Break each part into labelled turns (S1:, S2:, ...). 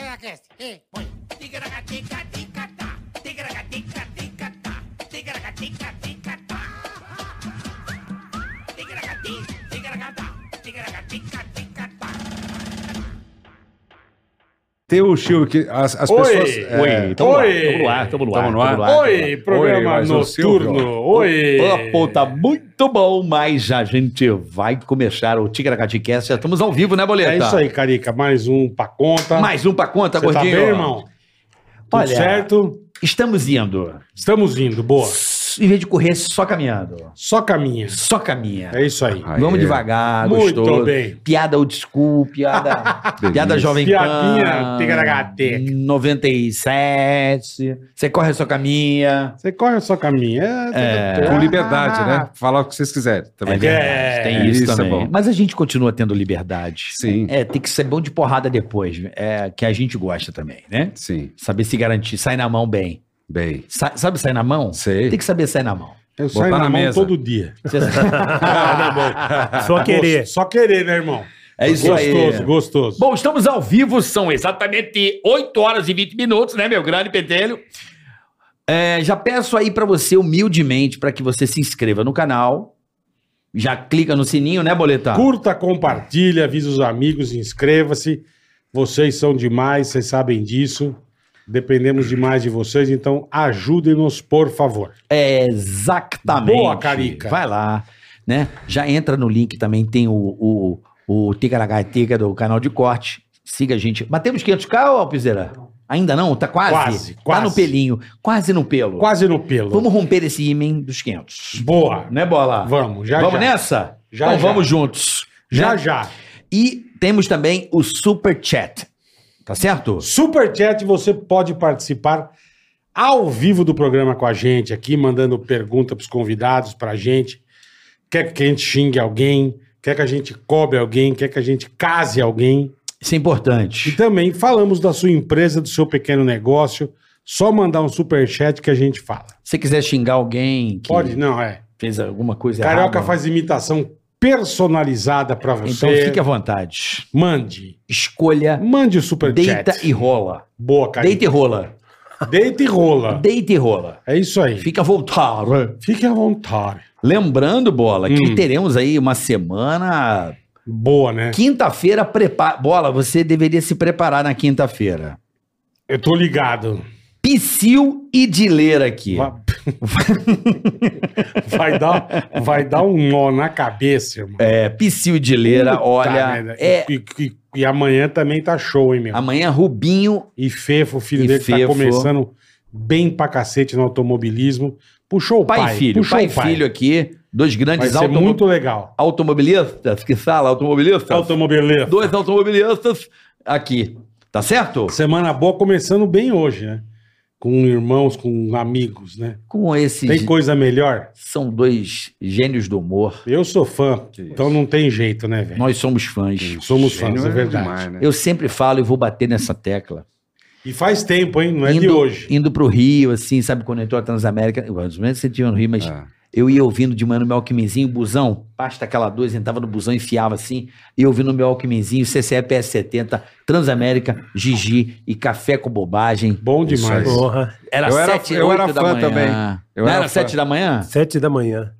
S1: Tigracast, e põe.
S2: Tigragatica-ticatá, tigragatica-ticatá, tigragatica-ticatá. Tigragati, tigragatá, tigragatica-ticatá.
S3: Tem o Silvio que as, as
S4: Oi.
S3: pessoas. é,
S5: Oi, tamo
S4: Oi.
S5: no ar, tamo no ar,
S3: Tamo no
S5: tamo no
S3: ar?
S5: ar. tamo no ar.
S4: Oi, programa
S3: mas o Silvio,
S4: noturno. Oi.
S5: Pô, tá muito bom, mas a gente vai começar o Tigracatecast. Já estamos ao vivo, né, Boleta?
S4: É isso aí, Carica. Mais um pra conta.
S5: Mais um pra conta,
S4: Você tá
S5: gordinho.
S4: bem, irmão? Tudo
S5: Olha,
S4: certo?
S5: estamos indo.
S4: Estamos indo, boa.
S5: Em vez de correr, só caminhando.
S4: Só caminha.
S5: Só caminha.
S4: É isso aí.
S3: Aí,
S5: Vamos
S3: é.
S5: devagar,
S4: Muito
S5: Ah, gostoso.
S4: bem.
S5: Piada old school, piada, piada
S3: Delícia.
S5: jovem
S4: Piadinha,
S5: pan,
S4: tigragateca.
S5: 97, você corre só caminha,
S4: Você corre só caminha. É,
S5: Ah.
S3: Com liberdade, né? Falar o que vocês quiserem. Também. né?
S4: É,
S5: tem isso,
S3: isso é
S5: também.
S3: bom.
S5: Mas a gente continua tendo liberdade.
S3: Sim,
S5: É, tem que ser bom de porrada depois, é, que a gente gosta também, né?
S3: sim.
S5: Saber se garantir, sai na mão bem.
S3: Bem.
S5: Sa- sabe sair na mão?
S3: Sei.
S5: Tem que saber sair na mão.
S4: Eu saio
S3: Botar
S4: na,
S3: na
S4: mão
S3: mesa.
S4: todo dia.
S5: Você-
S6: Só querer.
S4: Só querer, né, irmão?
S5: É isso aí.
S4: Gostoso, gostoso.
S5: Bom, estamos ao vivo, são exatamente 8 horas e 20 minutos, né, meu grande pentelho? É, já peço aí pra você, humildemente, pra que você se inscreva no canal. Já clica no sininho, né, Boletar?
S4: Curta, compartilha, avisa os amigos, inscreva-se. Vocês são demais, vocês sabem disso. Dependemos demais de vocês, então ajudem-nos, por favor.
S5: É, exatamente.
S4: Boa, Carica.
S5: Vai lá, né? Já entra no link também, tem o, o, o Ticaragatica do canal de corte. Siga a gente. Batemos 500k, ô Alpizeira? Ainda não? Tá quase?
S4: Quase,
S5: Tá
S4: quase.
S5: no pelinho. Quase no pelo.
S4: Quase no pelo.
S5: Vamos romper esse imen dos 500.
S4: Boa.
S5: Né, Bola?
S4: Vamos, já
S5: vamos
S4: já.
S5: nessa?
S4: Já,
S5: então
S4: já.
S5: vamos juntos.
S4: Já
S5: né?
S4: já.
S5: E temos também o Super Chat. Tá certo?
S4: Superchat, você pode participar ao vivo do programa com a gente aqui, mandando pergunta pros convidados, pra gente. Quer que a gente xingue alguém, quer que a gente cobre alguém, quer que a gente case alguém.
S5: Isso é
S4: E
S5: importante.
S4: também falamos da sua empresa, do seu pequeno negócio. Só mandar um superchat que a gente fala.
S5: Se você quiser xingar alguém que
S4: Pode? Não, é.
S5: fez alguma coisa
S4: Carioca
S5: errada,
S4: faz imitação personalizada pra você.
S5: então fique à vontade.
S4: Mande.
S5: Escolha,
S4: Mande o superchat.
S5: deita e rola.
S4: Boa, cara.
S5: Deita
S4: Deita...
S5: e rola.
S4: e rola.
S5: Deita e rola.
S4: É isso aí.
S5: Fica à vontade.
S4: Fique à vontade.
S5: Lembrando, Bola, que
S4: Hum.
S5: teremos aí uma semana...
S4: Boa, né?
S5: Quinta-feira, prepara... Bola, você deveria se preparar na quinta-feira.
S4: Eu tô ligado.
S5: Psyu e Dileira aqui.
S4: Va- Vai dar, vai dar um nó na cabeça, irmão.
S5: É, Psyu e Dileira,
S4: Puta
S5: olha.
S4: merda.
S5: É,
S4: E, e- e amanhã também tá show, hein, meu?
S5: amanhã Rubinho.
S4: E Fefo, o filho
S5: E
S4: dele, que tá
S5: Fefo.
S4: começando bem pra cacete no automobilismo. Puxou o pai.
S5: Pai, e filho,
S4: puxou
S5: pai e
S4: o pai.
S5: filho aqui, dois
S4: Vai
S5: grandes
S4: ser
S5: automo-
S4: muito É legal.
S5: automobilistas, que sala, automobilistas,
S4: Automobilista.
S5: dois automobilistas aqui, tá certo?
S4: Semana boa começando bem hoje, né? Com irmãos, com amigos, né?
S5: Com esses,
S4: Tem coisa melhor?
S5: são dois gênios do humor,
S4: Eu sou fã, então não tem jeito, né, velho?
S5: nós somos fãs.
S4: Somos
S3: Gênio
S4: fãs, é verdade.
S3: né?
S5: Eu sempre falo e vou bater nessa tecla.
S4: E faz tempo, hein? Não é
S5: indo,
S4: de hoje.
S5: Indo pro Rio, assim, sabe, quando entrou a Transamérica, antes você tinha no Rio, mas
S3: Ah,
S5: Eu ia ouvindo de manhã no meu alquimezinho, busão, pasta aquela dois, entrava no busão, enfiava assim, e eu ouvindo no meu alquimezinho, CCE PS70, Transamérica, Gigi e Café com Bobagem.
S4: Bom
S3: Isso
S4: demais.
S3: aí.
S6: Porra,
S5: Era
S3: Eu era-
S5: sete,
S3: eu
S5: oito
S3: era
S5: da
S3: fã
S5: manhã.
S3: também. Eu
S5: Não
S3: era
S5: era
S3: fã.
S5: sete da manhã?
S6: sete da manhã.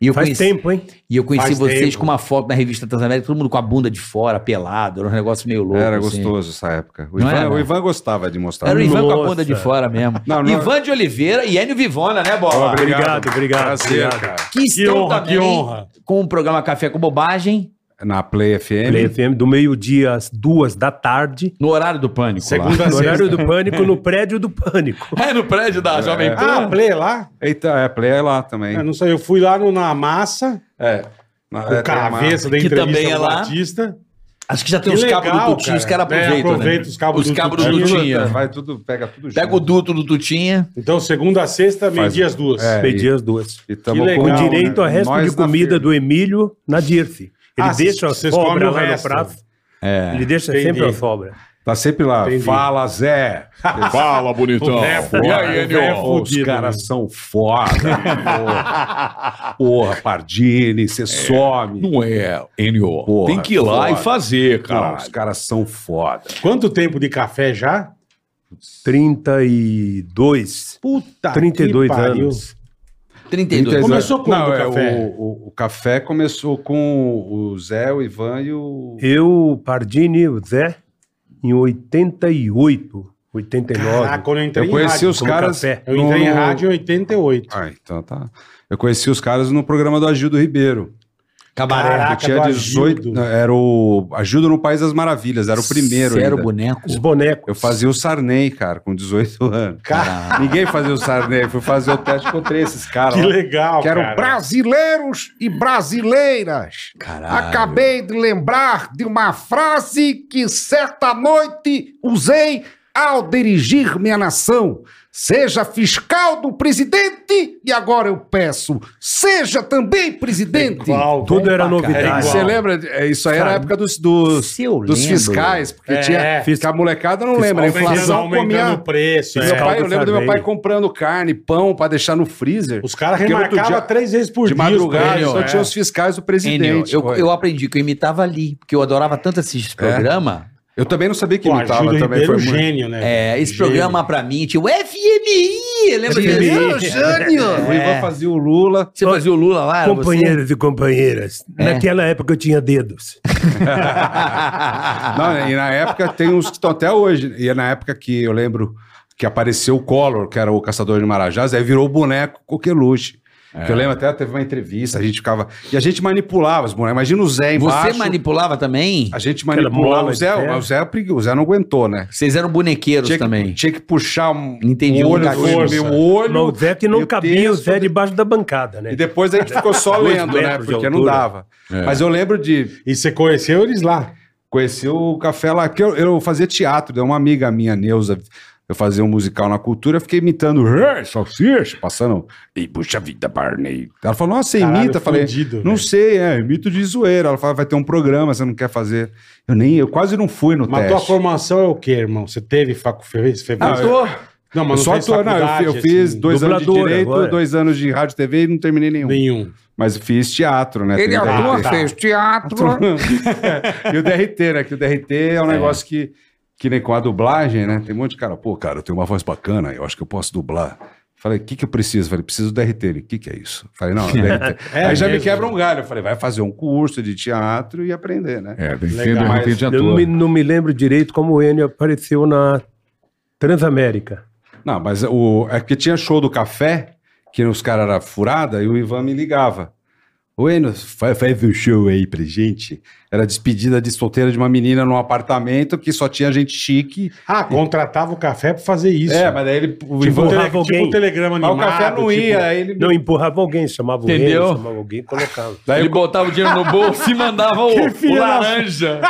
S5: E eu
S6: Faz
S5: conheci,
S6: tempo, hein?
S5: E eu conheci
S4: Faz
S5: vocês
S4: tempo.
S5: com uma foto na revista Transamérica, todo mundo com a bunda de fora, pelado, era um negócio meio louco.
S3: era
S5: assim.
S3: gostoso essa época. O
S5: Não
S3: Ivan,
S5: era?
S3: o Ivan gostava de mostrar.
S5: Era o Ivan com a
S6: Nossa.
S5: bunda de fora mesmo.
S3: Não, não-
S5: Ivan de Oliveira e Enio Vivona, né, Bola?
S3: Obrigado.
S6: Obrigado, obrigado.
S3: Prazer,
S6: obrigado.
S3: cara.
S5: Que
S4: Que
S5: estão
S4: honra, que
S5: também
S4: honra.
S5: com o programa Café com Bobagem,
S3: Na Play FM.
S6: Play FM, do meio-dia às duas da tarde.
S5: no horário do pânico. lá.
S4: Segunda a
S6: No horário
S4: sexta.
S6: do pânico, no prédio do pânico.
S5: É no prédio da Jovem Pan.
S4: Ah, play lá?
S3: Eita, é, Play é lá também.
S4: Eu não sei, eu fui lá no, na massa,
S3: É. Na-
S4: o
S3: é, tem uma-
S4: cabeça da
S5: Que
S4: entrevista
S5: também é
S4: do
S5: lá.
S4: Batista.
S5: Acho que já tem
S4: Que
S5: os cabos
S4: legal,
S5: do Tutinha, os caras
S4: cara. É,
S5: aproveitam. né?
S4: aproveita os cabos do
S3: tudo-
S4: Tutinha.
S3: Vai tudo, pega tudo
S5: é. Pega o
S3: junto.
S5: duto do Tutinha.
S4: Então, segunda a sexta, meio-dia às duas.
S3: É,
S6: Meio-dia às duas.
S3: E tamo
S4: Que
S3: com
S4: legal, né?
S6: Com direito a resto de comida do Emílio na Dirce. Ele
S4: Ah, cês-
S6: deixa a
S4: cês
S6: sobra
S4: comem o
S6: lá no
S4: resto. É.
S6: prato. Ele deixa
S4: Entendi.
S6: sempre a sobra.
S3: Tá sempre lá.
S4: Entendi.
S3: Fala, Zé.
S1: Fala, bonitão.
S4: O Neto,
S1: e
S2: é
S4: cara,
S1: aí,
S4: o Neto.
S1: Enio?
S3: Pô, os
S4: fudido,
S3: caras são foda. porra. Porra, Pardini,
S4: É.
S3: você some.
S1: Não é, Enio.
S3: Porra,
S1: Tem que ir lá
S3: foda.
S1: e fazer,
S3: Cara,
S1: cara.
S3: os caras são foda.
S4: Quanto tempo de café já?
S6: 32.
S4: Puta
S6: 32 anos.
S5: 32.
S4: Como- Começou quando
S3: Não,
S4: o
S3: é,
S4: café?
S3: O, o- o café começou com o Zé, o Ivan e o.
S6: Eu, o Pardini, o Zé, em 88, 89.
S4: Caraca, quando eu entrei
S3: Eu conheci
S4: rádio,
S3: os
S6: como
S3: caras.
S6: café.
S4: Eu entrei em
S3: no-
S4: rádio em 88.
S3: Ah, então tá. Eu conheci os caras no programa do Agildo Ribeiro.
S5: Cabaré.
S4: Caraca,
S3: eu tinha
S4: do
S3: 18.
S4: Agildo.
S3: Era o Agildo no País das Maravilhas, era o primeiro.
S5: Zero
S3: ainda.
S5: boneco.
S6: Os bonecos.
S3: Eu fazia o Sarney, cara, com 18 anos. Ah. Ninguém fazia o Sarney. Eu Fui fazer o teste contra esses caras.
S4: Que
S3: lá,
S4: legal,
S3: Ah, que eram
S4: cara.
S3: brasileiros e brasileiras.
S5: Caralho.
S3: Acabei de lembrar de uma frase que certa noite usei ao dirigir minha nação. Seja fiscal do presidente e agora eu peço, seja também presidente.
S4: Igual,
S6: Tudo
S4: velho.
S6: era
S3: É,
S6: novidade.
S3: você lembra? é, Isso aí era a época dos, dos,
S5: Se eu
S3: dos
S5: lembro.
S3: fiscais, porque
S4: É.
S3: tinha. Que a molecada não lembra, a inflação
S4: aumentando
S3: comia.
S4: o preço.
S3: Meu
S4: é.
S3: pai, eu
S6: Caldo
S3: lembro do meu
S6: Sarney.
S3: pai comprando carne, pão pra deixar no freezer.
S4: Os caras
S3: Porque outro
S4: remarcavam
S3: dia-
S4: três vezes por
S3: de
S4: dia. os
S3: madrugada,
S4: prêmios,
S3: só
S4: é.
S3: tinha os fiscais do
S5: né? Enio,
S3: presidente.
S5: eu, eu aprendi que eu imitava ali, porque eu adorava
S3: É.
S5: tanto esses programas.
S3: Eu também não sabia que
S4: Pô,
S3: imitava,
S4: Agildo
S3: também
S4: Ribeiro,
S3: foi muito.
S4: gênio, né?
S5: É, esse
S4: Gênio.
S5: programa pra mim tinha o FMI, lembra
S4: FMI.
S5: disso? Ô, Jânio!
S3: O
S5: É.
S3: Ivan fazia o Lula.
S5: Você fazia o Lula lá, era você?
S6: Companheiros e companheiras,
S4: É.
S6: naquela época eu tinha dedos.
S5: Ah.
S3: Não, é e na época tem uns que estão até hoje. E é na época que eu lembro que apareceu o Collor, que era o caçador de Marajás, aí virou o boneco Coqueluche.
S5: É.
S3: Que eu lembro até teve uma entrevista, a gente ficava. E a gente manipulava os bonecos. Imagina o Zé embaixo.
S5: Você manipulava também?
S3: A gente
S6: Aquela
S3: manipulava.
S6: mola
S3: O Zé,
S6: de ferro.
S3: o, Zé, é pregui- o Zé não aguentou, né?
S5: Vocês eram bonequeiros
S3: Tinha que,
S5: também.
S3: tinha que puxar um,
S5: Entendi,
S3: um
S5: um
S3: olho,
S5: cachorro.
S3: meu olho.
S6: Mas o Zé que não
S3: meu
S6: cabia, o
S3: texto,
S6: Zé debaixo da bancada, né?
S3: E depois a gente ficou só
S6: Dois
S3: lendo, né?
S6: metros de
S3: Porque não
S6: altura.
S3: dava.
S5: É.
S3: Mas eu lembro de
S4: E você conheceu eles lá.
S3: conhecer o café lá, que eu, eu fazia teatro, né? uma amiga minha, Neuza, eu fazia um musical na cultura, eu fiquei imitando "Hey, salsicha, passando e puxa vida, Barney. Ela falou, nossa, você
S4: Caralho,
S3: imita? Eu falei,
S4: fudido,
S3: não
S4: velho.
S3: sei, é imito de zoeira. Ela falou, vai ter um programa, você não quer fazer. Eu nem, eu quase não fui no
S4: Mas tua
S3: teste.
S4: formação é o quê, irmão? Você teve facu... fez, fez...
S3: Ah, eu-
S4: Não,
S3: eu
S4: mas
S3: só
S4: não fez
S3: tô, não, eu, fi- eu
S4: faculdade,
S3: fiz
S4: assim,
S3: dois um. anos de
S6: dublador
S3: direito,
S6: agora.
S3: dois anos de rádio e TV e não terminei nenhum.
S4: Nenhum.
S3: Mas fiz teatro, né?
S7: Ele
S3: Tem
S5: é
S3: DRT.
S7: atua,
S4: tá.
S7: fez teatro.
S3: É, e o DRT, né? Que o DRT é um negócio que, que nem com a dublagem, né? Tem um monte de cara, pô, cara, eu tenho uma voz bacana, eu acho que eu posso dublar. Falei, o que, que eu preciso? Falei, preciso do DRT. Ele, o que, que é isso? Falei, não, é DRT.
S4: É
S3: Aí já me
S4: mesmo.
S3: quebra um galho. Eu falei, vai fazer um curso de teatro e aprender, né?
S1: É, tem que ter
S4: Legal.
S1: derreter de
S6: Eu não me,
S1: ator.
S6: não me lembro direito como o Enio apareceu na Transamérica.
S3: Não, mas o, é porque tinha show do café, que os caras eram furada, e o Ivan me ligava. O Enio, fa- faz um show aí pra gente. Era despedida de solteira de uma menina num apartamento que só tinha gente chique.
S4: Ah, contratava o café pra fazer isso.
S3: É, mas daí ele, o Ivan
S6: Tipo,
S4: Tele-
S6: empurrava
S4: tipo
S6: alguém.
S4: o telegrama
S3: Mas
S4: animado.
S3: o café não ia,
S4: tipo-
S3: aí ele.
S6: Não, empurrava alguém, chamava o
S5: Entendeu?
S6: Enio, chamava alguém e colocava.
S3: Daí,
S1: Ele
S3: eu,
S1: botava o dinheiro no bolso e mandava o, o
S4: filha da-
S1: laranja.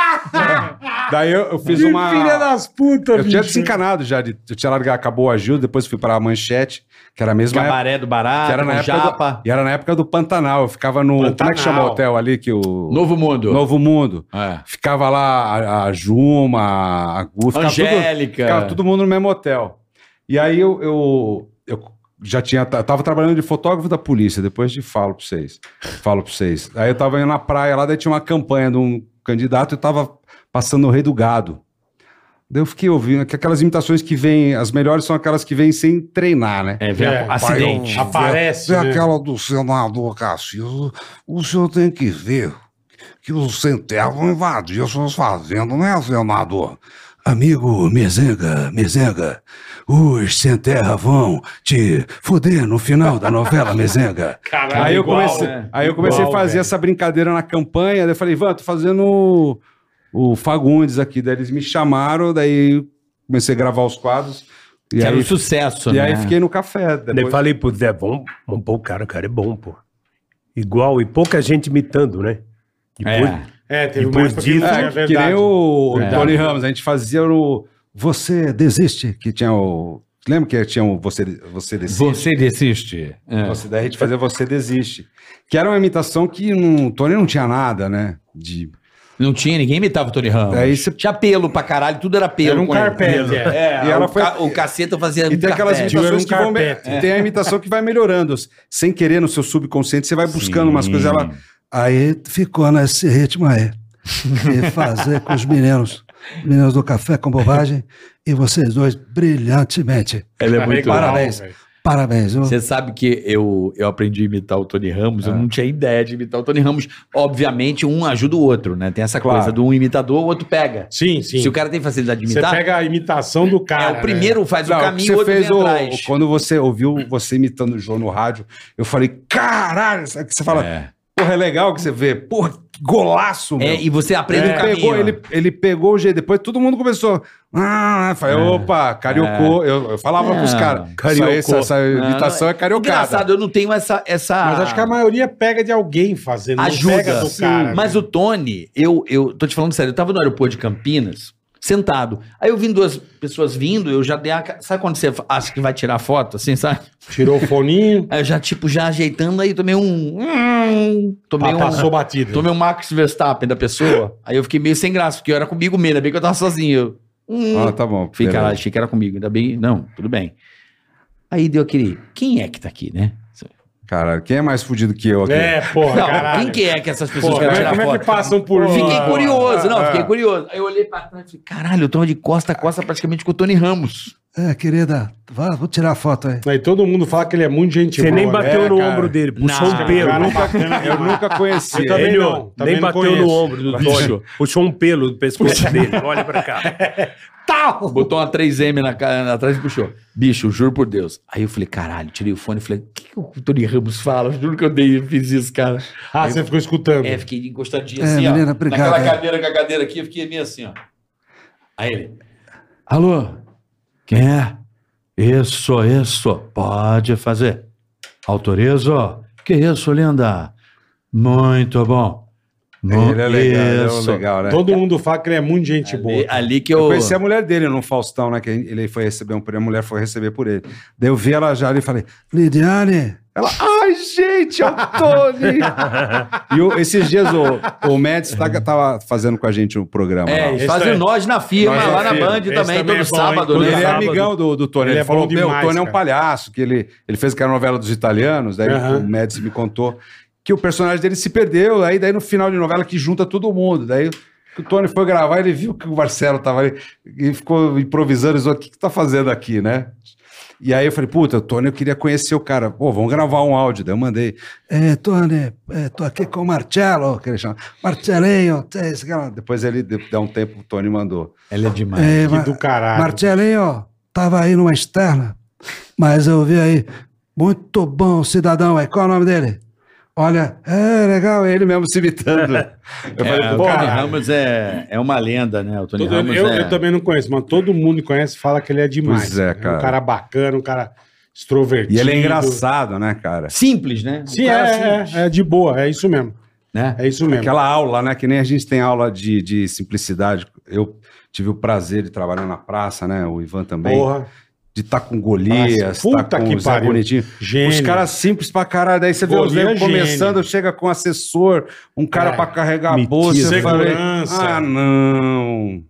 S3: daí eu, eu fiz
S4: Que
S3: uma.
S4: filha das putas,
S3: eu tinha
S4: bicho.
S3: desencanado já, de, eu tinha largado, acabou a Gil, depois fui pra Manchete, que era a mesma época.
S5: Cabaré do
S3: Que
S5: Barato,
S3: era na
S5: com
S3: época
S5: Japa.
S3: do, e era na época do Pantanal. Eu ficava no. Como é
S4: Pantanal.
S3: que chama o hotel ali? Que o,
S5: Novo Mundo.
S3: Novo Mundo.
S1: É.
S3: Ficava lá a, a Juma, a Gu, ficava tudo,
S5: Angélica.
S3: ficava todo mundo no mesmo hotel. E aí eu, eu, eu já tinha, eu tava trabalhando de fotógrafo da polícia, depois de falo pra vocês. Falo pra vocês. Aí eu tava indo na praia lá, daí tinha uma campanha de um candidato e eu tava passando o rei do gado. Daí eu fiquei ouvindo que aquelas imitações que vêm, as melhores são aquelas que vêm sem treinar, né?
S5: É, vem
S4: É,
S5: a-
S3: um
S5: acidente.
S4: pai, Aparece,
S7: É
S4: né?
S7: aquela do senador Cassius. O senhor tem que ver que os sem terra vão invadir as suas fazendas, não é, senador? Amigo Mezenga, Mezenga, os sem terra vão te fuder no final da novela, Mezenga.
S4: Caralho,
S3: Aí eu
S4: igual,
S3: comecei,
S4: né?
S3: aí eu comecei
S4: Igual,
S3: a fazer
S4: velho.
S3: essa brincadeira na campanha. Daí eu falei, Ivan, tô fazendo o, o Fagundes aqui. Daí eles me chamaram, daí comecei a gravar os quadros. E,
S5: Que era
S3: aí,
S5: um sucesso,
S3: e
S5: né?
S3: aí fiquei no café. Depois,
S6: Daí falei pro Zé, vamos, vamos pôr o cara, o cara é bom, pô. Igual, e pouca gente imitando, né? Depois,
S5: É.
S4: É, teve uma
S6: Depois
S4: época que
S6: disso,
S4: não tinha
S3: é, que
S4: verdade.
S3: nem o o
S5: É.
S3: Tony Ramos, a gente fazia o Você Desiste, que tinha o... Lembra que tinha o Você, você Desiste?
S1: desiste.
S2: É.
S3: Você, daí a gente fazia Você Desiste. Que era uma imitação que não, o Tony não tinha nada, né? De...
S5: Não tinha, ninguém imitava o Tony Ramos.
S3: Aí você-
S5: Tinha pelo pra caralho, tudo era pelo.
S4: Era um
S5: com ele.
S4: carpete, é.
S5: É,
S3: E
S5: o,
S3: ela foi-
S5: ca- o caceta fazia
S3: E
S5: um
S3: tem aquelas
S5: carpete.
S4: Tio era um
S3: imitações que vão. me- É.
S4: carpete.
S3: Tem a imitação que vai melhorando. Sem querer, no seu subconsciente, você vai buscando
S1: Sim.
S3: umas coisas. Ela.
S7: Aí ficou nesse ritmo aí. De fazer com os meninos, meninos do café com bobagem, e vocês dois brilhantemente.
S1: Ela é muito.
S7: Legal. Parabéns.
S4: velho.
S7: Parabéns, viu?
S5: Você sabe que eu, eu aprendi a imitar o Tony Ramos,
S3: É.
S5: eu não tinha ideia de imitar o Tony Ramos. Obviamente, um ajuda o outro, né? Tem essa
S3: Claro.
S5: coisa do um imitador, o outro pega.
S4: Sim, sim.
S5: Se o cara tem facilidade de
S4: Você
S5: imitar,
S4: pega a imitação do cara. né?
S5: é o primeiro faz
S3: né? Não,
S5: o
S3: que
S5: caminho, o outro vem
S3: o-
S5: atrás.
S3: Quando você ouviu você imitando o João no rádio, eu falei, caralho, sabe que você fala,
S1: É.
S3: porra, é legal que você vê, porra, que golaço, meu.
S5: É, e você aprende
S3: ele,
S5: o caminho.
S3: pegou, ele, ele pegou o jeito, depois todo mundo começou, ah, eu falei, opa, cariocô, eu, eu falava pros
S5: É. Não,
S3: caras, isso
S6: cariocô.
S3: aí, essa, essa
S5: Não, não,
S3: imitação é cariocada.
S5: Engraçado, eu não tenho essa. essa...
S4: Mas
S3: é
S4: acho que a maioria pega de alguém fazendo.
S5: Ajuda.
S4: Não pega do
S5: Sim.
S4: cara. né?
S5: Mas
S3: né?
S5: o Tony, eu, eu tô te falando sério, eu tava no aeroporto de Campinas, sentado. Aí eu vi duas pessoas vindo, eu já dei a. ca- Sabe quando você acha que vai tirar foto, assim, sabe?
S4: Tirou o foninho,
S5: Aí eu já, tipo, já ajeitando aí, tomei um. hum, Tomei
S4: pa-
S5: um.
S4: Ah, passou batido.
S5: Tomei um Max Verstappen da pessoa. Aí eu fiquei meio sem graça, porque eu era comigo mesmo, ainda bem que eu tava sozinho. Eu, hum.
S3: Ah, tá bom.
S5: Falei,
S3: pera
S5: caralho,
S3: aí.
S5: achei que era comigo, ainda bem. Não, tudo bem. Aí deu aquele. Quem é que tá aqui, né?
S3: Caralho, quem é mais fudido que eu aqui?
S4: É, porra,
S5: Não,
S4: caralho.
S5: quem que é que essas pessoas
S4: Porra,
S5: querem
S4: como, é,
S5: tirar
S4: como é
S5: foto?
S4: que passam por mim?
S5: Fiquei
S4: porra?
S5: curioso, não,
S4: Ah,
S5: fiquei
S4: ah.
S5: curioso. Aí eu olhei pra trás e falei, caralho, eu tô de costa a costa praticamente com o Tony Ramos.
S7: É, querida, vá, vou tirar a foto aí.
S4: Aí todo mundo fala que ele é muito gente
S6: Você
S4: boa,
S6: nem
S4: né?
S6: bateu no
S4: cara?
S6: ombro dele, puxou
S5: Não.
S6: um pelo.
S4: Cara,
S6: Ele,
S4: nunca-
S3: Eu nunca conheci.
S4: Eu também não,
S6: ó,
S4: também
S6: nem
S4: não
S6: bateu
S4: conheço.
S6: no ombro do Tony. Puxou um pelo do pescoço dele. Olha pra cá.
S5: Botou uma 3M na cara, na- atrás e puxou. Bicho, juro por Deus. Aí eu falei, caralho, tirei o fone e falei, o que, que o Tony Ramos fala? Juro que eu dei, fiz isso, cara.
S4: Ah, você ficou escutando.
S5: É, fiquei encostadinho
S7: É,
S5: assim, ó.
S7: menina, obrigado,
S5: Naquela
S7: é.
S5: cadeira com a cadeira aqui, eu fiquei meio assim, ó. Aí ele. Alô? Quem é? Isso, isso. Pode fazer. Autorizo? Que isso, linda? Muito bom. Mu-
S3: Ele é legal, ele é um
S5: isso.
S3: legal, né?
S4: Todo mundo fala que ele é muito gente boa.
S5: Ali, ali que
S3: Eu
S5: eu.
S3: conheci a mulher dele no Faustão, né? Que ele foi receber um prêmio, a mulher foi receber por ele. Daí eu vi ela já ali e falei,
S7: Lidiane,
S3: Ela, ai, gente, é o Tony! e o- esses dias o, o Mads tá, tava fazendo com a gente o programa. lá.
S5: É,
S4: Esse
S5: eles fazem
S4: é-
S5: nós na firma,
S4: Nós na
S5: lá na
S4: firma.
S5: Band
S4: Esse
S5: também,
S4: também
S5: todo
S4: é bom, hein?
S5: sábado,
S4: Todo
S5: né?
S3: Ele é
S4: sábado.
S3: amigão do, do Tony.
S4: Ele
S3: Ele,
S4: é
S3: falou:
S4: bom
S3: Meu, o
S4: demais,
S3: Tony é um
S4: cara."
S3: palhaço, que ele, ele fez aquela novela dos italianos. Daí
S4: Aham.
S3: o Mads me contou que o personagem dele se perdeu. Aí daí no final de novela que junta todo mundo. Daí o Tony foi gravar, ele viu que o Marcelo tava ali e ficou improvisando. Ele falou: O que, que tá fazendo aqui, né? E aí eu falei, puta, o Tony, eu queria conhecer o cara. Pô, vamos gravar um áudio. Daí eu mandei.
S7: é, Tony, é, tô aqui com o Marcelo, que ele chama. Marcelinho, é isso que ela-
S3: Depois ele deu deu um tempo, o Tony mandou.
S5: Ele é demais.
S7: É,
S4: Que
S7: Ma-
S4: do caralho.
S7: Marcelinho, tava aí numa externa, mas eu vi aí, muito bom cidadão aí, qual é o nome dele? Olha, é legal, ele
S3: Ele mesmo se imitando. Eu falei,
S5: É, o
S3: pô,
S5: Tony
S4: caralho.
S5: Ramos é, é uma lenda, né? O Tony
S4: Todo-
S5: Ramos
S4: eu,
S5: é...
S4: eu também não conheço, mas todo mundo que conhece fala que ele é demais.
S3: Pois é, cara.
S4: Um cara bacana, um cara extrovertido.
S3: E ele é engraçado, né, cara?
S5: Simples, né?
S4: Sim,
S5: Um cara
S4: é,
S5: simples,
S4: é, é de boa, é isso mesmo.
S5: Né?
S4: É isso mesmo.
S3: Aquela aula, né? Que nem a gente tem aula de, de simplicidade. Eu tive o prazer de trabalhar na praça, né? O Ivan também.
S4: Porra,
S3: De estar com Golias,
S4: Praça.
S3: tá
S4: Puta
S3: com
S4: que
S3: o Zé
S4: pariu.
S3: Bonitinho.
S4: gênio.
S3: Os caras simples pra caralho. Daí você vê os
S4: Golias
S3: negros
S4: gênio.
S3: começando, chega com assessor, um cara
S4: É.
S3: pra carregar
S6: Mentira.
S3: a bolsa. eu falei,
S4: Segurança. É
S3: ah, não.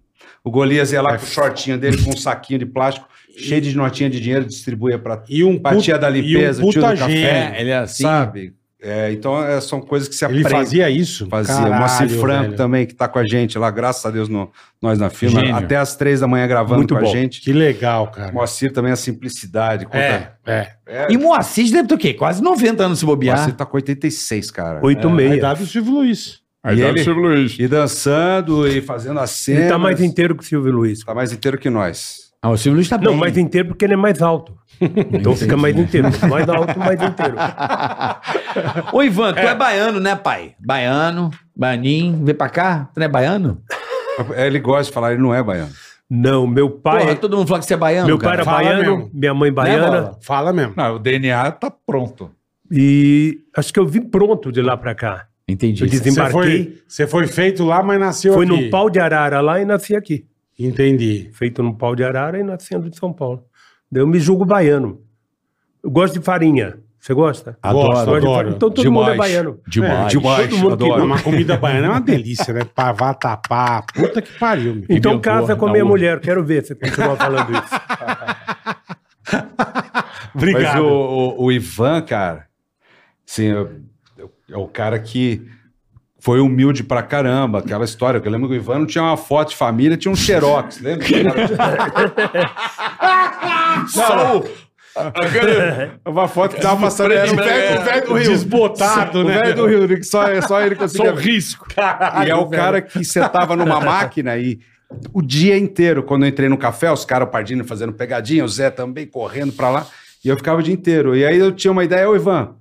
S3: O Golias ia lá com o shortinho dele, com um saquinho de plástico, cheio de notinha de dinheiro, distribuía pra
S4: E um
S3: Empatia da limpeza,
S4: e um
S3: tio do
S4: puta
S3: café.
S4: gênio.
S5: ele é assim.
S3: Sabe? É, então é, são coisas que se
S4: Ele
S3: aprende.
S4: fazia isso?
S3: Fazia.
S4: Caralho,
S3: Moacir Franco
S4: velho.
S3: também, que tá com a gente lá, graças a Deus, no, nós na firma.
S5: Gênio.
S3: Até às três da manhã gravando
S6: Muito
S3: com
S6: bom.
S3: a gente.
S4: Que legal, cara.
S3: Moacir também a simplicidade. Conta...
S4: É, é.
S5: E Moacir deve ter o quê? Quase 90 anos se bobear.
S3: Moacir tá com 86, cara.
S4: A
S3: é.
S6: 8,6.
S4: idade do Silvio Luiz.
S1: A
S3: E
S1: idade
S3: ele-
S1: do Silvio Luiz.
S3: E dançando e fazendo a cena.
S6: Ele tá mais inteiro que o Silvio Luiz.
S3: Tá mais inteiro que nós.
S5: Ah, o Silvio Luiz tá
S6: Não, mais inteiro porque ele é mais alto. Então fica mais inteiro. Mais alto, mais inteiro.
S5: Ô, Ivan, tu é. baiano, né, pai? Baiano, baianinho, vem pra cá. Tu não é baiano?
S3: Ele gosta de falar, ele não é baiano.
S6: Não, meu pai.
S5: Porra, todo mundo fala que você é baiano,
S6: meu pai era
S4: Fala
S6: baiano,
S4: mesmo.
S6: minha mãe
S5: Né,
S6: baiana.
S5: Bola?
S4: Fala mesmo.
S3: Não, o DNA tá pronto.
S6: e acho que eu vim pronto de lá pra cá.
S5: Entendi.
S6: Eu
S4: Você
S6: desembarquei.
S4: foi, você foi feito lá, mas nasceu
S6: Foi
S4: aqui.
S6: num pau de arara lá e nasci aqui.
S4: Entendi.
S6: Feito num pau de arara e nascendo de São Paulo. Daí eu me julgo baiano. Eu gosto de farinha. Você gosta?
S4: Adoro,
S6: Gosta?
S4: adoro.
S6: Então todo mundo é baiano.
S1: Demais.
S3: É, demais,
S6: Todo mundo que
S3: adoro.
S4: Não, mas comida baiana é uma delícia, né? Pavá, tapá, puta que pariu, meu.
S6: Então
S1: minha
S6: casa
S1: porra,
S6: com a
S1: na
S6: minha
S1: urna.
S6: mulher, quero ver você continuar falando isso.
S3: Mas
S4: Obrigado.
S3: o, o- o Ivan, cara, assim, eu- eu- é o cara que foi humilde pra caramba, aquela história. que Eu lembro que o Ivan não tinha uma foto de família, tinha um xerox, lembra?
S1: Só o- aquele-
S3: Uma foto que tava passando...
S1: Preto
S3: Era o
S1: e branco,
S3: velho, o velho do Rio.
S4: Desbotado,
S3: o
S4: né? um
S3: velho do Rio, que só, só ele
S1: Só
S3: conseguia
S1: o risco.
S3: E é o cara que sentava numa máquina e o dia inteiro, quando eu entrei no café, os caras, o Pardini fazendo pegadinha, o Zé também correndo pra lá, e eu ficava o dia inteiro. E aí eu tinha uma ideia, ô Ivan,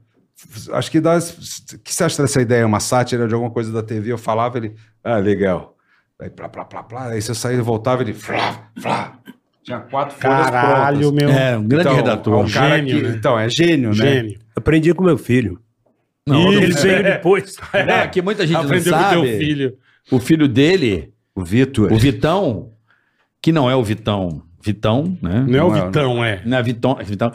S3: acho que dá. O que você acha dessa ideia? Uma sátira de alguma coisa da TV? Eu falava, ele, ah, legal. Aí, plá, plá, plá, plá. aí se eu saía e voltava, ele, flá, flá. Tinha quatro folhas
S4: Caralho,
S3: prontas.
S4: meu.
S1: um grande
S3: então, É um
S4: Gênio,
S3: cara que,
S4: né?
S3: Então, é gênio, né?
S4: Gênio.
S6: Aprendi com meu filho.
S1: Não,
S6: ele
S1: não-
S6: veio depois.
S5: Não, é que muita gente
S4: Aprendeu
S5: não
S4: com
S5: sabe.
S4: teu filho.
S5: O filho dele,
S3: O Vitor.
S5: o Vitão, que não é o Vitão. Vitão, né?
S4: Não é o
S3: Não é,
S4: Vitão, é.
S5: Não é Vitão, é Vitão.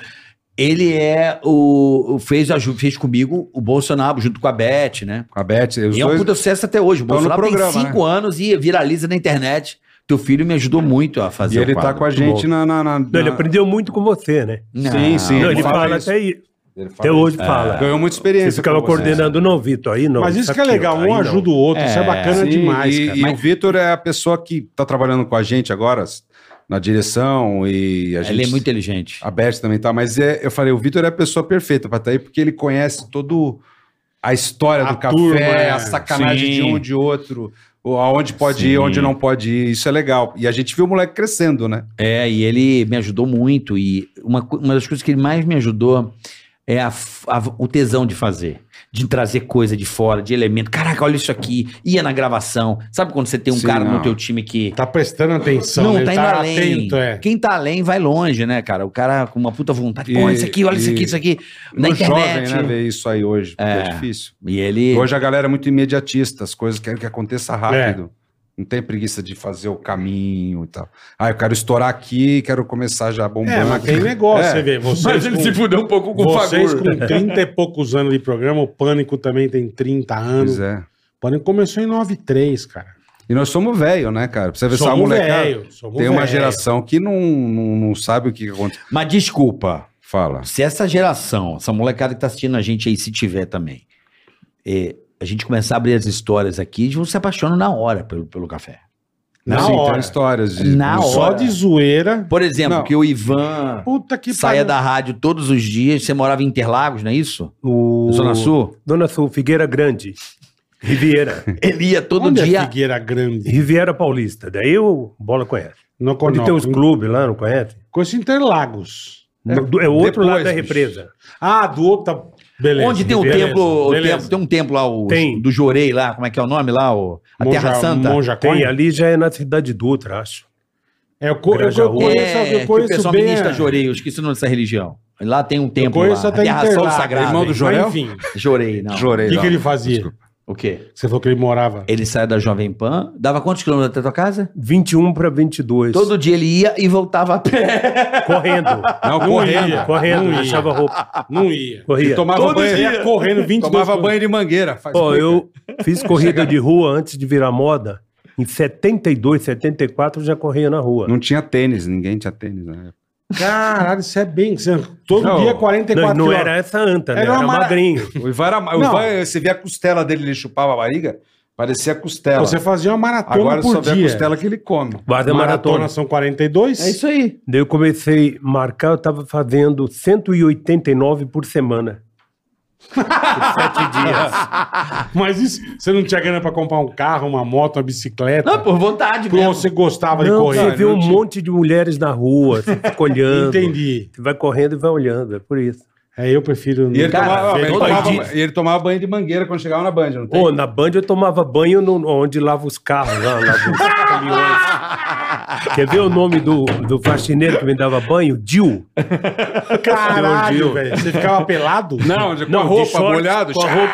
S5: Ele é o. o- Fez, a ju- fez comigo o Bolsonaro junto com a Beth, né?
S3: A Beth, os
S5: E é um
S3: dois-
S5: puta sucesso até hoje. O
S3: estão no
S5: Bolsonaro tem
S3: programa, né?
S5: cinco anos e viraliza na internet. Teu filho me ajudou muito a fazer
S3: E ele
S5: o
S3: tá
S5: quadro.
S3: com a gente na. na, na-
S6: Não, ele
S3: na-
S6: é aprendeu muito com você, né?
S5: Não.
S3: Sim, sim.
S6: Não,
S3: Ele
S6: ele
S3: fala
S6: fala
S3: isso.
S6: até, aí.
S3: Ele fala isso.
S6: até
S3: É.
S6: hoje, fala.
S3: Ganhou muita
S6: Você
S3: experiência. com
S6: ficava
S3: você.
S6: coordenando, não, Vitor, aí não.
S4: Mas isso que é
S6: aqui,
S4: legal,
S6: aí
S4: um
S6: não.
S4: ajuda o outro, isso é
S5: É,
S4: bacana
S3: Sim,
S4: demais,
S3: e,
S4: cara.
S3: e o Vitor é a pessoa que tá trabalhando com a gente agora s- na direção e a gente.
S5: Ele é muito inteligente.
S3: A Beth também tá, mas é- eu falei, o Vitor é a pessoa perfeita pra estar aí, porque ele conhece todo a história
S4: A
S3: do café,
S4: turma, é.
S3: a sacanagem de um
S1: Sim.
S3: de outro, o- aonde pode
S1: Sim.
S3: ir, onde não pode ir. Isso é legal. E a gente viu o moleque crescendo, né?
S5: É, e ele me ajudou muito. E uma, co- uma das coisas que ele mais me ajudou é a f- a- o tesão de fazer. De trazer coisa de fora, de elemento. Caraca, olha isso aqui. Ia na gravação. Sabe quando você tem um
S3: Sim,
S5: cara
S3: não.
S5: no teu time que...
S4: Tá prestando atenção,
S5: não,
S4: né?
S5: tá indo além.
S4: atento, é.
S5: Quem tá além vai longe, né, cara? O cara com uma puta vontade. Pô,
S3: E-
S5: olha isso aqui, olha isso
S3: e-
S5: aqui, isso aqui. Na
S3: No
S5: internet.
S3: jovem, né, ver isso aí hoje, porque é difícil.
S5: E ele...
S3: Hoje a galera é muito imediatista, as coisas querem que aconteça rápido.
S1: É.
S3: Não tem preguiça de fazer o caminho e tal. Ah, eu quero estourar aqui, quero começar já bombando.
S4: É, mas tem negócio,
S3: É.
S4: você vê. Vocês
S1: Mas ele
S4: com-
S1: se fudeu um pouco com o
S4: Vocês
S1: Fagur.
S4: com 30 e poucos anos de programa, o Pânico também tem 30 anos.
S3: Pois é.
S4: O Pânico começou em 93, cara.
S3: E nós somos velho, né, cara? Pra você ver essa
S4: Somos
S3: molecada.
S4: velho, somos
S3: Tem uma
S4: velho.
S3: geração que não, não, não sabe o que acontece.
S5: Mas desculpa.
S3: Fala.
S5: Se essa geração, essa molecada que tá assistindo a gente aí, se tiver também, é, a gente começar a abrir as histórias aqui, eles vão se apaixonando na hora pelo, pelo café.
S4: Na
S3: Assim,
S4: hora.
S3: Tem histórias de.
S5: Na
S3: Só-
S4: Só
S5: hora.
S4: de zoeira.
S5: Por exemplo,
S3: Não.
S5: que o Ivan
S4: Puta que
S5: saia da rádio todos os dias. Você morava em Interlagos, não é isso?
S6: O...
S5: Zona Sul?
S6: Dona Sul, Figueira Grande, Riviera,
S5: Ele ia todo
S4: Onde é
S5: dia.
S4: Figueira Grande.
S6: Riviera Paulista. Daí o Bola conhece.
S4: Não
S6: Onde tem os clubes lá, não conhece?
S4: Conheço Interlagos.
S6: É, do- é o outro
S3: depois,
S6: lado da
S3: bicho.
S6: represa.
S4: Ah, do outro. tá- Beleza.
S5: Onde tem o
S4: beleza,
S5: templo, o
S4: beleza.
S5: templo- Tem um templo lá, o,
S6: Tem.
S5: do Jorei lá, como é que é o nome lá? O, um- a
S4: Monja-
S5: Terra Santa.
S4: Monja
S6: Tem,
S4: Coin?
S6: ali já é na cidade Dutra, acho.
S4: É, eu, co- eu, co- eu
S6: Grajaú.
S4: conheço,
S5: É,
S4: eu
S5: que o
S4: conheço
S5: pessoal
S4: bem.
S5: ministra Jorei, eu esqueci o nome dessa religião. Lá tem um templo
S4: eu conheço
S5: lá,
S4: até
S5: a Terra Sol
S4: Interlagos.
S5: Sagrada.
S3: Irmão do
S4: Mas,
S3: Jorel?
S4: Enfim,
S5: Jorei, não.
S4: o
S3: Jorei.
S4: que,
S3: lá.
S4: que ele fazia?
S5: O quê?
S4: Você falou que ele morava.
S5: Ele saia da Jovem Pan, dava quantos quilômetros até a tua casa?
S6: 21 para 22.
S5: Todo dia ele ia e voltava a pé.
S6: Correndo.
S3: Não, correndo.
S4: ia.
S6: correndo,
S4: Não ia.
S6: deixava roupa.
S4: Não ia.
S6: Corria.
S3: Tomava
S4: Todo
S3: banho,
S4: dia correndo 22
S3: tomava
S4: quilômetros.
S3: banho de mangueira. Faz
S6: Ó,
S3: tempo.
S6: eu fiz corrida de rua antes de virar moda. Em 72, 74 eu já corria na rua.
S3: Não tinha tênis, ninguém tinha tênis né? na época.
S4: Caralho, isso é bem. você- Todo
S3: Não.
S4: dia é
S6: Não,
S4: 44
S6: não
S4: quilômetros.
S6: era essa anta, né?
S4: Era
S6: Era,
S4: uma mara-
S6: magrinho.
S3: O Ivan, era,
S4: Não.
S3: o Ivan, você via a costela dele, ele chupava a barriga, parecia costela.
S4: Você fazia uma maratona
S3: Agora
S4: por
S3: só vê
S4: dia.
S3: a costela que ele come.
S6: Mas é
S4: maratona,
S6: maratona.
S4: são 42.
S5: É isso aí.
S6: Daí eu comecei a marcar, eu tava fazendo 189 por semana.
S4: Mas isso, você não tinha grana pra comprar um carro, uma moto, uma bicicleta.
S5: Não, por vontade
S4: Porque
S5: mesmo.
S4: você gostava de
S6: Não,
S4: correr.
S6: você vê
S4: Não
S6: um
S4: tinha-
S6: monte de mulheres na rua, você fica olhando.
S4: Entendi.
S6: Você vai correndo e vai olhando, é por isso.
S4: É, eu prefiro. não-
S3: E ele,
S5: Cara,
S3: tomava,
S5: vê
S3: ele
S5: todo
S3: tomava-
S5: dia.
S3: e ele tomava banho de mangueira quando chegava na Band, não tem?
S6: Ô, na Band eu tomava banho no- onde lava os carros, lá, lava os caminhões. Quer ver o nome do, do faxineiro que me dava banho? Dil.
S4: Caralho,
S6: Deus, Deus.
S4: velho. Você ficava pelado?
S3: Não, de- com
S6: Não,
S3: a
S6: de
S3: roupa
S6: shorts,
S3: molhada.
S6: com a
S3: chá.
S6: roupa.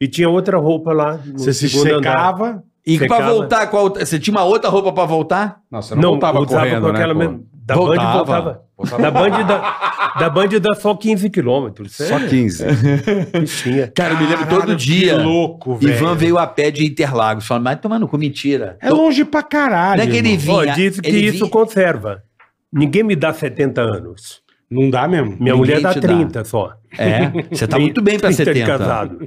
S6: E tinha outra roupa lá. no
S4: Você se
S6: segundo andar.
S4: secava.
S5: E
S6: Você
S5: pra
S6: casa-
S5: voltar, qual, você tinha uma outra roupa pra voltar?
S3: Nossa,
S6: Não,
S3: não, estava
S6: usava
S3: correndo,
S6: com
S3: né?
S6: aquela
S3: pô?
S6: mesma. Da Band
S5: Voltava.
S6: voltava. Da Band da, da Band dá só 15 quilômetros. é
S3: Só 15.
S6: Bichinha.
S5: Cara, eu me lembro
S4: Caralho,
S5: todo dia.
S4: Que louco, velho.
S5: Ivan veio a pé de Interlagos. Falando, mas tomando com mentira.
S4: É longe pra caralho.
S5: Não é que ele
S4: irmão.
S5: vinha.
S6: Ó, diz que
S5: ele
S6: isso
S5: vinha-
S6: conserva. Ninguém me dá 70 anos.
S4: Não dá mesmo.
S6: Minha
S5: Ninguém
S6: mulher dá
S5: te dá.
S6: 30 só.
S5: É, você tá muito bem pra
S6: 30 de
S5: 70.
S6: casado.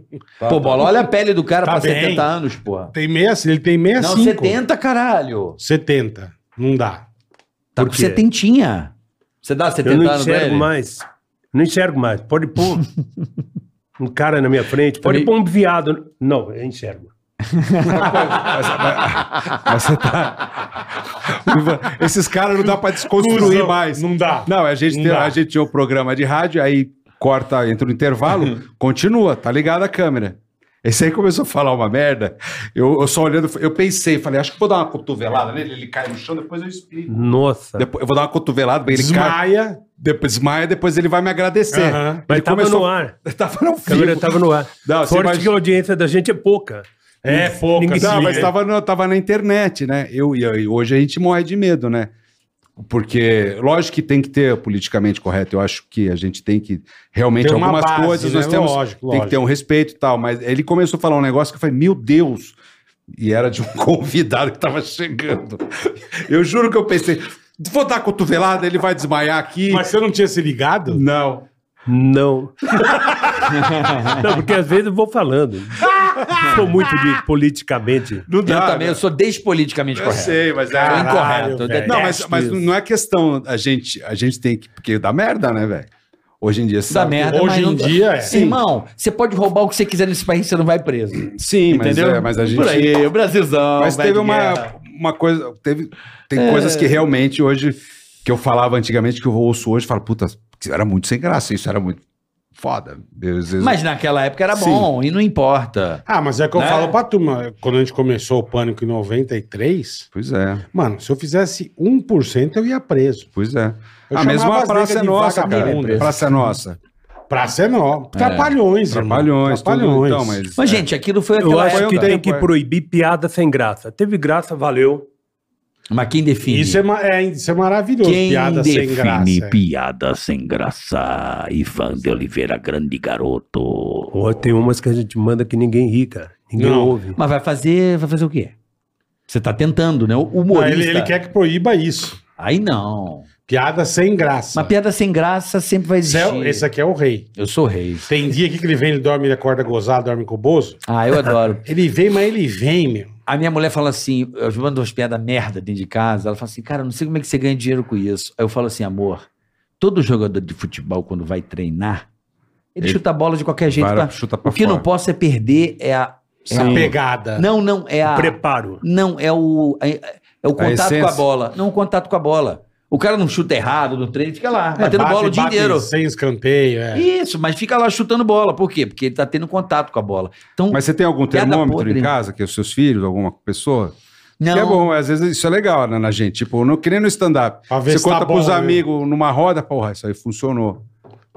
S5: Pô, bola, olha a pele do cara
S4: Tá
S5: pra
S4: bem. É assim,
S5: 70 anos, porra.
S4: Tem meia, ele tem
S5: Não,
S4: 65.
S5: 70, caralho.
S4: 70. Não dá.
S5: Tá
S6: Por
S5: com
S6: quê?
S5: 70. Você dá
S6: Eu
S5: 70
S6: não
S5: anos pra
S6: enxergo
S5: ele?
S6: mais. Não enxergo mais. Pode pôr um cara na minha frente. Pode
S5: Também-
S6: pôr um viado. Não, eu enxergo.
S3: Mas você tá. Ivan, Esses caras não dá pra desconstruir
S4: Cusão,
S3: mais.
S4: Não dá.
S3: Não, a gente,
S4: Não
S3: tem-
S4: dá.
S3: a gente tinha o programa de rádio, aí corta, entra no intervalo, continua, tá ligada a câmera. Esse aí começou a falar uma merda. Eu, eu só olhando, eu pensei, falei, acho que vou dar uma cotovelada nele, ele cai no chão, depois eu explico.
S6: Nossa.
S3: Depois, eu vou dar uma cotovelada, ele cai,
S4: Desmaia.
S3: depois desmaia, depois ele vai me agradecer.
S4: Aham.
S6: Mas
S3: Ele
S6: tava
S3: começou-
S6: no ar.
S3: Tava no
S6: A câmera
S3: vivo.
S6: tava no ar.
S3: Não, você
S6: Sorte
S3: imagina-
S6: que a audiência da gente é pouca.
S4: É, pouca.
S6: Ninguém
S4: se
S3: Não, mas
S4: liga.
S3: tava, na- tava na internet, né? Eu, e e hoje a gente morre de medo, né? Porque, lógico que tem que ter politicamente correto. Eu acho que a gente tem que realmente
S4: Tem uma
S3: algumas
S4: base,
S3: coisas
S4: né?
S3: nós temos
S4: Lógico,
S3: tem
S4: lógico.
S3: que ter um respeito e tal. Mas ele começou a falar um negócio que eu falei, meu Deus! E era de um convidado que tava chegando. Eu juro que eu pensei, vou dar a cotovelada, ele vai desmaiar aqui.
S4: Mas você não tinha se ligado?
S3: Não.
S6: Não. não, porque às vezes eu vou falando. Sou muito de politicamente.
S3: Não né?
S5: Eu também, eu sou despoliticamente
S3: Eu
S5: correto.
S3: sei, mas é.
S5: Sou
S4: Caralho,
S5: incorreto. eu
S4: velho.
S3: Não,
S5: detesto
S3: mas, mas
S5: isso.
S3: não é questão. A gente, a gente tem que. Porque dá merda, né, velho? Hoje em dia você
S5: da
S3: sabe que-
S5: merda.
S4: hoje
S5: mas
S4: em
S5: não- tá-
S4: dia é.
S5: Sim. Irmão, você pode roubar o que você quiser nesse país, você não vai preso.
S3: Sim, mas,
S5: entendeu?
S3: é, mas a gente.
S5: Por aí, o Brasilzão.
S3: mas
S5: velho
S3: teve
S5: de
S3: uma,
S5: guerra. É.
S3: uma coisa. Teve, tem coisas que realmente hoje. Que eu falava antigamente, que eu ouço hoje, falo, puta, isso era muito sem graça, isso era muito foda. Eu, às vezes-
S5: Mas naquela época era bom, e não importa.
S4: Ah, mas é que eu
S5: Né?
S4: falo pra turma. Quando a gente começou o Pânico em 93,
S3: Pois é,
S4: mano, se eu fizesse 1%, eu ia preso.
S3: pois é.
S4: Eu
S3: a
S4: chamava
S3: mesma
S4: as
S3: praça
S4: negras
S3: é
S4: de
S3: nossa, cara.
S4: vagabunda.
S3: Praça é nossa.
S4: Praça é nó. Trapalhões, irmão.
S3: Trapalhões, tudo. Então, mas,
S5: Mas, gente, aquilo foi
S6: Eu
S5: aquela
S6: acho
S5: época.
S6: que tem
S3: tempo,
S6: que
S3: é.
S6: proibir piada sem graça. Teve graça, valeu.
S5: Mas quem define?
S4: Isso é, ma- é- isso é maravilhoso.
S5: Quem
S4: piada
S5: define
S4: sem graça. é.
S2: Piada sem graça, Ivan de Oliveira, grande garoto.
S6: Ou tem umas que a gente manda que ninguém ri, cara. Ninguém
S4: Não.
S6: ouve.
S5: Mas vai fazer, vai fazer o quê? Você tá tentando, né? O
S4: Não,
S5: humorista.
S4: ele, ele quer que proíba isso.
S5: Aí não.
S4: Piada sem graça.
S5: Uma piada sem graça sempre vai
S4: Esse,
S5: existir.
S4: é, esse aqui é o rei.
S5: Eu sou rei.
S4: Tem dia aqui que ele vem, ele dorme, ele acorda gozado, dorme com o Bozo.
S5: Ah, eu adoro.
S4: Ele vem, mas ele vem, meu.
S5: A minha mulher fala assim, eu mando umas piadas merda dentro de casa, ela fala assim, cara, eu não sei como é que você ganha dinheiro com isso. Aí eu falo assim, amor, todo jogador de futebol, quando vai treinar, ele,
S3: Ele
S5: chuta a bola de qualquer jeito.
S3: para,
S5: tá?
S3: chuta pra
S5: O que
S3: fora.
S5: não posso é perder, é a... é
S4: A
S5: a-
S4: pegada.
S5: Não, não, é a...
S6: Preparo.
S5: Não, é o, é, é o contato com a
S3: essência.
S5: bola. Não o contato com a bola. O cara não chuta errado no treino, fica lá,
S4: É,
S3: tá
S5: batendo
S4: bate-
S5: bola o dia
S4: bate
S5: inteiro.
S4: Sem escanteio, é.
S5: Isso, mas fica lá chutando bola. Por quê? Porque ele tá tendo contato com a bola. Então,
S3: Mas você tem algum
S5: Piada
S3: termômetro
S5: podre.
S3: em casa, que é os seus filhos, alguma pessoa?
S5: não.
S3: Que é bom, às vezes isso é legal, né, na gente? Tipo, não, que nem no stand-up.
S4: Pra ver
S3: Você
S4: se tá
S3: conta pros
S4: bom, né?
S3: amigos numa roda, porra, isso aí funcionou.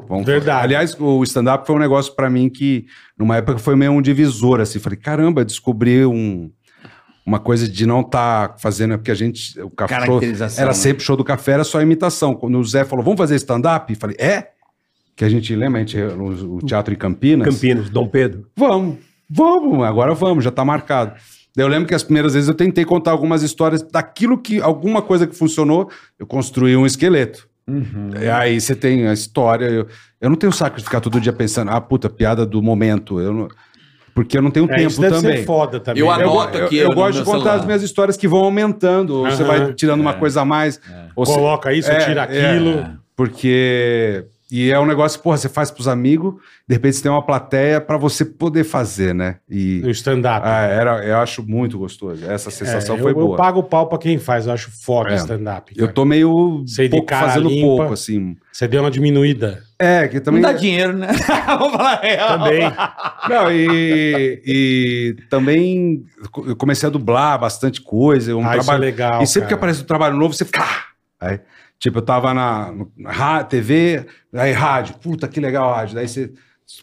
S3: Vamos-
S4: Verdade.
S3: Aliás, o stand-up foi um negócio pra mim que, numa época, foi meio um divisor, assim. Falei, caramba, descobri um, uma coisa de não tá fazendo, é porque a gente. O café
S5: Caracterização,
S3: Era
S5: né?
S3: sempre show do café, era só imitação. Quando o Zé falou, vamos fazer stand-up? Falei, é? Que a gente lembra, a gente, o, o teatro em Campinas.
S6: Campinas, Dom Pedro.
S3: Vamos, vamos, agora vamos, já tá marcado. Daí Eu lembro que as primeiras vezes eu tentei contar algumas histórias daquilo que, alguma coisa que funcionou, eu construí um esqueleto.
S4: Uhum.
S3: E aí você tem a história. Eu, eu não tenho saco de ficar todo dia pensando, ah, puta, piada do momento. Eu não- porque eu não tenho
S4: É,
S3: um tempo
S4: isso deve
S3: também.
S4: ser foda também.
S5: Eu
S4: né?
S5: adoro.
S4: go-
S5: Nota
S3: Eu,
S5: aqui,
S3: eu
S5: ó, no
S3: gosto de
S5: meu
S3: contar
S5: celular.
S3: as minhas histórias que vão aumentando, ou você
S4: Aham. É.
S3: vai tirando uma coisa a mais. Ou você-
S4: Coloca isso,
S3: É,
S4: tira
S3: é.
S4: aquilo.
S3: porque. E é um negócio, porra, você faz pros amigos, de repente você tem uma plateia pra você poder fazer, né? E,
S4: O stand-up.
S3: ah, era, eu acho muito gostoso. Essa
S4: É,
S3: sensação
S4: eu,
S3: foi
S4: eu
S3: boa. Eu,
S4: pago o pau pra quem faz, eu acho foda o
S3: É.
S4: stand-up. cara.
S3: tô meio
S4: Sei de
S3: pouco
S4: cara
S3: fazendo
S4: limpa.
S3: pouco, assim.
S4: Você deu uma diminuída.
S3: É, que
S5: Não
S3: também.
S5: dá dinheiro, né? Vamos falar a real.
S6: Também.
S3: Não, e, e também co- eu comecei a dublar bastante coisa. Um
S4: ah, isso é
S3: trabalho,
S4: legal.
S3: e sempre que
S4: cara.
S3: aparece um trabalho novo, você fica. "Ah!" Aí, tipo, eu tava na, na ra- TV, aí rádio. Puta, que legal rádio. Daí você.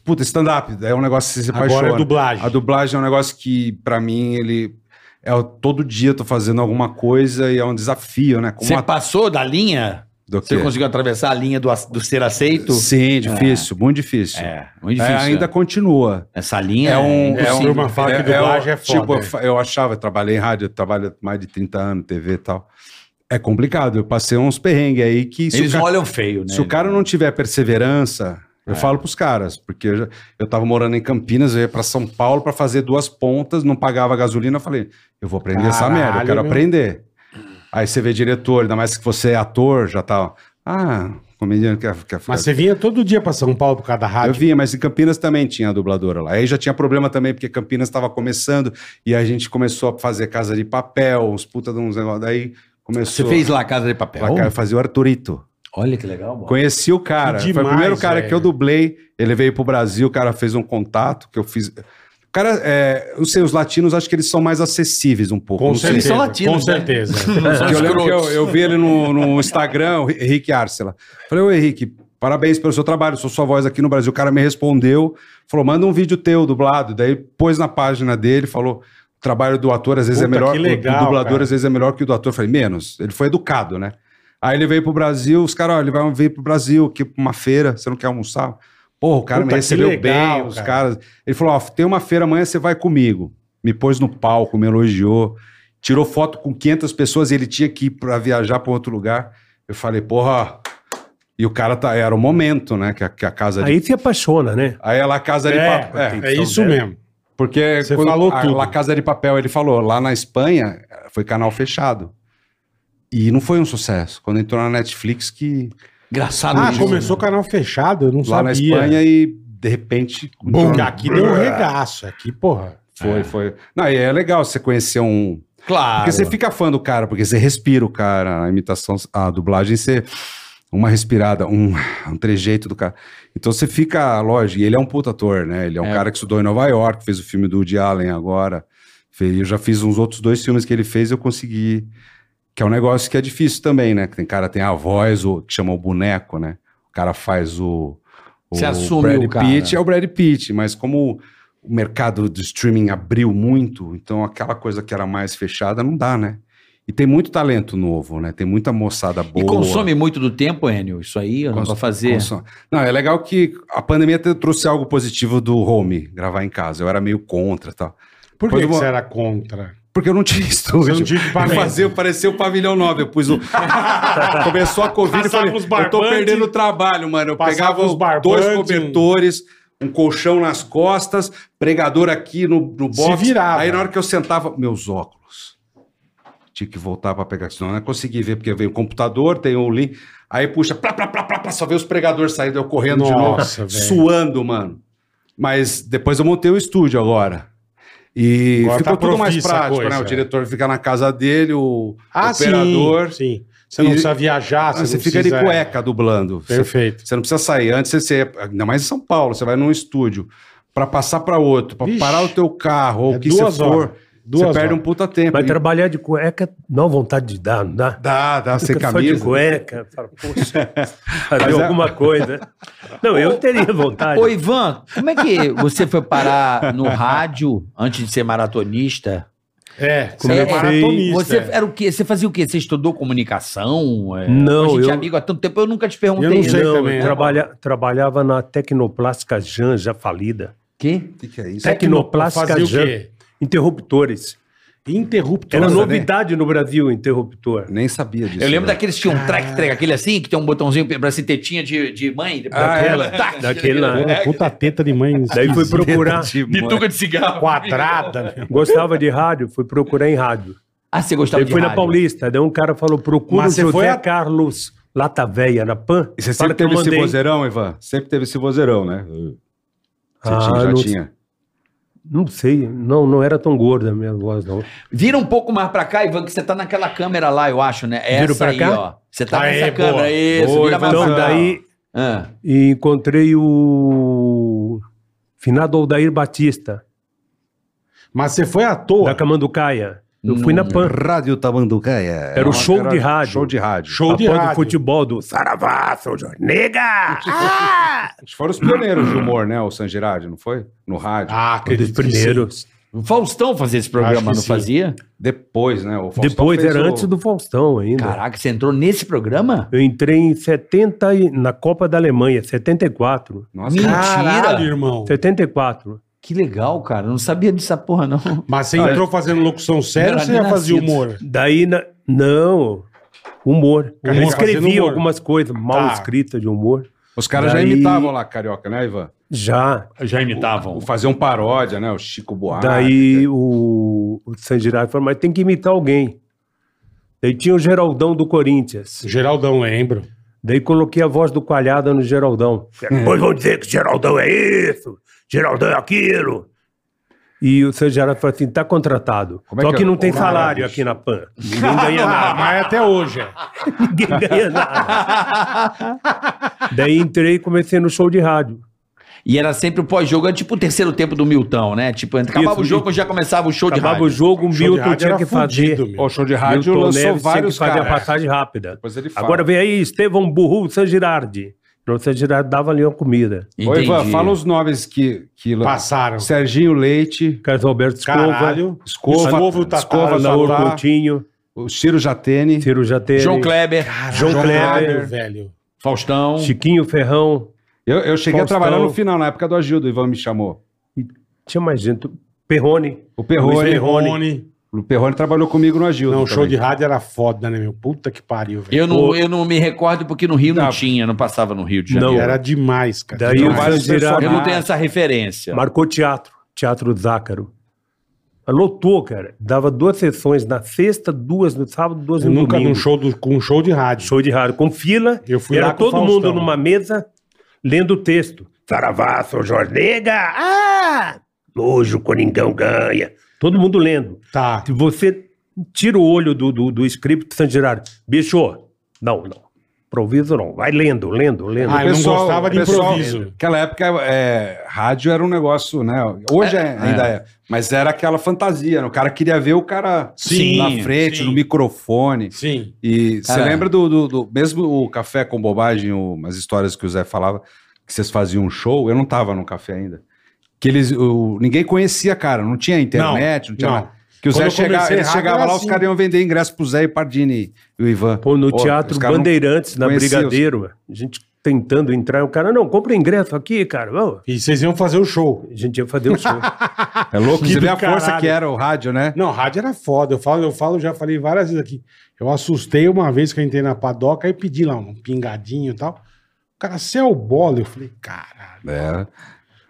S3: Puta, stand-up. Daí é um negócio que você se
S4: Agora é
S3: apaixona.
S4: dublagem.
S3: A dublagem é um negócio que, pra mim, ele. É, o- todo dia eu tô fazendo alguma coisa e é um desafio, né? Como
S5: Você
S3: ator.
S5: passou da linha?
S3: Do
S5: Você
S3: quê?
S5: conseguiu atravessar a linha do, ac- do ser aceito?
S3: Sim, difícil, muito difícil.
S5: É, muito
S3: É,
S5: difícil.
S3: ainda
S5: né?
S3: continua.
S5: Essa linha
S3: É um-
S4: É,
S5: impossível.
S4: uma fala que
S3: o-
S4: dublagem é foda.
S3: Tipo, eu fa- eu achava, eu trabalhei em rádio, eu trabalho há mais de 30 anos, TV e tal. É complicado, eu passei uns perrengues aí que... se o
S5: Eles
S3: cara-
S5: olham feio, né?
S3: Se o cara não tiver perseverança, eu falo pros caras, porque eu, já, eu tava morando em Campinas, eu ia pra São Paulo pra fazer duas pontas, não pagava gasolina, eu falei, eu vou aprender essa
S4: Caralho,
S3: merda, eu quero
S4: meu.
S3: aprender. Aí você vê diretor, ainda mais que você é ator, já tá, ó, ah, comediante quer, quer
S4: Mas você vinha todo dia pra São Paulo por causa da
S3: Eu
S4: rádio.
S3: vinha, mas em Campinas também tinha a dubladora lá. Aí já tinha problema também, porque Campinas tava começando, e a gente começou a fazer casa de papel, uns puta de uns negócios, daí
S5: Você
S3: começou...
S5: fez lá Casa de Papel?
S3: Lá, cara, eu fazia o Arturito.
S5: Olha que legal. Bola.
S3: Conheci o cara.
S4: Que
S3: Foi
S4: demais,
S3: o primeiro cara
S4: velho.
S3: que eu dublei. Ele veio pro Brasil, o cara fez um contato que eu fiz. O cara, é, não sei, os latinos acho que eles são mais acessíveis um pouco.
S4: Com
S3: não sei.
S4: certeza.
S5: são latinos,
S4: com
S5: né?
S4: certeza.
S3: Porque Eu lembro que eu, eu vi ele no, no Instagram, o Henrique Arcela. Falei, ô Henrique, parabéns pelo seu trabalho, sou sua voz aqui no Brasil. O cara me respondeu, falou, manda um vídeo teu dublado. Daí pôs na página dele, falou. O trabalho do ator às vezes
S4: Puta,
S3: é melhor,
S4: que
S3: que
S4: legal,
S3: do dublador
S4: cara.
S3: às vezes é melhor que o do ator. Eu falei, menos. Ele foi educado, né? Aí ele veio pro Brasil, os caras, ó, ele vai um vir pro Brasil aqui pra uma feira, você não quer almoçar? Porra, o cara
S4: Puta, que
S3: me recebeu
S4: legal,
S3: bem, os
S4: cara.
S3: caras. Ele falou: ó, tem uma feira amanhã, você vai comigo. Me pôs no palco, me elogiou, tirou foto com 500 pessoas e ele tinha que ir pra viajar pra outro lugar. Eu falei, porra. E o cara tá, era o momento, né? Que a, que a casa de. Aí,
S6: Aí se apaixona, né?
S3: ela casa de
S4: É,
S3: papel.
S4: É
S3: É,
S4: isso
S6: dela.
S4: mesmo.
S3: porque
S4: Você
S3: quando
S4: falou
S3: a,
S4: tudo.
S3: La Casa de Papel, ele falou, lá na Espanha foi canal fechado. E não foi um sucesso. Quando entrou na Netflix, que
S5: Engraçado
S4: Ah,
S5: isso.
S4: começou o canal fechado, eu não
S3: né? lá na
S4: sabia.
S3: Espanha e de repente.
S4: Bom,
S3: entrou-
S4: aqui deu um regaço, aqui, porra.
S3: Foi, foi. Não, e é legal você conhecer um.
S5: Claro.
S3: Porque você fica fã do cara, porque você respira o cara, a imitação, a dublagem, você. Uma respirada, um, um trejeito do cara. Então você fica, lógico, e ele é um puta ator, né? Ele é um
S5: É.
S3: cara que estudou em Nova York, fez o filme do Woody Allen agora. Fe- Eu já fiz uns outros dois filmes que ele fez e eu consegui. Que é um negócio que é difícil também, né? Que tem cara tem a voz, o, que chama o boneco, né? O cara faz o. o
S5: Você assume o cara. né?
S3: Pitt, é o Brad Pitt, mas como o mercado do streaming abriu muito, então aquela coisa que era mais fechada não dá, né? E tem muito talento novo, né? Tem muita moçada boa.
S5: E consome muito do tempo, Enio? Isso aí, eu não
S3: Cons-
S5: vou fazer.
S3: consome. Não, é legal que a pandemia te- trouxe algo positivo do home, gravar em casa. Eu era meio contra e tal.
S4: Por que,
S3: Pois
S4: que
S3: eu vou-
S4: você era contra?
S3: Porque eu não tinha
S4: Você não
S3: estúdio.
S4: tinha
S3: Pra
S4: equipamento.
S3: fazer, pareceu o pavilhão 9. Eu pus o. Começou a Covid e
S4: Passava
S3: falei,
S4: uns
S3: eu tô
S4: barbantes.
S3: perdendo o trabalho, mano. Eu
S4: Passava
S3: pegava
S4: uns barbantes.
S3: dois cobertores, um colchão nas costas, pregador aqui no, no
S4: Se
S3: box.
S4: virava.
S3: Aí na hora que eu sentava, meus óculos. Tinha que voltar pra pegar, senão eu não consegui ver, porque veio o computador, tem o link. Aí puxa, plá, plá, plá, plá, plá, só vê os pregadores saindo, eu correndo
S4: Nossa,
S3: de novo,
S4: velho.
S3: suando, mano. Mas depois eu montei o estúdio agora. E
S4: Agora
S3: ficou
S4: tá
S3: tudo mais
S4: profissa a
S3: prático,
S4: coisa,
S3: né? O
S4: é.
S3: diretor fica na casa dele, o
S4: Ah,
S3: operador.
S4: sim. sim. Você não
S3: E-
S4: precisa viajar, você,
S3: Ah, você
S4: não
S3: fica
S4: precisa...
S3: de cueca dublando. Você-
S4: Perfeito.
S3: Você não precisa sair. Antes você- você, ainda mais em São Paulo, você vai num estúdio para passar para outro, para
S4: Vixe.
S3: parar o teu carro ou o
S4: É
S3: que você
S4: duas horas.
S3: for.
S4: Duas
S3: você perde
S4: horas.
S3: um puta tempo.
S6: Vai
S3: E-
S6: trabalhar de cueca, não vontade de dar, não dá?
S3: Dá, dá, sem
S6: Fica só de
S3: camisa.
S6: cueca, fala, poxa, fazer
S3: Mas é-
S6: alguma coisa. Não, eu teria vontade.
S5: Ô, Ivan, como é que você foi parar no rádio antes de ser maratonista?
S4: É,
S6: Como
S4: você é
S6: eu sei,
S4: maratonista.
S5: Você
S4: é.
S5: era o quê? Você fazia o quê? Você estudou comunicação? É,
S6: Não,
S5: A gente
S6: eu-
S5: é amigo há tanto tempo, eu nunca te perguntei.
S4: Eu não sei
S5: isso.
S6: não,
S4: também,
S6: eu
S4: né?
S6: trabalha- trabalhava na Tecnoplástica Jan, já falida.
S5: Quê?
S3: O que, que é isso?
S6: Tecnoplástica
S4: Fazia o
S6: Jan.
S4: quê?
S6: Interruptores.
S4: Interruptor. né?
S6: Era
S3: Nossa,
S6: novidade no Brasil, interruptor.
S3: Nem sabia disso.
S5: Eu lembro
S3: né?
S5: daqueles que tinha um track track, aquele assim, que tem um botãozinho pra ser tetinha de, de mãe.
S6: Daquela-
S5: Tac,
S6: daquele lá.
S4: Porra, puta teta de mãe.
S6: Daí fui
S4: esquisita,
S6: procurar,
S3: De mãe.
S5: Bituca de cigarro.
S4: Quadrada. né?
S6: gostava de rádio, fui procurar em rádio.
S5: Ah, você gostava
S6: Daí
S5: de
S6: fui na
S5: rádio?
S6: Paulista, daí um cara falou, procura o
S4: Mas você foi
S6: José
S4: a-
S6: Carlos Lata Véia na PAN.
S3: E você
S6: Fala
S3: sempre
S6: que eu
S3: teve esse
S6: mandei.
S3: vozeirão, Ivan? Sempre teve esse vozeirão, né? Você
S6: Ah,
S3: tinha, já
S6: não,
S3: tinha.
S6: não sei, não, não era tão gorda a minha voz, não.
S5: Vira um pouco mais pra cá, Ivan, que você tá naquela câmera lá, eu acho, né? Essa
S6: Viro pra
S5: aí,
S6: cá? Ah, é,
S5: ó. Você tá
S4: Aê,
S5: nessa
S4: boa.
S5: câmera, isso.
S3: Boa,
S5: vira mais
S3: Ivan.
S5: pra
S6: Então,
S5: cá.
S6: daí
S5: Ah.
S6: e encontrei o finado Aldair Batista,
S4: Mas você foi à toa.
S6: da Camanducaia. Eu fui na PAN.
S3: Rádio Tamanducaia.
S6: Era o show de rádio.
S3: Show de rádio.
S4: Show de
S6: a PAN
S4: rádio.
S6: do futebol do Saravá, seu jo- Nega!
S3: Foram os pioneiros de humor, né? O San Gerardi, não foi? No rádio.
S4: Ah,
S6: Um dos
S4: acredito que sim.
S6: primeiros.
S5: O Faustão fazia esse programa,
S4: Acho que
S5: não
S4: sim.
S5: fazia?
S3: Depois, né? O Faustão
S6: Depois
S3: fez
S6: era
S3: o-
S6: antes do Faustão ainda.
S5: Caraca, você entrou nesse programa?
S6: Eu entrei em 70 e- na Copa da Alemanha, 74.
S3: Nossa,
S5: Mentira.
S4: Caralho, irmão.
S6: 74.
S5: Que legal, cara. Eu não sabia dessa porra, não.
S4: Mas você entrou fazendo locução séria ou
S5: Não
S4: você
S5: era
S4: já
S5: nem
S4: fazia
S5: nascido.
S4: humor?
S6: Daí na- não, humor.
S4: Cara,
S6: eu
S4: ele fazendo
S6: escrevi
S4: humor.
S6: algumas coisas mal
S4: Tá.
S6: escritas de humor.
S3: os caras já
S6: Daí-
S3: imitavam lá, carioca, né, Ivan?
S6: Já.
S5: Já imitavam.
S3: O fazer um paródia, né? O Chico Buarque.
S6: Daí o, o Sandirai falou, mas tem que imitar alguém. Daí tinha o Geraldão do Corinthians.
S4: Geraldão, lembro.
S6: Daí coloquei a voz do Coalhada no Geraldão. Pois vão dizer que Geraldão é isso, Geraldão é aquilo. E o seu Geraldo falou assim, tá contratado.
S3: Como é
S6: Só
S3: que
S6: que,
S3: é?
S6: não tem
S3: Como é,
S6: salário
S3: bicho?
S6: aqui na PAN. Ninguém ganha nada.
S4: Mas até hoje. é.
S6: Ninguém ganha nada. Daí entrei e comecei no show de rádio.
S5: E era sempre o pós-jogo, era tipo o terceiro tempo do Milton, né? Tipo, acabava
S6: Isso,
S5: o jogo, já começava o show
S6: Acabava
S5: de
S6: o
S5: rádio.
S6: jogo, o
S4: Show de
S6: Milton
S4: rádio
S6: tinha
S4: era
S6: que
S4: fudido,
S6: fazer.
S4: meu.
S3: Ó, O show de rádio
S6: Milton
S3: lançou
S6: Neves tinha que
S3: vários
S6: fazer
S3: caras.
S6: a passagem rápida.
S3: Depois ele fala.
S6: Agora vem aí, Estevão Burru, San Girardi. Então, O San Girardi dava ali uma comida.
S3: Ô, Ivan, fala os nomes que... que
S4: Passaram.
S3: Serginho Leite,
S6: Carlos Alberto Escova,
S4: Caralho.
S3: Escova,
S4: Escova, o Tatá,
S3: Escova,
S4: o
S6: Lauro
S3: Tatá,
S6: Coutinho,
S3: o Ciro Jatene,
S6: Ciro Jatene,
S5: João Kleber,
S6: João
S3: João
S6: Kleber,
S4: Caralho, velho.
S5: Faustão.
S6: Chiquinho Ferrão.
S3: Eu, eu cheguei
S6: Faustão.
S3: a trabalhar no final, na época do Agildo, o Ivan me chamou.
S6: Tinha mais gente. Perrone.
S3: O Perrone.
S4: Perrone.
S3: O Perrone trabalhou comigo no Agildo.
S4: Não, o show
S3: também.
S4: de rádio era foda, né, meu? Puta que pariu, velho.
S5: Eu não, eu não me recordo porque no Rio não,
S3: Não.
S5: tinha, não passava no Rio de
S6: Não.
S5: Janeiro.
S4: Era demais, cara.
S6: Daí
S3: Então,
S6: o
S4: demais.
S6: San
S3: vários
S6: Girardi
S5: Eu não
S3: personagens.
S5: tenho essa referência.
S6: marcou teatro. Teatro Zácaro. Lotou, cara. Dava duas sessões na sexta, duas no sábado, duas
S4: Eu
S6: no
S4: nunca vi
S6: domingo.
S4: um show do, com um show de rádio.
S6: Show de rádio. Com fila.
S4: Eu fui
S6: era
S4: lá com o
S6: todo mundo
S4: Faustão.
S6: numa mesa lendo o texto. Saravá, sou Jorge Nega. Ah! Nojo, Coringão ganha. Todo mundo lendo.
S4: Tá.
S6: Se você tira o olho do, do, do script de San Gerardo, bicho, não, não. Improviso não. Vai lendo, lendo, lendo.
S4: Ah, eu não gostava de
S3: pessoal,
S4: improviso.
S3: Naquela época, é, rádio era um negócio, né? Hoje é- ainda é. Mas era aquela fantasia, né? O cara queria ver o cara
S5: Sim,
S3: na frente,
S4: sim.
S3: no microfone.
S4: Sim.
S3: E você
S5: Cara.
S3: lembra do, do- do- Mesmo o Café com Bobagem, o- as histórias que o Zé falava, que vocês faziam um show, eu não tava no café ainda. Que eles. o- ninguém conhecia, cara, não tinha internet, não, tinha
S4: não.
S3: nada. Que o
S4: Quando
S3: Zé
S4: eu
S3: chegava,
S4: comecei
S3: ele
S4: errado,
S3: chegava
S4: era
S3: lá,
S4: assim.
S3: os caras iam vender ingresso pro Zé e Pardini e o Ivan.
S6: Pô, no
S3: Ó,
S6: Teatro
S3: os caras não-
S6: Bandeirantes, na
S3: conhecia os-
S6: Brigadeiro, a gente tentando entrar, o cara, não, compra ingresso aqui, cara. Vamos.
S4: E vocês iam fazer o show.
S6: A gente ia fazer o show.
S3: É louco,
S4: Que
S3: você
S4: do
S3: vê a força
S4: caralho.
S3: que era o rádio, né?
S4: Não, rádio era foda. Eu falo, eu falo, já falei várias vezes aqui. Eu assustei uma vez que eu entrei na padoca e pedi lá um pingadinho e tal. O cara, você é o bola? Eu falei, caralho.
S3: É.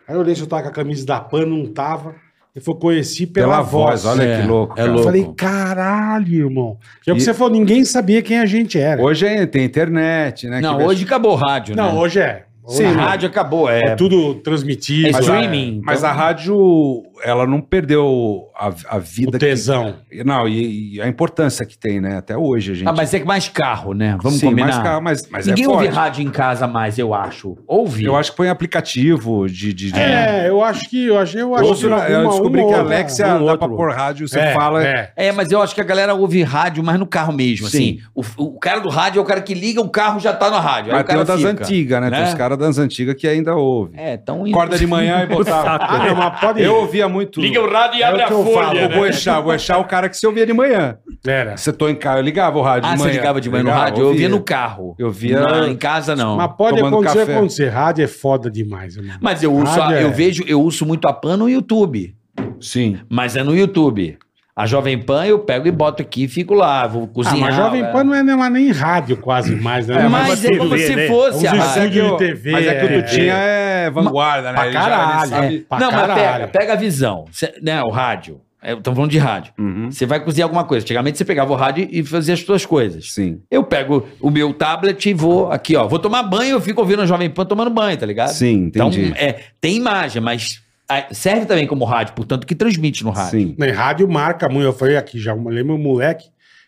S4: Aí eu olhei se eu tava com a camisa da PAN, não tava. Eu foi conheci pela,
S3: Pela,
S4: voz.
S3: voz, olha
S5: É,
S3: que louco.
S5: é
S3: cara.
S4: Eu
S5: louco.
S4: falei, caralho, irmão. E é o que
S3: E-
S4: você falou, ninguém sabia quem a gente era.
S3: Hoje é- tem internet, né?
S5: não,
S3: que-
S5: hoje acabou o rádio,
S4: não,
S5: né?
S4: hoje é. Hoje
S5: Sim,
S4: é.
S5: rádio acabou, é.
S4: é, tudo
S5: é
S4: transmitido.
S3: né? Mas a-
S5: streaming.
S3: Mas
S5: então.
S3: a rádio, ela não perdeu a, a vida.
S4: O tesão.
S3: Que, não, e, e a importância que tem, né? Até hoje, a gente.
S5: Ah, mas é que mais carro, né? Vamos
S3: Sim,
S5: combinar.
S3: Mas, cara, mas, mas
S5: Ninguém
S3: é
S5: ouve
S3: forte.
S5: rádio em casa mais, eu acho. Ouve.
S3: Eu acho que põe aplicativo de. de, de-
S4: É, eu acho que eu achei, eu
S3: Eu,
S4: acho
S3: ouço
S4: que um
S3: na- eu
S4: uma-
S3: descobri
S4: uma
S3: que a
S4: outra-
S3: Alexia
S6: um
S3: dá
S6: outro.
S3: pra pôr rádio, você
S4: É,
S3: fala.
S4: é.
S5: É, mas eu acho que a galera ouve rádio mais no carro mesmo,
S3: Sim.
S5: assim. O, o cara do rádio é o cara que liga, o carro já tá no rádio. Aí
S3: Mas
S5: o
S3: tem
S5: cara
S3: o das
S5: fica.
S3: antigas, né? Tem
S5: né?
S3: os caras das antigas que ainda ouvem.
S5: É, tão...
S3: Acorda de manhã e botava.
S4: Ah, não, mas pode
S3: Eu ouvia muito.
S5: Liga o rádio e
S4: É o
S5: abre a
S4: que eu
S5: folha,
S4: falo,
S5: né?
S3: O Boechat, o Boechat é o cara que você ouvia de manhã.
S4: Era.
S3: Você tô em casa, eu ligava o rádio
S5: Ah,
S3: de manhã.
S5: você ligava de manhã no rádio? Eu ouvia no carro.
S3: Eu via-
S5: Não, em casa, não.
S4: Mas pode
S3: tomando
S4: acontecer,
S3: café.
S4: acontecer. Rádio é foda demais, irmão.
S5: Mas eu uso, a-
S4: Rádio é-
S5: eu vejo, eu uso muito a PAN no YouTube.
S3: Sim.
S5: Mas é no YouTube. A Jovem Pan eu pego e boto aqui e fico lá, vou
S4: Ah,
S5: cozinhar. né?
S4: mas Jovem Pan não é nem, mas nem rádio quase mais, né?
S5: é, mas,
S4: Mas
S5: é
S6: TV,
S5: como se
S6: né?
S5: fosse a
S4: Os
S5: rádio.
S3: Mas é, que
S4: Estúdio de
S3: o,
S4: TV,
S3: mas é
S4: é.
S3: que o Tutinha é vanguarda, né?
S4: pra
S3: Ele já-
S4: caralho,
S3: ele sabe-
S4: é. Pra
S5: não, mas pega,
S4: caralho.
S5: pega a visão. Cê- né, o rádio. Estamos falando de rádio.
S3: Uhum.
S5: Você vai cozinhar alguma coisa. Antigamente você pegava o rádio e fazia as suas coisas.
S3: Sim.
S5: Eu pego o meu tablet e vou aqui, ó. Vou tomar banho, eu fico ouvindo a Jovem Pan tomando banho, tá ligado?
S3: Sim, entendi.
S5: Então, é, tem imagem, mas ah, serve também como rádio, portanto, que transmite no rádio.
S3: Sim.
S4: Não, e rádio marca muito. Eu falei aqui já, eu lembro um moleque,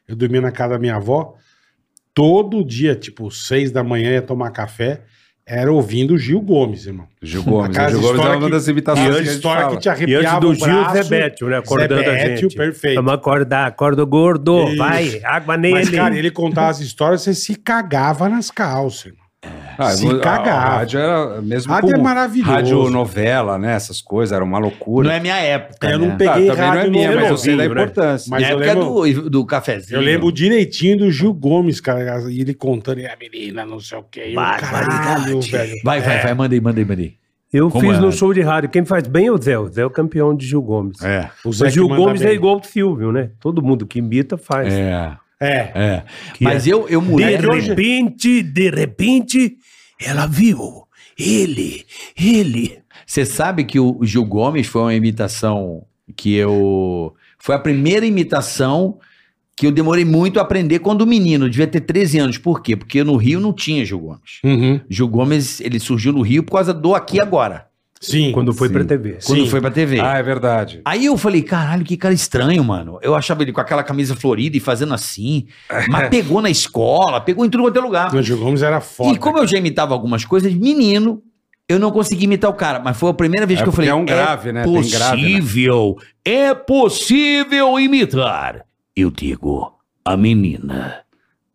S4: eu dormia na casa da minha avó, todo dia, tipo, seis da manhã ia tomar café, era ouvindo o Gil Gomes, irmão.
S3: Gil Gomes.
S4: Aquelas
S3: O Gil Gomes é
S4: história
S3: uma
S4: que-
S3: das
S4: Aquela
S3: imitações que a gente
S4: história que
S3: fala.
S4: te
S6: E antes
S4: arrepiava
S6: do
S4: o
S6: Gil, o
S4: braço.
S6: Zé Betio, né? Acordando
S4: Zé
S6: a
S4: Bétio,
S6: gente.
S4: perfeito.
S6: Vamos acordar, acorda o gordo,
S4: Isso.
S6: vai, água nele.
S4: Mas, cara, ele contava as histórias, você se cagava nas calças. irmão.
S3: Ah,
S4: Se
S3: eu vou- a-
S4: cagar.
S3: A rádio era mesmo
S4: Rádio
S3: com
S4: é maravilhoso.
S3: Rádio novela, né? Essas coisas, era uma loucura.
S5: Não é minha época.
S4: Eu
S5: né?
S4: não pe- peguei
S3: também não é
S4: rádio
S3: minha, mas eu
S4: novinho,
S3: sei da
S6: né?
S3: importância.
S4: Mas
S5: minha
S4: eu
S5: época
S4: lembro,
S5: é do, do cafezinho.
S4: eu lembro direitinho do Gil Gomes, cara, e ele contando, e a menina, não sei o quê. e eu, Caralho, velho.
S5: Vai, vai, vai, mandei, mandei, mandei.
S6: Eu
S5: Como
S6: fiz
S5: é?
S6: no show de rádio. Quem faz bem é o Zé. O Zé é o campeão de Gil Gomes.
S3: É,
S4: O
S6: O
S4: Zé
S6: Gil
S4: que manda
S6: Gomes
S4: bem.
S6: é igual o Silvio, né? Todo mundo que imita faz.
S3: é,
S4: É.
S3: é.
S6: Que
S5: Mas eu, eu
S6: De
S5: mulher.
S6: repente, de repente, ela viu. Ele, ele.
S5: Você sabe que o Gil Gomes foi uma imitação que eu. Foi a primeira imitação que eu demorei muito a aprender quando menino. Eu devia ter 13 anos. Por quê? Porque no Rio não tinha Gil Gomes.
S4: Uhum.
S5: Gil Gomes, ele surgiu no Rio por causa do Aqui e Agora,
S4: Sim.
S6: Quando foi
S3: Sim.
S6: pra TV.
S5: quando
S4: Sim.
S5: foi pra TV.
S3: Ah, é verdade.
S5: Aí eu falei, caralho, que cara estranho, mano. Eu achava ele com aquela camisa florida e fazendo assim.
S3: É.
S5: Mas pegou na escola, pegou em tudo quanto é lugar.
S4: O Gil Gomes era foda.
S5: E como eu já imitava algumas coisas, menino, eu não consegui imitar o cara. Mas foi a primeira vez
S3: É
S5: que eu
S3: porque é
S5: falei.
S3: um grave, né? Tem grave, né?"
S2: Possível, é possível imitar. Eu digo, a menina,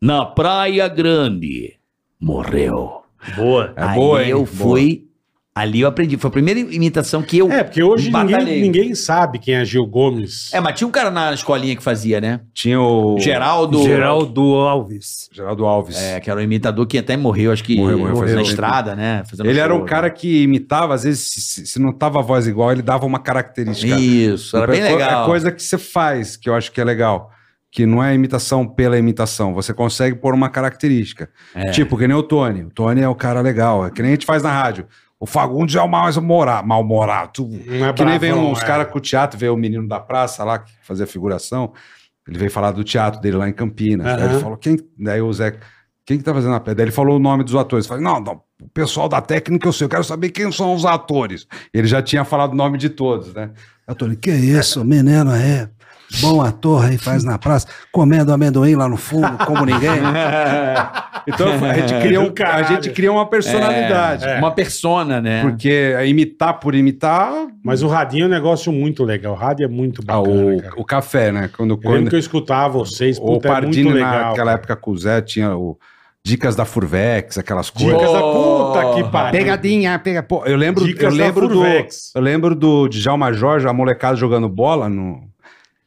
S2: na Praia Grande, morreu.
S6: Boa.
S3: É
S5: aí
S3: boa, hein?
S5: eu
S3: Boa.
S5: fui. Ali eu aprendi. Foi a primeira imitação que eu.
S4: É, porque hoje ninguém,
S5: Batalhei.
S4: ninguém sabe quem é Gil Gomes.
S5: É, mas tinha um cara na escolinha que fazia, né?
S3: Tinha o
S5: Geraldo.
S6: Geraldo Alves.
S3: Geraldo Alves.
S5: É, que era um imitador que até morreu, acho que
S3: Morreu,
S5: morreu,
S3: morreu,
S5: na
S3: fazendo-
S5: estrada, né? Fazendo
S3: Ele era
S5: show,
S3: um cara
S5: né?
S3: que imitava, às vezes, se- se, se não tava a voz igual, ele dava uma característica.
S5: Isso, era
S3: Então, é
S5: bem
S3: co-
S5: legal.
S3: É coisa que você faz, que eu acho que é legal. Que não é imitação pela imitação. Você consegue pôr uma característica.
S5: É.
S3: Tipo, que nem o Tony. O Tony é o cara legal. É que nem a gente faz na rádio. O Fagundes é o mais mora- mal-humorado.
S4: Não é
S3: que
S4: bravão,
S3: nem vem uns
S4: é.
S3: caras com o teatro, veio o menino da praça lá, que fazia figuração. Ele veio falar do teatro dele lá em Campinas.
S4: Aham.
S3: Aí ele falou, quem... Daí o Zé... Quem que tá fazendo a peça? Daí ele falou o nome dos atores. Eu Falei, não, não, o pessoal da técnica eu sei, eu quero saber quem são os atores. Ele já tinha falado o nome de todos, né?
S7: Eu tô ali, que isso, menino é. Bom ator aí, faz na praça, comendo amendoim lá no fundo, como ninguém.
S3: Então a gente cria, um-
S4: Do caralho. É,
S3: a gente cria uma personalidade.
S5: Uma persona, né?
S3: Porque é imitar por imitar
S4: Mas o radinho é um negócio muito legal. O rádio é muito
S3: ah,
S4: bacana, cara.
S3: o, o café, né? Quando,
S4: Eu lembro
S3: quando
S4: que eu escutava vocês,
S3: o
S4: puta, é muito
S3: Pardini,
S4: legal.
S3: naquela época com o Zé, tinha o Dicas da Furvex, aquelas coisas.
S4: Dicas da
S5: Porra.
S4: puta que pariu.
S3: Pegadinha, Oh. pega. Pô, eu lembro, eu
S4: Dicas da
S3: lembro do.
S4: Furvex.
S3: Eu lembro do Djalma Jorge, a molecada jogando bola no.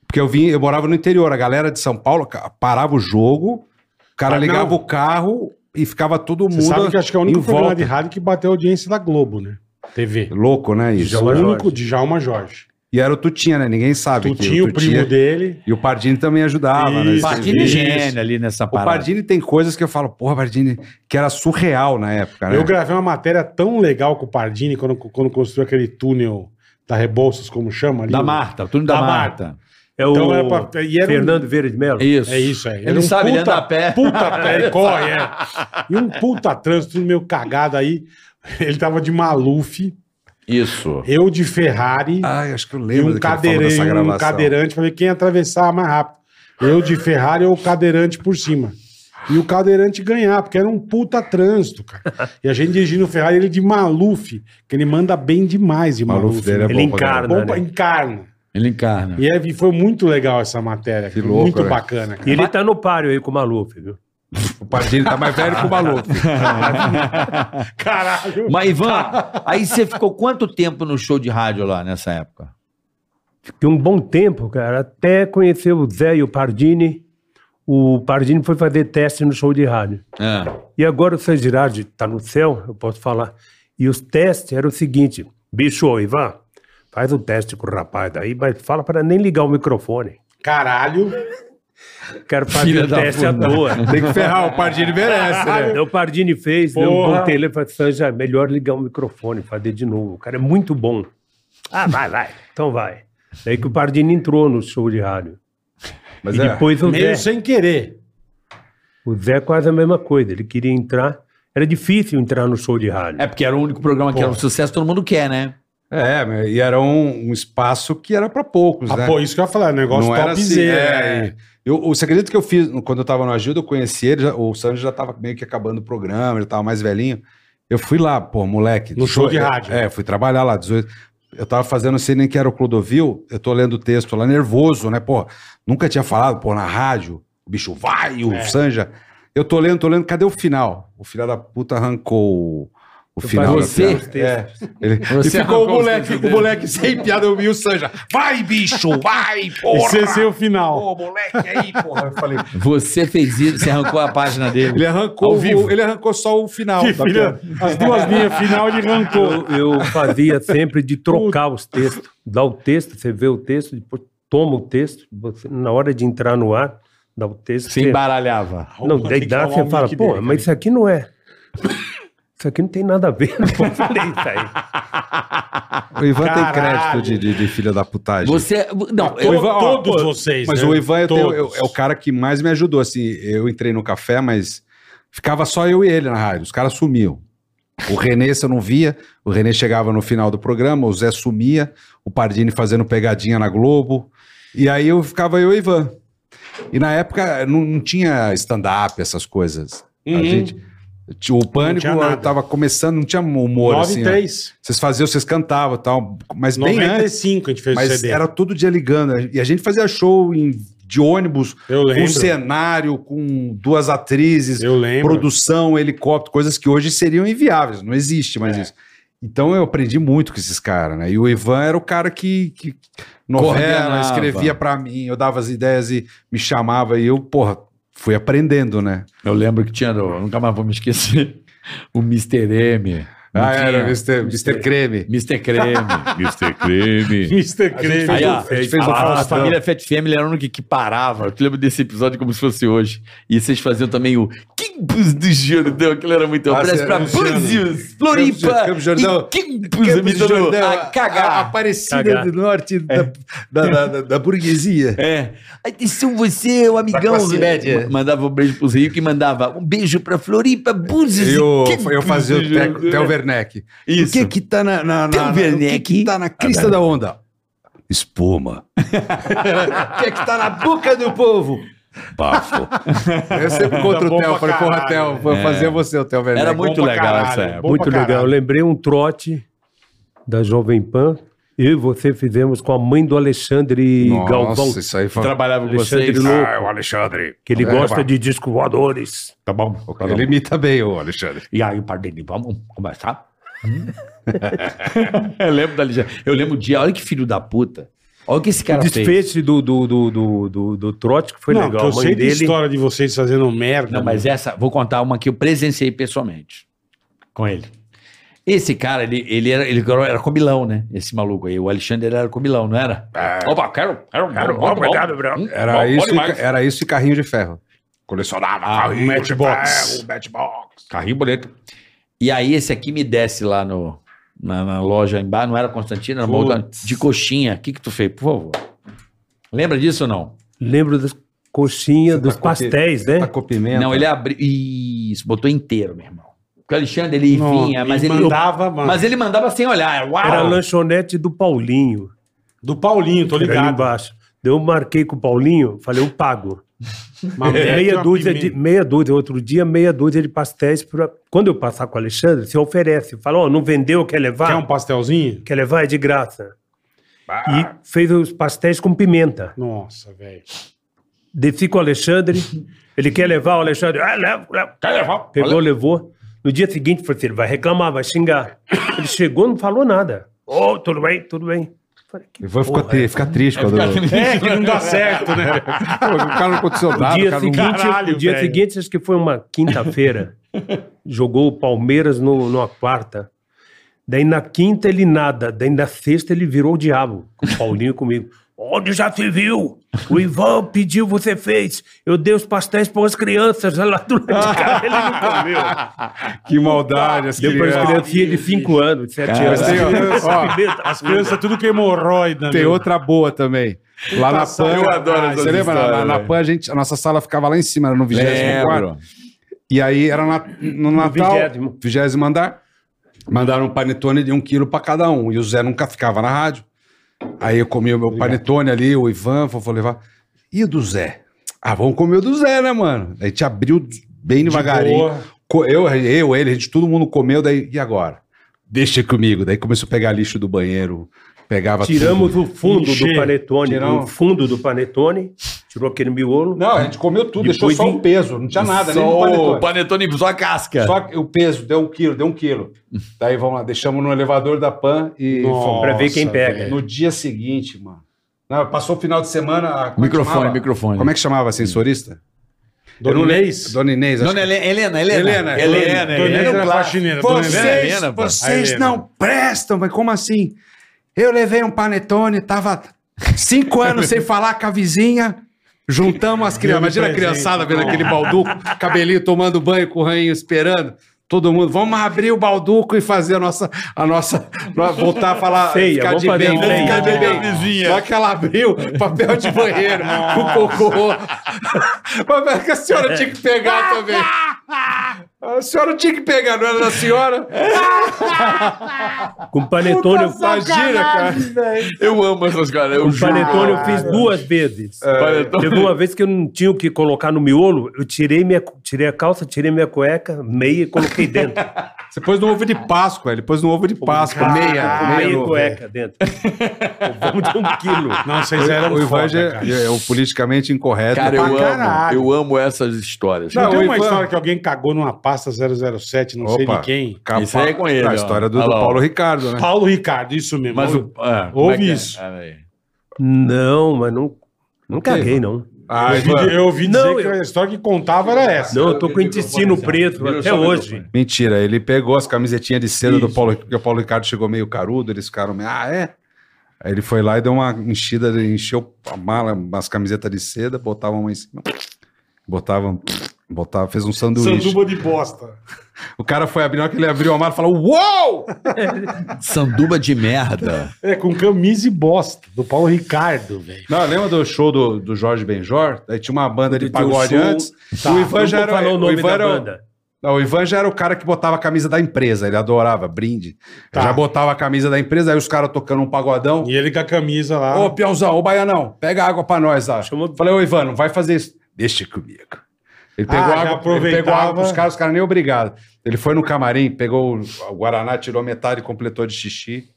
S3: Porque eu vim, eu morava no interior, a galera de São Paulo ca- parava o jogo, o cara
S4: Ah,
S3: ligava
S4: não.
S3: o carro e ficava todo
S4: Você
S3: mundo.
S4: sabe que eu acho que é o único
S3: em
S4: programa
S3: volta.
S4: de rádio que bateu a audiência da Globo, né? TV.
S3: Louco, né? Isso.
S4: o
S6: Jorge.
S4: único Djalma Jorge.
S3: E era o Tutinha, né? Ninguém sabe. que
S4: Tutinho, o primo dele.
S3: E o Pardini também ajudava, né?
S4: Isso.
S5: O Pardini é
S4: Isso.
S5: gênio ali nessa
S3: O
S5: parada.
S3: Pardini tem coisas que eu falo, porra, Pardini, que era surreal na época, né?
S4: Eu gravei uma matéria tão legal com o Pardini quando, quando construiu aquele túnel da Rebouças, como chama ali.
S5: Da
S4: o-
S5: Marta, o túnel
S4: Da
S5: da, Marta.
S6: É o
S4: Então era pra- e era um-
S6: Fernando Vieira de Mello.
S5: Isso.
S4: É isso, é.
S5: Ele sabe, ele anda a pé.
S4: Puta pé, ele corre, é. E um puta trânsito tudo meio cagado aí. Ele tava de Maluf,
S5: Isso.
S4: eu de Ferrari
S3: Ai, acho que eu
S4: e um,
S3: lembro daquele famoso
S4: cadeirante-
S3: dessa
S4: um
S3: gravação.
S4: cadeirante. Falei, quem atravessar mais rápido? Eu de Ferrari ou o cadeirante por cima. E o cadeirante ganhar, porque era um puta trânsito, cara. E a gente dirigindo o Ferrari, ele de Maluf, que ele manda bem demais de
S3: Maluf
S4: Maluf.
S3: dele é
S4: né?
S6: Ele
S3: bom pra caralho.
S6: encarna,
S4: Bom pra-
S6: né?
S4: encarna.
S5: Ele encarna.
S4: E é- foi muito legal essa matéria.
S3: Que
S4: cara.
S3: louco,
S4: muito
S3: né?
S4: bacana, cara.
S6: E ele tá no páreo aí com o Maluf, viu?
S3: O Pardini tá mais velho que o maluco.
S4: Caralho.
S5: Mas, Ivan, aí você ficou quanto tempo no show de rádio lá nessa época?
S6: Fiquei um bom tempo, cara, até conhecer o Zé e o Pardini. O Pardini foi fazer teste no show de rádio.
S5: É.
S6: E agora o San Girardi está no céu, eu posso falar. E os testes eram o seguinte: bicho, ô, Ivan, faz o teste com o rapaz daí, mas fala para nem ligar o microfone.
S4: Caralho.
S6: Quero fazer
S5: Filha
S6: o
S5: da
S6: teste à
S5: puta.
S6: toa.
S3: Tem que ferrar, o Pardini merece, né?
S6: Então o Pardini fez, deu um
S4: Porra.
S6: bom telefone, falei, Sanja, melhor ligar o microfone, fazer de novo. O cara é muito bom. Ah, vai, vai. Então vai. Daí que o Pardini entrou no show de rádio.
S3: Mas
S6: e
S3: é,
S6: depois o Zé.
S4: Meio sem querer.
S6: O Zé é quase a mesma coisa. Ele queria entrar. Era difícil entrar no show de rádio.
S5: É porque era o único programa que era um sucesso, todo mundo quer, né?
S3: é, e era um, um espaço que era pra poucos,
S4: Ah,
S3: né?
S4: pô, isso que eu ia falar, é um negócio
S3: não era assim,
S4: topzera. né?
S3: é, e eu, Você acredita que eu fiz, quando eu tava no Ajuda, eu conheci ele, já- o Sandro já tava meio que acabando o programa, ele tava mais velhinho. Eu fui lá, pô, moleque.
S4: No show de
S3: eu-
S4: rádio.
S3: É, fui trabalhar lá, 18. Eu tava fazendo, não sei nem que era o Clodovil, eu tô lendo o texto lá, nervoso, né, pô. Nunca tinha falado, pô, na rádio, o bicho vai, o Sanja. Eu tô lendo, tô lendo, cadê o final? O filho da puta arrancou o, o final. da
S5: você?
S3: piada. É. Ele-
S5: Você
S3: e ficou o
S1: arrancou os
S3: moleque,
S1: dentes
S3: o moleque sem piada, eu vi o Sanja.
S7: Vai, bicho, vai,
S4: Esse,
S7: porra!
S4: esse é o final.
S7: Ô, moleque aí, porra.
S3: Eu falei,
S5: Você fez isso, você arrancou a página dele.
S3: ele arrancou, o, ele arrancou só o final
S4: Que
S3: da
S4: filha,
S3: piada.
S4: as duas linhas final ele arrancou.
S6: Eu, eu fazia sempre de trocar os textos. Dá o texto, você vê o texto, depois toma o texto. você- na hora de entrar no ar, dá o texto.
S5: Se
S6: você-
S5: embaralhava.
S6: Não,
S4: Tem
S6: daí
S4: que
S6: dá,
S4: arrumar
S6: você
S4: um
S6: fala,
S4: nick
S6: pô,
S4: dele,
S6: mas isso aqui não é. Isso aqui não tem nada a ver. Pô, falei isso aí.
S3: O Ivan tem
S4: Caralho.
S3: crédito de, de, de filha da putagem.
S5: Você. Não,
S4: To-
S5: eu,
S3: Ivan, ó,
S4: todos
S3: pô,
S4: vocês.
S3: Mas
S4: né?
S3: o Ivan eu tenho-
S4: Todos.
S3: eu- é o cara que mais me ajudou. Assim, eu entrei no café, mas ficava só eu e ele na rádio. Os caras sumiam. O Renê, você não via. O Renê chegava no final do programa, o Zé sumia, o Pardini fazendo pegadinha na Globo. E aí eu ficava eu e o Ivan. E na época não, não tinha stand-up, essas coisas. A gente. O pânico
S4: Uhum. tinha nada.
S3: tava começando, não tinha humor
S4: 9
S3: assim.
S4: e
S3: né?
S4: 3.
S3: Vocês faziam, vocês cantavam e tal. Mas bem antes.
S4: 95 a gente fez o
S3: Mas
S4: CD.
S3: era todo dia ligando. né? E a gente fazia show em- de ônibus,
S4: Eu
S3: com
S4: lembro.
S3: cenário, com duas atrizes,
S4: Eu lembro.
S3: produção, helicóptero, coisas que hoje seriam inviáveis. Não existe mais isso. Então eu aprendi muito com esses caras, né? E o Ivan era o cara que, que novela,
S5: Coordenava.
S3: escrevia pra mim, eu dava as ideias e me chamava e eu, porra, fui aprendendo, né?
S5: eu lembro que tinha. no- Nunca mais vou me esquecer. O Mr. M.
S3: Ah,
S5: Não
S3: era
S5: tinha?
S3: Mr. Mr. Creme.
S5: Mr. Creme.
S1: Mr. Creme.
S4: Mr. Creme.
S5: Aí, é ó,
S3: A gente fez o
S5: a, a
S3: Faustão.
S5: família Fat Family era a única que parava. Eu te lembro desse episódio como se fosse hoje. E vocês faziam também o Quimpus do Jordão. Aquilo era muito.
S3: Ah,
S5: Parece
S3: sim,
S5: pra
S3: era do Jordão.
S5: Búzios, Floripa.
S3: Campos do Jordão.
S5: e Quimpus imitando a
S3: A É.
S5: cagar.
S3: Aparecida
S6: Cagar.
S3: do Norte da, da, da- da- da burguesia.
S5: É. Atenção, você, o amigão.
S3: classe média.
S5: Ma- Mandava um beijo pros Rio que mandava um beijo pra Floripa, Búzios. e
S3: Eu,
S5: Quimpus
S3: eu fazia
S5: do
S3: o Theo-
S5: Jordão.
S3: Theo Werneck. O
S5: Isso.
S3: que que tá na, na, na,
S5: Theo
S3: na- o que
S5: um Werneck.
S3: que tá na crista da onda?
S7: Espuma,
S3: O que que tá na boca do povo?
S7: bafo.
S3: Eu sempre encontro
S4: bom
S3: o Theo.
S4: pra
S3: Falei, porra,
S4: caralho,
S3: Theo, vou fazer você o Theo Werneck.
S5: Era muito
S4: pra
S5: legal
S4: caralho,
S5: essa
S4: bom pra
S5: época.
S6: é Muito legal. Eu
S4: caralho.
S6: lembrei um trote da Jovem Pan. Eu e você fizemos com a mãe do Alexandre
S3: Nossa,
S6: Galvão.
S3: isso aí foi...
S5: Trabalhava com
S6: Alexandre
S5: vocês.
S6: Lou-
S4: Ah,
S7: o Alexandre.
S6: Que ele
S3: É,
S6: gosta
S3: pá.
S6: de disco voadores.
S5: Tá bom.
S3: Ele imita bem o Alexandre.
S5: E aí, Pardini, vamos conversar? Hum? eu lembro da Ligia. Eu lembro o dia, olha que filho da puta. Olha o que esse
S6: O
S5: cara fez.
S6: desfecho do, do, do, do, do, do trote que foi
S4: Não, que
S6: legal.
S4: eu
S6: A mãe
S4: sei da
S6: dele.
S4: história de vocês fazendo merda.
S5: Não, mas essa, vou contar uma que eu presenciei pessoalmente com ele. Esse cara, ele, ele, era, ele era comilão, né? Esse maluco aí. O Alexandre ele era comilão, não era? Opa, quero,
S3: um
S5: quero,
S2: Tá
S5: quero. Obrigado, Bruno.
S3: Era, isso, e, ca- era isso e carrinho de ferro. um
S7: Colecionava
S5: Ah,
S7: carrinho
S4: o Matchbox.
S7: de ferro, o Matchbox.
S5: Carrinho boleto. E aí, esse aqui me desce lá no, na, na loja embaixo, não era Constantino, era uma outra, de coxinha. O que que tu fez, por favor? Lembra disso ou não?
S6: Lembro das coxinhas,
S3: Você
S6: dos
S3: tá com aquele-
S6: pastéis, né?
S3: Tá com pimenta.
S5: Não, ele é abriu. Isso, botou inteiro, meu irmão. Porque o Alexandre, ele
S4: Não,
S5: vinha, mas
S4: e
S5: ele.
S4: mandava, mano.
S5: Mas ele mandava sem olhar. Uau!
S6: Era a lanchonete do Paulinho.
S4: Do Paulinho, Ah. tô
S6: Era ali
S4: ligado.
S6: embaixo. Daí Eu marquei com o Paulinho, falei, eu pago.
S4: Uma merda,
S6: Meia
S4: É. uma
S6: dúzia, de,
S4: pimenta.
S6: meia dúzia, outro dia, meia dúzia de pastéis. Pra... Quando eu passar com o Alexandre, se oferece. Fala, ó, não vendeu, quer levar?
S4: Quer um pastelzinho?
S6: Quer levar? É de graça. E fez os pastéis com pimenta.
S4: Nossa, velho.
S6: Desci com o Alexandre. Ele quer levar o Alexandre. Ah, levo, levo.
S5: Quer levar?
S6: Pegou, levou. No dia seguinte, falei assim, ele vai reclamar, vai xingar. Ele chegou, não falou nada. Ô, tudo bem, tudo bem. Falei, que
S3: Ivan ficou
S6: porra
S3: tri-
S6: é?
S3: fica triste quando...
S4: É, que não dá certo, né?
S3: Pô, o cara não aconteceu
S6: No
S3: nada, o
S6: dia
S3: cara não-
S6: seguinte,
S4: Caralho,
S6: o dia
S4: velho.
S6: seguinte, acho que foi uma quinta-feira. jogou o Palmeiras no, numa quarta. Daí na quinta ele nada, daí na sexta ele virou o diabo. Com o Paulinho comigo. Onde já se viu? O Ivan pediu, você fez. Eu dei os pastéis para as crianças lá do lado de cá. Ele não comeu.
S3: Que maldade, as
S6: Deu para as
S3: crianças.
S6: criancinhas de 5 anos, 7 anos.
S3: Mas tem, ó,
S4: As crianças tudo que hemorroida.
S3: Tem
S4: meu.
S3: outra boa também. Lá na
S4: Nossa,
S3: PAN.
S4: eu adoro essas
S3: Você lembra? Na-
S1: histórias,
S3: na, na
S1: velho.
S3: PAN, a, gente, a nossa sala ficava lá em cima, era no 24.
S5: Lembro.
S3: E aí era na- no Natal.
S6: 20º.
S3: 20 andar. Mandaram um panetone de um quilo pra cada um. E o Zé nunca ficava na rádio. Aí eu comi o meu panetone ali, o Ivan, vou vou levar. E o do Zé? Ah, vamos comer o do Zé, né, mano? A gente abriu bem devagarinho.
S4: boa.
S3: Co- Eu, eu, ele, a gente, todo mundo comeu, daí, e agora? Deixa comigo. Daí começou a pegar lixo do banheiro, pegava tudo.
S6: Tiramos o fundo
S4: Encher.
S6: do panetone,
S3: Tirar um-
S6: o fundo do panetone, Tirou aquele miolo.
S4: Não, a gente comeu tudo,
S6: Depois
S4: deixou só
S6: vim-
S4: o peso, não tinha nada, nem
S5: Só
S4: o
S5: o
S4: panetone.
S5: panetone, só a casca.
S3: um Só que o peso, deu um quilo, deu um quilo. Daí vamos lá, deixamos no elevador da PAN e fomos. É,
S6: pra ver quem
S4: Nossa,
S6: pega.
S4: velho.
S3: No dia seguinte, mano. Não, passou o final de semana. a- como é que
S1: Microfone,
S3: chamava?
S1: microfone.
S3: Como é que chamava a sensorista?
S6: um
S4: Dona Inês?
S3: Dona Inês. acho que-
S5: Dona Helena, Helena,
S3: Helena, é um
S5: Helena. Helena,
S4: Dona Inês
S5: Helena.
S4: era faxineira. Dona
S3: Vocês,
S4: Inês era
S1: Helena, pô.
S3: vocês
S4: A Helena.
S3: não prestam, mas como assim? Eu levei um panetone, tava cinco anos sem falar com a vizinha. Juntamos as crianças.
S4: Deu de
S3: Imagina a
S4: presente.
S3: criançada vendo aquele balduco, cabelinho tomando banho com o rainho esperando. Todo mundo, vamos abrir o balduco e fazer a nossa. A nossa voltar a falar.
S6: Feia,
S3: ficar
S6: vamos
S3: de
S6: fazer
S3: bem,
S6: feia.
S3: ficar de bem.
S1: Vizinha.
S3: Só que ela abriu papel de banheiro com cocô. Papel que a senhora tinha que pegar também. A senhora tinha que pegar, não era da senhora?
S6: Com panetone, eu,
S3: Imagina, cara.
S1: Eu amo essas caras. Eu
S6: com
S1: juro.
S6: panetone eu fiz duas vezes.
S1: Panetone.
S6: Teve uma vez que eu não tinha o que colocar no miolo, eu tirei, minha, tirei a calça, tirei minha cueca, meia e coloquei dentro.
S3: Você pôs no ovo de Páscoa, ele pôs no ovo de Páscoa, meia.
S6: meia
S3: meia
S6: e
S3: no...
S6: cueca dentro. Vamos de um quilo.
S4: Não, vocês eram
S3: O Ivan
S4: foda,
S3: já
S4: cara.
S3: é, é o politicamente incorreto.
S1: Cara, eu
S4: pra
S1: amo.
S4: caralho.
S1: Eu amo essas histórias.
S4: Não,
S3: Não,
S4: tem
S3: o
S4: uma
S3: Ivan-
S4: história que alguém cagou numa pasta 007, não sei
S3: Opa.
S4: de quem.
S3: Capa-
S1: Isso aí é com ele,
S3: A
S1: ó.
S3: história do,
S1: Olha
S3: do
S1: lá, ó.
S3: Paulo Ricardo, né?
S4: Paulo Ricardo, isso mesmo.
S1: Mas
S4: Olha,
S1: o. ah, como
S4: Ouve
S1: é que é?
S4: isso.
S1: Ah, aí.
S6: Não, mas não, não caguei, não.
S3: Ah,
S4: eu, ouvi, eu ouvi dizer
S6: Não,
S4: que
S6: eu-
S4: a história que contava era essa.
S6: Não, eu tô com o intestino preto até hoje.
S3: Mentira, ele pegou as camisetinhas de seda do Paulo, porque o Paulo Ricardo chegou meio carudo, eles ficaram meio, ah, é? Aí ele foi lá e deu uma enchida, ele encheu a mala, as camisetas de seda, botava uma em cima, botava, botava, fez um sanduíche.
S4: Sanduba de bosta.
S3: O cara foi abrir, na hora que ele abriu a mala, falou, uou!
S5: Sanduba de merda.
S4: É, com camisa e bosta, do Paulo Ricardo, velho.
S3: Não, lembra do show do, do Jorge Benjor? Aí tinha uma banda de
S6: Tinha um
S3: pagode
S6: show,
S3: antes.
S4: tá.
S3: O
S6: Não
S3: Ivan já
S6: vou
S3: era
S6: falar o
S3: o
S6: nome
S3: Ivan
S6: da
S3: era um o-
S6: banda.
S3: Não, o Ivan já era o cara que botava a camisa da empresa, ele adorava, brinde.
S4: Tá.
S3: Já botava a camisa da empresa, aí os caras tocando um pagodão.
S4: E ele com a camisa lá.
S3: Ô, Piauzão, ô, Baianão, pega água pra nós lá.
S6: Chamou-
S3: Falei, ô, Ivan, não vai fazer isso. Deixa comigo. Ele
S4: Ah,
S3: pegou,
S4: já
S3: água, ele pegou
S4: aproveitava.
S3: água pros caras, os caras nem obrigado. Ele foi no camarim, pegou o o Guaraná, tirou metade e completou de xixi.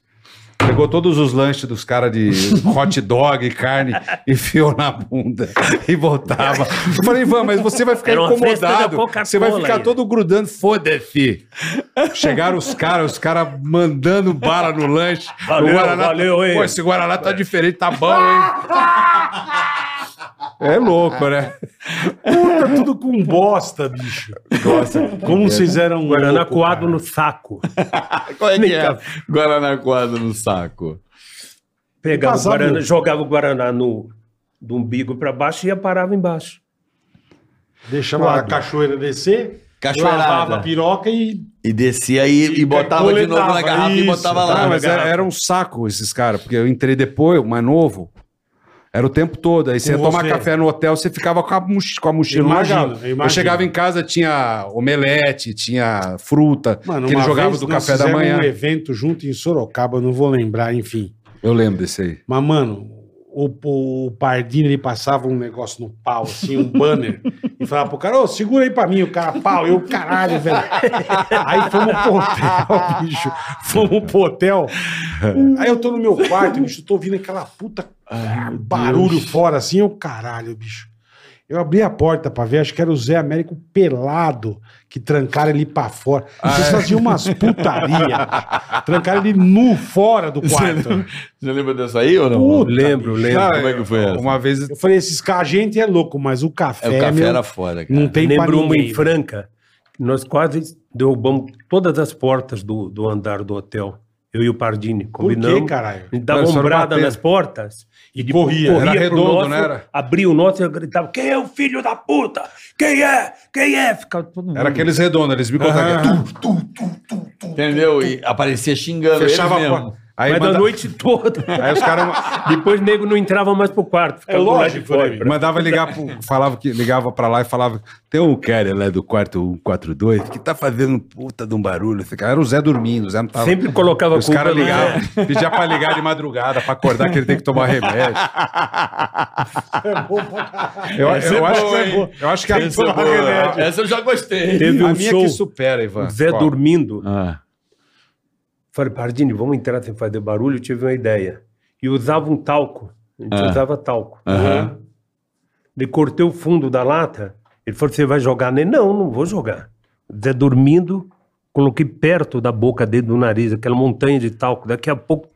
S3: Pegou todos os lanches dos caras de hot dog, carne, enfiou na bunda e botava. Eu falei, Ivan, mas você vai ficar
S6: Era uma festa da
S3: incomodado.
S6: Coca-Cola
S3: Você vai ficar
S6: aí.
S3: todo grudando, foda-se. Chegaram os caras, os caras mandando bala no lanche.
S6: Valeu,
S3: o Guaraná, tá-
S6: valeu, hein?
S3: Pô, esse Guaraná tá diferente, tá bom, hein? É louco, né?
S4: Puta, tudo com bosta, bicho. Como vocês eram
S6: Guaraná
S4: louco,
S6: coado
S4: um cara.
S6: no saco.
S1: Qual é que
S6: Nem
S1: é?
S6: tá-
S1: Guaraná coado no saco.
S6: Pegava o
S4: Passava-
S6: Guaraná, jogava o Guaraná no, do umbigo pra baixo e ia parava embaixo.
S4: Deixava a cachoeira descer, lavava a
S5: Cachoeirada.
S4: piroca e
S5: E descia aí e botava de novo na
S4: coletava,
S5: garrafa e
S4: isso,
S5: botava
S3: Ah,
S5: lá.
S3: mas era, era um saco esses caras, porque eu entrei depois, mais novo. Era o tempo todo. Aí você ia
S4: Com
S3: tomar
S4: você.
S3: café no hotel, você ficava com a, moch- com a mochila
S4: Imagino,
S3: largada. Eu
S4: imagino.
S3: chegava em casa, tinha omelete, tinha fruta, que ele
S4: uma
S3: jogava
S4: vez
S3: do
S4: nós
S3: café da
S4: fizemos
S3: manhã.
S4: um evento junto em Sorocaba, eu não vou lembrar, enfim.
S3: Eu lembro desse aí.
S4: Mas, mano, o, o, o Pardini ele passava um negócio no pau, assim, um banner, e falava pro cara, ô, segura aí pra mim, o cara, pau, eu, caralho, velho. Aí fomos pro hotel, bicho. Fomos pro hotel. Aí eu tô no meu quarto, bicho, tô ouvindo aquela puta barulho fora, assim, eu, caralho, bicho. Eu abri a porta pra ver, acho que era o Zé Américo pelado que trancaram ele pra fora. Vocês faziam umas putaria. trancaram ele nu fora do quarto.
S1: Você lembra dessa aí ou não?
S4: Puta,
S6: Lembro,
S4: bicho.
S6: lembro.
S1: Como é que foi essa?
S3: Uma vez
S4: Eu falei, esses caras, a gente é louco, mas o
S1: É,
S4: café,
S1: o café
S4: meu,
S5: um
S1: era fora, cara.
S4: não tem pra
S6: Lembro uma
S4: ninguém.
S6: em Franca, nós quase derrubamos todas as portas do, do andar do hotel. Eu e o Pardini
S4: Por
S6: combinamos.
S4: quê, caralho?
S6: A gente dava
S3: Mas só não
S6: ombrada
S3: bater.
S6: nas portas e de-
S3: Corria, era
S6: pro
S3: redondo,
S6: nosso,
S3: não era?
S6: Abria o nosso e gritava: Quem é o filho da puta? Quem é? Quem é? Ficava todo mundo.
S4: Hum.
S3: era aqueles redondos, eles me contaram.
S5: Entendeu? E aparecia xingando.
S3: Fechava
S5: eles
S3: a
S5: mesmo.
S3: porta. Aí,
S6: Mas
S3: manda-
S6: a noite toda.
S3: aí os caras
S6: Depois o nego não entrava mais pro quarto. Ficava
S4: É
S6: do lado
S4: lógico,
S6: de fora.
S4: né,
S3: Pra- Mandava ligar pro, falava que ligava pra lá e falava: "Tem um cara lá do quarto 142 que tá fazendo um puta de um barulho". Esse cara era o Zé dormindo, o Zé não tava.
S6: Sempre colocava
S3: os caras
S6: no
S3: ligavam,
S6: Zé.
S3: pedia pra ligar de madrugada pra acordar que ele tem que tomar remédio.
S4: é
S3: Eu,
S1: Essa
S3: eu
S1: é
S3: acho
S1: boa,
S3: que é
S1: hein?
S3: boa. eu acho que a,
S1: Essa, é boa. Essa eu já gostei.
S6: Teve
S3: a
S6: um
S3: minha
S6: show,
S3: que supera, Ivan.
S6: o Zé
S3: Ó,
S6: dormindo.
S1: Ah.
S6: Falei, Pardini, vamos entrar sem fazer barulho. Eu tive uma ideia. E usava um talco. A gente usava talco.
S1: Aham.
S6: Ele cortei o fundo da lata. Ele falou: Você vai jogar nele? Não, não vou jogar. Zé dormindo, coloquei perto da boca dele, do nariz, aquela montanha de talco. Daqui a pouco,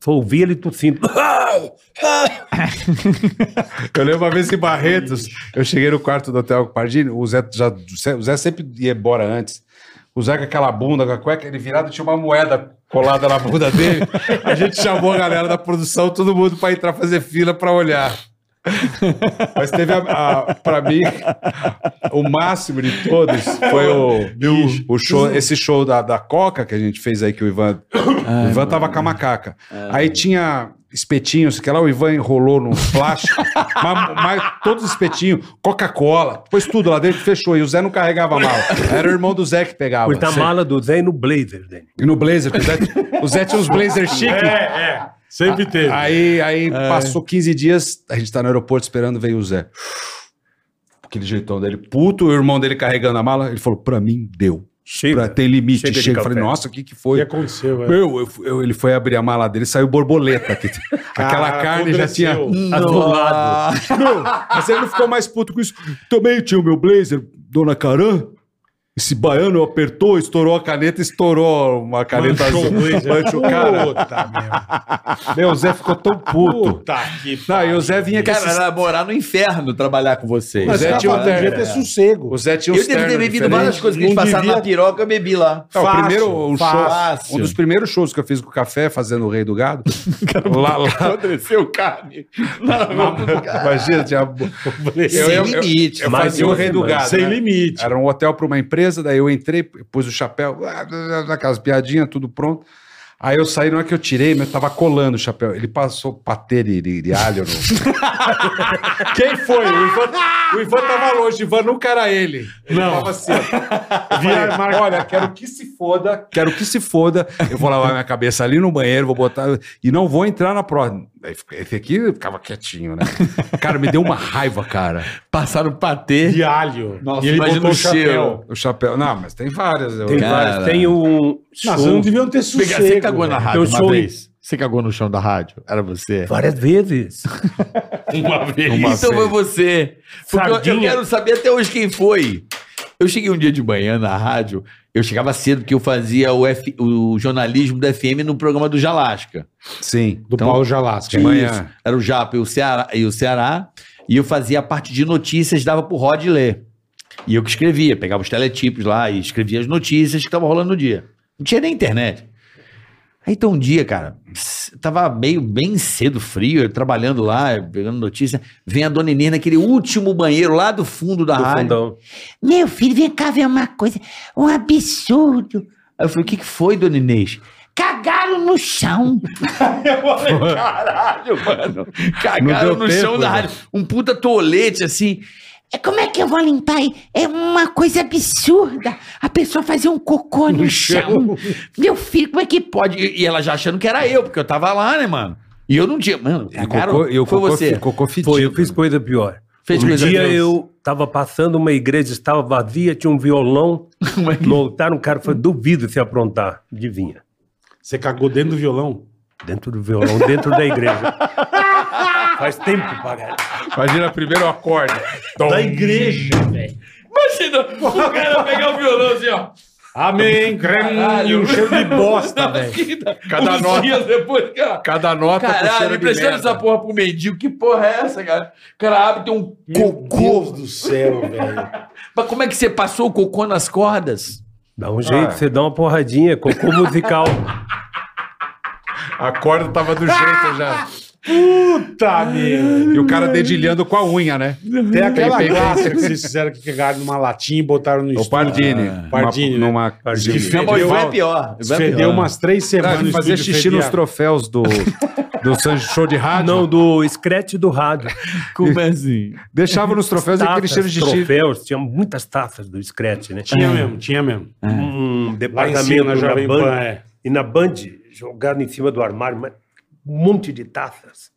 S6: só ouvi ele tossindo.
S3: Eu lembro uma vez em Barretos, eu cheguei no quarto do hotel com o Pardini, o Zé, já, o Zé sempre ia embora antes. O Zé com aquela bunda, com a cueca, ele virado tinha uma moeda colada na bunda dele. A gente chamou a galera da produção, todo mundo pra entrar fazer fila pra olhar. Mas teve, a, a, pra mim, o máximo de todos foi o, o show, esse show da, da Coca que a gente fez aí, que o Ivan. o Ivan tava com a macaca. Aí tinha espetinhos, que lá o Ivan enrolou num plástico, mas, mas todos os espetinhos, Coca-Cola, pôs tudo lá dentro, fechou. E o Zé não carregava mal. Era o irmão do Zé que pegava.
S6: Cortar a mala do Zé e no blazer dele.
S3: E no blazer, que o Zé, o Zé tinha uns blazer chique.
S4: é. Sempre teve.
S3: Aí, aí passou 15 dias, a gente tá no aeroporto esperando, veio o Zé. Aquele jeitão dele, puto, o irmão dele carregando a mala, ele falou, pra mim, deu.
S6: Chega.
S3: Pra- tem limite,
S6: Chega
S3: chega.
S6: de
S3: Eu falei,
S6: café.
S3: nossa, o que que
S4: O
S3: foi?
S4: que aconteceu, é. velho?
S3: Meu, eu fu- eu- ele foi abrir a mala dele, saiu borboleta. aqui. Aquela
S4: Cara, Hum,
S3: carne já tinha...
S4: Ah, apodreceu.
S6: Atolado.
S3: Meu, mas ele não ficou mais puto com isso. Também tinha o meu blazer, Dona Caran. Esse baiano apertou, estourou a caneta, estourou uma caneta
S4: Manchou o
S3: azul.
S4: blazer.
S3: Manchou, cara.
S4: é. Puta merda.
S3: Meu, o Zé ficou tão puto.
S4: Puta que
S3: Não, e o Zé vinha com
S1: Cara,
S3: esses...
S1: era morar no inferno trabalhar com vocês.
S3: Mas
S4: Mas
S3: Zé
S4: cara,
S3: tinha um
S4: devia
S3: terno,
S4: ter
S3: é.
S4: sossego.
S3: O Zé tinha
S5: Eu
S3: uns
S5: devo ter
S3: ternos
S5: bebido
S3: diferentes.
S5: várias coisas que eles
S4: Não
S5: passaram
S4: devia-
S5: na piroca, eu bebi lá.
S3: É, o
S4: Fácil,
S3: primeiro o
S1: fácil.
S3: show, um dos primeiros shows que eu fiz com o café, fazendo o Rei do Gado. lá, lá,
S1: Apodreceu carne.
S3: imagina, tinha... Eu,
S5: Sem
S3: eu, eu,
S5: limite.
S3: eu
S6: Mais
S3: fazia o
S6: uma
S3: Rei do
S6: semana.
S3: Gado.
S4: é Sem
S3: né?
S4: limite.
S3: Era um hotel para uma empresa, daí eu entrei, pus o chapéu, ah, aquelas piadinhas, tudo pronto. Aí eu saí, na hora que eu tirei, mas tava colando o chapéu. Ele passou patê de, de, de alho no. Quem foi? O Ivan, o Ivan tava longe, o Ivan nunca era ele. Ele
S4: Não.
S3: tava assim. ó. Eu falei, Olha, quero que se foda, quero que se foda. Eu vou lavar minha cabeça ali no banheiro, vou botar. E não vou entrar na próxima. Aí fica- Esse aqui ficava quietinho, né? Cara, me deu uma raiva, cara.
S1: Passaram patê.
S4: De alho.
S1: Nossa,
S4: e ele
S1: imagina
S4: botou o
S1: o cheiro.
S4: chapéu.
S3: O chapéu. Não, mas tem várias. Eu...
S6: Tem
S1: Cara.
S6: vários. Tem um
S4: Não,
S6: show.
S4: vocês não deviam ter sossego.
S1: Você cagou
S4: velho.
S1: na
S4: um-
S1: rádio
S6: Eu
S1: uma
S6: sou-
S1: vez? Você cagou no chão da rádio? Era você?
S6: Várias vezes.
S4: Uma vez.
S1: então foi você. Porque eu- eu,
S6: Sardinha.
S1: quero saber até hoje quem foi. Eu cheguei um dia de manhã na rádio, eu chegava cedo porque eu fazia o, F- o jornalismo da FM no programa do Jalasca.
S3: Sim.
S4: Do
S1: Então-
S4: Paulo Jalasca.
S3: De manhã.
S1: Isso. Era o Japa e o, Ceará, e o Ceará. E eu fazia a parte de notícias, dava pro Rod ler. E eu que escrevia, pegava os teletipos lá e escrevia as notícias que estavam rolando no dia. Não tinha nem internet. Aí então um dia, cara, ps- tava meio bem cedo, frio, eu trabalhando lá, pegando notícia. Vem a dona Inês naquele último banheiro lá do fundo da
S6: Do
S1: rádio.
S6: fundão.
S5: Meu filho, vem cá ver uma coisa. Um absurdo.
S1: Aí eu falei, o que, que foi, dona Inês?
S5: Cagaram no chão.
S1: Caralho, mano.
S3: Não
S1: Cagaram
S3: deu
S1: no
S3: tempo,
S1: chão da
S3: né?
S1: rádio. Um puta tolete assim.
S5: É, Como é que eu vou limpar? aí? É uma coisa absurda. A pessoa fazer um cocô no, chão. Meu filho, como é que
S1: pode. E e ela já achando que era eu, porque eu tava lá, né, mano? E eu não tinha. Mano,
S3: E o
S1: cagaram.
S3: cocô- e o
S1: É foi
S3: cocô
S1: você.
S3: fi- Cocô fedido.
S6: Foi, eu fiz coisa pior.
S1: tipo- Fez
S6: um
S1: coisa
S6: dia
S1: pior.
S6: eu tava passando uma igreja, estava vazia, tinha um violão no altar, um cara falou, duvido se aprontar. Adivinha.
S4: Você cagou dentro do violão?
S6: Dentro do violão, dentro da igreja. Faz tempo, pagar.
S3: Imagina primeiro o acorde.
S4: Da igreja, velho.
S1: Imagina o cara pegar o violão assim, ó.
S4: Amém. E um cheiro de bosta, velho.
S1: Cada
S3: nota.
S1: dias depois, cara.
S3: Cada nota Tá com cheiro
S1: Caralho,
S3: de
S1: emprestando
S3: merda.
S1: essa porra pro mendigo. Que porra é essa, cara? O cara abre tem um
S4: Meu
S1: cocô.
S4: Deus do céu, velho.
S1: Mas como é que você passou o cocô nas cordas?
S6: Dá um jeito,
S3: Ah.
S6: você dá uma porradinha, cocô musical.
S3: A corda tava do jeito já.
S4: Tá, meu.
S3: E o cara dedilhando com a unha, né?
S4: Tem aquela
S3: Tem, tem,
S4: graça que vocês fizeram que cagaram numa latinha e botaram no
S3: O
S4: estúdio.
S3: Pardini.
S4: Pardini,
S3: Uma,
S4: né?
S3: numa-
S6: Pardini.
S3: de-
S1: Não, mas
S4: Fedeu-
S1: o Ivan é pior. O Ivan é
S4: Fedeu
S1: pior.
S4: umas três
S3: Cara,
S4: semanas.
S3: de
S4: no
S3: fazer
S4: estúdio,
S3: xixi nos
S4: fedia-
S3: troféus do, do Sanji Show de rádio.
S6: Não, do scratch do rádio.
S1: Como é assim?
S3: Deixava nos troféus aquele cheiro de xixi.
S6: troféus, tinha muitas taças do scratch, né?
S4: Tinha mesmo, tinha mesmo.
S6: um
S4: É. Lá em cima,
S6: departamento
S4: na
S6: na
S4: Jovem
S6: Band.
S4: Pan, é.
S6: E na Band, jogado em cima do armário, mas um monte de taças.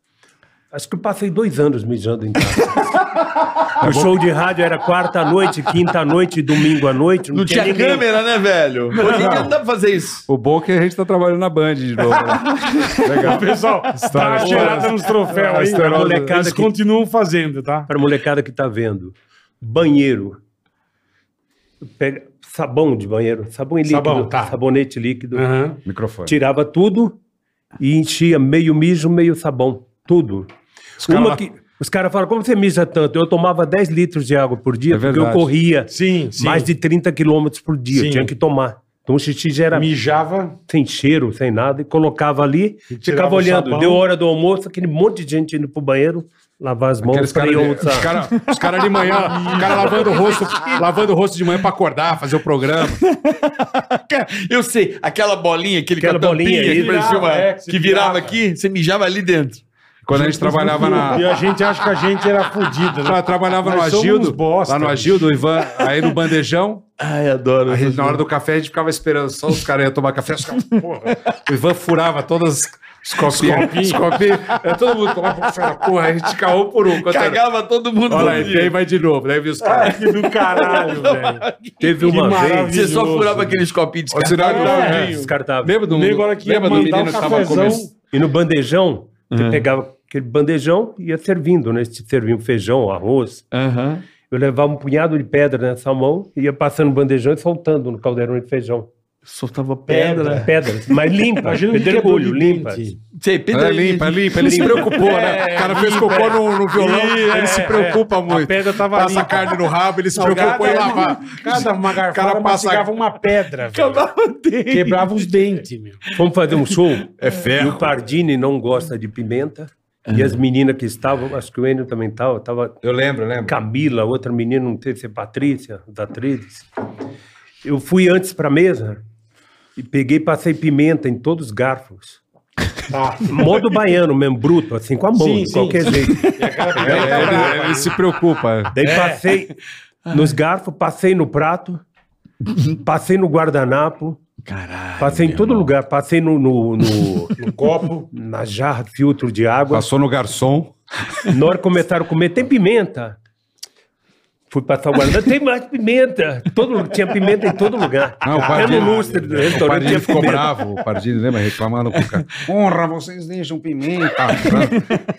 S6: Acho que eu passei dois anos mijando em casa. o show de rádio era quarta à noite, quinta à noite, domingo à noite.
S5: Não tinha
S6: ninguém.
S5: câmera, né, velho? Hoje em dia não dá pra fazer isso.
S3: O bom é que a gente tá trabalhando na Band de novo. né? Legal.
S4: Pessoal, tá
S3: Wars.
S4: cheirada nos troféus aí. né?
S6: Star Wars.
S4: Eles
S6: Molecada que-
S4: continuam fazendo, tá?
S6: Para a molecada que tá vendo. Banheiro. Pega sabão de banheiro. Sabão e líquido.
S4: Sabão, tá.
S6: Sabonete líquido.
S4: Aham.
S3: Microfone.
S6: Tirava tudo e enchia meio mijo, meio sabão. Tudo.
S4: caras
S6: Uma
S4: lá-
S6: que- os caras falam, como você mija tanto? Eu tomava 10 litros de água por dia,
S3: É
S6: porque eu
S3: verdade.
S6: corria
S4: Sim, sim.
S6: mais de 30 quilômetros por dia.
S4: Sim.
S6: Tinha que tomar. Então o xixi já era
S4: Mijava.
S6: sem cheiro, sem nada, e colocava ali,
S4: E tirava
S6: ficava
S4: o
S6: olhando.
S4: sabão.
S6: Deu hora do almoço, aquele monte de gente indo pro banheiro, lavar as mãos
S3: Aqueles
S6: pra
S3: caras
S6: ir
S3: de,
S6: almoçar.
S3: os cara, os cara de manhã, o cara lavando o rosto, lavando o rosto de manhã pra acordar, fazer o programa.
S5: Eu sei, aquela bolinha, aquele
S6: Aquela
S5: com a tampinha
S6: bolinha aí.
S5: que, parecia uma-
S4: Virava, é, que se
S5: que virava
S4: virava.
S5: aqui, você mijava ali dentro.
S3: Quando a gente trabalhava na.
S4: E a gente acha que a gente era fudido, né?
S3: Ela trabalhava no
S4: Nós somos
S3: Agildo,
S4: bosta,
S3: lá no
S4: bicho.
S3: Agildo, o Ivan, aí no bandejão,
S5: Ai, adoro.
S3: a gente, na hora do café a gente ficava esperando só os caras iam tomar café, os caras, porra, o Ivan furava todas as- os copinhos, os copinhos, Aí todo mundo tomava um café, ela, porra, a gente cagou por um, Enquanto era-
S5: Cagava todo mundo
S3: olha
S5: no
S3: aí,
S5: dia.
S3: daí vai de novo, daí vi os
S4: Ah,
S3: caras,
S4: que do caralho, velho.
S6: Teve uma vez,
S5: Você só
S4: maravilhoso.
S5: furava aqueles copinhos de
S3: Ó,
S5: café.
S3: cidade do
S4: É.
S3: Aldinho.
S6: né, descartável.
S3: lembra do,
S4: Nego, a hora que ia
S3: lembra do
S4: mandar
S3: menino
S4: um
S3: que tava
S4: cafezão,
S3: começando?
S6: E no bandejão, você pegava aquele bandejão e ia servindo, né? Te serviam feijão, arroz.
S5: Aham.
S6: Eu levava um punhado de pedra nessa mão, ia passando o bandejão e soltando no caldeirão de feijão.
S5: Soltava pedra.
S4: Pedra.
S6: Pedras, mas limpa,
S4: Imagina o que é
S6: pedregulho,
S4: dor de
S6: limpa.
S4: dente.
S5: Sei, pedra
S3: É limpa, é limpa, ele se preocupou, né? O cara fez cocô no, no violão,
S4: É,
S3: ele se
S4: é,
S3: preocupa
S4: A
S3: muito.
S4: pedra tava
S3: Passa a
S4: limpa.
S3: carne no rabo, ele se
S4: Não,
S3: preocupou em
S4: cada-
S3: lavar.
S4: Cada uma
S3: cara
S4: garfada cara
S3: passa-
S4: mastigava uma pedra, velho. Quebrava os dentes, meu.
S5: Tá,
S6: Vamos fazer um show? É ferro. E o Pardini não gosta de pimenta. E as meninas que estavam, acho que o Enio também estava, estava
S3: Eu lembro, lembro.
S6: Camila, outra menina, não sei se é Patrícia, da atrizes. Eu fui antes para mesa e peguei, passei pimenta em todos os garfos.
S4: Tá.
S6: Modo baiano mesmo, bruto, assim, com a mão,
S4: Sim,
S6: de
S4: sim.
S6: qualquer jeito.
S5: tá,
S3: É, ele, ele se preocupa.
S4: É.
S6: Daí passei
S4: Ah.
S6: nos garfos, passei no prato, passei no guardanapo,
S5: Caralho.
S6: passei em todo lugar, passei no, no- no-
S4: No copo.
S6: na jarra de filtro de água.
S3: Passou no garçom.
S6: Na hora que começaram a comer, tem pimenta. Fui passar o guarda, tem mais pimenta. Todo, lu- tinha pimenta em todo lugar.
S3: Não, Ah, o
S6: Até
S3: Pardini-
S6: no lustre do
S3: O
S6: restaurante
S3: Pardini
S6: tinha
S3: ficou
S6: pimenta.
S3: bravo. O Pardini, lembra? Reclamando com o cara. Honra, vocês deixam pimenta.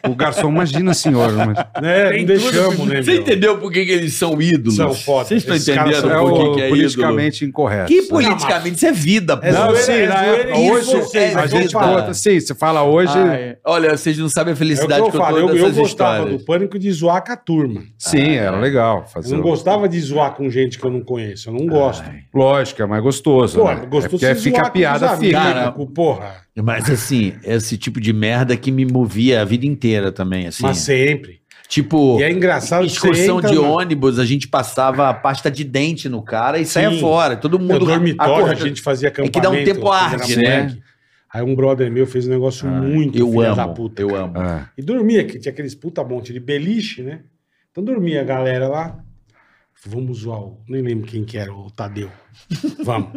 S3: O garçom, imagina, senhor. Mas...
S4: Né?
S3: é,
S6: Tem
S4: Não
S6: tudo
S4: deixamos, né,
S5: Você
S4: meu?
S5: entendeu por que, que eles são ídolos?
S4: São foda.
S5: Vocês estão
S4: Esses caras
S5: entendendo
S4: são
S3: É
S5: por que,
S3: o
S5: que é ídolo?
S3: politicamente incorreto.
S5: Que politicamente? Isso é vida, pô.
S3: Não,
S4: zoeira,
S3: sim,
S4: é
S3: na
S4: zoeira
S3: época-
S4: e
S3: hoje
S4: vocês,
S3: a
S4: mas vamos
S3: gente
S4: falar.
S3: conta, sim, você fala hoje,
S5: Ai, Olha, vocês não sabem a
S4: É o
S5: felicidade
S4: que eu
S5: que eu
S4: falo.
S5: tô
S4: Eu, eu
S5: dessas
S4: gostava
S5: histórias.
S4: do pânico de zoar com a turma.
S3: sim, era legal
S4: Eu
S3: fazer.
S4: não
S3: um-
S4: gostava de zoar com gente que eu não conheço. Eu não gosto.
S3: Lógico, é mais gostoso.
S4: Pô,
S3: né?
S4: gostou
S3: é porque fica a piada fica.
S4: Cara, porra.
S5: Mas assim, esse tipo de merda que me movia a vida inteira também, assim.
S4: Mas sempre.
S5: Tipo,
S4: E é engraçado que você
S5: excursão
S4: entra
S5: de
S4: na-
S5: ônibus, a gente passava a pasta de dente no cara e saia fora. Todo
S4: No
S5: mundo.
S4: dormitório
S5: Acorda-
S4: a gente fazia
S5: que
S4: acampamento.
S5: dá um tempo
S4: quando
S5: arte,
S4: era
S5: né? Ah,
S4: moleque. Aí um brother meu fez um negócio muito
S5: Eu
S4: filha
S5: amo, eu
S4: cara.
S5: amo.
S3: É.
S4: E dormia, que tinha aqueles puta monte de beliche, né? Então dormia a galera lá. Vamos zoar o... Nem lembro quem que era, o Tadeu. Vamos.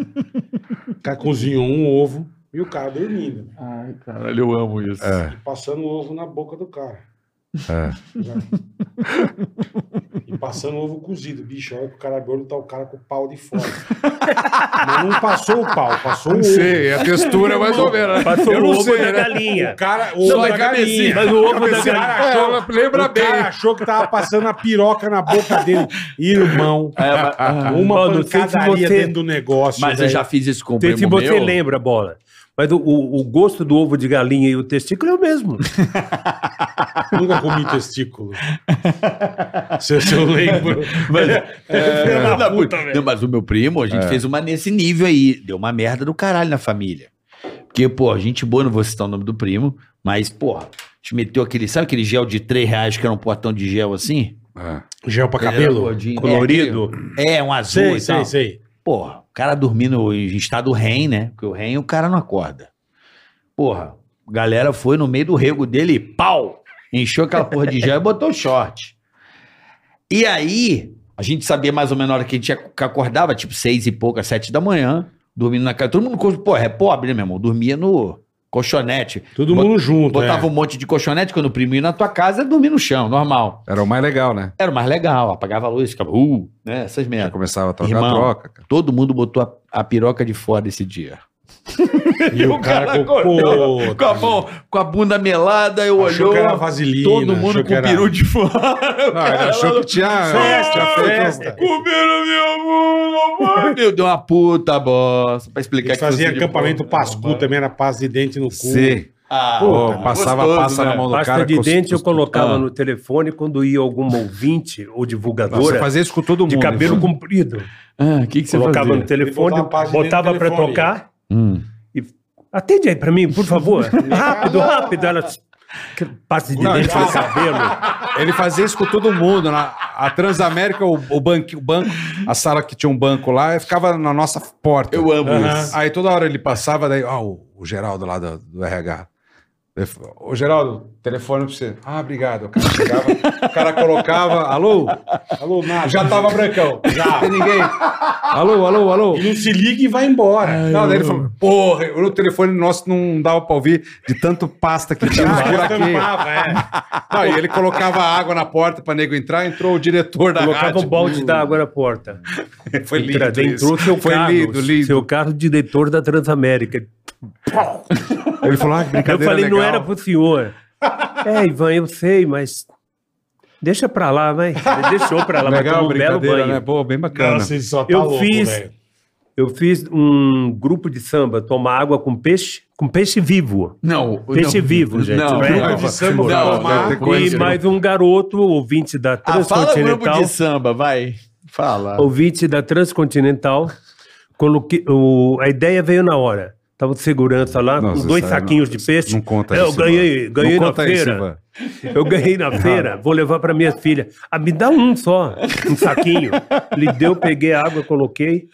S4: O cara cozinhou um ovo e o cara dormindo. né?
S5: Caralho, eu amo isso.
S3: É.
S4: Passando o ovo na boca do cara.
S3: É.
S4: Já. E passando o ovo cozido, bicho. Olha que o cara abriu olho, tá o cara com o pau de fora. Mas não passou o pau, passou o
S3: Não
S4: ovo.
S3: sei, a textura é mais ou menos.
S6: Passou
S3: Eu
S6: o
S3: não
S6: ovo
S3: sei,
S6: da
S3: né?
S6: galinha.
S4: O cara, o ovo
S5: é
S4: da galinha.
S5: cabecinha.
S6: Mas o ovo da
S4: Cabecinha.
S6: galinha.
S3: É, Ela lembra
S4: O cara
S3: bem.
S4: achou que tava passando a piroca na boca dele. Irmão,
S5: É, ah,
S4: uma
S6: Mano, não sei se
S4: pancadaria
S6: você-
S4: dentro do negócio.
S5: Mas eu
S4: velho.
S5: já fiz isso com o
S6: Não sei
S5: primo
S6: se você
S5: meu.
S6: lembra, bola. Mas o, o- o gosto do ovo de galinha e o testículo é o mesmo.
S4: nunca comi testículo. se, eu- se eu lembro. É,
S5: Mas, Filha da puta, Não, mas o meu primo, a gente fez uma nesse nível aí. Deu uma merda do caralho na família. Porque, pô, gente boa, não vou citar o nome do primo, mas, porra, a gente meteu aquele, sabe aquele gel de 3 reais que era um portão de gel assim?
S3: É.
S4: Gel pra cabelo?
S6: Colorido.
S5: É, um azul
S4: Sei,
S5: e
S4: sei,
S5: tal.
S4: sei.
S5: Porra, o cara dormindo em estado REM, né? Porque o REM o cara não acorda. Porra, a galera foi no meio do rego dele e pau! Encheu aquela porra de gel e botou o short. E aí, a gente sabia mais ou menos a hora que a gente ac- que acordava, tipo seis e pouca, sete da manhã, dormindo na casa. Todo mundo, co- porra, é pobre, né, meu irmão? Dormia no, Colchonete.
S4: Todo mundo junto.
S5: Botava
S4: é.
S5: um monte de colchonete quando o primo ia na tua casa, dormia no chão, normal.
S3: Era o mais legal, né?
S5: Era o mais legal, apagava a luz, ficava, uh, né? Essas
S3: Já
S5: merdas.
S3: começava a trocar
S5: Irmão.
S3: troca, cara.
S5: Todo mundo botou a, a piroca de fora esse dia.
S4: é. E o cara com pô,
S5: Com a, mão, com a bunda melada, eu
S4: achou
S5: olhou,
S4: que era vaselina,
S5: todo mundo
S4: achou que
S5: com o
S4: era-
S5: peru de fora.
S3: Não, Ah, ele achou que tinha. tinha feito- um
S4: festa.
S5: Comeram minha bunda, meu. Deu uma puta bosta pra explicar
S4: Eles faziam
S5: fosse de
S4: acampamento
S5: boa.
S4: pascu também, era paz de dente no cu.
S3: Sim.
S5: Ah,
S3: Pô,
S5: pô,
S3: passava
S5: gostoso,
S3: passa na
S5: né?
S3: mão do
S6: Pasta
S3: cara.
S6: de
S3: cos-
S6: dente eu
S3: cos-
S6: colocava
S5: Ah.
S6: no telefone quando ia alguma ouvinte ou
S3: Nossa, Você
S6: divulgadora
S3: fazia isso com todo mundo.
S6: de cabelo
S3: hein?
S6: comprido.
S5: Ah, o que, que você
S6: colocava
S5: fazia?
S6: no telefone,
S4: Ele botava a página dentro
S6: botava
S4: do
S6: pra
S4: telefone.
S6: tocar.
S5: Hum.
S6: E atende aí pra mim, por favor. rápido, rápido. Ela que passe de
S3: Não,
S6: dente
S3: ele
S6: no
S3: faz-
S6: cabelo.
S3: Ele fazia isso com todo mundo. Na, a Transamérica, o, o, banco, o banco, a sala que tinha um banco lá, ficava na nossa porta.
S5: Eu amo
S4: Aham.
S5: isso.
S3: Aí toda hora ele passava, daí, ó, o, o Geraldo lá do, do RH. Ele falou, Ô, Geraldo, telefone pra você. Ah, obrigado. O cara chegava, o cara colocava, alô?
S4: Alô, nada.
S3: Já tava brancão. Já. Tem ninguém. Alô, alô, alô.
S4: E não se liga e vai embora.
S3: Não, daí ele falou, porra, o telefone nosso não dava pra ouvir de tanto pasta que tinha nos
S4: Ah, já
S3: buraquinhos.
S4: tampava, é.
S3: Não, e ele colocava água na porta pra nego entrar, entrou o diretor da
S6: Colocava
S3: rádio. hum.
S6: um balde d'água na porta.
S3: Foi lindo
S6: Entra-
S3: isso.
S6: Entrou seu
S3: Foi
S6: carro,
S3: lindo, lindo.
S6: seu carro diretor da Transamérica.
S3: Ele falou, ah, que
S6: Eu
S3: brincadeira
S6: falei, não
S3: legal.
S6: era pro senhor. É, Ivan, eu sei, mas deixa pra lá, vai. Ele deixou pra lá, mas
S3: Legal,
S6: tomou um belo
S3: brincadeira,
S6: banho.
S3: né? Boa, bem bacana.
S4: Nossa, ele só tá
S6: Eu
S4: louco,
S6: fiz-
S4: velho.
S6: Eu fiz um grupo de samba, tomar água com peixe, com peixe vivo.
S5: Não,
S6: Peixe
S5: não.
S6: vivo, gente.
S5: Não,
S6: né?
S5: grupo
S3: Não,
S4: de samba
S3: não,
S5: pra
S3: não,
S5: tomar.
S3: tem
S6: E
S3: coisa.
S6: mais um garoto, ouvinte da
S5: Ah, fala o grupo
S6: Transcontinental.
S5: de samba, vai. Fala.
S6: ouvinte da Transcontinental. Coloquei, o, a ideia veio na hora. Tava de segurança lá,
S3: Nossa,
S6: com dois
S3: isso aí
S6: saquinhos
S3: não-
S6: de peixe.
S3: não conta
S6: É, Eu
S3: isso,
S6: ganhei,
S3: Ivan.
S6: ganhei
S3: Não
S6: na
S3: conta isso, Ivan.
S6: feira. eu ganhei na feira, vou levar para minha filha. Ah, me dá um só, um saquinho. Ele deu, peguei a água, coloquei.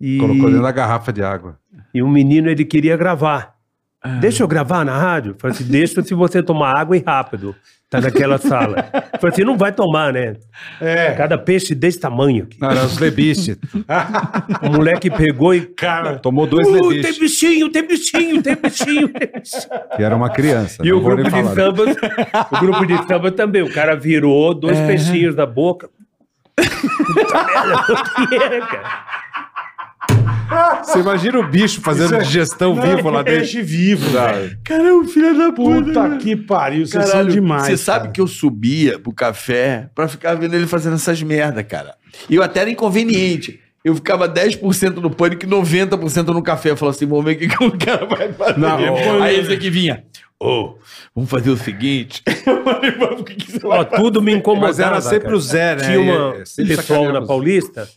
S6: E,
S3: Colocou dentro da garrafa de água.
S6: e o menino, ele queria gravar. Deixa eu gravar na rádio? Falei assim, deixa se você tomar água e rápido. Tá naquela sala. Falei assim, não vai tomar, né?
S4: É,
S6: Cada peixe desse tamanho aqui.
S3: Não, era os lebiche.
S6: O moleque pegou e.
S4: cara.
S3: Tomou dois
S6: Uh, tem
S3: lebiche.
S6: bichinho, tem bichinho, tem bichinho, tem bichinho.
S3: Que era uma criança.
S6: E
S3: não
S6: o
S3: vou
S6: grupo de
S3: nem falar.
S6: samba, né? o grupo de samba também. O cara virou dois peixinhos na boca. Puta merda, o que era, cara?
S3: Você imagina o bicho fazendo
S6: é-
S3: digestão vivo lá dentro.
S4: Peixe vivo,
S5: Tá.
S4: velho.
S5: é um
S4: Puta que pariu, vocês são demais.
S5: né? Você sabe que eu subia pro café pra ficar vendo ele fazendo essas merda, cara. E eu até era inconveniente. Eu ficava 10% no pânico e 90% no café. Eu falava assim, vamos ver o que, que o cara vai fazer.
S4: Tá
S3: Não.
S5: Aí esse aqui vinha. Ô, vamos fazer o seguinte. Eu falei, vamos, o que, que você vai
S6: Ó, tudo me incomodava.
S3: Mas era sempre
S6: cara.
S3: o Zé, né?
S6: Tinha uma
S3: É, é, sempre
S6: pessoal na
S3: sacaneamos.
S6: Paulista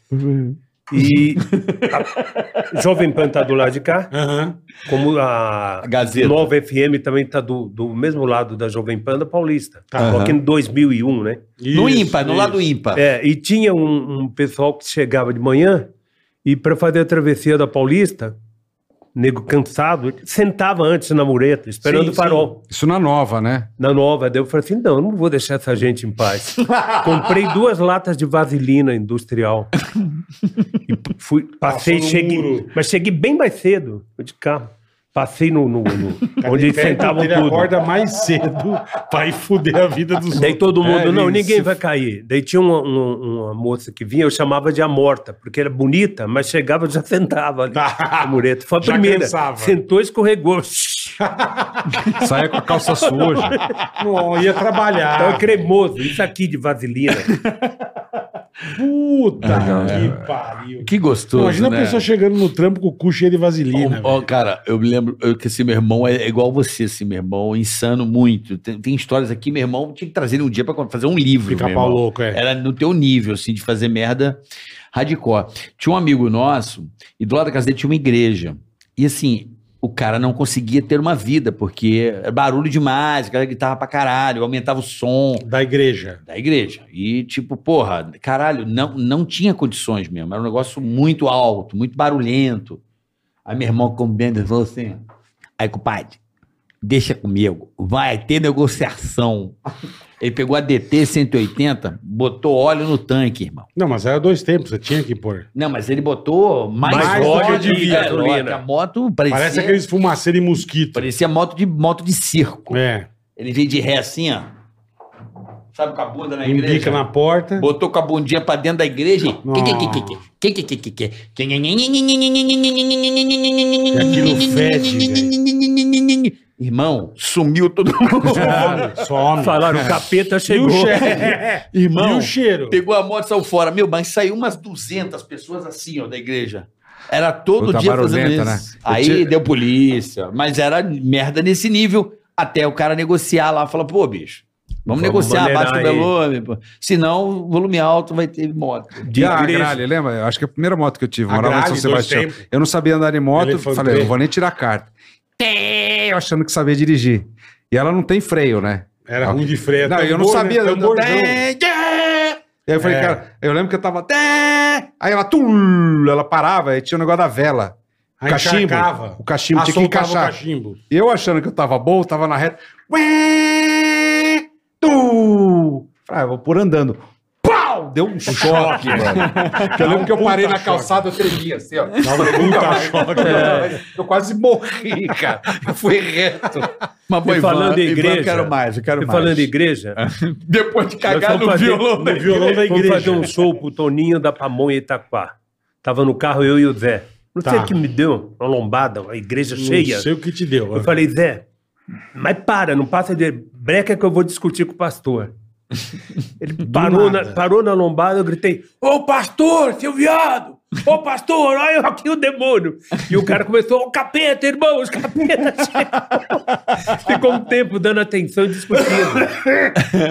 S6: e a Jovem Pan tá do lado de cá,
S4: Aham.
S6: como a
S5: Gazeta.
S6: Nova FM também tá do, do mesmo lado da Jovem Pan da Paulista.
S4: Tá.
S6: Só que em 2001, né?
S5: No
S4: Isso,
S5: ímpar, no
S4: isso.
S5: lado ímpar.
S6: É, e tinha um, um pessoal que chegava de manhã e para fazer a travessia da Paulista, nego cansado, sentava antes na mureta, esperando
S4: Sim,
S6: o farol.
S3: Isso na nova, né?
S6: Na nova, daí eu falei assim: não, eu não vou deixar essa gente em paz. Comprei duas latas de vaselina industrial. E p- fui, passei,
S4: Passou no
S6: cheguei.
S4: muro.
S6: Mas cheguei bem mais cedo, eu de carro. Passei no. no- no- onde eles
S4: Ele
S6: sentavam
S4: ele
S6: tudo.
S4: acorda mais cedo pra ir fuder a vida dos
S6: Daí
S4: outros.
S6: todo mundo,
S3: É,
S6: não,
S3: ele
S6: ninguém
S3: se-
S6: vai cair. Daí tinha uma, uma- uma moça que vinha, eu chamava de a morta, porque era bonita, mas chegava já sentava ali na mureta. Foi a
S4: Ah, Já
S6: primeira.
S4: cansava. Ah.
S6: Sentou, escorregou.
S3: Saia com a calça suja.
S4: Não, ia
S3: Então
S6: Tava
S4: trabalhar.
S6: Então, cremoso. Isso aqui de vaselina.
S4: Puta
S3: Ah,
S4: que pariu.
S5: Que gostoso,
S4: Imagina
S5: né?
S4: a pessoa chegando no trampo com o cu cheio de vaselina.
S5: Ó, ó, cara, eu me lembro eu- que esse meu irmão é igual você, esse meu irmão, insano muito. Tem, tem histórias aqui, meu irmão tinha que trazer ele um dia pra fazer um livro.
S4: Fica
S5: meu
S4: pau
S5: irmão.
S4: louco, é.
S5: Era no teu nível, assim, de fazer merda hardcore. Tinha um amigo nosso, e do lado da casa dele tinha uma igreja. E assim, o cara não conseguia ter uma vida, porque era barulho demais, o cara gritava pra caralho, aumentava o som
S4: Da igreja.
S5: da igreja. E tipo, porra, caralho, não, não tinha condições mesmo. Era um negócio muito alto, muito barulhento. Aí meu irmão comendo falou assim: aí, compadre, Deixa comigo. Vai ter negociação. Ele pegou a DT 180, botou óleo no tanque, irmão.
S4: Não, mas era dois tempos, você tinha que pôr.
S5: Não, mas ele botou mais,
S6: Mais
S5: óleo
S6: óleo
S5: de
S6: de
S5: gasolina.
S6: gasolina.
S5: A moto parecia,
S4: Parece aqueles fumaceiros de mosquito.
S5: parecia moto de moto de circo.
S4: É.
S5: Ele veio de ré assim, ó. Sabe com a bunda na igreja?
S4: Indica Um na porta.
S5: Botou com a bundinha pra dentro da igreja e. Que, que, que, que, que, que, que, que, que.
S4: aquilo fede,
S5: Irmão, sumiu todo mundo.
S4: Some.
S6: Falaram, o capeta
S4: ah, E o
S6: chegou.
S4: cheiro?
S5: Irmão,
S4: E o cheiro?
S5: pegou a moto e saiu fora. Meu, mas saiu umas 200 pessoas assim, ó, da igreja. Era todo
S3: Puta,
S5: dia fazendo isso.
S3: barulhenta, né? Eu
S5: Aí
S3: tinha-
S5: deu polícia, mas era merda nesse nível. Até o cara negociar lá, falar, pô, bicho, vamos,
S6: Vamos
S5: negociar,
S6: maneirar
S5: baixa o
S6: aí.
S5: Belome, pô. senão volume alto vai ter moto.
S6: De
S3: e a
S6: igreja.
S3: Ah, Gralha, lembra? Eu Acho que é a primeira moto que eu tive,
S4: A
S3: morava em São
S4: Gralha, dois
S3: Sebastião.
S4: tempos.
S3: Eu não sabia andar de moto,
S4: Elefante.
S3: falei, não vou nem tirar a carta. Tê, Eu achando que sabia dirigir. E ela não tem freio, né?
S4: Era um ruim de
S6: É,
S4: freio.
S3: Não,
S6: um
S3: eu não
S6: né?
S4: tambor,
S3: sabia, eu não-
S4: Tambor,
S3: É. Tê, tê. E aí eu falei,
S4: É.
S3: cara, eu lembro que eu tava. Tê. Aí ela, tum, ela parava e tinha o negócio da vela.
S4: Aí
S3: Cachimbo.
S4: encharcava.
S3: O cachimbo tinha que
S4: Assoltava o
S3: encaixar.
S4: cachimbo.
S3: E Eu achando que eu tava bom, tava na reta. Ué, tu. Falei, ah, eu vou por andando. Pau! Deu um choque, mano. Eu lembro que eu parei na calçada, eu tremia assim, ó.
S4: Dava um puta choque.
S3: Eu quase morri, cara. Eu fui reto.
S5: Mas, pô,
S6: E falando em igreja-
S5: eu quero mais, eu quero
S6: E
S5: mais.
S6: falando de igreja,
S5: Depois de cagar
S6: Nós
S5: no
S6: vamos fazer-
S3: um
S5: violão
S3: né?
S5: da
S4: No violão da
S6: Vamos
S4: igreja.
S6: fazer um show pro Toninho da Pamonha Itaquá. Tava no carro eu e o Zé. Não sei
S4: Tá.
S6: o que me deu, uma lombada, uma igreja cheia.
S4: Não sei o que te deu.
S6: Eu falei, Zé, mas para, não passa de breca que eu vou discutir com o pastor. Ele parou
S4: nada.
S6: na, parou na lombada, eu gritei: Ô pastor, seu viado! Ô pastor, olha aqui o demônio! E o cara começou: Ô capeta, irmão, os capetas! chegam." Ficou um tempo dando atenção e discutindo.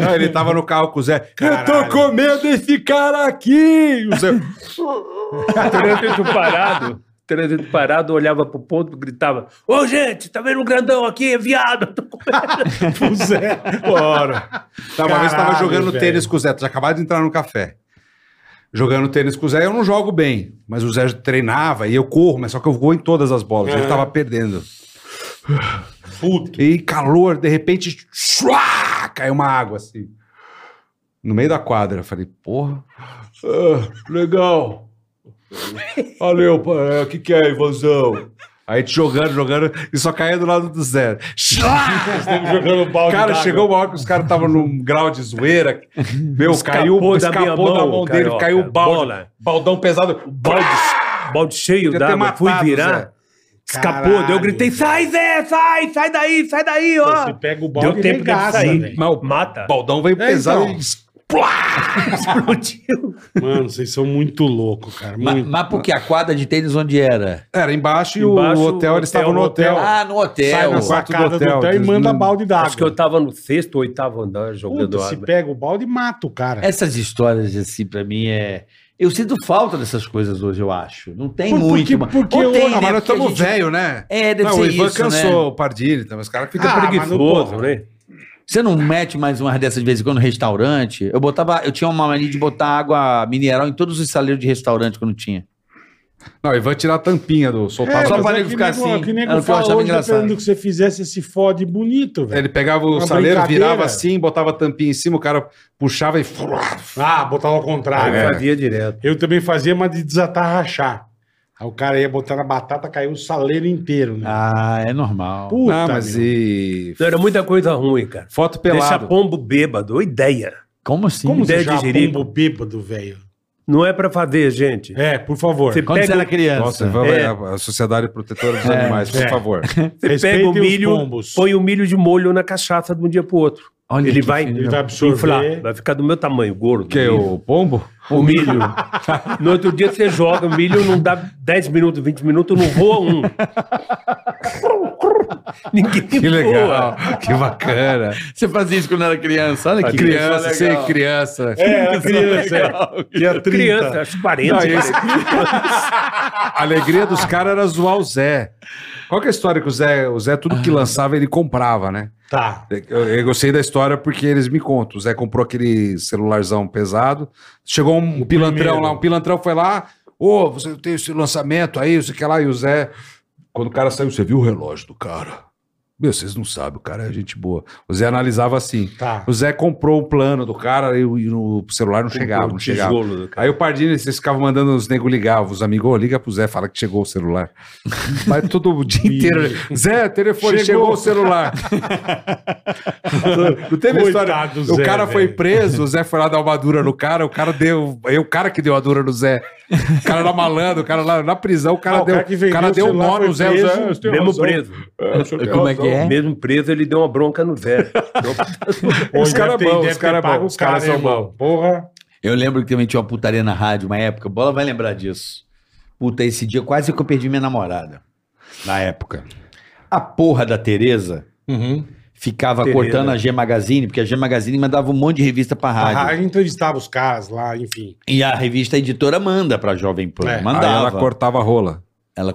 S3: Não, ele tava no carro com o Zé. Eu
S4: Caralho.
S3: tô com medo desse cara aqui. O Zé.
S6: Trânsito parado. Trânsito parado, olhava pro ponto, gritava: Ô gente, tá vendo um grandão aqui, é viado?
S4: o Zé. Bora.
S3: Tá, uma vez eu tava
S4: Caralho,
S3: jogando
S4: velho.
S3: tênis com o Zé. Tu já acabado de entrar no café. Jogando tênis com o Zé, eu não jogo bem. Mas o Zé treinava e eu corro, mas só que eu vou em todas as bolas. Ele tava perdendo.
S4: Puto.
S3: E calor, de repente, shuá, caiu uma água assim. No meio da quadra. Eu falei, porra. Ah, legal. Valeu, pai. O que, que é, Ivanzão? Aí te jogando, jogando, e só caía do lado do Zé. Shuá!
S4: Estamos jogando balde
S3: Cara,
S4: d'água.
S3: chegou uma hora que os caras estavam num grau de zoeira. Meu, caiu,
S6: Escapou da minha
S3: escapou da mão,
S6: mão,
S3: dele,
S6: carioca.
S3: caiu o balde.
S6: Bola.
S3: Baldão pesado.
S6: balde, balde cheio
S3: Podia ter
S6: d'água, fui
S3: matado, Zé.
S6: virar. Escapou, daí eu
S4: Caralho,
S6: gritei:
S4: Zé.
S6: sai, Zé, sai, sai daí, sai daí, ó.
S4: Você pega o balde
S6: Deu tempo de sair.
S4: velho.
S6: Mas o Mata.
S3: Baldão veio
S4: É,
S3: pesado.
S4: então.
S3: e-
S6: Explodiu.
S4: Mano, vocês são muito loucos, cara.
S5: Ma- Mas,
S4: Muito.
S5: porque a quadra de tênis onde era?
S3: Era embaixo e
S6: Embaixo,
S3: o hotel, eles
S6: hotel,
S3: estavam no hotel.
S4: hotel.
S5: Ah, no
S4: Sai
S5: hotel.
S4: na
S3: quarto do
S4: sacada do
S3: hotel,
S4: hotel, e
S3: diz-
S4: manda
S3: não-
S4: balde d'água.
S6: Acho que eu né? tava no sexto ou oitavo andar jogando
S4: Puta, se
S6: água.
S4: pega o balde, mata o cara.
S5: Essas histórias, assim, pra mim é. Eu sinto falta dessas coisas hoje, eu acho. Não tem
S4: Por- por
S5: muito.
S4: que-
S5: mano.
S4: por que
S5: Ou
S4: hoje?
S5: tem,
S3: Ah, mas
S5: né?
S3: nós
S5: Porque a
S3: estamos
S5: gente-
S3: velho, né?
S5: É, deve
S3: Não,
S5: ser
S3: o Ivan
S5: isso,
S3: cansou
S5: né?
S3: o Pardini, então, mas os caras ficam
S4: Ah, mas não
S3: preguiçosos.
S4: pode.
S6: né?
S5: Você não mete mais umas dessas de vez em quando no restaurante? Eu botava. Eu tinha uma mania de botar água mineral em todos os saleiros de restaurante quando tinha.
S3: Não, o Ivan tirar a tampinha do soltar.
S4: É,
S5: só
S4: mas
S5: pra
S4: é
S5: ele
S4: que
S5: ficar
S4: nego-
S5: assim.
S4: Que
S5: Era
S4: nego
S5: o que eu
S4: fala
S5: achava
S4: hoje, né?
S5: engraçado.
S4: dependendo do que você fizesse, se fode bonito, velho.
S3: Ele pegava o
S4: Uma
S3: saleiro,
S4: brincadeira.
S3: virava assim, botava a tampinha em cima, o cara puxava e.
S5: É.
S4: Ah, botava ao contrário.
S6: Eu fazia direto.
S4: Eu também fazia, mas de desatar rachar. Aí o cara ia botar na batata, caiu o saleiro inteiro, né?
S5: Ah, é normal.
S4: Puta,
S3: ah, mas
S4: meu.
S3: e.
S6: Não, era muita coisa ruim, cara.
S3: Foto
S6: Deixa
S3: pelado.
S6: pombo bêbado, ô ideia.
S5: Como assim?
S4: Como
S6: ideia
S4: você já
S6: de jerico.
S4: pombo bêbado, velho?
S6: Não é pra fazer, gente.
S4: É, por favor.
S6: Você
S5: Quando
S6: pega,
S5: você era criança.
S3: Nossa, Ivan vai
S6: É.
S3: a Sociedade Protetora dos Animais, por
S4: é.
S3: favor.
S6: você pega o
S4: Respeitem os
S6: milho,
S4: pombos.
S6: põe o milho de molho na cachaça de um dia pro outro.
S5: Olha
S6: ele
S5: que
S6: vai,
S5: filho.
S4: Ele vai absorver.
S6: inflar, vai ficar do meu tamanho, gordo.
S3: Que é o pombo?
S6: O milho. No outro dia você joga o milho, não dá 10 minutos, 20 minutos, não voa um. Ninguém
S3: Que legal,
S6: voa.
S3: que bacana.
S5: Você fazia isso quando era Tá criança? Olha que
S3: criança,
S5: coisa legal.
S3: ser criança.
S4: É, era criança. é. Tinha 30.
S6: Criança, acho 40.
S3: Não, esse- A alegria dos caras era zoar o Zé. Qual que é a história que o Zé, o Zé tudo
S5: Ah.
S3: que lançava ele comprava, né?
S4: Tá.
S3: Eu, eu gostei da história porque eles me contam. O Zé comprou aquele celularzão pesado. Chegou um pilantrão
S4: primeiro.
S3: lá, um pilantrão foi lá. Ô, você é tem esse lançamento aí, você quer lá? E o Zé, quando o cara saiu, você viu o relógio do cara? Meu, vocês não sabem, o cara é gente boa. O Zé analisava assim.
S4: Tá.
S3: O Zé comprou o plano do cara e o e no celular não chegava,
S6: o
S3: não chegava.
S6: Um tijolo do cara.
S3: Aí o Pardini, vocês ficavam mandando os nego ligavam, os amigos, "Ô, liga pro Zé, fala que chegou o celular. Mas todo o dia inteiro, Zé, telefone, chegou,
S4: Chegou.
S3: o celular. não teve história.
S4: Coitado do
S3: o
S4: Zé,
S3: cara foi
S4: velho.
S3: preso, o Zé foi lá dar uma dura no cara, o cara deu, aí o cara que deu a dura no Zé. O cara era malandro, o cara lá na prisão, o cara
S4: Ah, o
S3: deu,
S4: cara que vendeu
S3: o cara
S4: o
S3: deu
S4: celular
S3: nó
S4: foi
S3: no Zé, o
S4: preso.
S3: Zé.
S4: Tem
S6: Mesmo
S4: razão.
S6: preso.
S5: Como é que é?
S6: Mesmo preso, ele deu uma bronca no Zé.
S4: Pô,
S3: Os
S4: deve
S3: caras
S4: ter-
S3: bons,
S4: deve
S3: os
S4: ter
S3: caras
S4: pago
S3: bons, os
S4: o cara,
S3: caras são
S4: hein, irmão?
S3: bons.
S4: Porra.
S5: Eu lembro que também tinha uma putaria na rádio, uma época. Bola vai lembrar disso. Puta, esse dia quase que eu perdi minha namorada. Na época. A porra da Tereza ficava
S6: Tereza.
S5: cortando a G Magazine, porque a G Magazine mandava um monte de revista pra
S4: A
S5: rádio.
S4: rádio entrevistava os caras lá, enfim.
S5: E a revista editora manda pra Jovem Pan.
S4: É,
S5: mandava.
S3: Aí
S5: Ela,
S3: ela cortava a rola.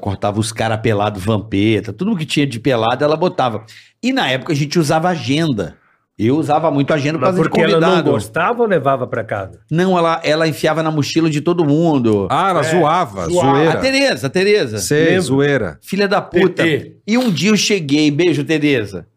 S5: cortava os caras pelados, vampeta, tudo que tinha de pelado ela botava. E na época a gente usava agenda. Eu usava muito agenda por
S6: Mas
S5: causa de
S6: porque ela não
S5: convidado.
S6: gostava ou levava pra casa?
S5: Não, ela, ela enfiava na mochila de todo mundo.
S3: Ah, ela zoava,
S4: É, zoava.
S5: a
S3: zoeira.
S5: Tereza, a Tereza.
S3: Sei, zoeira.
S5: Filha da puta.
S4: TT.
S5: E um dia eu cheguei, beijo, Tereza.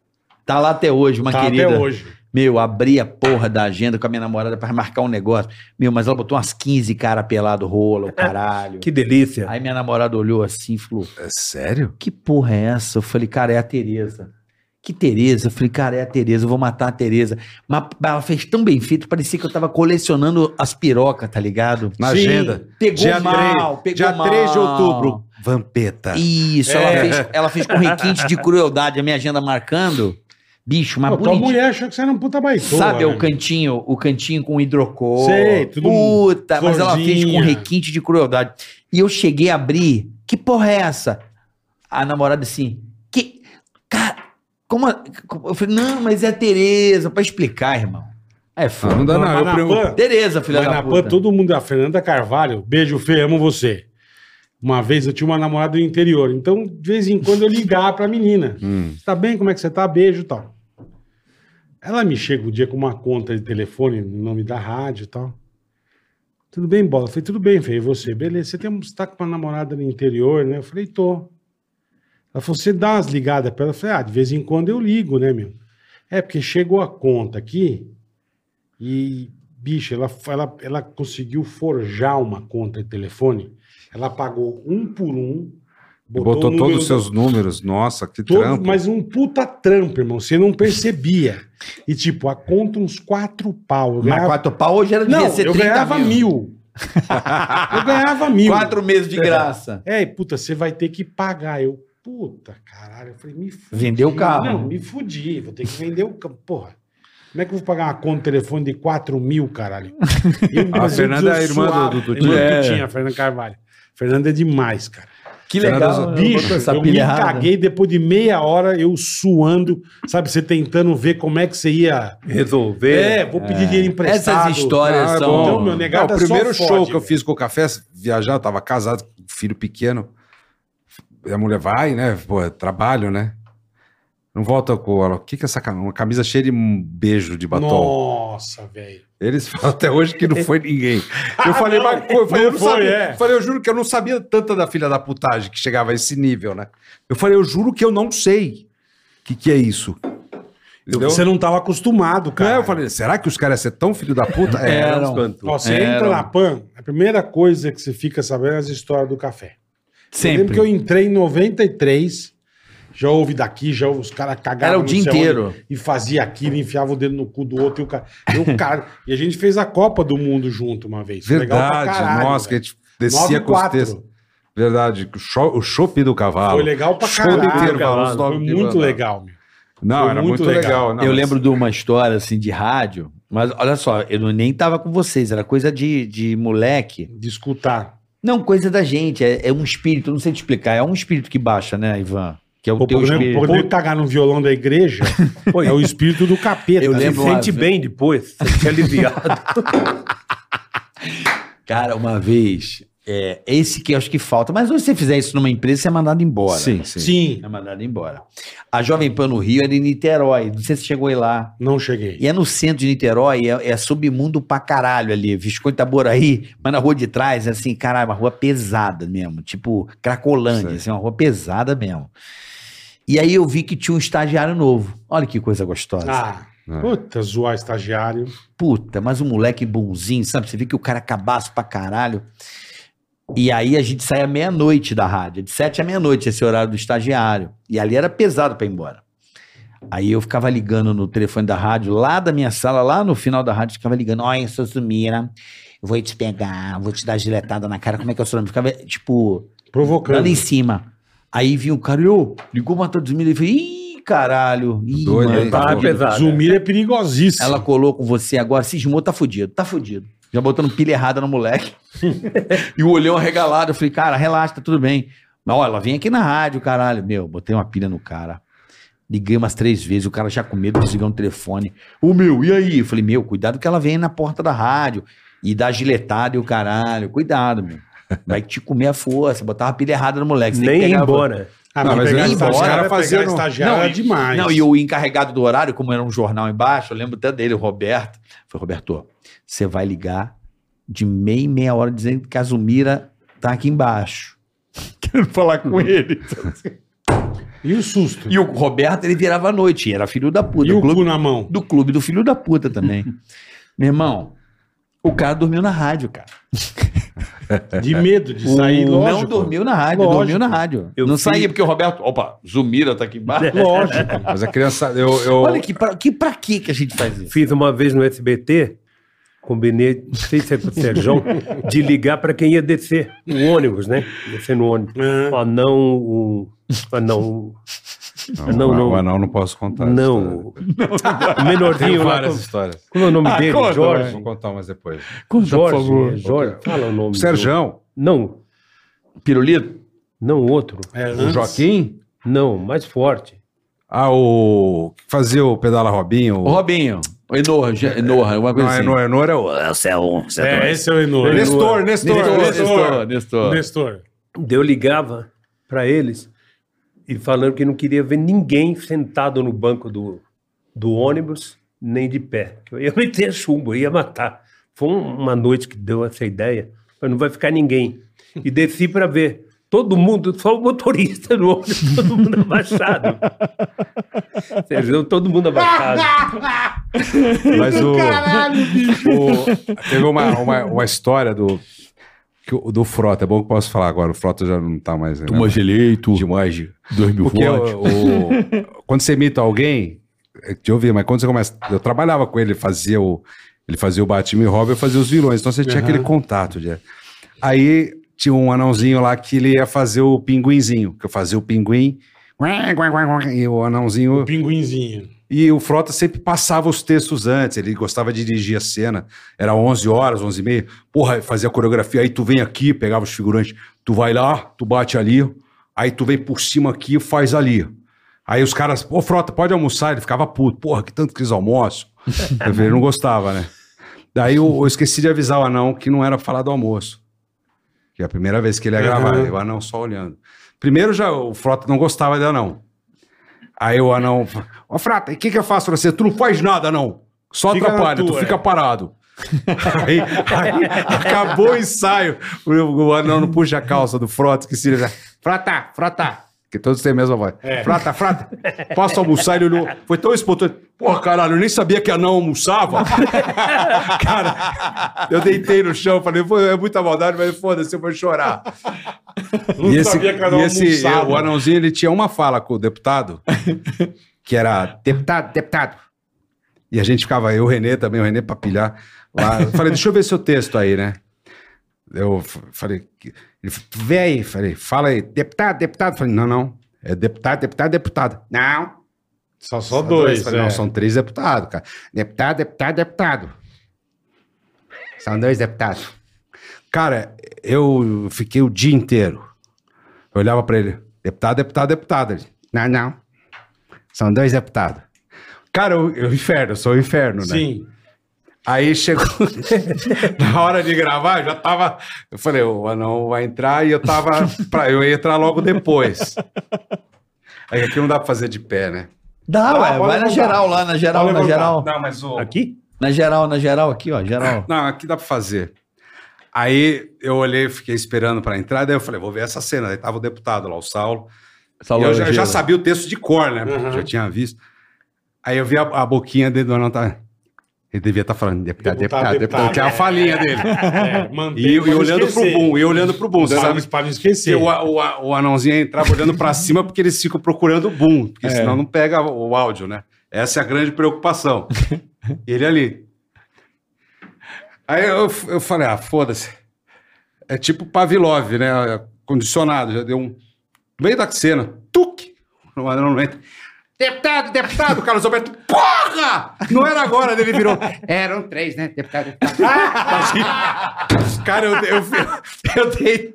S5: Tá lá até hoje, uma
S4: Tá
S5: querida.
S4: até hoje.
S5: Meu, abri a porra da agenda com a minha namorada pra marcar um negócio. Meu, mas ela botou umas 15 cara pelado,
S4: É.
S5: rola, o caralho.
S6: Que delícia.
S5: Aí minha namorada olhou assim e falou:
S3: É sério?
S5: Que porra é essa? Eu falei, cara, é a Tereza. Que Tereza? Eu falei, cara, é a Tereza, eu vou matar a Tereza. Mas ela fez tão bem feito, parecia que eu tava colecionando as pirocas, tá ligado?
S3: Na
S4: Sim.
S3: agenda.
S5: Pegou
S3: Dia
S5: mal,
S3: 3,
S5: pegou
S3: dia
S5: mal.
S3: 3 de outubro. Vampeta. É.
S5: Isso, ela, fez, ela fez com requinte de crueldade a minha agenda marcando. Bicho, mas
S4: Pô, tua
S5: bonitinho.
S4: mulher achou que você era um puta baitola.
S5: Sabe é
S4: né?
S5: o cantinho, o cantinho com hidrocor?
S4: Sei, tudo
S5: Puta, mas ela fez com
S4: florzinha.
S5: requinte de crueldade. E eu cheguei a abrir, que porra é essa? A namorada assim, que cara, como a- eu falei, não, mas é a Tereza, pra explicar, irmão.
S3: Ah,
S5: É
S3: não
S5: foda.
S3: dá
S4: Mas
S3: não. Eu
S4: Tá na
S3: pergunto.
S4: Pan-
S5: Tereza, filha
S4: Mas
S5: da
S4: na
S5: puta.
S4: Pan, todo mundo. é A Fernanda Carvalho, beijo, Fê, amo você. Uma vez eu tinha uma namorada do interior, então de vez em quando eu ligava pra menina.
S5: Hum.
S4: Tá bem? Como é que você tá? Beijo e tal. Ela me chega um dia com uma conta de telefone no nome da rádio e tal. Tudo bem, bola? Eu falei, tudo bem, Fê, e você? Beleza, você tem um destaque com uma namorada no interior, né? Eu falei, tô. Ela falou, você dá umas ligadas pra ela? Eu falei, ah, de vez em quando eu ligo, né, meu? É, porque chegou a conta aqui, e, bicho, ela, ela, ela conseguiu forjar uma conta de telefone. Ela pagou um por um.
S3: Botou,
S4: o um
S3: todos
S4: número
S3: os seus números. Nossa, que
S4: Todo,
S3: trampo.
S4: mas um puta trampo, irmão. Você não percebia. E tipo, a conta uns quatro pau. Eu
S5: Mas
S4: ganhava,
S5: quatro pau hoje era devia
S4: não,
S5: ser
S4: eu
S5: 30
S4: ganhava
S5: mil.
S4: mil. eu ganhava mil.
S5: Quatro meses de graça.
S4: É, e, puta, você vai ter que pagar. Eu, puta, caralho. Eu falei, me fudi.
S5: Vendeu o carro.
S4: Não, me fudi. Vou ter que vender o carro. Porra. Como é que eu vou pagar uma conta de telefone de 4 mil, caralho? Eu,
S3: A
S4: mas eu
S3: Fernanda é a irmã
S4: suava.
S3: do- do- do
S4: Irmã
S5: Tio.
S4: Tutinha, a Fernanda Carvalho. Fernanda é demais, cara.
S5: Que
S3: Fernanda,
S5: legal.
S4: Bicho,
S5: essa
S4: eu me
S5: pilha errada.
S4: caguei depois de meia hora, eu suando, sabe? Você tentando ver como é que você ia.
S6: Resolver.
S4: É, vou pedir dinheiro emprestado.
S5: Essas histórias
S3: Ah, é
S5: são.
S4: Então, meu negado
S3: Não, o
S4: é só
S3: primeiro
S4: fode,
S3: show que eu
S4: velho.
S3: fiz com o café, viajar, eu tava casado, com um filho pequeno. E a mulher vai, né? Pô, trabalho, né? Não volta com ela. O que que é essa camisa? Uma camisa cheia de um beijo de batom.
S4: Nossa, velho.
S3: Eles falam até hoje que não foi ninguém. Eu falei,
S4: Ah, não,
S3: mas co- eu falei, eu
S4: não
S3: não
S4: foi,
S3: sabia.
S4: é.
S3: Eu falei, eu juro que eu não sabia tanta da filha da putagem que chegava a esse nível, né? Eu falei, eu juro que eu não sei o que, que é isso. Entendeu?
S4: Você não estava acostumado,
S3: Não
S4: cara.
S3: é? eu falei, será que os caras iam ser tão filho da puta? É,
S5: Eram.
S4: Ó, você entra na PAN, a primeira coisa que você fica sabendo é as histórias do café. Eu lembro
S5: Sempre.
S4: que eu entrei em 93, já ouvi daqui, já ouvi os caras cagavam.
S5: Era o
S4: não
S5: dia
S4: sei onde,
S5: inteiro.
S4: E fazia aquilo, enfiava o dedo no cu do outro e o cara. E, o cara- e a gente fez a Copa do Mundo junto uma vez. Foi
S3: Verdade, nossa, que a
S4: velho.
S3: gente descia
S4: 9 e
S3: com os
S4: 4.
S3: textos. Verdade, o cho- o chope do cavalo.
S4: Foi legal pra
S3: Show do
S4: caralho.
S3: inteiro,
S4: cara.
S3: os
S4: Foi
S3: nomes que
S4: muito
S3: mandaram.
S4: legal, meu.
S3: Não,
S4: Foi
S3: era
S4: muito
S3: muito
S4: legal.
S3: legal. não,
S5: eu
S3: mas-
S5: lembro de uma história assim de rádio, mas olha só, eu não- nem tava com vocês, era coisa de, de moleque.
S4: De escutar.
S5: Não, coisa da gente, é, é um espírito, não sei te explicar, é um espírito que baixa, né, Ivan? Que é o
S4: Pô,
S5: teu
S4: por exemplo,
S5: espírito.
S4: poder cagar no violão da igreja
S6: Pô,
S4: é o espírito do capeta.
S5: Eu
S6: Você
S5: lembro
S6: se
S5: uma
S6: sente
S5: vez-
S6: bem depois, você fica aliviado. Tá,
S5: Cara, uma vez, é, esse que eu acho que falta, mas hoje se você fizer isso numa empresa, você é mandado embora.
S3: Sim, sim.
S4: Sim,
S5: É mandado embora. A Jovem Pan no Rio era em Niterói, não sei se chegou aí lá.
S4: não cheguei.
S5: E é no centro de Niterói, é, é submundo pra caralho ali. Visconde Itaboraí, mas na rua de trás, é assim, caralho, uma rua pesada mesmo. Tipo, Cracolândia, assim, uma rua pesada mesmo. E aí eu vi que tinha um estagiário novo. Olha que coisa gostosa.
S4: Ah,
S3: É.
S4: puta, zoar estagiário.
S5: Puta, mas um moleque bonzinho, sabe? Você vê que o cara é cabaço pra caralho. E aí a gente saía meia-noite da rádio, de sete à meia-noite, esse horário do estagiário. E ali era pesado pra ir embora. Aí eu ficava ligando no telefone da rádio, lá da minha sala, lá no final da rádio, ficava ligando, olha, seu Sumira, eu vou te pegar, vou te dar giletada na cara, como é que é o seu nome? Ficava, tipo,
S4: Provocando.
S5: Lá em cima. Aí vinha o cara, ô, ligou matando Zumira e falei, ih, caralho. Ih,
S3: Doido,
S5: mano,
S3: hein?
S5: tá
S6: Tá
S5: fudido.
S6: pesado.
S4: Zumira é perigosíssimo.
S5: Ela colou com você agora, cismou, tá fudido, tá fudido. Já botando pilha errada no moleque. e o olhão arregalado. Eu falei, cara, relaxa, tá tudo bem. Mas olha, ela vem aqui na rádio, caralho. Meu, botei uma pilha no cara. Liguei umas três vezes, o cara já com medo, desligando o telefone. Ô meu, e aí? Eu falei, meu, cuidado que ela vem na porta da rádio e dá giletada e o caralho. Cuidado, meu. Vai te comer a força, botava a pilha errada no moleque. você tem que
S6: Nem ir
S5: pegar-
S6: embora.
S4: Ah,
S3: Não, mas
S4: pegar
S5: ele ia embora,
S4: estagiário,
S3: vai
S4: pegar
S3: fazer no-
S4: estagiário
S5: Não,
S4: é
S5: e-
S4: demais.
S5: Não, e o encarregado do horário, como era um jornal embaixo, eu lembro até dele, o Roberto. Foi, Roberto, você vai ligar de meia em meia hora dizendo que a Zumira tá aqui embaixo. Querendo falar com ele.
S4: E o susto? E,
S5: E o Roberto, ele virava à noite, e era filho da puta.
S4: o
S5: do, clube,
S4: cu na mão?
S5: do clube do filho da puta também. Meu irmão, o cara dormiu na rádio, cara.
S4: De medo de sair,
S5: O-
S4: lógico.
S5: não dormiu na rádio,
S4: Lógico.
S5: dormiu na rádio.
S6: Eu
S5: não
S6: fiz-
S5: saía, porque o Roberto, opa, Zumira tá aqui embaixo.
S4: Lógico.
S3: Mas a criança. Eu, eu-
S5: Olha que pra, que pra que que a gente faz isso?
S6: Fiz uma vez no SBT, combinei, não sei se é com o Serjão, de ligar pra quem ia descer. O ônibus, né? Descer no ônibus.
S4: Ah.
S6: O anão, o. o Anão. o-
S3: Não,
S6: Não, não.
S3: Não, não, não posso contar. essa história.
S6: Não. O
S3: Tenho
S6: menorzinho lá.
S3: várias
S6: Como,
S3: histórias.
S6: como é o nome dele? Jorge.
S3: Vou contar umas depois.
S6: Jorge. é Jorge. Fala o nome.
S3: O
S6: do-
S3: Serjão,
S6: Não.
S5: Pirulito?
S6: Não, outro.
S4: É,
S3: o
S4: antes-
S3: Joaquim.
S6: Não, mais forte.
S3: Ah, o. que fazia o Pedala Robinho?
S5: O Robinho. O Enoa, Ge- Enoa, alguma coisa
S3: Não, é
S5: assim.
S3: Enor, Enor é o.
S8: É o céu 1, céu
S4: É, esse é o Enor.
S3: Nestor, Nestor,
S5: Nestor,
S3: Nestor.
S5: Nestor, Nestor.
S4: Nestor.
S6: Eu ligava pra eles e falando que não queria ver ninguém sentado no banco do, do ônibus, nem de pé. Eu ia meter chumbo, eu ia matar. Foi um- uma noite que deu essa ideia. Mas não vai ficar ninguém. E desci pra ver. Todo mundo, só o motorista no ônibus, todo mundo abaixado. Sérgio, todo mundo abaixado.
S3: Mas o. o- teve uma, uma, uma história do. que o- Do Frota, é bom que eu posso falar agora. O Frota já não tá mais. né?
S5: eleito,
S3: de Mogi.
S5: dormiu
S3: Porque o- o- quando você imita alguém, eu te ouvi, mas quando você começa. Eu trabalhava com ele, ele fazia o. Ele fazia o Batman e Robin, eu fazia os vilões. Então você tinha
S4: Aham.
S3: aquele contato. De, aí tinha um anãozinho lá que ele ia fazer o pinguinzinho, que eu fazia o pinguim. ué, ué, ué, ué, E o anãozinho.
S4: Pinguinzinho.
S3: E o Frota sempre passava os textos antes, ele gostava de dirigir a cena. Era 11 horas, 11 e meia. Porra, fazia a coreografia, aí tu vem aqui, pegava os figurantes, tu vai lá, tu bate ali, aí tu vem por cima aqui e faz ali. Aí os caras, ô Frota, pode almoçar? Ele ficava puto, porra, que tanto que eles almoçam. Eu falei, ele não gostava, né? Daí eu, eu esqueci de avisar o anão que não era pra falar do almoço. Que é a primeira vez que ele ia gravar,
S4: Aham.
S3: e o anão só olhando. Primeiro já o Frota não gostava de anão. Aí "Ah, o anão. fa- Ó, Frata, e o que, que eu faço pra você? Tu não faz nada, não. Só
S4: Fica na
S3: atrapalha, tu
S4: tua,
S3: fica
S4: é.
S3: parado. aí, aí acabou o ensaio. O, o anão não puxa a calça do Frota, que se Frota, Frota. Que todos têm a mesma voz.
S4: É.
S3: Frota, frota. Posso almoçar? Ele olhou. Foi tão espontâneo. Porra, caralho, eu nem sabia que anão almoçava. Cara, eu deitei no chão, falei, "Pô, é muita maldade, mas foda-se, eu vou chorar.
S4: Não
S3: E esse,
S4: sabia que era
S3: e esse é
S4: almoçado.
S3: o anãozinho, ele tinha uma fala com o deputado, que era deputado, deputado. E a gente ficava, eu, o Renê também, o Renê pra pilhar lá. Eu falei, deixa eu ver seu texto aí, né? Eu f- falei, que- ele f- vê aí, falei, fala aí, deputado, deputado. Falei, não, não, é deputado, deputado, deputado. Não,
S4: Só, só dois.
S3: Falei,
S4: é.
S3: Não, são três deputados, cara. Deputado, deputado, deputado. São dois deputados. Cara, eu fiquei o dia inteiro. Eu olhava pra ele, deputado, deputado, deputado. Ele, não, não. São dois deputados. Cara, eu, eu inferno, eu sou o inferno, né?
S4: Sim.
S3: Aí chegou na hora de gravar, eu já tava. Eu falei, o anão vai entrar e eu tava. Pra, eu ia entrar logo depois. Aí aqui não dá pra fazer de pé, né?
S5: Dá,
S3: Ah,
S5: ué,
S3: pode
S5: vai na
S3: levantar.
S5: geral lá, na geral,
S3: Pode
S5: na
S3: levantar.
S5: geral.
S3: Não, mas o.
S6: Aqui?
S5: Na geral, na geral, aqui, ó, geral.
S3: Não, aqui dá pra fazer. Aí eu olhei, fiquei esperando pra entrar, daí eu falei, vou ver essa cena. Aí tava o deputado lá, o Saulo. E
S1: Salão
S3: eu já, eu já
S1: Gila.
S3: sabia o texto de cor, né?
S4: Uhum.
S3: Já tinha visto. Aí eu vi a, a boquinha dele do Arnaldo. tá- Ele devia estar falando deputado,
S4: Deputado,
S3: deputado, deputado.
S4: deputado.
S3: Tinha a falinha dele.
S4: É,
S3: E,
S4: mantém
S3: e
S4: pra não
S3: olhando pro
S4: esquecer.
S3: boom, e olhando pro boom. Você
S4: Pra-
S3: sabe
S4: Pra não
S3: que
S4: esquecer.
S3: o, o, o anãozinho entrava olhando pra cima porque eles ficam procurando o boom, porque senão não pega o, o áudio, né? Essa é a grande preocupação. E ele ali. Aí eu, eu falei, ah, foda-se. É tipo Pavlov, né? Condicionado, já deu um. No meio da cena, tuque! O anão não entra. Deputado, deputado, Carlos Alberto, porra! Não era agora, daí ele virou. Eram três, né? Deputado, deputado. Ah! Cara, eu, eu, eu deitei.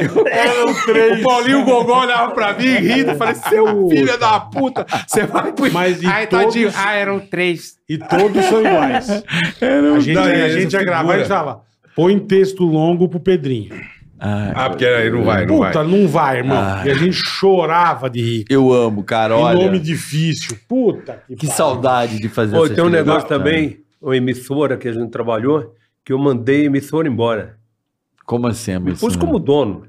S3: Eu- O Paulinho Gogol olhava pra mim rindo, falei, seu filho da puta, você vai pro...
S4: Mas e
S3: Aí,
S4: todos-
S3: tadinho, ah, eram três.
S4: E todos são iguais. a gente,
S3: não,
S4: a
S3: essa
S4: gente ia
S3: figura.
S4: gravar e falava, põe texto longo pro Pedrinho.
S3: Ah, porque aí não vai, não vai.
S4: Puta, não vai, irmão. E a gente chorava de rir.
S1: Eu amo, cara.
S4: Que
S1: Olha,
S4: nome difícil. Puta que,
S1: que
S4: pariu.
S1: saudade de fazer
S6: Ô,
S1: essas
S5: é
S6: tem um
S1: coisas.
S6: negócio também, uma emissora que a gente trabalhou, que eu mandei a emissora embora.
S1: Como assim,
S6: Me
S1: amor?
S6: pus como dono.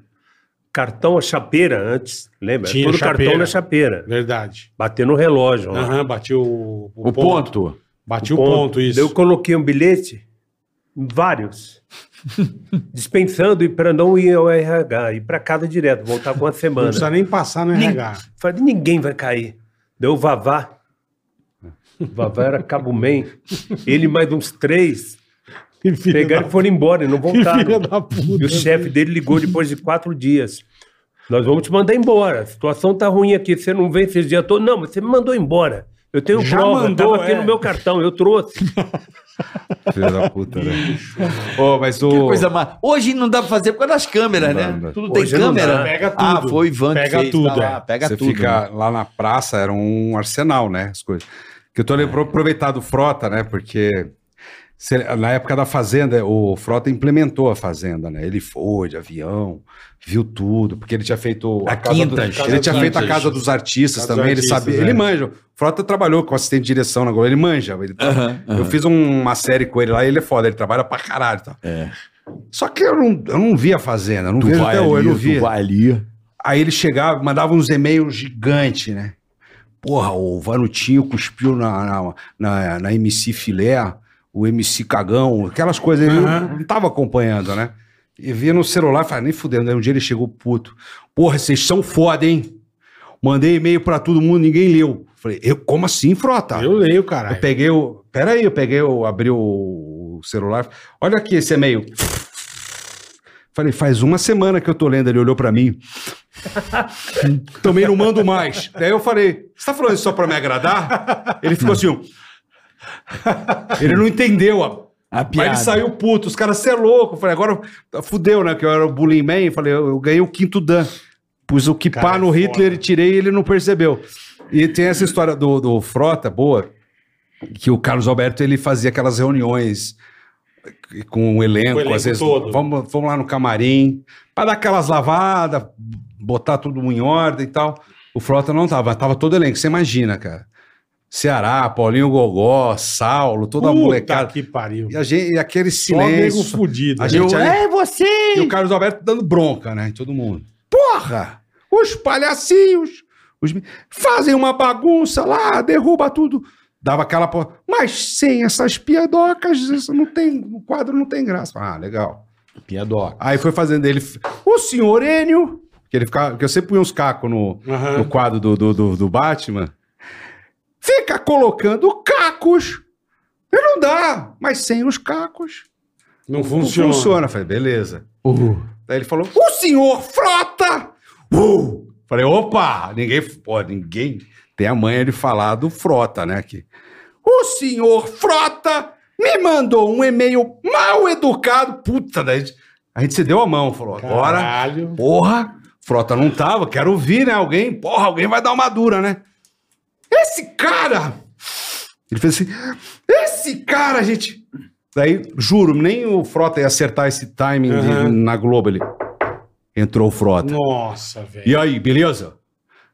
S6: Cartão a chapeira antes, lembra?
S4: Tinha
S6: Todo
S4: chapeira.
S6: cartão na chapeira.
S4: Verdade.
S6: Bater no relógio. lá.
S4: Aham, bati o,
S1: O ponto.
S4: Bati o ponto, isso.
S6: Daí Eu coloquei um bilhete, vários, dispensando e para não ir ao RH, ir para casa direto, voltar com a
S4: Não
S6: semana.
S4: precisa nem passar no RH.
S6: Falei, ninguém vai cair. Deu o Vavá. O Vavá era Cabo Man. Ele e mais uns três
S4: Que filho
S6: pegaram
S4: da-
S6: e foram embora e não
S4: que filho
S6: voltaram.
S4: da puta.
S6: E o chefe dele ligou depois de quatro dias. Nós vamos te mandar embora. A situação tá ruim aqui. Você não vem esses dias todos. Não, mas você me mandou embora. Eu tenho
S4: Já
S6: prova.
S4: mandou,
S6: tava aqui
S4: é.
S6: no meu cartão. Eu trouxe.
S3: Filho da puta, né? Ô, mas o...
S1: Que coisa má. Hoje não dá pra fazer por causa das câmeras,
S3: Não dá,
S1: né?
S3: não dá.
S1: Tudo tem
S6: Hoje não dá.
S1: câmera.
S4: Pega tudo.
S1: Ah, foi o Ivan que
S4: Pega
S1: fez,
S4: tudo,
S1: tá lá,
S4: é.
S1: Pega
S3: você
S1: tudo. né?
S3: fica lá na praça, era um arsenal, né? As coisas. Que eu tô
S1: É.
S3: lembrando aproveitar do Frota, né? Porque se- na época da Fazenda, o Frota implementou a Fazenda, né? Ele foi de avião, viu tudo, porque ele tinha feito
S1: A Quintas,
S3: do,
S1: Casa
S3: ele tinha
S1: dos
S3: feito a
S1: Artistas.
S3: casa dos artistas
S4: Casa
S1: Tá
S4: dos
S3: também.
S4: Artistas,
S3: ele sabia,
S4: é.
S3: ele manja. O Frota trabalhou com assistente de direção na Globo, ele manja. ele tra-
S1: Aham, aham.
S3: Eu fiz um- uma série com ele lá, e ele é foda, ele trabalha pra caralho, e tal. Só que eu não, eu não vi a Fazenda, eu não vejo até hoje, eu não vi.
S1: É. vai ali.
S3: Aí ele chegava, mandava uns e-mails gigantes, né? Porra, o Vanutinho cuspiu na, na, na, na MC Filé, o MC Cagão, aquelas coisas. Ele não, não tava acompanhando, né? E via no celular e falava, nem fudendo. Aí um dia ele chegou puto. Porra, vocês são foda, hein? Mandei e-mail pra todo mundo, ninguém leu. Falei, eu, como assim, frota?
S4: Eu leio,
S3: Eu
S4: caralho.
S3: peguei o. Peraí, eu peguei o. Abri o o celular. Olha aqui esse e-mail. Falei, faz uma semana que eu tô lendo. Ele olhou pra mim. Também não mando mais. Daí eu falei, você tá falando isso só pra me agradar? Ele ficou assim. ó. Ele não entendeu a.
S1: A
S3: Aí ele
S1: piada.
S3: saiu puto, os caras, você é louco. Eu falei, agora fudeu, né? Que eu era o bullying man. Eu falei, eu, eu ganhei o quinto dan. Pus o Kipá
S4: Cara, é
S3: no
S4: foda.
S3: Hitler e tirei e ele não percebeu. E tem essa história do, do Frota, boa, que o Carlos Alberto ele fazia aquelas reuniões com o elenco,
S4: Com o elenco
S3: às vezes.
S4: todo.
S3: Vamos, vamos lá no camarim, para dar aquelas lavadas, botar tudo em ordem e tal. O Frota não tava, tava todo elenco, você imagina, cara. Ceará, Paulinho Gogó, Saulo, toda a
S4: Puta
S3: molecada.
S4: que pariu.
S3: E, a gente- e aquele
S4: Só nego
S3: silêncio.
S4: fudido.
S3: A gente ali-
S1: É você!
S3: E o Carlos Alberto dando bronca, né? Em todo mundo. Porra! Os palhacinhos! os me- fazem uma bagunça lá, derruba tudo. Dava aquela. po- Mas sem essas piadocas, isso não tem. O quadro não tem graça. Ah, legal. Piadoca. Aí foi fazendo ele. O senhor Enio. Que ele ficava. Que eu sempre punha uns cacos no,
S4: Aham.
S3: no quadro do, do, do, do Batman. Fica colocando cacos. E Não dá, mas sem os cacos.
S4: Não
S3: Não
S4: funciona.
S3: funciona. Eu Falei, beleza. Daí ele falou, o senhor Frota! Uh! Falei, opa! Ninguém, pô, ninguém tem a manha de falar do Frota, né, aqui. O senhor Frota me mandou um e-mail mal educado. Puta, daí a gente- a gente se deu a mão, falou, agora,
S4: Caralho.
S3: porra, Frota não tava, quero ouvir, né, alguém, porra, alguém vai dar uma dura, né? Esse cara... Ele fez assim, esse cara, gente... Daí, juro, nem o Frota ia acertar esse timing de-
S4: Aham.
S3: na Globo, ele... Entrou o Frota.
S4: Nossa, velho.
S3: E aí, beleza?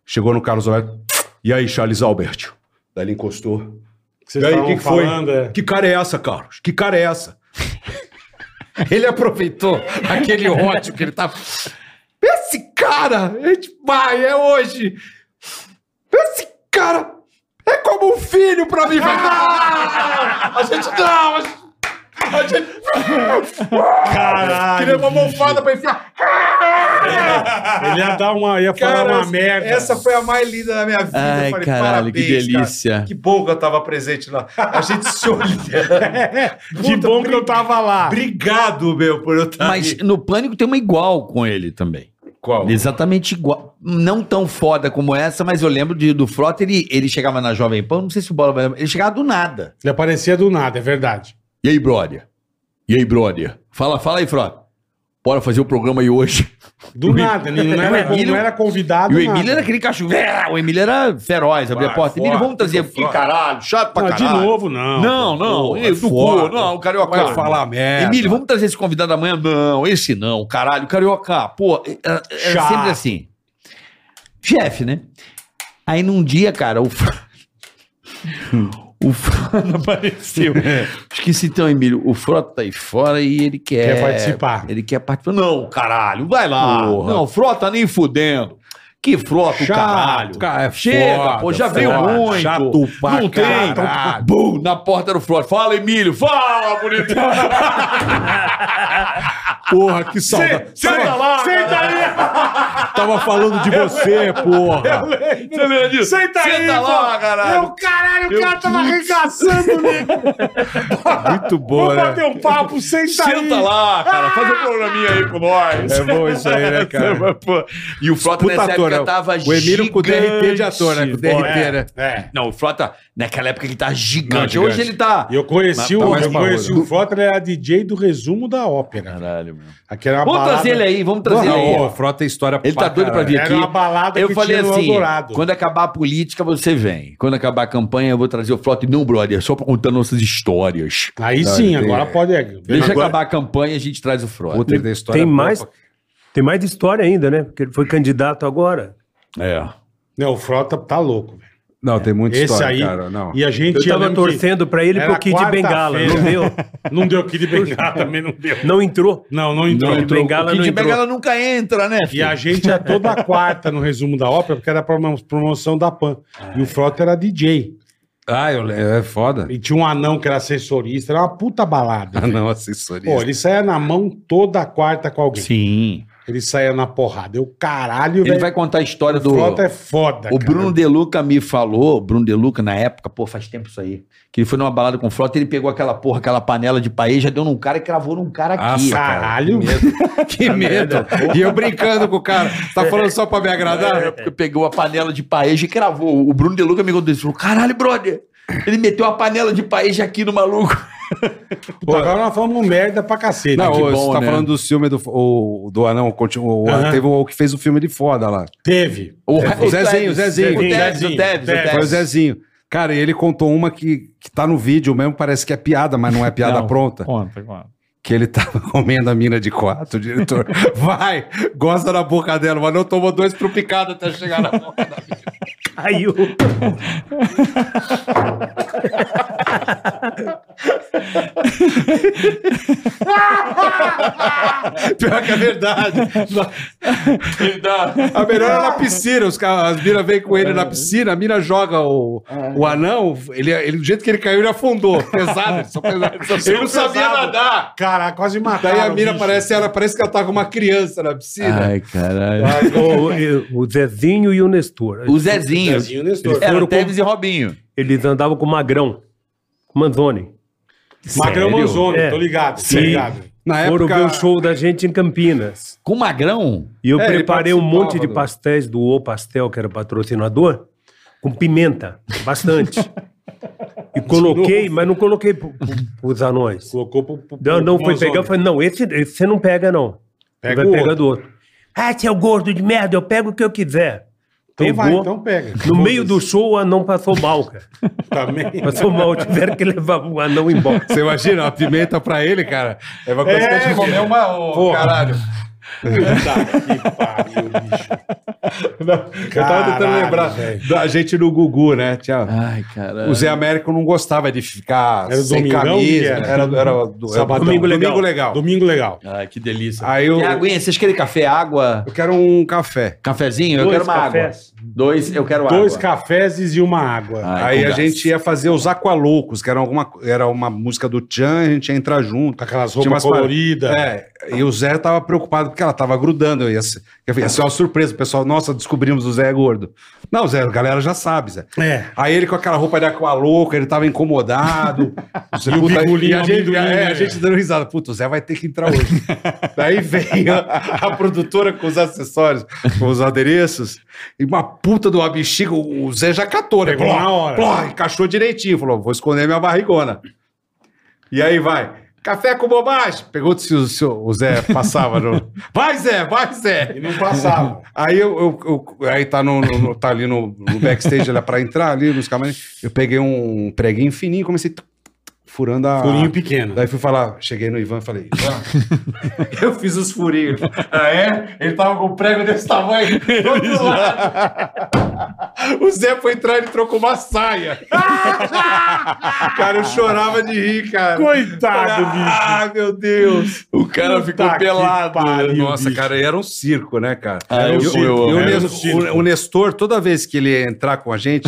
S3: Chegou no Carlos Alberto. E aí, Charles Alberto? Daí ele encostou.
S4: Que vocês
S3: e aí,
S4: estavam
S3: que que foi?
S4: falando, é.
S3: Que cara é essa, Carlos? Que cara é tá- essa? ele aproveitou aquele ódio que ele tava.
S1: Esse cara é de pai, é hoje. Esse cara é como um filho pra mim. Ah, a gente não, a gente... A gente...
S4: Caralho.
S1: Queria uma mofada pra enfiar.
S4: Ele ia dar uma. ia falar
S3: é
S7: Cara,
S4: uma merda.
S7: Essa foi a mais linda da minha vida.
S5: Ai,
S7: Eu falei,
S5: caralho, que
S7: parabéns,
S5: delícia.
S7: cara. Que bom que eu tava presente lá. A gente se olhando.
S4: que
S7: Puta,
S4: bom que
S7: brin-
S4: eu tava lá.
S7: Obrigado, meu, por eu estar
S5: Mas
S7: aqui.
S5: no Pânico tem uma igual com ele também.
S7: Qual?
S5: Exatamente igual. Não tão foda como essa, mas eu lembro de- do Frota, ele, ele chegava na Jovem Pan, não sei se o Bola vai lembrar, ele chegava do nada.
S4: Ele aparecia do nada, é verdade.
S5: E aí, brother? E aí, brother? Fala, fala aí, Frota. Bora fazer o programa aí hoje.
S4: Do nada, ele não era,
S5: Emílio-
S4: não era convidado.
S5: E o
S4: nada.
S5: Emílio era aquele cachorro. É, O Emílio era feroz, abria a
S7: Vai,
S5: porta. Emílio,
S7: fora,
S5: vamos trazer.
S7: fica
S5: Que
S7: fora.
S5: caralho, chato pra
S4: Não, de
S5: caralho.
S4: novo, não. é
S5: Não, não.
S7: Porra,
S5: Ei, do
S7: fora.
S5: cu, não, o carioca.
S3: Vai falar merda.
S5: Emílio, vamos trazer esse convidado amanhã? Não, esse não, caralho, carioca. Pô, era, era
S4: Chato.
S5: sempre assim. Chefe, né? Aí num dia, cara, o. Fra- o Frota apareceu. Esqueci então, Emílio. O Frota tá aí fora e ele quer.
S4: Quer participar.
S5: Ele quer participar. Não, caralho, vai lá.
S3: Porra.
S5: Não, Frota nem fudendo. Que frota, o
S4: Chato,
S5: caralho.
S3: cara, é
S5: Chega,
S3: foda,
S5: pô, já
S3: foda,
S5: veio muito.
S3: chato pra
S5: Não tem.
S3: caralho.
S5: Bum, na porta do Frota. Fala, Emílio. Fala, bonitão.
S3: Porra, que saudade.
S5: Senta lá. Senta aí.
S3: Tava falando de você, porra.
S5: Senta, lá, caralho.
S4: Caralho, o cara tava arregaçando, né?
S3: Muito boa,
S4: Vamos bater
S3: né?
S4: um papo, senta, aí.
S5: Senta lá, cara. Faz um programinha aí com nós.
S3: É bom isso aí, né, cara?
S5: Pô, E o Frota
S3: Puta
S5: nessa
S3: ator,
S5: época
S3: né?
S5: tava
S3: O Emílio com o DRT de ator, né? Com o
S5: gigante.
S3: DRT, né?
S4: É.
S5: Não, o Frota, naquela época ele tá
S3: Não,
S5: gigante.
S3: gigante.
S5: Hoje ele tá...
S4: E eu conheci
S3: Mas tá
S4: o,
S3: mais
S4: eu conheci
S3: barulho.
S4: o Frota, ele era DJ do resumo da ópera.
S5: Caralho, meu.
S4: Aqui era uma
S5: Vamos
S4: balada.
S5: trazer ele aí, vamos trazer ele
S3: Não,
S5: aí.
S3: o Frota é história
S5: Ele tá doido pra
S3: caralho.
S5: vir aqui.
S4: Era uma balada
S5: eu
S4: que
S5: falei
S4: tinha no
S5: assim,
S4: Eldorado.
S5: quando acabar a política, você vem. Quando acabar a campanha, eu vou trazer o Frota. Não, brother, só pra contar nossas histórias.
S4: Aí sim,
S3: Não, ele
S4: agora
S3: tem-
S4: pode. é,
S5: Deixa acabar a campanha, a gente traz o Frota.
S3: Puta, ele tem história
S6: Tem
S3: boa
S6: mais,
S3: pra-
S6: tem mais história ainda, né? Porque ele foi candidato agora.
S5: É.
S4: Não, o Frota tá louco, velho.
S3: Não, tem muita
S4: Esse
S3: história,
S4: aí.
S3: cara. Não.
S4: E a gente.
S6: Eu tava
S4: lembro que
S6: torcendo pra ele
S4: era
S6: pro Kid Bengala, não deu.
S4: quarta-feira. Não deu Kid Bengala, também não deu.
S6: Não entrou.
S4: Não, não entrou.
S6: Não entrou. Bengala
S5: o Kid
S6: não entrou.
S5: Bengala nunca entra, né,
S4: E
S5: filho?
S4: a gente é toda quarta no resumo da ópera, porque era a promo- promoção da Pan. E o Frota era DJ.
S3: Ah, eu, le- é foda.
S4: E tinha um anão que era assessorista, era uma puta balada.
S3: Ah, não, assessoria.
S4: Pô, ele saía na mão toda quarta com alguém.
S5: Sim.
S4: Ele saía na porrada. Eu, caralho,
S5: Ele
S4: velho.
S5: vai contar a história
S4: O
S5: do...
S4: Frota é foda.
S5: O
S4: cara.
S5: Bruno Deluca me falou, Bruno Deluca na época, pô, faz tempo isso aí, que ele foi numa balada com o Frota, ele pegou aquela porra, aquela panela de país, já deu num cara e cravou num cara aqui.
S3: Nossa,
S4: Caralho,
S3: que medo. e eu brincando com o cara. Tá falando só pra me agradar?
S5: É, porque pegou a panela de paeja e cravou. O Bruno De Luca me contou isso. Falou, caralho, brother. Ele meteu a panela de paeja aqui no maluco.
S4: Puta, agora nós falamos merda pra cacete.
S3: Não,
S4: Que
S3: ô,
S4: bom,
S3: você tá
S4: né?
S3: falando do filme do, o, do anão. continua- o-
S4: Aham.
S3: Teve o que fez o filme de foda lá.
S4: Teve.
S5: O,
S3: É, o Zezinho, o Zezinho.
S5: O Tevez, o
S4: Zezinho,
S5: Tevez, o
S4: Tevez.
S3: Foi o
S5: Tevez.
S3: Zezinho. Cara, e ele contou uma que, que tá no vídeo mesmo, parece que é piada, mas não é piada pronta.
S1: Conta, conta.
S3: Que ele tava comendo a mina de quatro, o diretor. Vai, gosta na boca dela, mas não tomou dois trupicados até chegar na boca.
S6: Caiu.
S3: Pior que é verdade. A melhor é na piscina. Os, ca- as minas vêm com ele
S4: É.
S3: na piscina, a mina joga o, o anão, ele, ele- do jeito que ele caiu, ele afundou. Pesado, ele só pesado. Ele não sabia
S4: pesado.
S3: nadar.
S4: Cara, quase mataram.
S3: Daí a
S4: o
S3: mina
S4: bicho.
S3: parece, ela, parece que ela tá com uma criança na piscina.
S5: Ai, caralho.
S6: o, o- o Zezinho e o Nestor.
S5: O Zezinho.
S4: Zezinho Nestor.
S5: assim, Era
S6: foram
S5: o Tevez e Robinho.
S6: Eles andavam com o Magrão. Manzoni.
S4: Magrão
S5: Sério?
S4: Manzoni,
S6: É.
S4: tô ligado. Tô
S6: Sim.
S4: ligado.
S3: Na
S6: Foram
S3: época,
S6: ver o show da gente em Campinas.
S5: Com magrão?
S6: E eu
S3: É, ele
S6: preparei um
S3: participava
S6: monte de
S3: do-
S6: pastéis do O Pastel, que era patrocinador, com pimenta, bastante. e coloquei, mas não coloquei pro- pro- pros anões.
S4: Colocou pro. pro-
S6: Não, não
S4: pro
S6: foi
S4: Manzoni.
S6: pegar, eu falei, não, esse, esse você não pega, não.
S4: Pega
S6: vai
S4: o
S6: pegar
S4: outro.
S6: do outro. Ah, seu gordo de merda, eu pego o que eu quiser.
S4: Então vai,
S6: Pegou.
S4: então pega.
S6: No meio do show, o anão passou mal, cara.
S4: Também.
S6: Passou mal, tiveram que levar o anão embora.
S3: você imagina, a pimenta pra ele, cara. É uma coisa
S4: É,
S3: que a gente comeu uma. ô,
S4: Porra.
S3: caralho.
S4: Puta que pariu, bicho.
S3: Eu tava tentando
S4: Caralho,
S3: lembrar
S4: velho.
S3: da gente no Gugu, né? Tinha,
S5: Ai, caralho.
S3: o Zé Américo não gostava de ficar
S4: Era o
S3: sem
S4: Domingão que
S3: camisa.
S4: era?
S3: Era, era o do-
S4: Sabadão.
S3: Domingo
S4: Domingo
S3: legal.
S4: Legal.
S3: Domingo legal.
S4: Domingo legal.
S5: Ai, que delícia.
S3: Aí eu,
S5: Tem aguinha, vocês
S4: é
S5: querem café, água,
S3: eu quero um café.
S5: cafezinho? eu
S6: Dois
S5: quero uma
S6: cafés.
S5: água. Dois, eu quero
S4: Dois
S5: água.
S4: cafés e uma água.
S5: Ai,
S3: Aí a
S5: com
S3: gente ia fazer os Aqualoucos, que era, alguma, era uma música do Tchan, a gente ia entrar junto.
S4: Com aquelas
S3: Tinha
S4: roupas
S3: umas par-
S4: coloridas.
S3: É, e o Zé tava preocupado porque ela tava grudando. Eu ia ser, ia ser uma surpresa, o pessoal. Nossa, descobrimos o Zé é gordo. Não, Zé, a galera já sabe, Zé.
S4: É.
S3: Aí ele com aquela roupa de aqua louca, ele tava incomodado. Você,
S4: E o bigolinho,
S3: e a gente,
S4: amendoim,
S3: é,
S4: né?
S3: a gente dando risada. Puta, o Zé vai ter que entrar hoje. Daí vem a, a produtora com os acessórios, com os adereços, e uma puta de uma bexiga, o Zé já catou, né?
S4: Pegou
S3: Pló,
S4: na hora.
S3: pló, encaixou direitinho, falou, vou esconder minha barrigona. E aí vai. Café com bobagem. Pegou se o, se o Zé passava. no- Vai, Zé, vai, Zé.
S4: E não passava.
S3: Aí eu, eu- eu- aí tá, no, no- no- tá ali no, no backstage ali, pra entrar ali nos camarões. Eu peguei um preguinho fininho e comecei tuc, tuc, furando a.
S4: Furinho pequeno.
S3: Daí fui falar, cheguei no Ivan e falei, Ivan, eu fiz os furinhos. Ah, é? Ele tava com um prego desse tamanho do outro lado. O Zé foi entrar e ele trocou uma saia. cara, eu chorava de rir, cara.
S4: Coitado, bicho.
S3: Ah, meu Deus.
S5: O cara
S4: ficou pelado. Pariu,
S3: né? Nossa,
S4: bicho.
S3: cara, era um circo, né, cara?
S5: Ah, eu-
S3: E o-
S5: eu-
S3: e
S5: eu-
S3: o,
S5: era
S3: Nes-
S4: um circo.
S3: o- o Nestor, toda vez que ele ia entrar com a gente,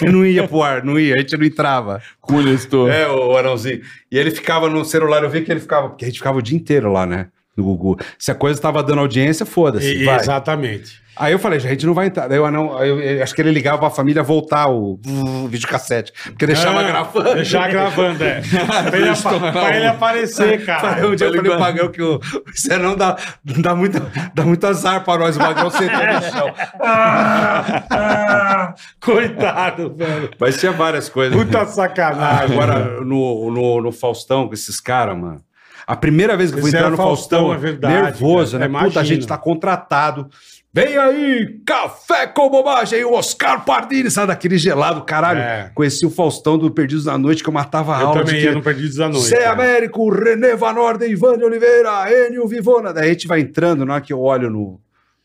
S3: ele não ia pro ar, não ia, a gente não entrava.
S5: Cunha, estou.
S3: É, o Arãozinho. E ele ficava no celular, eu vi que ele ficava, porque a gente ficava o dia inteiro lá, né? No Gugu. Se a coisa tava dando audiência, foda-se.
S4: E-
S3: vai.
S4: Exatamente.
S3: Aí eu falei, gente, a gente não vai entrar. Daí o anão, aí eu- eu acho que ele ligava pra família voltar o, o videocassete. Porque deixava
S4: Ah,
S3: gravando.
S4: Deixava gravando, é. pra, ele apa- um. pra ele aparecer,
S3: Aí
S4: cara. tá
S3: um dia eu falei pro Magrão que o você não dá, dá, muito, dá muito azar pra nós, o Magrão sentando no chão.
S4: Ah, Coitado, velho.
S3: Mas tinha várias coisas.
S4: Puta
S3: Ah,
S4: sacanagem.
S3: agora, no, no, no Faustão, com esses caras, mano. A primeira vez que eu fui
S4: Esse
S3: entrar
S4: era
S3: no
S4: Faustão,
S3: Faustão,
S4: é verdade,
S3: nervoso,
S4: cara.
S3: né?
S4: Eu
S3: Puta, a
S4: imagino.
S3: gente tá contratado. Vem aí, café com bobagem, o Oscar Pardini, sai daquele gelado, caralho.
S4: É.
S3: Conheci o Faustão do Perdidos na Noite, que eu matava a
S4: Eu
S3: aula. de
S4: também
S3: que-
S4: ia no Perdidos da Noite. né?
S3: Zé
S4: cara.
S3: Américo, René Van Orden, Ivan de Oliveira, Enio Vivona. Daí a gente vai entrando, na hora que eu olho no,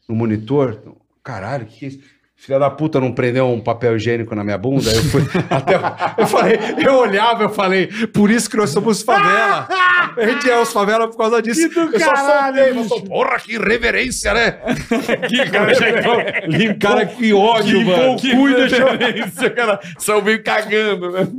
S3: no monitor, caralho, o que, que é isso? Filha da puta não prendeu um papel higiênico na minha bunda? Eu fui até. Eu falei, eu olhava, eu falei, por isso que nós somos favela. A gente é os favela por causa disso.
S4: do
S3: eu só
S4: caralho,
S3: soltei, mas só, porra, que reverência, né?
S4: Que cara já entrou- limpou-
S3: Cara, que ódio,
S4: limpou
S3: mano.
S4: o cu e deixou-
S5: Isso, cara, só veio cagando, velho.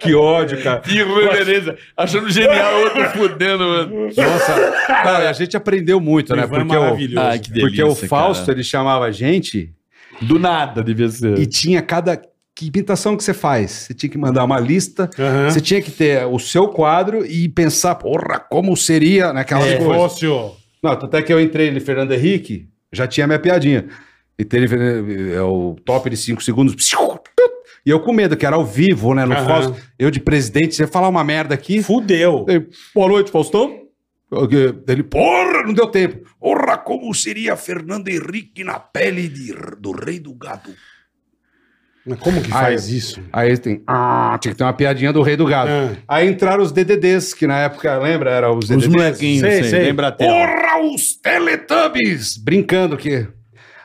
S3: Que ódio, cara.
S5: Que beleza. Achando genial, outro fudendo, mano.
S3: Nossa, cara, a gente aprendeu muito, né?
S4: Ivan é
S3: Porque o,
S4: maravilhoso.
S5: Ai, que delícia,
S3: porque o Fausto, ele chamava a gente
S5: Do nada devia ser.
S3: E tinha cada. Que imitação que você faz? Você tinha que mandar uma lista,
S4: Aham.
S3: você tinha que ter o seu quadro e pensar, porra, como seria né, naquela
S4: Se
S5: É,
S3: coisa.
S4: fosse, ó.
S3: Não, tanto é que eu entrei no Fernando Henrique, já tinha minha piadinha. E teve eh, é o top de 5 segundos. psiu, tut, E eu com medo, que era ao vivo, né? No
S4: Aham.
S3: Fausto. Eu de presidente, você ia falar uma merda aqui.
S4: Fudeu.
S3: Ele, Boa noite, Faustão. Ele, porra, não deu tempo. Porra, como seria Fernando Henrique na pele de- do rei do gado?
S4: Mas como que
S3: Ai,
S4: faz isso?
S3: Aí tem. Ah, tinha que ter uma piadinha do rei do gado.
S4: Ah.
S3: Aí entraram os DDDs, que na época, lembra? Era os DDDs.
S4: Sei, sei.
S5: lembra até.
S3: Porra, os Teletubbies! Brincando que.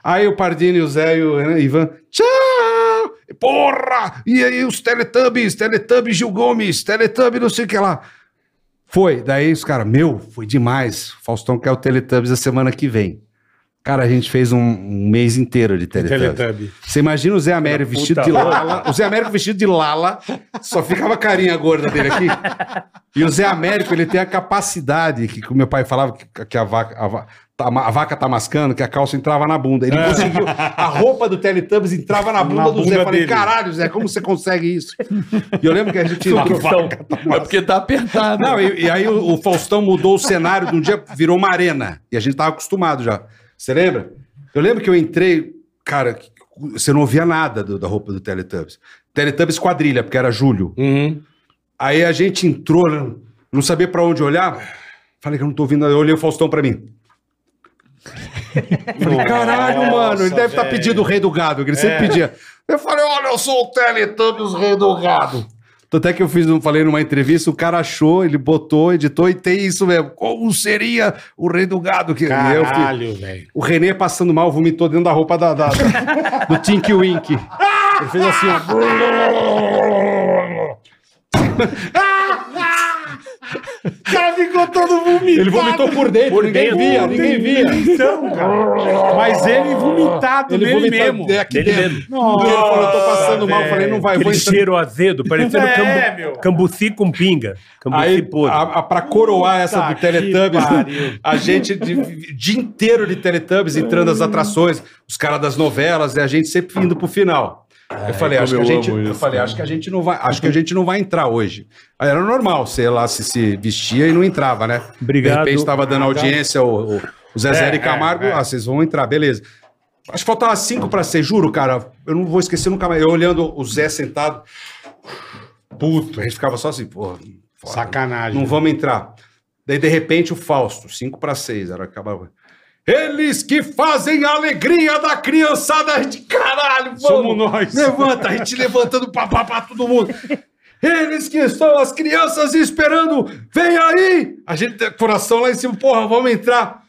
S3: Aí o Pardini, o Zé e o Renan- Ivan. Tchau! Porra! E aí os Teletubbies, Teletubbies Gil Gomes, Teletubbies não sei o que lá. Foi. Daí os caras, meu, foi demais. Faustão quer o Teletubbies a semana que vem. Cara, a gente fez um, um mês inteiro de Teletubbies.
S4: Teletubbie.
S3: Você imagina o Zé Américo
S6: Puta
S3: vestido de
S6: louca.
S3: lala. O Zé Américo vestido de lala. Só ficava a carinha gorda dele aqui. E o Zé Américo, ele tem a capacidade, que, que o meu pai falava que, que a, vaca, a, va- tá ma- a vaca tá mascando, que a calça entrava na bunda. Ele conseguiu. A roupa do Teletubbies entrava na bunda
S4: Na
S3: do Zé.
S4: bunda
S3: Eu falei,
S4: dele.
S3: caralho, Zé, como você consegue isso? E eu lembro que a gente...
S6: Faustão.
S5: É porque tá apertado.
S3: Não, e, e aí o, o Faustão mudou o cenário de um dia, virou uma arena. E a gente tava acostumado já. Você lembra? Eu lembro que eu entrei, cara, que- você não ouvia nada do- da roupa do Teletubbies. Teletubbies quadrilha, porque era julho.
S4: Uhum.
S3: Aí a gente entrou, né, não sabia pra onde olhar. Falei que eu não tô ouvindo nada. Eu olhei o Faustão pra mim. Falei, caralho, mano, ele deve tá estar pedindo o rei do gado, que ele sempre pedia. Eu falei, olha, eu sou o Teletubbies rei do gado. Tanto é que eu fiz, um- falei numa entrevista, o cara achou, ele botou, editou e tem isso mesmo. Como seria o rei do gado? Que... e eu fui-
S4: Caralho, velho.
S3: o Renê passando mal, vomitou dentro da roupa da, da- da- do Tink Wink. Ele fez assim, ó.
S4: O cara ficou todo vomitado.
S3: Ele vomitou por dentro,
S6: Por
S3: ninguém
S6: dentro.
S3: via, ninguém via.
S4: Então, cara. Mas ele vomitado
S3: Ele
S4: nele
S3: vomitou
S4: mesmo.
S3: de- aqui
S6: Dele
S3: dentro.
S6: mesmo.
S3: Ele falou, eu tô passando mal, eu
S4: velho.
S3: falei, não Então vai, eu vou
S6: Aquele
S3: entrar.
S6: cheiro azedo, parecendo
S4: É,
S6: cambu-
S4: meu.
S6: cambuci com pinga.
S4: é
S6: Cambuci
S3: Aí,
S6: podre.
S3: a, a- pra coroar essa
S4: Puta
S3: do
S4: que
S3: Teletubbies,
S4: pariu.
S3: a gente, de- o dia inteiro de Teletubbies, entrando as atrações, os caras das novelas, e a gente sempre indo pro final. eu falei, acho que a gente, eu falei, acho que a gente não vai, acho que a gente não vai entrar hoje. Aí era normal, sei lá, se se vestia e não entrava, né?
S6: Obrigado.
S3: De repente estava dando audiência o, o, o Zezé
S4: É,
S3: e Camargo,
S4: é, é.
S3: ah, vocês vão entrar, beleza. Acho que faltava cinco pra ser, juro, cara. Eu não vou esquecer nunca mais. Eu olhando o Zé sentado,
S4: Puto.
S3: a gente ficava só assim, pô, foda.
S4: Sacanagem. né?
S3: Não vamos entrar. Daí, de repente, o Fausto, 5 para 6, era acabava. Eles que fazem a alegria da criançada, a gente, caralho, vamos.
S4: Somos nós.
S3: Levanta, a gente levantando papá pra todo mundo. Eles que estão as crianças esperando, vem aí! A gente tem coração lá em cima, porra, vamos entrar.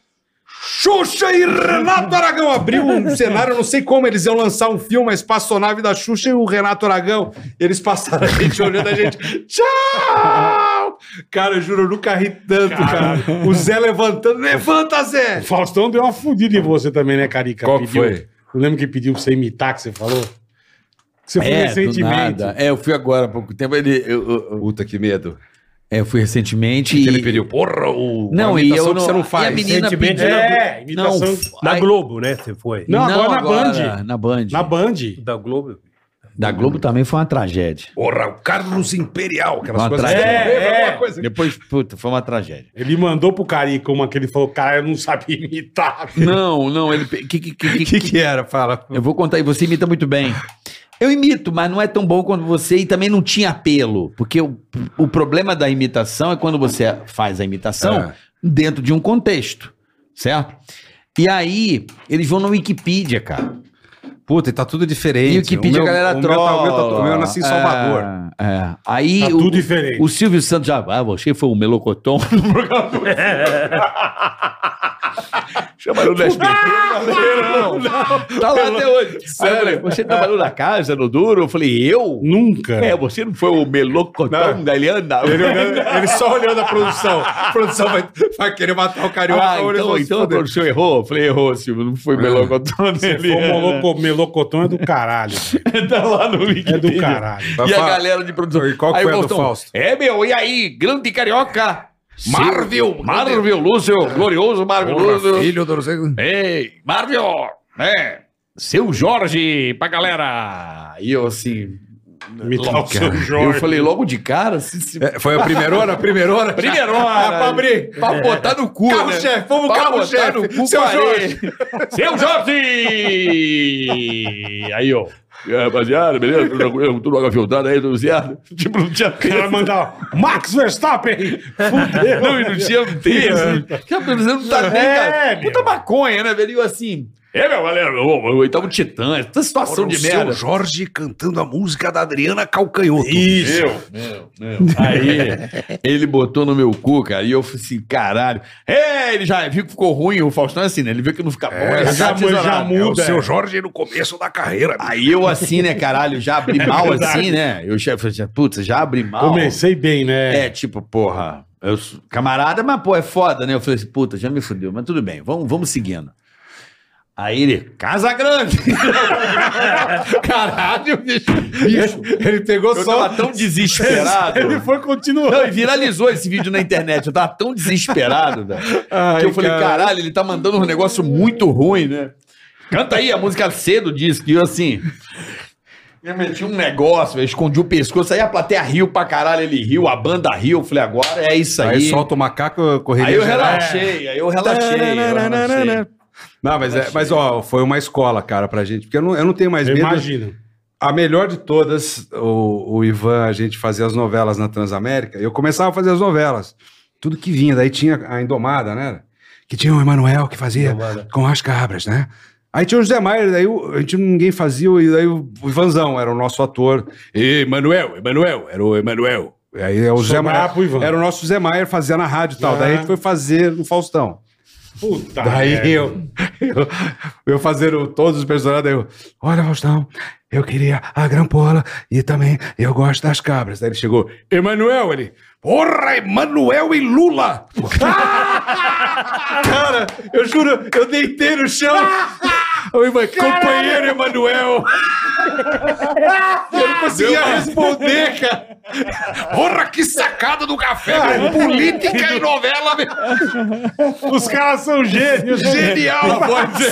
S3: Xuxa e Renato Aragão abriu um cenário, eu não sei como eles iam lançar um filme, a espaçonave da Xuxa e o Renato Aragão. Eles passaram a gente olhando a gente. Tchau! Cara, eu juro, eu nunca ri tanto, cara. O Zé levantando. Levanta, Zé!
S4: O Faustão deu uma fudida em você também, né, Carica?
S3: Qual que foi?
S4: Eu lembro que pediu pra você imitar, que você falou. Que você
S3: É,
S4: foi recentemente.
S5: É, eu fui agora há pouco tempo. Ele, eu, eu- eu-
S3: Puta, que medo.
S5: é, eu fui recentemente.
S3: Que
S5: e-
S4: é
S3: ele pediu, porra, o,
S5: Não,
S3: uma
S5: e
S3: imitação
S5: eu
S3: que
S5: não,
S3: você não faz.
S5: E a menina
S6: Recentemente
S5: pediu.
S4: era- É, imitação-
S6: Na
S5: aí-
S6: Globo, né? Você foi.
S4: Não, agora na Band.
S5: Na Band.
S4: Na Band.
S6: Da Globo.
S5: Da Globo também foi uma tragédia.
S3: Porra, o Carlos Imperial, aquelas
S5: Uma
S3: coisas.
S5: tragédia.
S4: É,
S3: Alguma coisa.
S5: Depois, puta, foi uma tragédia.
S4: Ele mandou pro Carica uma que ele falou, cara, eu não sabia imitar.
S5: Não, não, ele. pe- que- que- que- que-
S3: O que era? Fala.
S5: Eu vou contar, e você imita muito bem. Eu imito, mas não é tão bom quanto você e também não tinha apelo. Porque o, o problema da imitação é quando você faz a imitação
S3: É.
S5: dentro de um contexto, certo? E aí, eles vão na Wikipedia, cara.
S3: Puta, e tá tudo diferente.
S5: E o Wikipedia
S3: O
S5: a
S3: meu-
S5: galera
S3: o meu tá-
S5: troca.
S3: O meu, tá, o meu eu nasci em Salvador.
S5: É, é. Aí
S4: Tá
S5: o,
S4: tudo diferente.
S5: o Silvio Santos já. Ah, você foi o melocotão.
S3: É.
S2: Chamaram o SBT.
S3: Ah,
S5: tá lá até hoje. Aí eu falei, você trabalhou na casa, no duro? Eu falei, eu?
S4: Nunca.
S2: É, você não foi o melocotão
S3: Não.
S2: da Eliana?
S3: Ele, olhando- ele só olhando a produção. A produção vai, vai querer matar o carioca.
S2: Ah,
S3: eles
S2: então,
S3: vão se É.
S2: então a
S3: foder.
S2: produção errou? Eu falei, errou, Silvio, não foi melocotão dele.
S4: O moloco- melocotão é do caralho.
S2: tá lá no link.
S4: É do caralho.
S3: Vai
S2: E a
S3: falar.
S2: galera de produção.
S3: E qual que
S2: Aí
S3: foi a do
S2: Faustão,
S3: Fausto?
S2: É, meu, e aí, grande carioca? Marvel! Marvel, Lúcio, glorioso Marvel Lúcio.
S7: Filho do não sei-
S2: Ei, Marvel! É, seu Jorge pra galera! E eu assim.
S4: Imitar o seu
S2: Eu
S4: Jorge.
S2: falei logo de cara, se, se-
S3: É, Foi a primeira hora? A primeira hora?
S2: Primeira hora.
S3: Ah, pra abrir.
S2: pra botar no cu.
S3: Carro
S2: né?
S3: chefe, vamos
S2: Pra
S3: carro
S2: botar no
S3: chefe.
S2: cu,
S3: Seu
S2: parei.
S3: Jorge.
S2: Seu Jorge! Aí, ó. E aí, rapaziada, beleza? Tudo tranquilo? Tudo água filtrada aí, tudo certo? Tipo, não tinha
S4: O cara mandar Max Verstappen! Fudeu!
S2: Não, e não tinha texto.
S5: Já pensando, não tá nem,
S4: É,
S5: cara.
S4: meu.
S5: Puta maconha, né, velho? E eu assim.
S2: É, meu, galera, o o
S5: então,
S2: oitavo titã, essa situação
S4: um
S7: Ora, o
S2: de
S7: seu
S2: merda.
S7: Jorge cantando a música da Adriana Calcanhoto.
S4: Isso!
S5: Aí, ele botou no meu cu, cara, e eu falei assim, caralho. É, ele já viu que ficou ruim, o Faustão é assim, né? Ele viu que não fica bom, ele
S4: já,
S5: já, tá
S4: já
S7: É o
S4: muda.
S7: seu Jorge no começo da carreira.
S5: Aí eu assim, né, caralho, já
S4: É
S5: abri mal assim, né? Eu já falei assim, putz, já abri mal.
S4: Comecei bem, né?
S5: É, tipo, porra, eu sou camarada, mas pô, é foda, né? Eu falei assim, puta, já me fudeu, mas tudo bem, vamos, vamos seguindo. Aí ele, Casa Grande! caralho, bicho.
S3: Ele pegou
S5: Eu
S3: só.
S5: tava tão desesperado.
S4: Ele foi continuando.
S5: Não, e viralizou esse vídeo na internet. Eu tava tão desesperado, velho.
S3: Ai,
S5: que eu falei,
S3: cara.
S5: caralho, ele tá mandando um negócio muito ruim, né? Canta aí a música cedo disso, que eu assim. Eu meti um negócio, eu escondi o pescoço, aí a plateia riu pra caralho, ele riu, a banda riu, eu falei, agora é isso aí.
S3: Aí solta o né? macaco, correria.
S5: Aí eu
S3: geral.
S5: relaxei, aí eu relaxei. eu relaxei.
S3: Não, mas, é, mas ó, foi uma escola, cara, pra gente. Porque eu não, eu não tenho mais medo.
S4: Imagina.
S3: A melhor de todas, o, o Ivan, a gente fazia as novelas na Transamérica. Eu começava a fazer as novelas. Tudo que um vinha. Daí tinha a Indomada, né? Que tinha o Emanuel que fazia com as cabras, né? Aí tinha o José Maier, daí o- a gente, ninguém fazia, e daí o Ivanzão era o nosso ator. E Emanuel, Emanuel, era o Emanuel. Aí é o Zé
S4: Sobrava
S3: Maier,
S4: pro Ivan.
S3: era o nosso Zé Maier, fazia na rádio e tal. Daí a gente foi fazer no Faustão.
S4: Puta. merda.
S3: Daí eu, eu, eu fazer o- todos os personagens, daí eu, olha, Faustão, eu queria a grampola e também eu gosto das cabras. Daí ele chegou, Emanuel, ele, porra, Emanuel e Lula! Cara, eu juro, eu deitei no chão. O Ivan, companheiro Emanuel! Eu não conseguia responder, cara.
S2: Porra, que sacada do café! Política e novela
S4: Os caras são gênios.
S2: genial!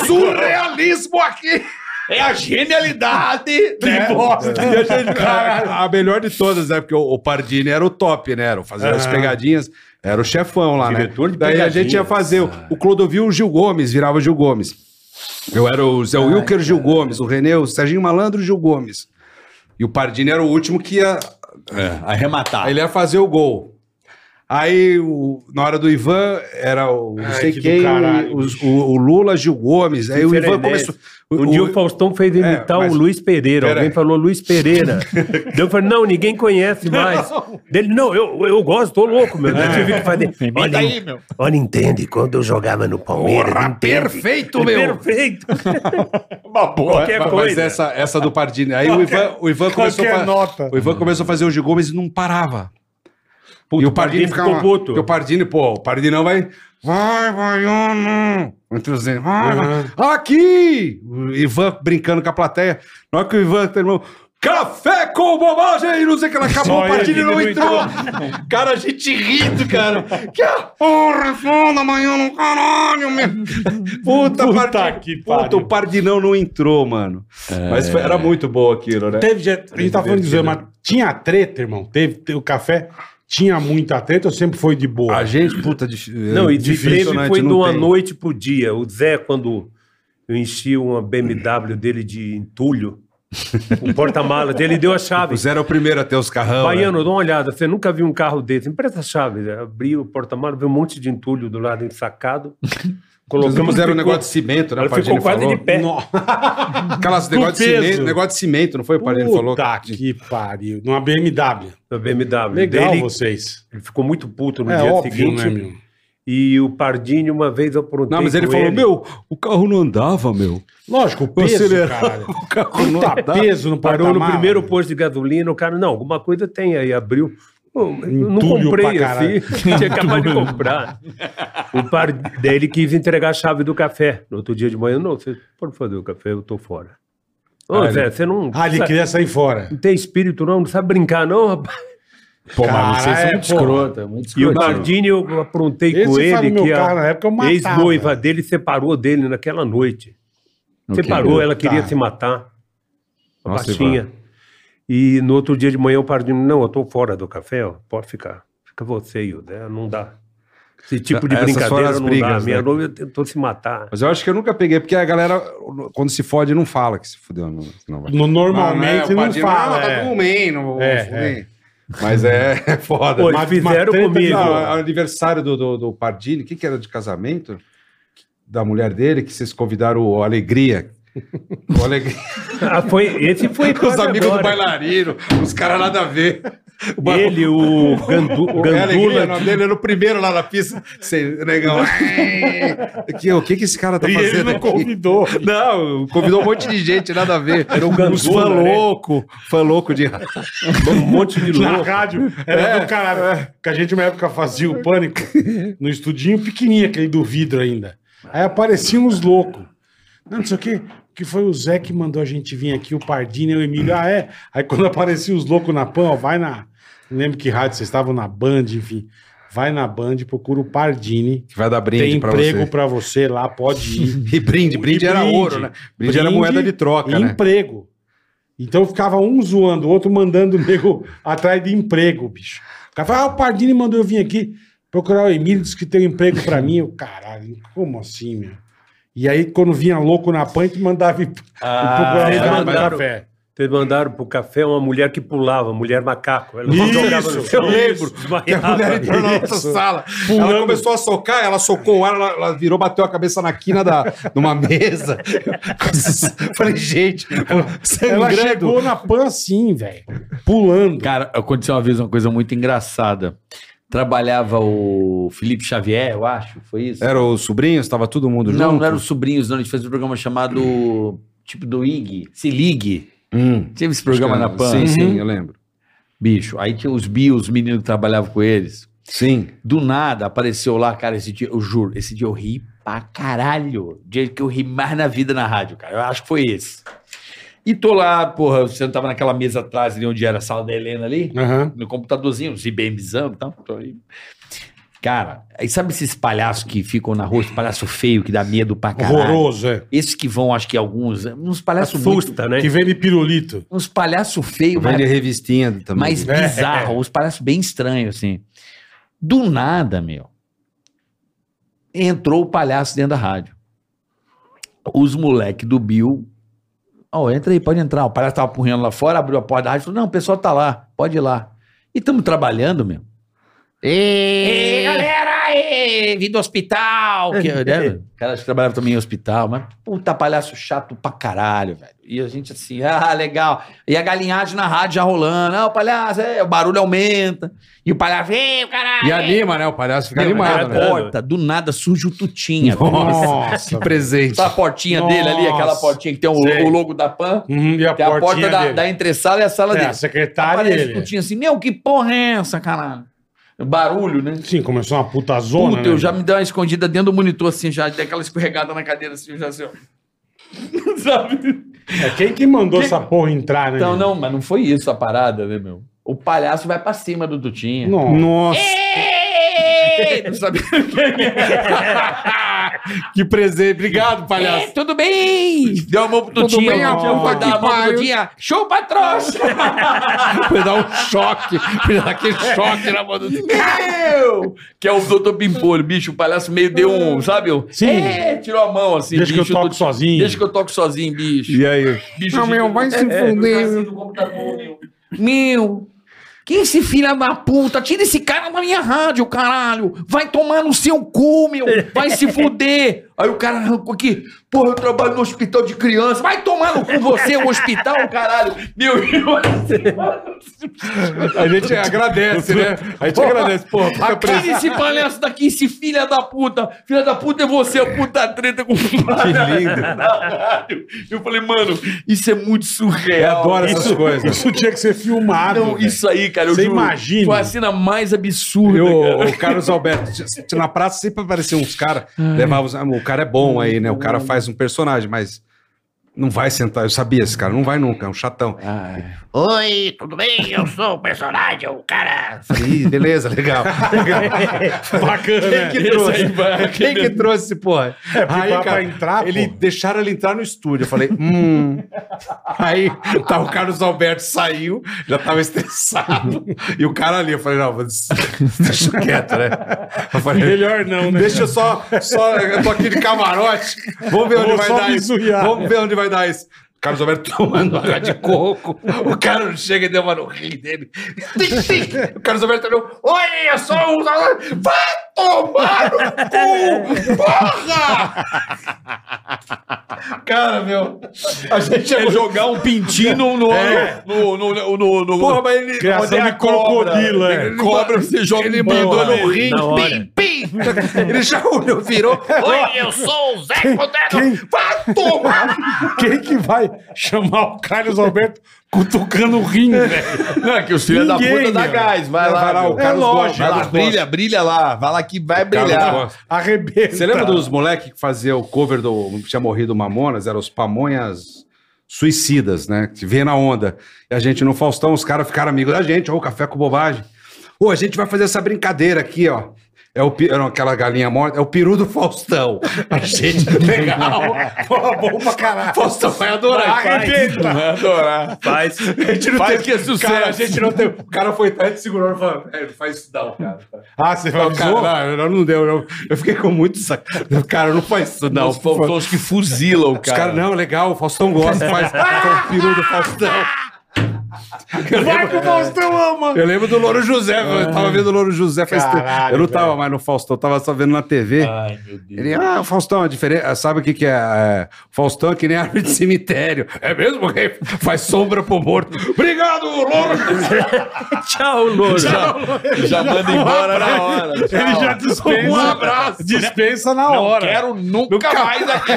S2: Surrealismo aqui!
S5: É a genialidade.
S4: Que bosta.
S3: E a, gente, cara, a melhor de todas, né? Porque o, o Pardini era o top, né? Era o fazer as pegadinhas. Era o chefão lá,
S6: Diretor
S3: né?
S6: de
S3: Daí a gente ia
S6: pegadinhas.
S3: fazer o, o Clodovil Gil Gomes, virava Gil Gomes. Eu era o Zé Wilker Gil Gomes, o Renê, o Serginho Malandro Gil Gomes. E o Pardini era o último que ia
S1: Arrematar.
S4: Ah.
S3: Aí ele ia fazer o gol. Aí, o- na hora do Ivan, era o não
S4: Ai,
S3: sei
S4: que do
S3: quem,
S4: caralho,
S3: o, o- o Lula, Gil Gomes. Aí o
S6: Peraí,
S3: Ivan
S6: né?
S3: começou.
S6: Um
S3: o-
S6: dia
S3: o-
S6: o Faustão fez eu
S3: É,
S6: imitar
S3: mas-
S6: o Luiz Pereira.
S3: Pera
S6: Alguém
S3: aí.
S6: falou Luiz Pereira. Daí eu falei, não, ninguém conhece mais. Dele, não, eu, eu gosto, tô louco, meu.
S3: É.
S6: Daí eu tive que fazer. Olha,
S2: aí, meu.
S6: olha, entende, quando eu jogava no Palmeiras.
S2: Porra,
S6: entende? É
S2: perfeito,
S4: é
S2: meu!
S6: Perfeito.
S3: É
S2: Uma boa!
S6: Qualquer
S3: mas
S6: coisa.
S3: essa, essa do Pardini. Aí o Ivan, o Ivan começou
S4: qualquer
S3: a,
S4: nota.
S3: O Ivan começou a fazer o Gil Gomes e não parava.
S6: Puta,
S3: e o
S6: o
S3: Pardini,
S6: Pardini
S3: ficava.
S6: ficou puto.
S3: E o Pardini, pô, o Pardini não vai. Vai, vai, eu não. Entre os dedos, vai,
S6: Uhum.
S3: vai. Aqui! O Ivan brincando com a plateia. Na hora que o Ivan terminou. Café com bobagem! Não sei o que ela acabou,
S4: Só
S3: o
S4: ele
S3: Pardini
S4: que
S3: não
S4: não
S3: entrou. cara, a gente rindo, cara. Que a porra, funda amanhã no caralho, meu. Puta,
S4: Puta
S3: Pardini.
S4: que
S3: Puta,
S4: pariu.
S3: o Pardinão não entrou, mano.
S6: É.
S3: Mas foi- era muito boa aquilo, né?
S4: Teve, gente- a gente tá falando de Zé, mas tinha treta, irmão. Teve, teve o café, tinha muita treta ou sempre foi de boa?
S3: A gente, puta, dif...
S6: Não, e
S3: difícil, né?
S6: teve
S3: A
S6: foi
S3: gente
S6: de
S3: não
S6: uma
S3: tem-
S6: noite pro dia. O Zé, quando eu enchi uma BMW dele de entulho, o porta-mala dele, ele deu a chave.
S3: O Zé era o primeiro a ter os carrão. né?
S6: Baiano, dá uma olhada, você nunca viu um carro desse. Empresta a chave, né? abri o porta-malas, vi um monte de entulho do lado ensacado.
S3: Né? Eles
S6: Colocamos
S3: fizeram um
S6: ficou-
S3: negócio de cimento, né?
S6: Ela
S3: O Pardini
S6: ficou quase
S3: falou.
S6: de pé.
S3: Aquelas
S4: Do
S3: negócio de,
S4: peso.
S3: cimento, negócio de cimento, não foi? O Pardini falou.
S4: Puta que pariu. Numa BMW.
S6: Da BMW.
S4: Legal
S6: Daí ele,
S4: vocês.
S6: ele ficou muito puto no
S4: É
S6: dia
S4: óbvio,
S6: seguinte.
S4: né, meu?
S6: e o Pardini, uma vez, eu aprontei
S3: Não, mas ele
S6: com
S3: falou, meu, o carro não andava, meu.
S4: Lógico, o peso,
S3: Acelerou.
S4: caralho.
S3: O carro não
S4: Puta
S3: andava.
S4: peso no
S6: Parou no
S4: porta-mala.
S6: primeiro posto de gasolina, o cara, não, alguma coisa tem aí, abriu. Pô, eu não
S4: Entulho
S6: comprei
S4: pra caralho.
S6: assim, tinha acabado de comprar. O par... Daí ele quis entregar a chave do café. No outro dia de manhã, não, você pode fazer o café, eu tô fora. Ô,
S3: Ah,
S6: Zé, você não,
S4: Ah, ele
S6: sabe-
S4: queria sair fora.
S6: não tem espírito, não, não sabe brincar, não, rapaz.
S1: Pô, mas vocês são
S4: Caralho,
S1: muito
S4: é, pô.
S1: escrota, muito
S6: E o
S1: escrota.
S6: Pardini, eu aprontei
S4: Esse
S6: com
S4: foi no
S6: ele
S4: meu
S6: que
S4: carro, na
S6: a
S4: época eu matava.
S6: ex-noiva dele separou dele naquela noite. Separou, ela queria se matar. A
S3: Nossa,
S6: baixinha. E no outro dia de manhã o Pardinho, não, eu tô fora do café, ó, pode ficar. Fica você e o né? não dá. Esse tipo de
S3: Essas foram
S6: brincadeira
S3: as
S6: não dá.
S3: brigas,
S6: Minha
S3: né?
S6: noiva tentou se matar.
S3: Mas eu acho que eu nunca peguei, porque a galera, quando se fode, não fala que se fodeu. Não, não né? vai.
S4: No- normalmente não, fala.
S3: tá
S4: é.
S3: com o man, não
S4: É,
S3: fudei. Mas é, é foda.
S6: Pô, eles
S4: mas-
S6: fizeram
S4: mas tenta-
S6: comigo.
S3: Não, é o aniversário do, do, do Pardini, quem que era de casamento? Da mulher dele, que vocês convidaram o Alegria. O Alegria.
S6: Ah, foi, esse foi
S3: os
S6: quase
S3: amigos do
S6: agora.
S3: bailarino, os caras nada a ver. O ba-
S6: Ele, o Gandu,
S3: o é Alegria, o
S6: Gandula.
S3: nome dele era o primeiro lá na pista. Sei, negão. que, o que, que esse cara tá
S4: E ele
S3: fazendo
S4: não
S3: aqui?
S4: convidou.
S3: Não, convidou um monte de gente, nada a ver. Era um Uns
S6: Gandula,
S3: fã
S6: né?
S3: louco, fã louco de
S6: um monte de
S4: Na
S6: louco.
S4: rádio, era
S3: É,
S4: do caralho. Que a gente, uma época, fazia o pânico no estudinho pequenininho, aquele do vidro ainda. Aí apareciam uns loucos. Não, não sei o quê. Que foi o Zé que mandou a gente vir aqui, o Pardini e o Emílio. Ah, é? Aí quando apareciam os loucos na PAN, ó, vai na. Não lembro que rádio, vocês estavam na Band, enfim. Vai na Band, procura o Pardini.
S3: Que vai dar brinde
S4: tem
S3: pra
S4: emprego
S3: você.
S4: pra você lá, pode ir.
S3: E brinde, brinde
S4: E
S3: era
S4: brinde.
S3: ouro, né? Brinde, era moeda de troca,
S4: e
S3: né?
S4: emprego. Então ficava um zoando, o outro mandando o nego atrás de emprego, bicho. O cara falava, ah, o Pardini mandou eu vir aqui procurar o Emílio, disse que tem um emprego pra mim. Eu, caralho, como assim, meu? E aí, quando vinha louco na pante, mandava ir
S5: Ah, é
S4: procurar
S6: eles
S4: o cara do
S6: mandaram-
S4: café.
S6: Te mandaram pro café uma mulher que pulava, mulher macaco. Ela
S4: Isso,
S6: jogava no chão,
S4: eu lembro. E a
S6: desmaiava.
S4: mulher entrou na nossa sala. Ela começou a socar, ela socou o ar, ela, ela virou, bateu a cabeça na quina da, numa mesa. Falei, gente, ela chegou na pan assim, velho. Pulando.
S5: Cara, aconteceu uma vez uma coisa muito engraçada. Trabalhava o Felipe Xavier, eu acho, foi isso?
S3: Era os sobrinhos, tava todo mundo junto?
S5: não, não era os sobrinhos, não. A gente fez um programa chamado tipo do IG, Se Ligue.
S3: Hum.
S5: Teve esse programa na PAN. Uhum.
S3: Sim, sim, eu lembro.
S5: Bicho, aí tinha os bios, os meninos que trabalhavam com eles.
S3: Sim.
S5: Do nada apareceu lá, cara, esse dia, eu juro, esse dia eu ri pra caralho. O dia que eu ri mais na vida na rádio, cara. Eu acho que foi esse. E tô lá, porra, eu sentava naquela mesa atrás ali onde era a sala da Helena ali,
S4: Aham.
S5: no computadorzinho, os IBMzão e tal. Tô aí. Cara, aí sabe esses palhaços que ficam na rua, esse palhaço feio que dá medo pra caralho?
S4: Horroroso, é.
S5: Esses que vão, acho que alguns, uns palhaços muito,
S6: Assusta, né?
S4: Que vende pirulito.
S5: uns palhaços feios, mas
S3: Vende revistinha também.
S5: mais bizarro, os palhaços bem estranhos, assim. Do nada, meu, entrou o palhaço dentro da rádio. Os moleque do Bill, ó, entra aí, pode entrar. O palhaço tava apurrando lá fora, abriu a porta da rádio e falou, não, o pessoal tá lá, pode ir lá. E estamos trabalhando, meu. Ê, galera, ê, vim do hospital. Que, né? Caras que trabalhavam também em hospital, mas puta palhaço chato pra caralho, velho. E a gente assim, ah, legal. E a galinhagem na rádio já rolando. Ah, o palhaço, é, o barulho aumenta. E o palhaço, ei, o caralho.
S3: E anima, né? O palhaço fica
S6: Não,
S3: animado,
S6: era
S3: né?
S5: Porta, do nada surge o Tutinha. velho.
S4: Nossa.
S3: Que presente.
S5: Tá a portinha
S4: Nossa.
S5: dele ali, aquela portinha que tem
S4: Sei.
S5: o, o logo da PAN.
S4: Uhum, e a
S5: Tem a porta
S4: portinha
S5: da,
S4: dele.
S5: da entressala e a sala
S4: É, a
S5: dele.
S4: secretária
S5: Aparece
S4: ele-
S5: o Tutinha assim, meu, que porra é essa, caralho? Barulho, né?
S4: Sim, começou uma puta zona,
S5: Puta, eu
S4: né?
S5: já me dei uma escondida dentro do monitor, assim, já dei aquela escorregada na cadeira, assim, eu já assim, ó. Sabe?
S4: É quem que mandou essa porra entrar, né?
S5: Então,
S4: meu?
S5: não, mas não foi isso a parada, né, meu? O palhaço vai pra cima do Tutinha.
S4: Nossa.
S3: Nossa,
S5: Ei! Não sabia quem era.
S3: que presente. Obrigado,
S5: Ei, Tudo bem? Deu a mão pro Tutinha.
S4: bem, amor?
S5: Vou dar a mão pro Tutinha. Show pra trouxa!
S3: Foi dar um choque. Foi dar aquele choque na mão do...
S5: Meu! Que é o doutor Pimpolho, bicho. O palhaço meio deu um, sabe? um-
S4: Sim.
S5: É, tirou a mão assim.
S4: Deixa que eu
S5: bicho,
S4: toco
S5: tu-
S4: sozinho.
S5: Deixa que eu toco sozinho, bicho.
S3: E aí?
S5: bicho
S7: Não,
S5: de-
S7: meu,
S3: é,
S7: vai se
S6: É.
S7: fuder.
S5: Meu, que esse filho da puta? Tira esse cara da minha rádio, caralho. Vai tomar no seu cu, meu. Vai se fuder. Aí o cara arrancou aqui. Porra, eu trabalho no hospital de criança. Vai tomar no cu você, o hospital, caralho. Meu, eu assim, mano.
S3: A gente agradece, né? A gente agradece. Porra, fica
S5: Tira esse palhaço daqui, esse filho da puta. Filha da puta é você, a puta treta com o Que
S3: lindo.
S5: Eu falei, mano, isso é muito
S3: Eu
S5: surreal.
S3: adoro essas coisas.
S4: Isso tinha que ser filmado.
S5: Não,
S4: velho.
S5: isso aí, cara. eu
S4: Você
S5: juro,
S4: imagina?
S5: Foi a cena mais absurda.
S3: Eu, o Carlos Alberto, na praça sempre apareciam uns caras, levavam os- ah, O cara é bom aí, né? O cara faz um personagem, mas não vai sentar. Eu sabia esse cara, não vai nunca, é um chatão.
S9: Oi, tudo bem? Eu sou o personagem, o cara.
S3: Ih, beleza, legal.
S4: Bacana, né?
S3: Quem que trouxe? Quem que trouxe esse porra? aí,
S4: É, pra- pra
S3: cara,
S4: entrar,
S3: ele
S4: porra.
S3: deixaram ele entrar no estúdio. Eu falei, hum. Aí tá, o Carlos Alberto saiu, já tava estressado. e o cara ali, eu falei, não, mas deixa quieto, né? Eu falei,
S4: Melhor não, né?
S3: Deixa eu só, só. Eu tô aqui de camarote. Vamos ver
S4: Vou
S3: onde vai
S4: só
S3: dar isso.
S4: bizuiar.
S3: Vamos ver onde vai dar isso. O Carlos Alberto tomando água de coco. O cara não chega e deu uma no rim dele. Tim, tim. O Carlos Alberto olhou. Oi, eu sou o. Vai tomar no cu! Porra! Cara, meu. A gente É. ia jogar um pintinho no. no, no, no, no, no Porra, mas ele.
S4: Criação
S3: Onde é
S4: de
S3: a cobra?
S4: crocodilo, é.
S3: Ele cobra, você joga ele mandou no rim.
S6: Na hora.
S3: Ele já olhou, virou.
S9: Oi, eu sou o Zé Codelo.
S4: Quem,
S3: Vai tomar!
S4: quem que vai chamar o Carlos Alberto cutucando o rim, velho?
S1: Não, que os filhos da
S4: Ninguém,
S1: puta dá
S4: meu.
S1: gás. Vai lá,
S3: Vai lá,
S1: meu.
S3: o Carlos
S1: É lógico,
S3: Gosta,
S1: vai lá,
S3: Carlos
S1: brilha, brilha lá. Vai lá que vai brilhar.
S4: Arrebenta.
S3: Você lembra dos moleques que faziam o cover do. um Tinha morrido o Mamonas? Eram os Pamonhas Suicidas, né? Que vê na onda. E a gente no Faustão, os caras ficaram amigos da gente, ó, o café com bobagem. Ô, a gente vai fazer essa brincadeira aqui, ó. É o, pi- não, aquela galinha morta, é o peru do Faustão. A gente, é legal. Pô, bom pra caralho. Faustão vai adorar.
S2: Vai adorar.
S6: Faz.
S2: Faz que é sucesso.
S3: Cara, a gente não tem. O cara foi tarde segurando e falou: é, faz isso não, cara.
S4: Ah, você
S3: Não,
S4: avisou?
S3: cara, não, não deu. não. Eu fiquei com muito saco. Cara, não faz isso, não.
S2: Os Faustões que fuzilam,
S3: Os caras,
S2: cara.
S3: não, legal, o Faustão gosta, faz faz o peru do Faustão.
S4: Vai que o Faustão ama!
S3: Eu lembro do Louro José,
S2: Ah.
S3: eu tava vendo o Louro José faz tempo.
S4: Caralho,
S3: Eu não tava
S4: velho.
S3: mais no Faustão, eu tava só vendo na TV.
S2: Ai, meu Deus.
S3: Ele, ah, o Faustão é diferente. ah, Sabe o que, que é? é? Faustão é que nem árvore de cemitério. É mesmo? que Faz sombra pro morto. Obrigado, Louro!
S6: Tchau, Loura.
S2: Já manda embora na hora.
S4: Ele já dispensa.
S2: Um abraço.
S4: Dispensa na
S2: Não
S4: hora.
S2: quero nunca mais aqui.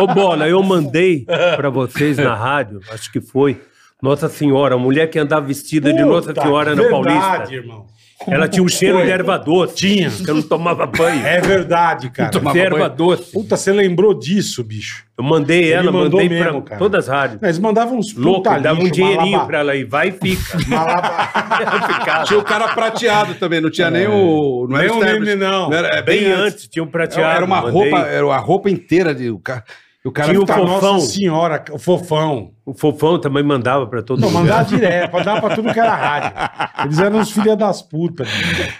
S6: Ô, Bola, eu mandei pra vocês na rádio, acho que foi, Nossa Senhora, a mulher que andava vestida de Nossa
S4: Puta, é
S6: Senhora na
S4: verdade,
S6: Paulista.
S4: irmão.
S6: Ela tinha um cheiro de erva doce.
S4: Tinha.
S6: Eu não tomava banho.
S4: É verdade, cara.
S6: De erva doce.
S4: Puta, você lembrou disso, bicho.
S6: Eu mandei ela,
S4: mandou
S6: mandei
S4: mesmo,
S6: pra
S4: cara.
S6: todas as rádios.
S4: Eles mandavam uns
S6: Louco,
S4: puta
S6: dava um
S4: lixo,
S6: dinheirinho
S4: malaba-
S6: pra ela aí. Vai e fica.
S4: malaba-
S3: Tinha o cara prateado também, não tinha nem o. Não
S4: É. Nem
S3: era
S4: o
S3: establishment.
S4: meme, não.
S3: era, é
S6: Bem antes, tinha um prateado.
S3: Era uma
S6: mandei.
S3: roupa, era uma roupa inteira de. O cara, o cara
S6: Tinha o
S4: Puta,
S6: fofão.
S4: Nossa senhora, o fofão.
S6: O Fofão também mandava pra todo
S4: Não,
S6: mundo.
S4: mandava direto, mandava pra tudo que era rádio. Eles eram os filha das putas.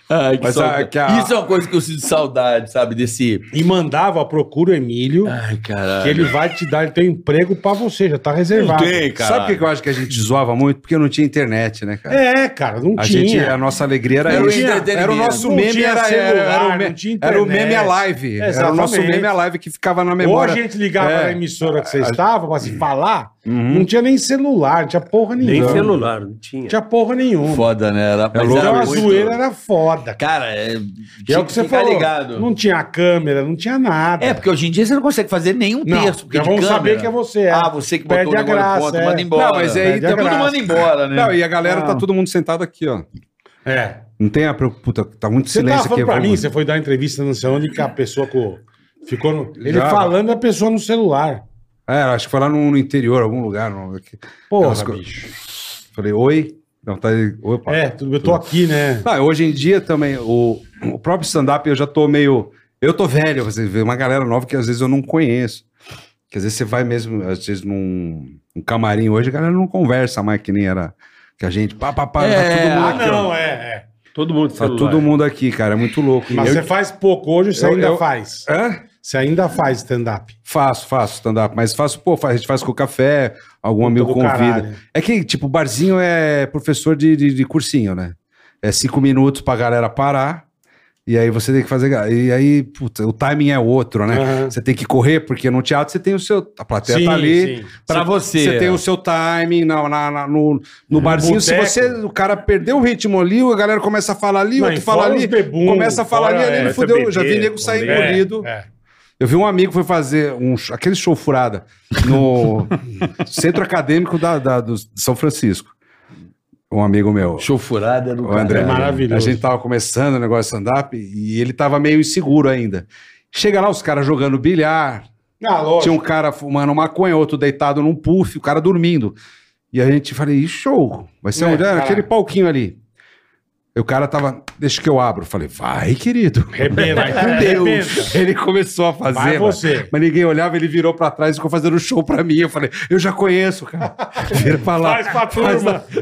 S4: cara.
S5: Ai, que
S3: Mas a-
S5: saudade.
S3: que a-
S5: Isso é uma coisa que eu sinto saudade, sabe? Desse.
S4: E mandava, procura o Emílio,
S5: Ai, caralho.
S4: que ele vai te dar, ele tem um emprego pra você, já tá reservado.
S3: Sabe o que que eu acho que a gente zoava muito? Porque não tinha internet, né, cara?
S4: É, cara, não
S3: A
S4: tinha.
S3: gente, a nossa alegria era
S5: Era o
S3: isso.
S5: entretenimento.
S3: Era o nosso
S4: Não
S3: meme,
S4: tinha
S3: era, era, era, o
S4: celular, não tinha
S3: meme, era o meme a
S4: internet.
S3: live. Era o nosso
S4: Exatamente.
S3: meme a live que ficava na
S4: Ou a
S3: memória.
S4: gente ligava
S3: É.
S4: na emissora que você estava pra se falar, não tinha nem celular, não tinha porra nenhuma.
S6: Uhum. Nem celular, não tinha.
S4: Não tinha porra nenhuma.
S5: Foda, né? Era, mas
S4: então
S5: era
S4: a
S5: muito-
S4: zoeira era foda. cara.
S5: Cara,
S4: E
S5: é.
S4: é
S5: tinha
S4: o que você
S5: ficar
S4: falou.
S5: ligado.
S4: Não tinha câmera, não tinha nada.
S5: É, porque hoje em dia você não consegue fazer nenhum
S4: Não,
S5: terço. Porque
S4: já
S5: de
S4: vão
S5: câmera-
S4: saber que é você, é.
S5: Ah, você que
S4: Perde
S5: botou o
S4: a
S5: negócio
S4: graça,
S5: ponto,
S4: é.
S5: manda embora. né?
S3: Não, mas aí
S4: Perde a
S5: Todo
S4: graça.
S5: mundo manda embora, né?
S3: Não, e a galera tá
S4: Não.
S3: todo mundo sentado aqui, ó.
S4: É.
S3: Não tem a preocupação. Puta, tá muito
S4: Você
S3: silêncio
S4: tava falando
S3: aqui.
S4: pra mim,
S3: vamos-
S4: você foi dar entrevista não sei onde que a pessoa co- ficou no... Ele
S3: Já.
S4: falando e a pessoa no celular.
S3: É, acho que foi lá no, no interior, algum lugar. No... aqui.
S4: Porra,
S3: Aquelas co-
S4: bicho.
S3: Falei, oi. Não, tá aí. Opa.
S4: É, tudo bem, eu tô aqui, né?
S3: Ah, hoje em dia também, o, o próprio stand-up eu já tô meio. Eu tô velho, você vê uma galera nova que às vezes eu não conheço. Que às vezes você vai mesmo, às vezes num, num camarim hoje, a galera não conversa mais que nem era. Que a gente. Pá, pá, pá,
S5: É,
S3: tá
S4: Ah,
S3: todo mundo aqui. ó.
S4: não, é, é.
S6: Todo mundo
S3: Tá
S6: celular.
S3: todo mundo aqui, cara. É muito louco.
S4: Mas
S3: Eu-
S4: você faz pouco hoje, você
S3: eu-
S4: ainda
S3: eu-
S4: faz.
S3: Hã?
S4: Você ainda faz stand-up.
S3: Faço, faço stand-up, mas faço, pô, faz- a gente faz com café, algum amigo
S4: do
S3: convida.
S4: caralho.
S3: É que, tipo, barzinho é professor de, de, de cursinho, né? É cinco minutos pra galera parar, e aí você tem que fazer. E aí, puta, o timing é outro, né?
S4: Aham.
S3: Você tem que correr, porque no teatro você tem o seu. A plateia
S4: Sim,
S3: tá ali.
S4: sim.
S5: Pra você.
S3: Você tem o seu timing na, na- na- no, no barzinho. Se
S6: boteco.
S3: você, o cara perdeu o ritmo ali, a galera começa a falar ali, o
S4: Não,
S3: outro
S4: e
S3: fala
S4: fora
S3: ali,
S4: os bebum,
S3: começa a falar
S6: fora,
S3: ali, ali,
S6: é,
S3: ele
S6: essa
S3: fudeu. Eu já vi
S6: beber,
S3: nego sair
S6: comer.
S3: engolido.
S4: É.
S3: Eu vi um amigo que foi fazer um, sh- aquele show furada no Centro Acadêmico da, da- do São Francisco. Um amigo meu.
S5: Show furado era o
S3: O André.
S4: É maravilhoso.
S3: A gente tava começando o negócio stand-up e ele tava meio inseguro ainda. Chega lá, os caras jogando bilhar.
S4: Ah, lógico.
S3: Tinha um cara fumando maconha, outro deitado num puff, o cara dormindo. E a gente falei, "Ih, show! Vai ser
S4: É,
S3: onde? Era
S4: caralho.
S3: aquele palquinho ali. E o cara tava, deixa que eu abro. Eu Falei, vai, querido.
S5: um
S4: Arrebenta, arrebenta.
S3: Ele começou a fazer.
S4: É, Vai
S3: mano.
S4: você.
S3: Mas ninguém olhava, ele virou pra trás e ficou fazendo show pra mim. Eu falei, eu já conheço, cara. Vira pra lá.
S4: Faz pra turma.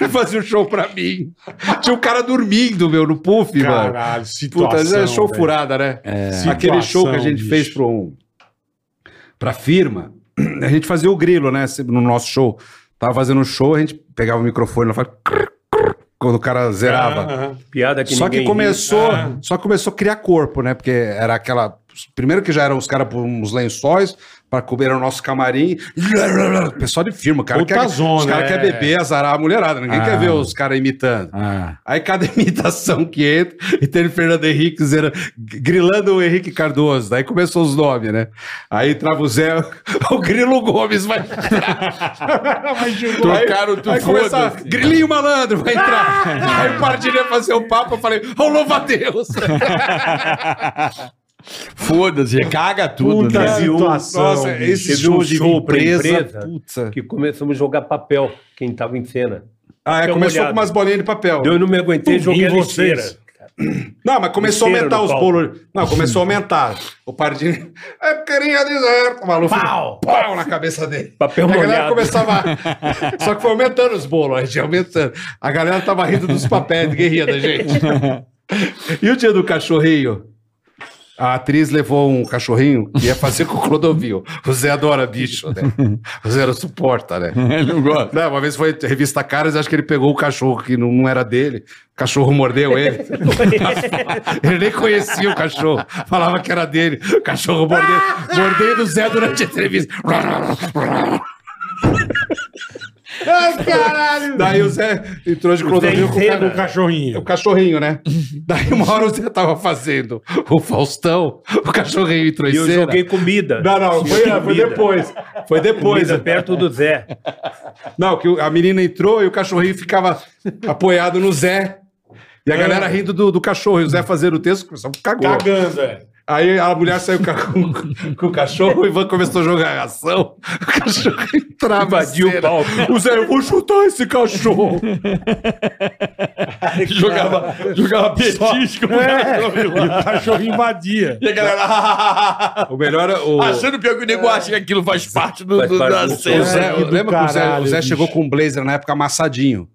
S3: ele fazia o show pra mim. Tinha um cara dormindo, meu, no puff, mano.
S4: Caralho, situação.
S3: Puta, é show
S4: velho.
S3: furada, né?
S4: Situação,
S3: Aquele show que a gente
S4: bicho.
S3: fez pra, um, pra firma, a gente fazia o grilo, né? se- No nosso show. Tava fazendo um show, a gente pegava o microfone lá e falava... "Crrr, crrr", Quando o cara zerava.
S4: Aham.
S6: Piada que
S3: Só que
S6: ninguém
S3: começou,
S4: Ah.
S3: só começou a criar corpo, né? Porque era aquela. Primeiro que já eram os caras por uns lençóis para cobrir o nosso camarim. Pessoal de firma, o cara
S4: Puta
S3: quer,
S4: zona, Ah.
S3: os cara
S4: é.
S3: quer beber, azarar a mulherada. Ninguém quer ver os caras imitando.
S4: Ah.
S3: Aí cada imitação que entra, e teve Fernando Henrique zera, grilando o Henrique Cardoso. Daí começou os nomes, né? Aí entrava o Zé, o Grilo Gomes vai Trocaram tudo. Aí começava, grilinho malandro, vai entrar. Aí o Pardinha fazer o papo, eu falei, ô louva a Deus.
S5: Foda-se, caga tudo,
S4: Puta
S5: né?
S6: Teve um-
S4: situação.
S3: Nossa,
S4: bicho.
S3: esse
S6: Teve
S3: show
S6: um
S3: de
S6: show pra
S3: empresa,
S6: empresa.
S3: puta.
S6: que começamos a jogar papel, quem tava em cena.
S3: Ah, é,
S6: Deu uma
S3: começou
S6: olhada.
S3: com umas bolinhas de papel.
S6: Eu não me aguentei,
S4: Tudo
S6: joguei
S4: em
S6: a lixeira.
S4: vocês.
S3: Não, mas começou a
S6: Inteiro
S3: aumentar
S6: no
S3: os
S6: pau.
S3: bolos. Não, começou a aumentar. O Pardini. É queria deserto, o maluco. Pau! Pau na cabeça dele.
S6: Papel
S3: a galera
S6: molhado.
S3: começava. Só que foi aumentando os bolos, a gente ia aumentando. A galera tava rindo dos papéis, ninguém ria da gente. E o dia do cachorrinho? A atriz levou um cachorrinho que ia fazer com o Clodovil. O Zé adora bicho, né? O Zé não suporta, né?
S10: Ele não gosta.
S3: Não, uma vez foi revista Caras, acho que ele pegou o cachorro que não, não era dele. O cachorro mordeu ele. ele nem conhecia o cachorro. Falava que era dele. O cachorro mordeu. mordeu do Zé durante a entrevista. Ai, caralho! Daí o Zé entrou de Clodovil com o
S5: um
S3: cara-
S6: inteiro.
S3: um cachorrinho. O cachorrinho, né? Daí uma hora o Zé tava fazendo o Faustão, o cachorrinho entrou em
S6: E eu
S3: cena.
S6: joguei comida.
S3: Não, não, foi,
S6: Comida.
S3: foi depois. Foi depois.
S6: Comida perto do Zé.
S3: Não, que o- a menina entrou e o cachorrinho ficava apoiado no Zé. E a galera rindo do, do cachorro. E o Zé fazendo o texto, começou a cagar.
S6: Cagando, é.
S3: Aí a mulher saiu ca- com, com o cachorro, o Ivan começou a jogar ação. O cachorro entrava.
S6: Invadiu o
S3: cena.
S6: palco.
S3: O Zé, eu vou chutar esse cachorro.
S5: Jogava, jogava petisco.
S3: né?
S6: O cachorro invadia.
S5: E a galera
S3: O melhor é o.
S5: achando pior que o nego acha que aquilo faz parte do,
S6: Faz
S5: do-
S6: parte
S5: da
S6: do-
S3: o
S5: cena.
S3: Zé-
S5: É,
S3: lembra que o Zé, o
S6: caralho,
S3: Zé
S6: bicho.
S3: chegou com um blazer na época amassadinho.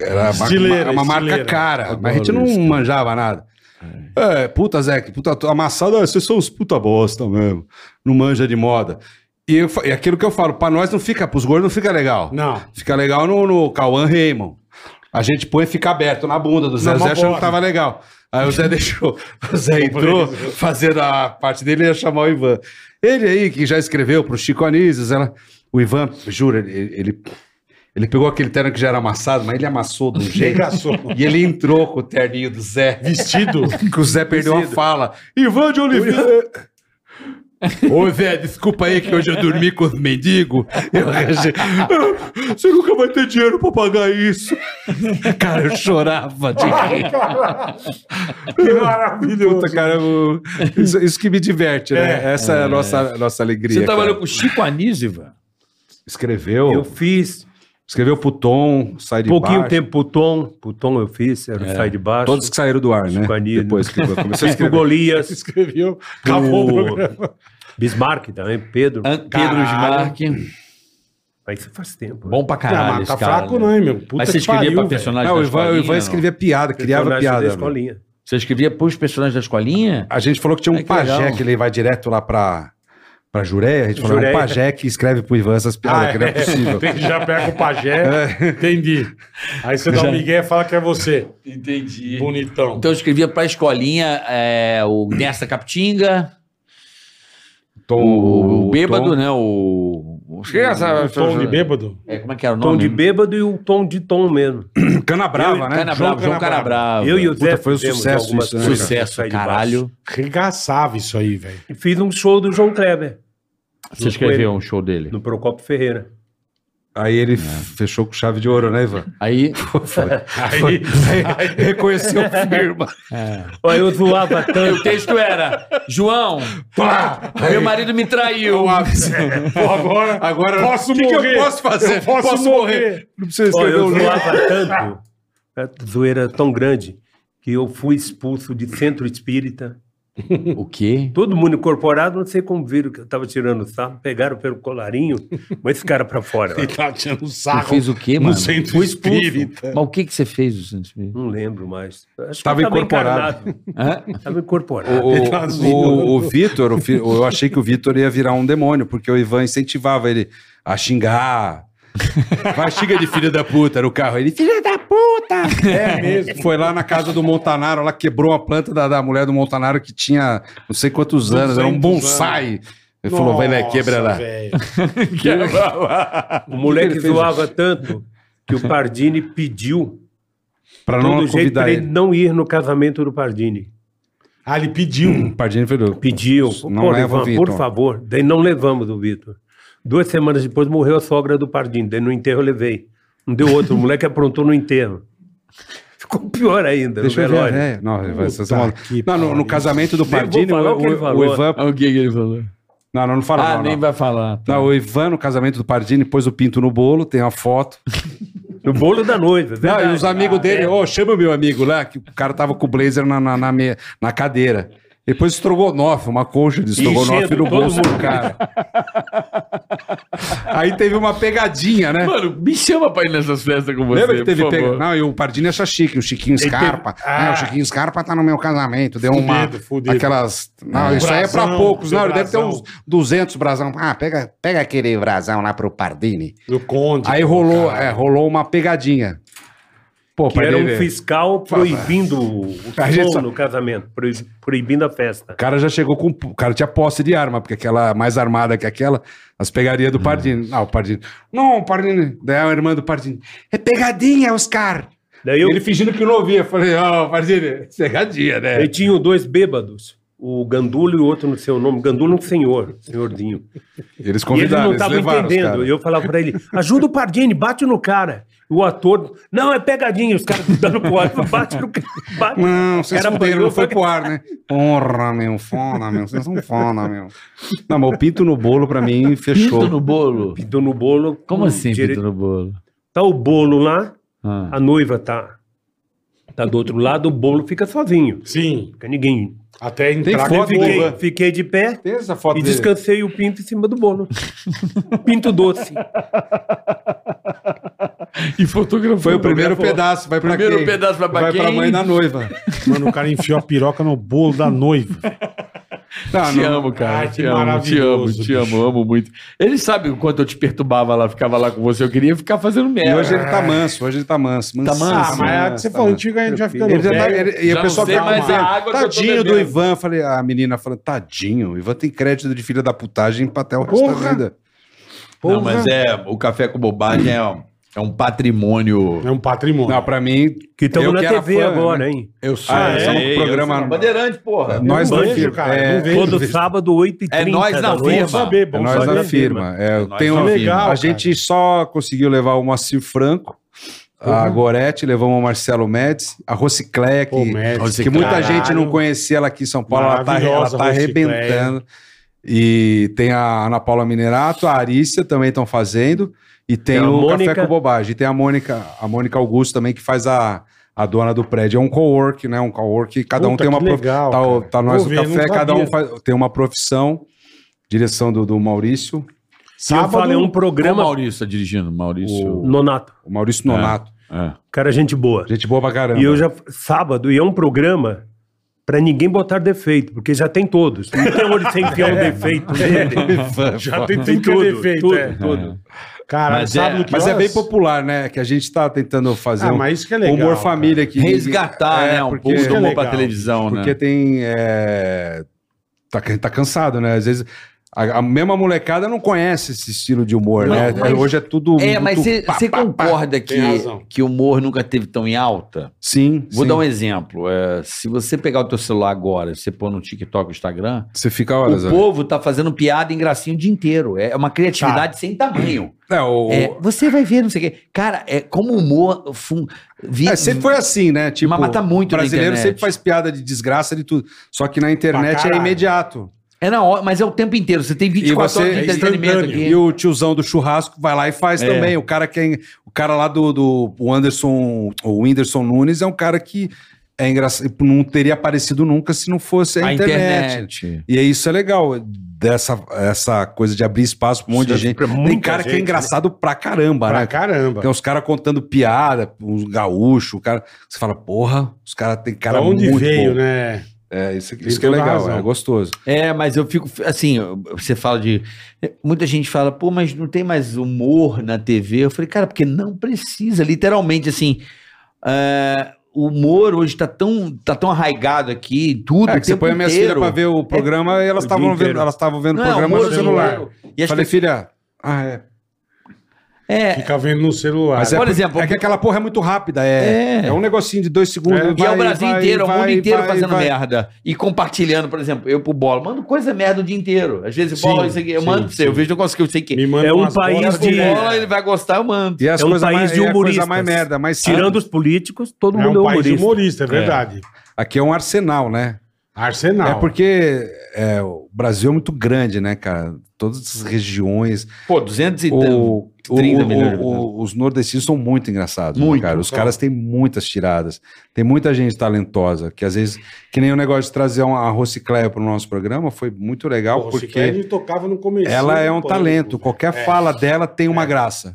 S3: Era uma,
S6: Estileira,
S3: uma marca
S6: estileira.
S3: cara, mas a gente não manjava nada. É, puta, Zé, que puta to- amassado, é, vocês são os puta bosta mesmo. Não manja de moda. E, eu fa- e aquilo que eu falo, pra nós não fica, pros gordos não fica legal.
S6: Não.
S3: Fica legal no, no Cauã Raymond. A gente põe e fica aberto na bunda do Zé.
S6: Na
S3: O Zé achou que tá
S6: mobola.
S3: tava legal. Aí o Zé deixou. O Zé entrou fazendo a parte dele e ia chamar o Ivan. Ele aí, que já escreveu pro Chico Anísio, ela, o Ivan, juro, ele, ele, ele pegou aquele terno que já era amassado, mas ele amassou de um jeito. E ele entrou com o terninho do Zé.
S6: Vestido.
S3: Que o Zé perdeu a fala. Ivan de Oliveira. Ô Zé, desculpa aí que hoje eu dormi com os mendigos. Eu arranjei. "Ah, Você nunca vai ter dinheiro pra pagar isso. Cara, eu chorava de
S5: Ah,
S3: rir. Que maravilhoso. Cara, eu- isso, isso que me diverte, né? Essa é a nossa, nossa alegria.
S5: Você trabalhou
S3: cara.
S5: com o Chico Anísio, velho?
S3: Escreveu.
S6: Eu fiz
S3: Escreveu pro Tom, sai de
S6: pouquinho
S3: baixo. É.
S6: tempo pro Tom. Pro Tom eu fiz, era o Sai de Baixo.
S3: Todos que saíram do ar, né?
S6: Chico Anísio.
S3: Depois que eu comecei a
S6: Fiz pro
S3: escrever.
S6: Golias.
S3: Escreveu.
S6: Acabou o programa. Bismarck também, Pedro.
S5: An- Pedro Smark.
S6: Aí isso faz tempo. né?
S5: Bom pra caralho. esse
S3: tá
S5: cara,
S3: fraco
S5: né?
S3: não, hein, meu? Puta
S5: Mas você
S3: que
S5: escrevia
S3: pariu,
S5: pra
S3: velho.
S5: personagem
S3: Não, o
S5: da
S3: Ivan, o
S5: escolinha?
S3: Ivan
S5: não?
S3: escrevia piada, criava
S6: Personagem
S3: piada.
S6: da
S3: velho.
S6: escolinha.
S5: Você escrevia pros personagens da escolinha?
S3: A gente falou que tinha um
S5: Ai, que
S3: pajé
S5: legal.
S3: que ele vai direto lá pra, pra Jureia. A gente falou, é um
S6: Jureia.
S3: pajé que escreve pro Ivan essas piadas, que não é possível.
S6: Tem- já pega o pajé.
S5: É.
S6: Entendi.
S3: Aí você dá um migué e fala que é você.
S5: Entendi.
S3: Bonitão.
S5: Então eu escrevia pra escolinha é, o Nesta Capitinga, o, o Bêbado, né? O. o-
S11: Esqueça.
S3: Tom de bêbado?
S5: é, como é que era o
S6: Tom
S5: nome?
S6: de bêbado e o tom de tom mesmo.
S3: Cana brava, né?
S5: Cana Brava, João Cana Brava.
S6: Eu e o
S3: Puta,
S6: Zé
S3: foi um
S6: fizemos
S3: sucesso
S6: algumas
S3: isso, né,
S6: coisas
S5: Sucesso,
S6: pra sair de baixo.
S5: caralho.
S3: Regaçava isso aí, velho.
S6: E fiz um show do João Kleber
S5: Você escreveu um show dele.
S6: no Procopio Ferreira.
S3: Aí ele fechou com chave de ouro, né, Ivan?
S5: Aí,
S3: Aí, reconheceu firma.
S6: Olha, eu zoava tanto.
S5: o texto era: João,
S3: Pá!
S5: meu marido me traiu.
S3: agora, agora posso que
S6: morrer.
S3: Que eu posso fazer?
S6: Eu posso morrer.
S3: Não precisa
S6: Olha,
S3: escrever
S6: eu
S3: o livro.
S6: zoava tanto. A zoeira tão grande que eu fui expulso de centro espírita.
S5: O quê?
S6: Todo mundo incorporado, não sei como viram que eu tava tirando sarro, pegaram pelo colarinho, mas esse cara pra fora.
S3: Ele tá tirando
S5: Você
S3: sarro um
S5: fez o
S4: um
S5: quê, mano?
S3: no centro
S6: Fui expulso.
S3: espírita.
S5: Mas o que, que você fez, Santos?
S6: Não lembro mais. Acho que
S3: Tava
S6: eu
S3: incorporado.
S6: encarnado.
S5: Hã?
S6: Tava incorporado.
S3: O, o, o Vitor, o fi- eu achei que o Vitor ia virar um demônio, porque o Ivan incentivava ele a xingar. Vai, xinga de filho da puta no carro. Ele, filho da puta! É mesmo. Foi lá na casa do Montanaro, ela quebrou a planta da, da mulher do Montanaro que tinha não sei quantos anos, era um
S4: 200
S3: bonsai. Ele falou, vai lá, quebra lá.
S6: O moleque
S3: ele fez?
S6: zoava tanto que o Pardini pediu
S3: Pra não
S6: todo jeito
S3: convidar
S6: pra ele
S3: ele.
S6: não ir no casamento do Pardini.
S3: Ah, ele pediu. O Pardini falou,
S6: Pediu.
S3: Não
S6: Pô,
S3: leva o
S6: Ivan, por
S3: Vitor.
S6: favor. Daí não levamos o Vitor. Duas semanas depois morreu a sogra do Pardini. Daí no enterro eu levei. Não deu outro. O moleque aprontou no enterro. Ficou pior ainda.
S3: Deixa
S6: no
S3: eu ver,
S6: velório.
S3: né? Não, Ivan, vocês
S4: Puta
S3: são-
S4: que
S3: Não, no, no casamento do
S6: Nem vou
S3: Pardini, o,
S6: falar o que ele
S3: o- o
S6: falou.
S3: Ivan...
S5: Ah, O que, que ele falou?
S3: Não, não, não fala
S5: Ah,
S3: não,
S5: nem
S3: não.
S5: vai falar. tá.
S3: Não, o Ivan, no casamento do Pardini, pôs o pinto no bolo, tem a foto.
S6: No bolo da noiva. é
S3: Não,
S6: verdade. é.
S3: e os amigos
S2: Ah, é.
S3: dele, ô, chama o meu amigo lá, que o cara tava com o blazer na, na, na, me- na cadeira. Ele pôs estrogonofe, uma colcha de estrogonofe
S6: Enchendo
S3: no
S6: todo
S3: bolso do cara. Aí teve uma pegadinha, né?
S2: Mano, me chama pra ir nessas festas com você,
S3: Lembra que teve
S2: por
S3: pega...
S2: favor.
S3: Não, e o Pardini acha chique, o Chiquinho Scarpa. Ah, o Chiquinho Scarpa tá no meu casamento, deu uma...
S4: Fudido, fudido.
S3: Aquelas... Não, isso aí é pra
S4: brasão,
S3: poucos, não, ele deve ter
S4: brasão.
S3: uns 200 brasão. Ah, pega, pega aquele brasão lá pro Pardini.
S4: Do Conde.
S3: Aí rolou, é, rolou uma pegadinha. Pô,
S6: Que era um
S3: Pardini,
S6: fiscal proibindo o
S3: A gente
S6: som
S3: só-
S6: no casamento, proib- proibindo a festa.
S3: O cara já chegou com. O cara tinha posse de arma, porque aquela mais armada que aquela, as pegarias do
S6: Hum.
S3: Pardini. Não, o Pardini. Não, Pardini. Daí a irmã do Pardini. É pegadinha, Oscar.
S6: Daí eu,
S3: Ele fingindo que não ouvia. Falei, ó, Pardini, pegadinha, né?
S6: eu tinha dois bêbados, o Gandulo e o outro no seu nome, Gandulo é um senhor, senhorzinho.
S3: Eles
S6: E ele
S3: convidaram,
S6: não
S3: eles
S6: estava
S3: levaram. os
S6: entendendo.
S3: caras.
S6: E eu falava pra ele: ajuda o Pardini, bate no cara. O ator, não, é pegadinha, os caras dando pro ar, bate no cara. Bate.
S3: Não, vocês
S6: Era
S3: fuderam,
S6: banheiro,
S3: não foi
S6: foi-
S3: pro ar, né? Porra, meu, fona, meu. Vocês são fona, meu. Não, mas o pinto no bolo, pra mim, fechou.
S5: Pinto no bolo?
S6: Pinto no bolo.
S5: Como
S6: hum,
S5: assim,
S6: dire-
S5: pinto no bolo?
S6: Tá o bolo lá,
S5: Ah.
S6: a noiva tá, tá do outro lado, o bolo fica sozinho.
S4: Sim,
S6: Fica ninguém.
S4: até entrar
S3: foto
S4: no
S3: dele?
S4: bolo.
S6: Fiquei, fiquei de pé
S3: Tem essa foto
S6: e
S3: dele?
S6: descansei o pinto em cima do bolo. Pinto doce.
S2: E fotografou.
S3: Foi o primeiro pedaço, vai pra
S5: né, Primeiro
S3: quem?
S5: pedaço vai pra
S3: Vai pra
S5: quem?
S3: mãe da noiva.
S4: Mano, o cara enfiou a piroca no bolo da noiva.
S3: Tá,
S2: Te
S3: não-
S2: amo, cara.
S4: Ai, que
S2: te amo, te amo,
S4: maravilhoso,
S2: te amo,
S4: bicho.
S2: amo muito. Ele sabe o quanto eu te perturbava lá, ficava lá com você. Eu queria ficar fazendo
S3: E
S2: merda.
S3: hoje ele tá manso, hoje ele tá manso.
S4: é.
S3: manso
S4: Ah, mas é o que você falou, antigo a gente vai ficando.
S3: Ele já tá,
S4: velho.
S3: ele- e
S2: Já
S3: a pessoa
S2: não sei
S3: fica
S2: mais a água que eu
S3: dizendo,
S2: tô
S3: tadinho do
S2: bebendo."
S3: Ivan. Falei, a menina falando, tadinho, o Ivan tem crédito de filha da putagem pra até o resto
S4: Porra!
S3: da vida.
S5: Não, mas é, o café com bobagem é, um- é um patrimônio.
S4: É um patrimônio.
S3: Não, pra mim,
S6: Que estamos
S3: Eu
S6: na
S3: que era
S6: TV
S3: fã,
S6: agora,
S3: né?
S6: hein?
S3: eu sou
S4: Ah,
S3: eu
S4: é?
S3: sou um
S2: Ei,
S3: programa...
S5: Bandeirante, porra.
S3: nós
S4: Eu
S3: da
S4: não vejo,
S3: firma.
S4: cara,
S3: é,
S4: eu não vejo.
S6: Todo sábado, 8h30.
S5: É nós na
S6: da
S5: firma.
S6: noite.
S4: Bom saber, bom
S3: é nós
S4: saber.
S3: da firma. É, eu
S5: nós
S3: tenho-
S5: da
S3: a
S5: firma.
S4: Legal, cara.
S3: gente só conseguiu levar o Moacir Franco, a Gorete, levamos o Marcelo Médici, a Rocicleia, que...
S4: Pô, médico.
S3: que muita
S4: Caralho.
S3: gente não conhecia ela aqui em São Paulo, ela tá, ela
S4: Maravilhosa,
S3: tá
S4: Rocicleia.
S3: arrebentando. E tem a Ana Paula Minerato, a Arícia também estão fazendo. E tem,
S6: Tem a
S3: o
S6: Mônica.
S3: Café com Bobagem. E tem a Mônica, a Mônica Augusto também, que faz a, a dona do prédio. É um co-work, né? Um co-work. Cada um
S4: Puta,
S3: tem uma
S4: que
S3: profissão.
S4: legal,
S3: Tá, o-
S4: cara.
S3: tá nós
S4: Vou
S3: do
S4: ver, não
S3: café, cada um
S4: sabia.
S3: faz- tem uma profissão. Direção do, do Maurício,
S6: E eu falei, é um
S5: Qual
S6: programa
S5: Maurício tá dirigindo, Maurício.
S3: O-
S6: nonato.
S3: o Maurício Nonato.
S5: É.
S6: Cara, gente boa.
S3: Gente boa pra caramba.
S6: E eu já. Sábado, e é um programa pra ninguém botar defeito, porque já tem todos. Não tem onde você enfiar um defeito nele.
S4: Já tem tudo que é
S6: tudo,
S4: defeito,
S6: tudo,
S4: é.
S6: tudo.
S4: Cara,
S5: Mas
S4: sábado
S5: é-
S4: que
S3: Mas é
S4: horas?
S3: bem popular, né? Que a gente tá tentando fazer
S4: Ah,
S3: um
S4: mas isso que é legal.
S3: humor
S4: cara.
S3: família aqui.
S5: Resgatar,
S3: É,
S5: né? Um
S3: porque-
S5: pouco
S4: Isso que
S5: do
S4: é
S5: humor pra
S4: legal.
S5: televisão,
S3: Porque
S5: né?
S3: tem. É... Tá, a gente tá cansado, né? Às vezes a, a mesma molecada não conhece esse estilo de humor,
S5: Não,
S3: né?
S5: mas-
S3: Hoje é tudo.
S5: É,
S3: muito
S5: mas
S3: pá,
S5: você
S3: pá, pá.
S5: concorda que,
S4: razão.
S5: que o humor nunca teve tão em alta?
S3: Sim.
S5: Vou
S3: sim.
S5: dar um exemplo. é, se você pegar o teu celular agora e você pôr no TikTok, Instagram,
S3: Você fica horas.
S5: o
S3: né?
S5: povo tá fazendo piada e engracinha o dia inteiro. É uma
S3: Tá.
S5: criatividade sem tamanho.
S3: É, o-
S5: É, você vai ver, não sei o quê. Cara, é como o humor fun, vi-
S3: É, sempre foi assim, né? Tipo,
S5: Mas mata muito na
S3: brasileiro
S5: internet.
S3: sempre faz piada de desgraça de tudo. Só que na internet é
S4: caralho.
S3: imediato.
S5: É na hora, mas é o tempo inteiro. Você tem
S3: E
S5: 24 horas de
S3: você é
S5: entretenimento aqui.
S3: e o tiozão do churrasco vai lá e faz também. O cara que é, o cara lá do, do o Anderson, o Whindersson Nunes é um cara que é engraçado, não teria aparecido nunca se não fosse a,
S5: a
S3: internet.
S5: internet.
S3: E é isso é legal dessa essa coisa de abrir espaço pra um monte de gente.
S6: pra
S3: Tem
S6: muita
S3: cara que é
S6: gente,
S3: engraçado pra caramba,
S4: Pra
S3: né?
S4: caramba.
S3: Tem uns caras contando piada, uns gaúchos, o cara. Você fala, porra, os caras tem é um cara
S4: Pra onde
S3: muito
S4: veio,
S3: bom.
S4: né?
S3: É, isso, isso
S4: Tem
S3: que é
S4: toda a
S3: legal,
S4: razão.
S3: é gostoso.
S5: É, mas eu fico assim, você fala de muita gente fala, pô, mas não tem mais humor na TV. Eu falei, cara, porque não precisa, literalmente assim. é, o humor hoje tá tão tá tão arraigado aqui, tudo.
S3: É,
S5: o
S3: que você
S5: tempo
S3: põe a minha filha
S5: inteiro.
S3: pra ver o programa e elas
S6: É, o
S3: estavam
S6: dia
S3: vendo,
S6: inteiro.
S3: elas estavam vendo o
S5: Não, é,
S3: programa
S5: humor
S3: no
S5: hoje
S3: celular.
S5: inteiro. E as
S3: Falei,
S5: pessoas-
S3: filha, ah, é.
S5: é,
S4: Fica vendo no celular.
S3: Mas é
S5: Por
S3: por-
S5: exemplo,
S3: é que aquela porra é muito rápida, é.
S5: É.
S3: É, um negocinho de dois segundos.
S4: É.
S3: vai,
S5: E é o Brasil
S3: vai,
S5: inteiro, é o mundo
S3: vai,
S5: inteiro
S3: vai,
S5: fazendo
S3: vai.
S5: merda. E compartilhando, por exemplo, eu pro Bola, mando coisa merda o dia inteiro. Às vezes,
S4: Sim,
S5: Bola, isso aqui, eu
S4: sim,
S5: mando pra você, eu vejo eu consigo, eu sei que.
S4: Me manda
S6: É um
S4: umas
S6: país
S4: bolas
S5: Pro
S6: de-
S4: com-
S5: Bola, ele vai gostar, eu mando.
S3: E as
S6: É um
S3: coisas
S6: país
S3: mais,
S6: de
S3: e a coisa
S6: humoristas.
S3: mais merda, mas
S6: Tirando os políticos, todo
S4: É
S6: mundo
S4: um
S6: é
S4: país
S6: humorista.
S4: humorista, é verdade.
S3: aqui é um arsenal, né?
S4: Arsenal.
S3: É porque é, o Brasil é muito grande, né, cara? Todas as regiões.
S1: Pô, 200 e tanto.
S3: O, o-
S1: 30 Então, milhões de
S3: o- o- os nordestinos são muito engraçados, né,
S1: Muito.
S3: cara. Os caras têm muitas tiradas. Tem muita gente talentosa, que às vezes, que nem o negócio de trazer um uma Rocicléia para o nosso programa foi muito legal,
S4: Porra, o
S3: é um porque
S4: Ciclone tocava no começo.
S3: ela é um talento. Qualquer
S4: É.
S3: fala dela tem uma graça,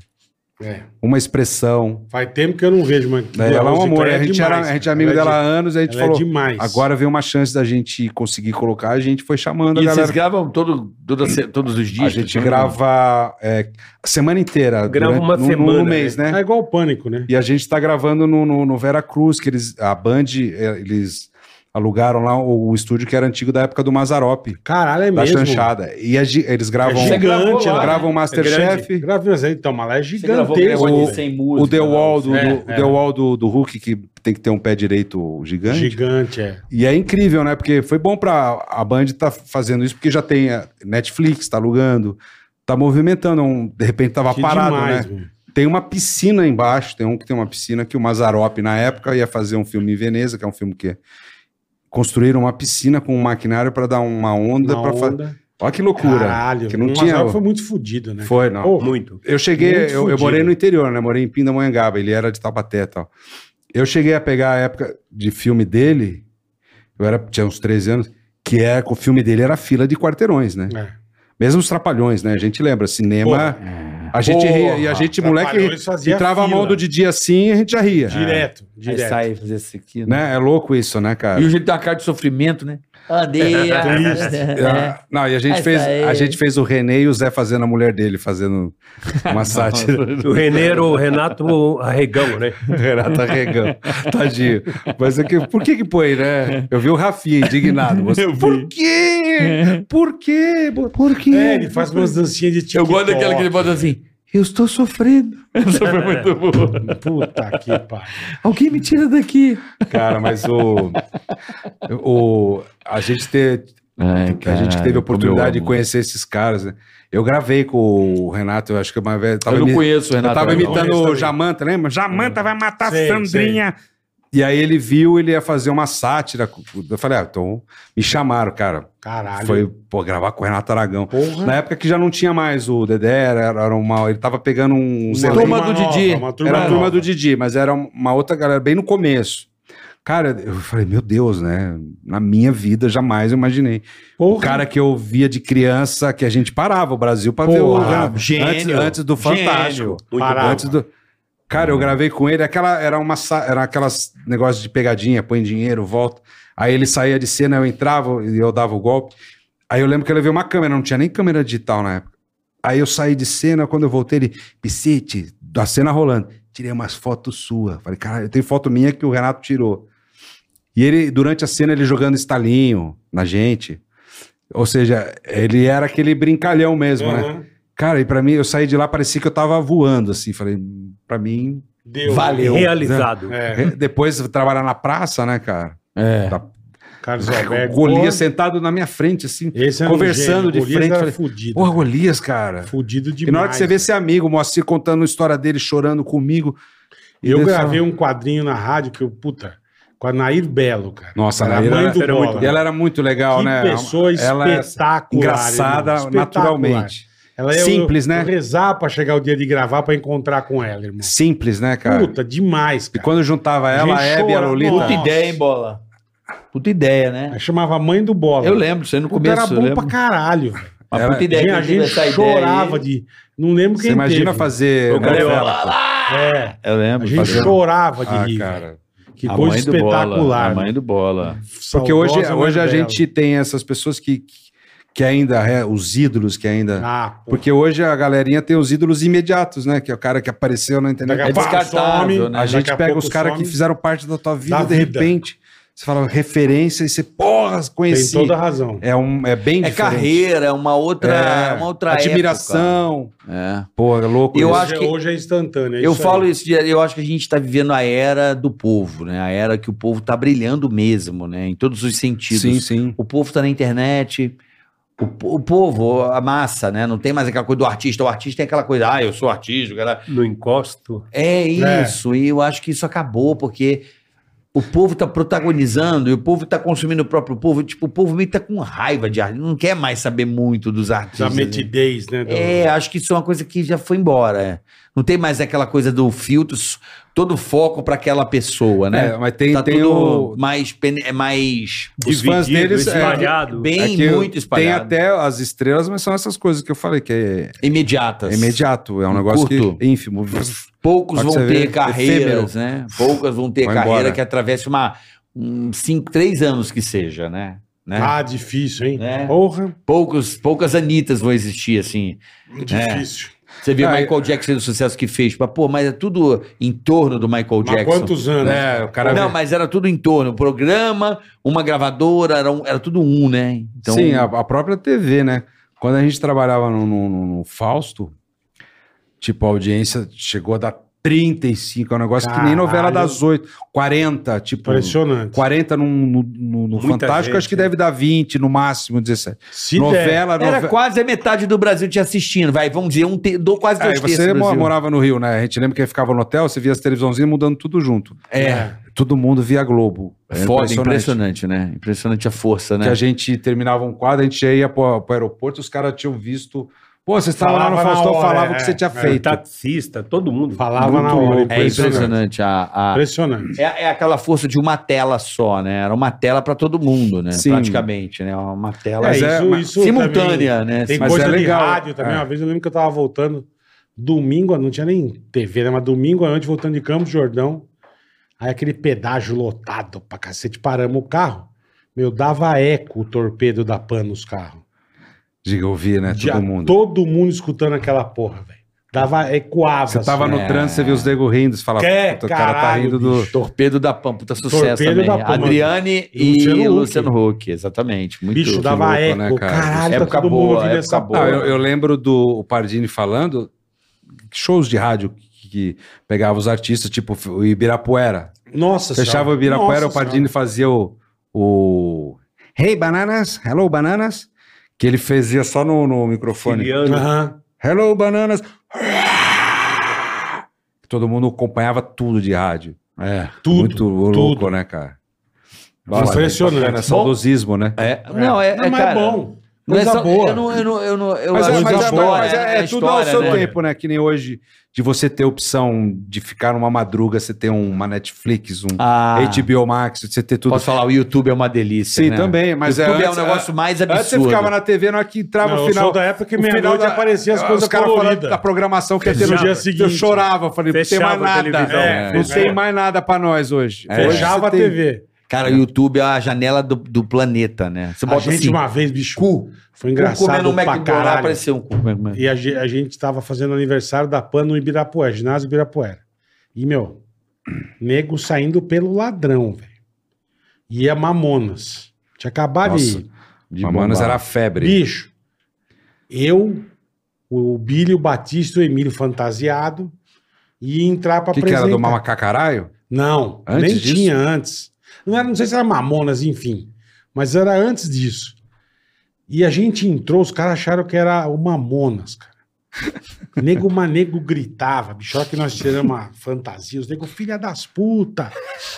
S3: uma expressão.
S4: Faz tempo que eu não vejo, mas.
S3: né? Ela é um
S4: o
S3: amor.
S4: Ciclone
S3: A gente, era,
S4: demais,
S3: a gente é
S4: cara.
S3: amigo
S4: Ela
S3: dela há
S4: de-
S3: anos, a gente
S4: ela
S3: falou.
S4: é demais.
S3: Agora veio uma chance da gente conseguir colocar, a gente foi chamando
S1: E
S3: a
S1: vocês
S3: galera.
S1: gravam todo, toda se- todos os dias?
S3: A gente
S1: Né?
S3: grava é, a semana inteira.
S6: Grava
S3: durante-
S6: uma
S3: no,
S6: semana,
S3: No mês, né?
S4: É igual o pânico, né?
S3: E a gente tá gravando no, no, no Vera Cruz, que eles. A Band, é, eles alugaram lá o, o estúdio que era antigo da época do Mazarope,
S4: Caralho, é
S3: da
S4: mesmo.
S3: Chanchada. E a gi- eles gravam.
S4: É gigante,
S1: Você né?
S4: ela.
S3: gravam um Masterchef.
S4: Gravei, mas aí, então, mas ela é
S1: Você gravou um
S4: gigantesca.
S1: negócio de
S4: velho.
S1: 100
S3: o
S1: músicas.
S3: The Wall, do,
S4: É,
S3: do-
S4: é.
S3: The Wall do, do Hulk, que tem que ter um pé direito gigante.
S4: Gigante, é.
S3: E é incrível, né? Porque foi bom pra a Band tá fazendo isso, porque já tem a Netflix, tá alugando, tá movimentando. um- de repente tava
S4: Que
S3: parado, né?
S4: demais, velho.
S3: Tem uma piscina embaixo, tem um que tem uma piscina que o Mazarope, na época, ia fazer um filme em Veneza, que é um filme que construíram uma piscina com um maquinário para dar uma onda.
S4: Na
S3: pra fa-
S4: onda.
S3: Olha que loucura.
S4: Caralho,
S3: que não
S4: o
S3: tinha-
S4: Mazzaropi foi muito fodido, né?
S3: Foi, não.
S4: Pô,
S6: Muito.
S3: Eu cheguei,
S4: Muito
S3: eu, eu
S4: fudido.
S3: morei no interior, né? Morei em Pindamonhangaba, ele era de Taubaté e tal. Eu cheguei a pegar a época de filme dele, eu era, tinha uns 13 anos, que é, o filme dele era fila de quarteirões, né?
S4: É.
S3: Mesmo os trapalhões, né? A gente lembra, cinema. A gente
S4: Porra.
S3: ria, e a gente, moleque,
S4: Trapalhões fazia
S3: entrava a mão
S4: fila.
S3: do Didi assim e a gente já ria.
S4: Direto,
S1: Aí
S4: direto.
S1: sai fazer isso aqui, né?
S3: Né? É louco isso, né, cara?
S1: E o jeito da cara de sofrimento, né? É. Odeia.
S6: É.
S3: Ah, Não, e a gente,
S1: Essa
S3: fez,
S1: aí.
S3: a gente fez o René e o Zé fazendo a mulher dele, fazendo uma sátira.
S6: O Reneiro, o Renato Arregão, né?
S3: Renata Regão. Tadinho. Mas é que, por que que põe, né? Eu vi o Rafinha indignado. Você, por quê? Por quê? Por quê?
S4: É, ele faz umas dancinhas de TikTok.
S1: Eu gosto daquela que ele bota assim. Eu estou sofrendo. Essa foi muito boa.
S4: Puta que pariu.
S1: Alguém me tira daqui.
S3: É, Cara, mas o... o a gente ter... a gente teve a oportunidade de conhecer esses caras, né? Eu gravei com o Renato, eu acho que uma vez... Tava
S1: Eu não
S3: imi-
S1: conheço o
S3: eu
S4: Ah,
S1: Renato.
S4: tá,
S3: tava
S1: Aragão.
S3: imitando
S4: Conheço
S3: o
S4: também.
S3: Jamanta, lembra? Jamanta vai matar a
S4: Uhum. Sei,
S3: Sandrinha! E aí ele viu, ele ia fazer uma sátira. Eu falei, ah, então me chamaram, cara.
S4: Caralho.
S3: Foi, um pô, gravar com o Renato Aragão.
S4: Porra.
S3: Na época que já não tinha mais o Dedé, era, era uma, ele tava pegando um...
S4: Uma
S3: sei lá,
S1: turma do
S4: nova,
S1: Didi.
S4: Uma turma
S3: era a turma
S4: nova.
S3: do Didi, mas era uma outra galera, bem no começo. Cara, eu falei, meu Deus, né? Na minha vida, jamais eu imaginei. O
S4: Porra.
S3: cara que eu via de criança, que a gente parava o Brasil pra ver o...
S4: Porra,
S3: antes-
S1: gênio.
S3: Antes, do
S1: Gênio.
S3: Fantástico.
S4: Parava.
S3: Antes do... Cara, eu gravei com ele, aquela, era uma sa- era aquelas negócios de pegadinha, põe dinheiro, volta. Aí ele saía de cena, eu entrava e eu dava o golpe. Aí eu lembro que eu levei uma câmera, não tinha nem câmera digital na época. Aí eu saí de cena, quando eu voltei, ele, Piscite, da cena rolando, tirei umas fotos suas. Falei, caralho, tem foto minha que o Renato tirou. E ele, durante a cena, ele jogando estalinho na gente. Ou seja, ele era aquele brincalhão mesmo, né?
S4: Aham.
S3: Cara, e pra mim, eu saí de lá, parecia que eu tava voando, assim. Falei, pra mim.
S4: Deu.
S1: Valeu.
S6: Realizado.
S4: É,
S3: Re- Depois trabalhar na praça, né, cara?
S1: É.
S4: Carlos
S3: O
S4: Alberto.
S3: Golias
S4: porra,
S3: sentado na minha frente, assim.
S4: esse era um gênio.
S3: conversando de
S4: Golias
S3: frente,
S4: Era
S3: falei,
S4: fudido.
S3: Porra, Golias, cara.
S4: fudido demais.
S3: E na hora que você vê esse amigo, Moacir, contando a história dele, chorando comigo. e
S4: Eu
S3: dessa-
S4: gravei um quadrinho na rádio que eu, puta, com a Nair Belo, cara.
S3: Nossa,
S4: Era
S3: a Nair
S4: a mãe
S3: era-
S4: do
S3: era
S4: Bola.
S3: muito- E ela era muito legal,
S4: que
S3: né?
S4: pessoa
S3: ela é
S4: espetacular.
S3: engraçada
S4: irmão, espetacular.
S3: naturalmente.
S4: Ela
S3: Simples,
S4: eu,
S3: né?
S4: Eu rezar pra chegar o dia de gravar pra encontrar com ela, irmão.
S3: Simples, né, cara?
S4: Puta, demais,
S3: E
S4: cara.
S3: quando juntava
S4: A
S3: ela, a
S4: gente
S3: Hebe e a
S4: chora,
S3: Lolita.
S4: nossa.
S1: Puta ideia, hein, bola? Puta ideia, né?
S4: Ela chamava Mãe do Bola.
S1: Eu lembro, isso aí no começo.
S4: Era
S1: eu
S4: bom
S1: lembro.
S4: pra caralho. velho.
S1: Uma
S3: Era-
S1: puta ideia.
S4: a
S1: quem teve
S4: gente chorava
S1: aí-
S4: de. Não lembro
S3: Você
S4: quem
S3: imagina
S4: teve.
S3: fazer.
S6: Eu
S3: novela,
S6: ganhei-
S3: cara.
S4: É,
S1: Eu
S4: a
S1: lembro.
S4: gente
S1: fazia-
S4: chorava de
S3: Ah,
S4: rir.
S3: cara.
S4: Que
S1: A
S4: coisa
S1: mãe do bola,
S4: espetacular.
S1: A mãe do bola.
S3: Porque hoje,
S4: Saudosa
S3: hoje a
S4: Mãe Bela.
S3: gente tem essas pessoas que, que ainda, é, os ídolos que ainda.
S4: Ah, pô.
S3: Porque hoje a galerinha tem os ídolos imediatos, né? Que é o cara que apareceu na internet.
S4: Daqui
S1: É
S4: a pouco
S1: descartável,
S4: some,
S1: né?
S3: a
S4: daqui
S3: gente
S4: a
S3: pega
S4: pouco
S3: os caras
S4: some.
S3: que fizeram parte da tua vida
S4: Da
S3: de
S4: vida.
S3: repente. Você fala referência e você, porra,
S4: Tem
S3: conheci.
S4: toda a razão.
S3: É, um, é bem
S1: É
S3: diferente.
S1: carreira, é uma outra,
S3: É,
S1: uma outra
S3: admiração.
S1: época. É.
S3: Pô, é louco.
S1: Eu
S4: hoje,
S1: acho que-
S4: hoje é instantâneo. é
S1: eu
S4: isso
S1: falo
S4: aí.
S1: isso, de- eu acho que a gente está vivendo a era do povo, né? A era que o povo está brilhando mesmo, né? Em todos os sentidos.
S3: Sim, sim.
S1: O povo está na internet. O, po- o povo, a massa, né? Não tem mais aquela coisa do artista. O artista tem aquela coisa, ah, eu sou artista, o cara.
S6: No encosto.
S1: É
S4: É.
S1: isso, e eu acho que isso acabou, porque
S5: O povo tá protagonizando e o povo tá consumindo o próprio povo. Tipo, o povo meio que tá com raiva de arte. Não quer mais saber muito dos
S4: Da
S5: artistas. né?
S4: metidez, né? do-
S5: É, acho que isso é uma coisa que já foi embora. é. Não tem mais aquela coisa do filtro, s- todo foco pra aquela pessoa, né?
S3: É, mas tem,
S5: tá
S3: tem
S5: tudo
S3: o.
S5: mais, pen- é mais
S3: Os fãs
S6: Dividido,
S3: deles, é,
S6: espalhado.
S5: bem
S3: é que
S5: muito espalhado.
S3: Tem até as estrelas, mas são essas coisas que eu falei, que é,
S5: imediatas.
S3: é imediato. É um negócio
S5: Curto.
S3: que é ínfimo.
S5: Poucos
S3: Pode
S5: vão
S3: ser
S5: ter
S3: ver-
S5: carreiras, né? Poucas vão ter
S3: Vai
S5: carreira
S3: embora.
S5: que atravesse uma um, cinco, três anos que seja, né? né?
S4: Ah, difícil, hein?
S5: É.
S3: oh.
S4: Porra,
S5: Poucos, poucas Anitas vão existir, assim.
S1: É.
S4: difícil.
S5: Você vê o
S3: Ah,
S5: Michael Jackson do sucesso que fez, mas, pô, mas é tudo em torno do Michael
S4: Mas
S5: Jackson.
S4: quantos anos?
S3: É, o cara.
S5: Não, mas era tudo em torno. Programa, uma gravadora, era, um- era tudo um, né? Então,
S3: Sim, a, a própria TV, né? Quando a gente trabalhava no, no- no- no Fausto, tipo, a audiência chegou a dar 35, é um negócio que nem
S4: Caralho.
S3: novela das 8, 40, tipo.
S4: Impressionante.
S3: 40 no, no- no- no
S6: Muita
S3: Fantástico,
S6: gente,
S3: acho que
S6: né?
S3: deve dar 20, no máximo 17.
S4: Se der.
S3: novela,
S5: era
S3: novela.
S5: quase a metade do Brasil te assistindo, vai, vamos dizer, um te, dou quase
S3: Aí
S5: dois terços
S3: você
S5: do
S3: mo-
S5: Brasil.
S3: morava no Rio, né? A gente lembra que ficava no hotel, você via as televisãozinhas mudando tudo junto.
S5: É,
S3: Todo mundo via Globo. É
S5: foda, impressionante. né? Impressionante a força, né?
S3: Que a gente terminava um quadro, a gente já ia pro, pro aeroporto, os caras tinham visto. Pô, você estava lá no
S4: Falava na
S3: Faustão,
S4: hora,
S3: falava o
S4: é,
S3: que você
S4: é.
S3: tinha feito.
S6: Taxista, todo mundo.
S4: Falava
S3: Muito
S4: na hora.
S3: louco,
S5: É impressionante a... a-
S4: Impressionante.
S5: É, é aquela força de uma tela só, né? Era uma tela pra todo mundo, né?
S3: Sim.
S5: Praticamente, né? Uma tela
S3: Mas
S4: É,
S3: é,
S4: isso-
S3: mas-
S4: isso também-
S5: simultânea, né?
S4: Tem
S3: Mas
S4: coisa
S3: é legal.
S4: de rádio também.
S3: É.
S4: Uma vez eu lembro que eu tava voltando domingo, não tinha nem TV, né? Mas domingo à noite, voltando de Campos do Jordão. Aí aquele pedágio lotado pra cacete, paramos o carro. Meu, dava eco o torpedo da PAN nos carros.
S3: Diga, eu vi, né?
S4: Já
S3: Todo mundo.
S4: Todo mundo escutando aquela porra, velho. Dava, ecoava.
S3: Você tava
S4: assim.
S3: no trânsito, você viu os nego rindo, você fala,
S4: É,
S3: puta, o cara tá
S4: caralho,
S3: rindo do.
S4: bicho.
S5: Torpedo da Pampa, puta sucesso
S4: Torpedo
S5: também.
S4: da
S3: né?
S4: Pampa.
S5: Adriane
S4: E
S5: e
S4: Luciano
S5: Luciano,
S4: Huck.
S5: Huck, exatamente. Muito
S4: Bicho, dava
S3: louco,
S4: eco.
S3: né, cara?
S4: Caralho,
S5: Época
S4: tá todo mundo
S5: boa,
S4: ouvindo
S5: época
S4: essa
S5: boa.
S4: porra.
S3: Ah, eu, eu lembro do o Pardini falando shows de rádio que, que pegava os artistas, tipo o Ibirapuera.
S4: Nossa
S3: Fechava o Ibirapuera,
S4: Nossa
S3: o Pardini fazia o, o Hey Bananas, Hello Bananas, que ele fazia só no, no microfone.
S6: Siciliano.
S4: Senhora. Aham.
S3: Hello Bananas. Todo mundo acompanhava tudo de rádio.
S5: É.
S4: Tudo.
S3: Muito louco, né, cara?
S4: Impressionante.
S3: bacana, Saudosismo, né?
S5: É, Não, é,
S4: Não,
S5: é,
S4: mas
S5: cara,
S4: é bom.
S5: não é
S4: Coisa
S5: só-
S4: boa.
S5: Eu não, eu não, eu não, eu
S3: Mas, é,
S5: acho
S3: mas,
S5: que
S3: é,
S5: história,
S3: mas é-
S5: né?
S3: é
S5: A
S3: tudo ao
S5: história,
S3: seu
S5: né?
S3: tempo, né? Que nem hoje de você ter opção de ficar numa madruga, você ter uma Netflix, um
S5: Ah,
S3: HBO Max, você ter tudo. assim,
S5: posso falar, o YouTube é uma delícia,
S3: Sim,
S5: né?
S3: também, mas
S5: YouTube é,
S3: antes-
S5: um negócio mais absurdo.
S3: Antes você ficava na TV, na hora que entrava
S4: Não,
S3: o
S4: eu sou
S3: final.
S4: da época que
S3: o
S4: meia noite
S3: da- Ah,
S4: aparecia as
S3: os
S4: coisas
S3: caras falando
S4: coloridas.
S3: da programação que ia ter
S4: No
S3: no
S4: dia
S3: dia Eu
S4: seguinte.
S3: chorava, falei, não tem
S6: Fechava
S3: mais
S6: a
S3: nada.
S6: televisão.
S3: É, não
S4: É.
S3: tem mais nada pra nós hoje. Hoje
S4: Fechava a
S3: você É, tem-
S4: TV.
S5: Cara, o YouTube é a janela do, do planeta, né? Você
S4: A
S5: bota
S4: gente
S5: assim,
S4: uma vez, bicho,
S5: cu,
S4: foi
S5: cu comendo
S4: engraçado
S5: um
S4: pra
S5: McDonald's,
S4: caralho.
S5: apareceu um cu comendo-
S4: E a, ge- a gente tava fazendo aniversário da PAN no Ibirapuera, ginásio Ibirapuera. E, meu, nego saindo pelo ladrão, velho. E a Mamonas. Tinha acabado de
S3: Nossa,
S4: ir.
S3: De Mamonas
S5: bombar.
S3: era febre.
S4: Bicho, eu, o Bílio, o Batista e o Emílio fantasiado e entrar pra
S3: O que, que era do
S4: apresentar.
S3: mamacacaralho?
S4: Não,
S3: Antes
S4: nem
S3: disso?
S4: tinha antes. Não, era, não sei se era Mamonas, enfim. Mas era antes disso. E a gente entrou, os caras acharam que era o Mamonas, cara. Nego manego gritava, bicho, a hora que nós tiramos a fantasia, os nego, filha das puta,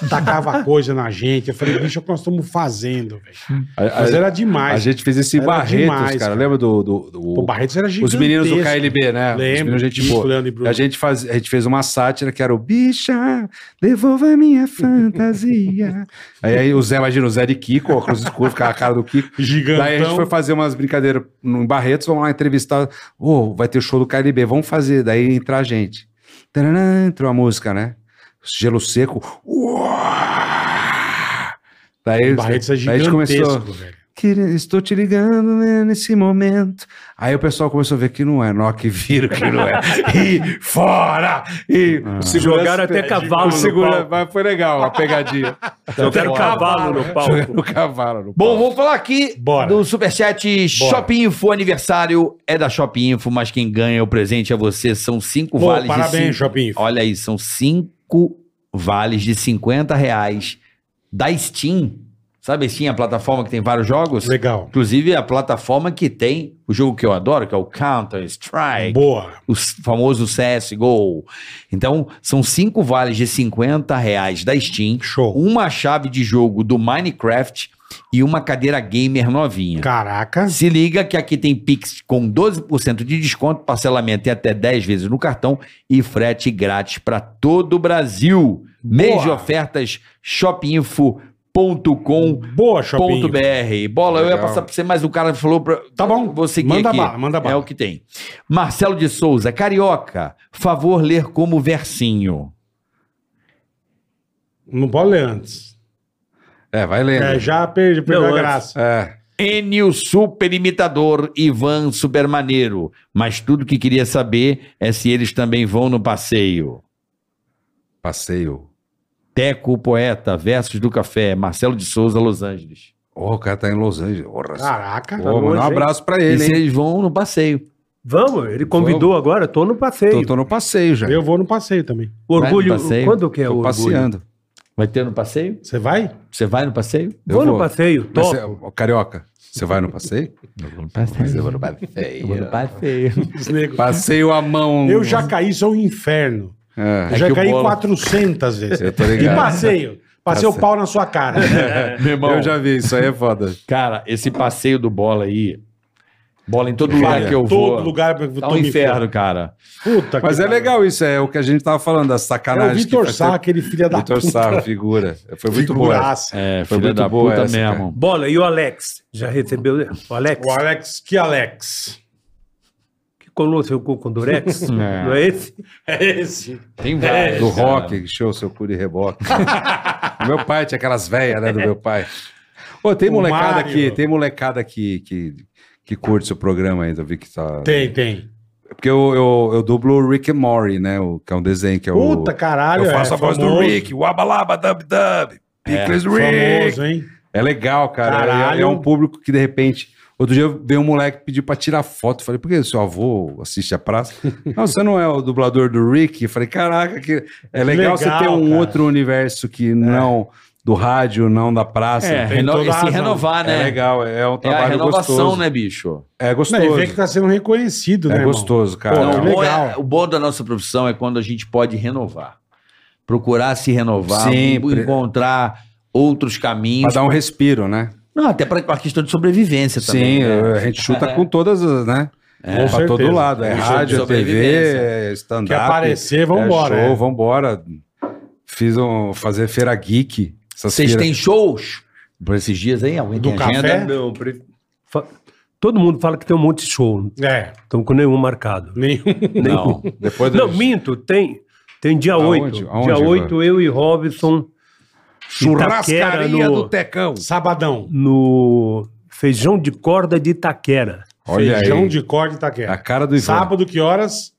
S4: tacava coisa na gente. Eu falei, bicho, é o que nós estamos fazendo, velho.
S3: A, a-
S4: Mas era
S3: a
S4: demais.
S3: gente fez esse
S4: Era
S3: Barretos,
S4: demais,
S3: cara.
S4: cara.
S3: Lembra do. do- do-
S4: Pô, o Barretos era
S3: os
S4: gigantesco.
S3: meninos do KLB, né? os
S4: Lembro,
S3: meninos gente
S4: Kiko,
S3: boa.
S4: Leandro e Bruno.
S3: A gente, faz, a gente fez uma sátira que era o Bicha, devolva minha fantasia. aí, aí o Zé, imagina, o Zé de Kiko, ó, cruz escura, ficava a cara do Kiko.
S4: Gigantão.
S3: Daí a gente foi fazer umas brincadeiras no em Barretos, vamos lá entrevistar. Ô, vai ter show do KLB, vamos fazer. Daí entra a gente. Taranã, entrou a música, né? Gelo seco. Uá! Daí,
S4: O Barretos é
S3: né? daí a gente começou.
S4: gigantesco, velho.
S3: "Quer- Estou te ligando né, nesse momento. Aí o pessoal começou a ver que não é, nó que vira, que não é. E fora! E o segurança-
S6: Jogaram até cavalo
S3: o
S6: no
S3: segura-
S6: palco.
S3: Mas foi legal a pegadinha.
S6: Jogaram Tá cavalo né? no palco.
S3: Jogaram o cavalo no
S5: Bom,
S3: palco.
S5: vamos falar aqui
S4: Bora.
S5: do Superchat Shopping Info. Aniversário é da Shopping Info, mas quem ganha o presente é você. São cinco
S4: Pô,
S5: vales
S4: parabéns,
S5: de cinco...
S4: Shopping.
S5: Olha aí, são cinco vales de 50 reais da Steam Sabe sim, a plataforma que tem vários jogos?
S4: Legal.
S5: Inclusive a plataforma que tem o jogo que eu adoro, que é o
S3: É.
S5: Counter-Strike.
S4: Boa.
S5: o s- famoso CSGO. Então, são cinco vales de 50 reais da Steam,
S4: Show.
S5: uma chave de jogo do Minecraft e uma cadeira gamer novinha.
S4: Caraca.
S5: Se liga que aqui tem Pix com 12% de desconto, parcelamento em até 10 vezes no cartão e frete grátis para todo o Brasil. Mês de ofertas, shopinfo.com.br.
S4: Bola, Shopping.
S5: Bola, eu ia
S3: Legal.
S5: passar para você, mas o cara falou para
S4: Tá bom.
S5: Vou seguir
S4: manda
S5: aqui.
S4: bala, manda
S5: É
S4: bala.
S5: o que tem. Marcelo de Souza, carioca, favor ler como versinho.
S4: Não pode ler antes.
S3: É, vai lendo.
S4: É, já perde, perdeu
S6: Não,
S4: a
S6: antes.
S4: graça.
S3: É.
S5: Enio Super Imitador, Ivan Super Maneiro. Mas tudo que queria saber é se eles também vão no passeio.
S3: Passeio.
S5: Teco Poeta, Versos do Café, Marcelo de Souza, Los Angeles.
S3: Ô, o cara tá em Los Angeles. Porra,
S4: Caraca.
S3: Pô, manda
S6: longe,
S3: um
S6: hein?
S3: abraço pra
S5: E
S3: ele,
S5: se
S3: hein?
S5: eles vão no passeio.
S6: Vamos, ele convidou agora, tô no
S4: é
S6: passeio.
S3: Tô, tô no passeio já.
S4: Eu vou no passeio também.
S6: Orgulho,
S5: Vai no passeio?
S6: quando que é o
S3: tô
S6: orgulho?
S3: passeando.
S5: Vai ter no passeio?
S4: Você vai?
S5: Você vai no passeio?
S3: Eu
S6: Vou no
S3: vou.
S6: passeio,
S3: Mas
S6: top.
S3: cê- ô, carioca, você vai no passeio?
S5: Eu vou no passeio. Mas eu vou no passeio. Eu vou no passeio.
S4: Os negros.
S3: Passeio à mão.
S4: Eu já caí, sou um inferno.
S3: Hum. É,
S4: Eu já
S5: que o
S4: caí
S5: bolo-
S4: 400 vezes.
S3: eu tô
S4: E
S3: ligado. Tá
S4: passeio. Passei o
S3: certo.
S4: pau na sua cara.
S5: Meu irmão,
S3: Eu já vi, isso aí é foda.
S5: Cara, esse passeio do bola aí. Bola em todo
S4: Cara,
S3: É,
S5: lugar que eu vou.
S4: é Todo lugar que eu
S5: Tá
S4: tô
S5: um
S4: me
S5: inferno, cara.
S4: ferrando. Puta
S3: Mas
S4: que
S3: é
S4: pariu.
S3: legal isso, é o que a gente tava falando, das
S4: É o
S3: sacanagens.
S4: Vitor
S3: que faz
S4: Sá,
S3: tempo-
S4: aquele filho da
S3: Vitor
S4: puta.
S3: Sá, figura. Foi muito boa.
S4: figuraça.
S5: É,
S3: Foi
S5: filha
S3: muito
S5: da
S3: boa
S5: puta
S3: essa, cara.
S5: mesmo.
S6: Bola, e o Alex? Já recebeu? O Alex,
S4: O Alex, que Alex?
S6: que colou seu cu com durex? Não é esse?
S4: É esse. É.
S5: Tem vários.
S3: Do
S5: cara.
S3: rock, que show, seu cu de reboque. O meu pai tinha aquelas velhas, né, do meu pai. Pô, tem
S4: O
S3: molecada
S4: Mário.
S3: aqui, tem molecada aqui que, que curte seu programa ainda, eu vi que tá...
S4: Tem, tem.
S3: Porque eu, eu, eu dublo o Rick and Morty, né, o, que é um desenho que é o...
S4: Puta, caralho.
S3: eu faço
S4: é
S3: a voz do
S4: famoso. É,
S3: Rick, o Abalaba Dub Dub, Pickles Rick.
S4: Famoso, hein?
S3: É legal, cara.
S4: Caralho.
S3: É, é um público que, de repente. Outro dia veio um moleque pedir pra tirar foto. Eu Falei, por que seu avô assiste a praça? não, você não é o dublador do Rick? Eu falei, caraca, que é legal,
S4: legal,
S3: você ter um
S4: cara.
S3: outro universo que não do rádio, não da praça.
S5: É,
S3: É,
S5: reno-
S4: toda
S5: e
S4: a
S5: se
S4: razão.
S5: renovar, né? É,
S3: legal, é um
S5: a
S3: trabalho
S5: renovação,
S3: gostoso.
S5: né, bicho?
S3: É
S4: Não, e
S3: gostoso.
S4: vê que tá sendo reconhecido, né?
S3: é
S4: irmão?
S3: gostoso, cara.
S4: Pô,
S5: Não,
S4: que
S5: o, bom
S4: legal.
S5: é- o bom da nossa profissão é quando a gente pode renovar. Procurar se renovar,
S3: Sempre.
S5: encontrar outros
S3: pra
S5: caminhos.
S3: dar um respiro, né?
S5: Não, até para a questão de sobrevivência
S3: Sim,
S5: também. né?
S3: a gente chuta com todas as, né?
S4: Com
S3: pra todo
S4: certeza.
S3: lado. É
S5: Um show de
S3: rádio, é TV,
S5: sobrevivência.
S3: é stand-up.
S4: Que aparecer, vambora.
S3: É show,
S4: é.
S3: vambora. Fiz um. Fazer feira geek. Essas
S5: Vocês
S3: feiras-
S5: têm shows por esses dias aí? Alguém
S4: Do
S5: tem agenda?
S4: café?
S6: É, Não, pre- fa- todo mundo fala que tem um monte de show,
S4: É,
S6: estamos com nenhum marcado. um.
S4: nenhum.
S5: Não.
S3: Depois
S6: Não,
S3: do-
S6: minto, tem. Tem dia
S3: Aonde?
S6: 8.
S3: Aonde,
S6: dia
S3: Ivan?
S6: 8, eu e Robson.
S3: Churrascaria
S6: Itaquera, no-
S3: do Tecão.
S4: Sabadão.
S6: No feijão de corda de Itaquera.
S3: Olha
S4: Feijão
S3: aí. Tá
S4: de corda e
S3: A
S4: taquera.
S3: cara do Ivan.
S4: Sábado, que horas?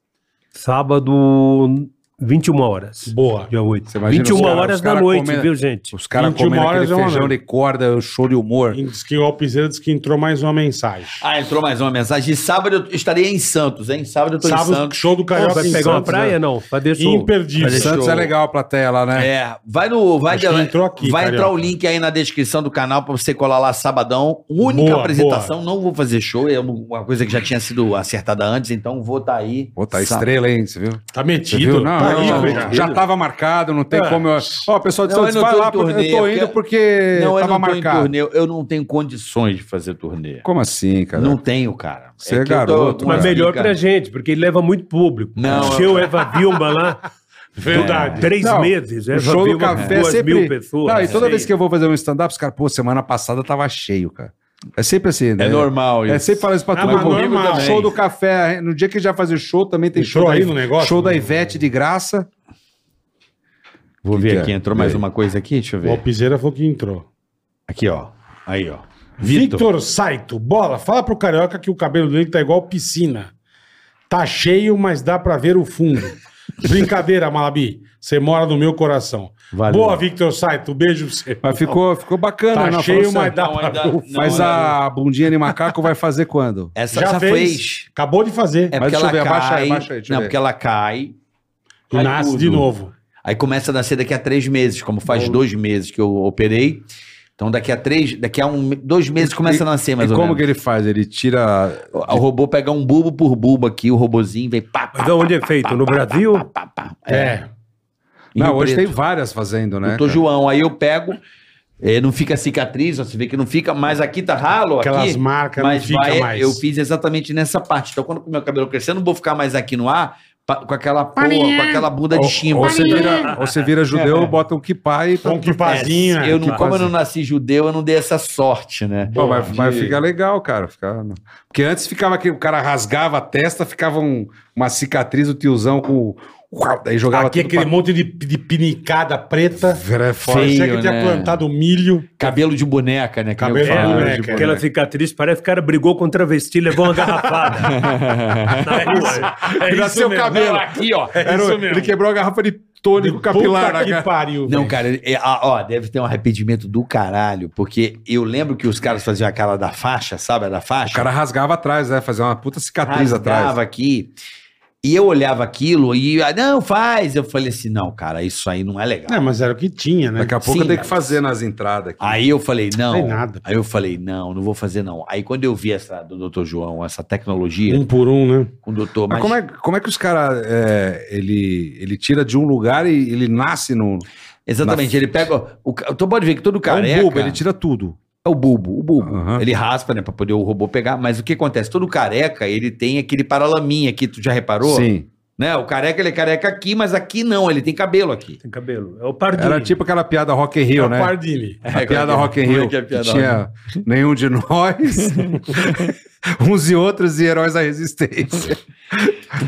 S6: Sábado, 21 horas.
S4: Boa.
S6: Dia 8.
S3: Você imagina
S6: 21
S3: os cara-
S6: horas
S3: os
S6: da
S3: cara
S6: noite,
S3: comendo-
S6: viu, gente?
S3: Os caras
S4: 21
S3: comendo aquele
S4: horas é uma
S3: feijão
S4: merda.
S3: de corda, o show de humor.
S4: E Diz que o Alpizeira diz que entrou mais uma mensagem.
S5: Ah, entrou mais uma mensagem. De sábado eu estaria em Santos, hein? Sábado eu tô em
S4: Sábado,
S5: Santos.
S4: show do
S6: Pô,
S4: Carioca
S6: vai
S4: em
S6: pegar uma
S4: Santos,
S6: praia,
S4: né?
S6: não? Fazer show.
S4: Imperdível.
S5: Mas
S3: Santos
S5: show.
S3: é legal a plateia lá, né?
S5: É, vai no. Vai,
S4: Acho que ele entrou aqui,
S5: vai entrar
S4: Carioca.
S5: o link aí na descrição do canal pra você colar lá sabadão. Única
S4: Boa,
S5: apresentação, não vou fazer show, é uma coisa que já tinha sido acertada antes, então vou estar aí.
S3: Pô, tá
S5: Sa-
S3: estrela, hein? Você viu?
S4: Tá
S3: Você
S4: metido.
S3: viu? Não,
S4: tá
S3: não,
S4: rico,
S3: não,
S4: já.
S3: já tava marcado, não tem
S4: É.
S3: como eu. Ó, pessoal de
S5: Não,
S3: Santos,
S5: eu não
S3: vai
S5: tô
S3: lá,
S5: em
S3: porque eu
S5: turnê,
S3: tô
S5: porque-
S3: indo porque
S5: Não, eu
S3: tava
S5: não tô em
S3: marcado.
S5: turnê, eu não tenho condições de fazer turnê.
S3: Como assim, cara?
S5: Não tenho, cara.
S3: Você é
S5: que eu tô
S3: garoto,
S5: com
S6: Mas
S5: uma
S6: melhor
S5: pica-
S6: pra gente, porque ele leva muito público.
S5: Não,
S6: o seu Eva Vilma lá,
S4: Verdade.
S6: três
S3: Não,
S6: meses.
S3: O
S6: Eva
S3: show do
S6: Vilma,
S3: café é
S6: duas
S3: sempre.
S6: mil pessoas. É
S3: Não, e toda
S6: Sei.
S3: vez que eu vou fazer um stand-up, os caras, pô, semana passada tava cheio, cara. É sempre assim, né?
S5: É normal isso.
S3: É sempre falar isso pra
S4: Ah,
S3: todo
S4: mas
S3: mundo.
S4: normal.
S3: Show do café. No dia que já fazer show, também tem
S4: Entrou
S3: show. da-
S4: aí no negócio?
S3: Show da Ivete de graça.
S5: Vou
S3: Que
S5: ver
S3: que
S5: aqui,
S3: é?
S5: entrou mais uma coisa aqui, deixa eu
S4: O
S5: ver.
S4: Alpizeira falou que entrou.
S5: Aqui, ó. Aí, ó. Vitor.
S4: Victor Saito, bola, fala pro Carioca que o cabelo dele tá igual piscina. Tá cheio, mas dá pra ver o fundo. Brincadeira, Malabi. Você mora no meu coração.
S5: Valeu.
S4: Boa, Victor Saito. Beijo pra você.
S3: Mas ficou, ficou bacana,
S4: Tá
S3: né?
S4: cheio,
S3: Falou
S4: mas
S3: sério.
S4: dá
S5: Não,
S4: pra
S5: ainda-
S4: ver o fundo.
S5: não,
S3: Mas
S5: ainda-
S3: a bundinha de macaco vai fazer quando?
S5: Essa já, fez.
S4: Acabou de fazer.
S5: É
S3: Mas
S5: porque
S3: deixa eu
S5: ela
S3: ver,
S5: cai.
S3: abaixa aí, abaixa aí, deixa eu
S5: não,
S3: ver.
S5: porque ela cai.
S4: E nasce
S5: tudo.
S4: de novo.
S5: Aí começa a nascer daqui a três meses, como faz dois meses que eu operei. Então daqui a três, daqui a um, dois meses começa a nascer mais
S3: e
S5: ou
S3: como
S5: menos.
S3: que ele faz? Ele tira.
S5: O o robô pega um bulbo por bulbo aqui, o robozinho vem pá, pá,
S6: Mas onde é feito? No Brasil?
S5: pá, pá.
S4: É.
S5: Em
S3: não,
S5: Rio
S3: hoje
S5: Preto.
S3: tem várias fazendo, né?
S5: Doutor
S3: cara?
S5: João, aí eu pego, eh, não fica cicatriz, ó, você vê que não fica, mas aqui tá ralo,
S4: Aquelas
S5: aqui,
S4: marcas não
S5: mas
S4: fica
S5: vai,
S4: mais.
S5: eu fiz exatamente nessa parte. Então quando o meu cabelo crescer, eu não vou ficar mais aqui no ar, pa- com aquela porra, com aquela bunda de chimbo. assim.
S3: Ou você vira, ou você vira judeu, bota um kippah e.
S4: Com que pazinho.
S5: eu não, como eu não
S3: quase.
S5: nasci judeu, eu não dei essa sorte, né?
S3: Pô, mas, mas fica legal, cara. Fica... Porque antes ficava que o cara rasgava a testa, ficava um- uma cicatriz, o tiozão com. Uau, daí jogava
S4: Aqui
S3: tudo
S4: aquele monte de, de pinicada preta.
S3: pra... fora.
S4: Parecia é que
S5: Feio,
S4: tinha
S5: né?
S4: plantado milho.
S5: Cabelo de boneca, né? que nem
S4: Cabelo
S5: eu
S4: de
S5: falo.
S4: boneca.
S6: É, Aquela cicatriz parece que o cara brigou com travesti e levou uma garrafada. Na rua.
S12: É
S3: Era seu cabelo.
S12: Aqui, ó.
S3: Era- ele quebrou a garrafa de tônico capilar.
S4: Puta
S3: né,
S4: que
S3: cara?
S4: pariu.
S5: Não,
S4: velho.
S5: cara, ele- é, ah, ó, deve ter um arrependimento do caralho, porque eu lembro que os caras faziam aquela da faixa, sabe? A da
S3: O
S5: faixa.
S3: cara rasgava atrás, né? Fazia uma puta cicatriz atrás.
S5: rasgava aqui. E eu olhava aquilo e, ah, não, faz. Eu falei assim, não, cara, isso aí não é legal.
S4: É, mas era o que tinha, né?
S3: Daqui a pouco
S5: Sim,
S3: tem que
S5: mas-
S3: fazer nas entradas aqui.
S5: Aí eu falei, não.
S4: Não tem nada.
S5: Aí eu falei, não, não vou fazer, não. Aí quando eu vi essa do Dr. João, essa tecnologia
S4: Um por um, né?
S5: com o doutor,
S3: Mas
S5: mas,
S3: como é, como é que os caras. ele, ele tira de um lugar e ele nasce no. é um
S5: Exatamente,
S3: na-
S5: ele pega. O, ca- tu pode ver que todo
S3: é
S5: careca.
S3: um bulbo, ele tira tudo.
S5: É o bulbo, o bulbo.
S3: Aham.
S5: Ele raspa, né, pra poder o robô pegar. Mas o que acontece? Todo careca, ele tem aquele paralaminha aqui, tu já reparou?
S3: Sim.
S5: Né? O careca, ele é careca aqui, mas aqui não, ele tem cabelo aqui.
S6: Tem cabelo. É o pardinho.
S3: Era tipo aquela piada Rock in Rio,
S4: Era
S3: né?
S4: Pardini.
S3: A piada Rock in
S5: Como é
S3: Rio.
S5: que é a
S3: que
S5: piada
S3: tinha nenhum de nós, uns e outros e heróis da resistência.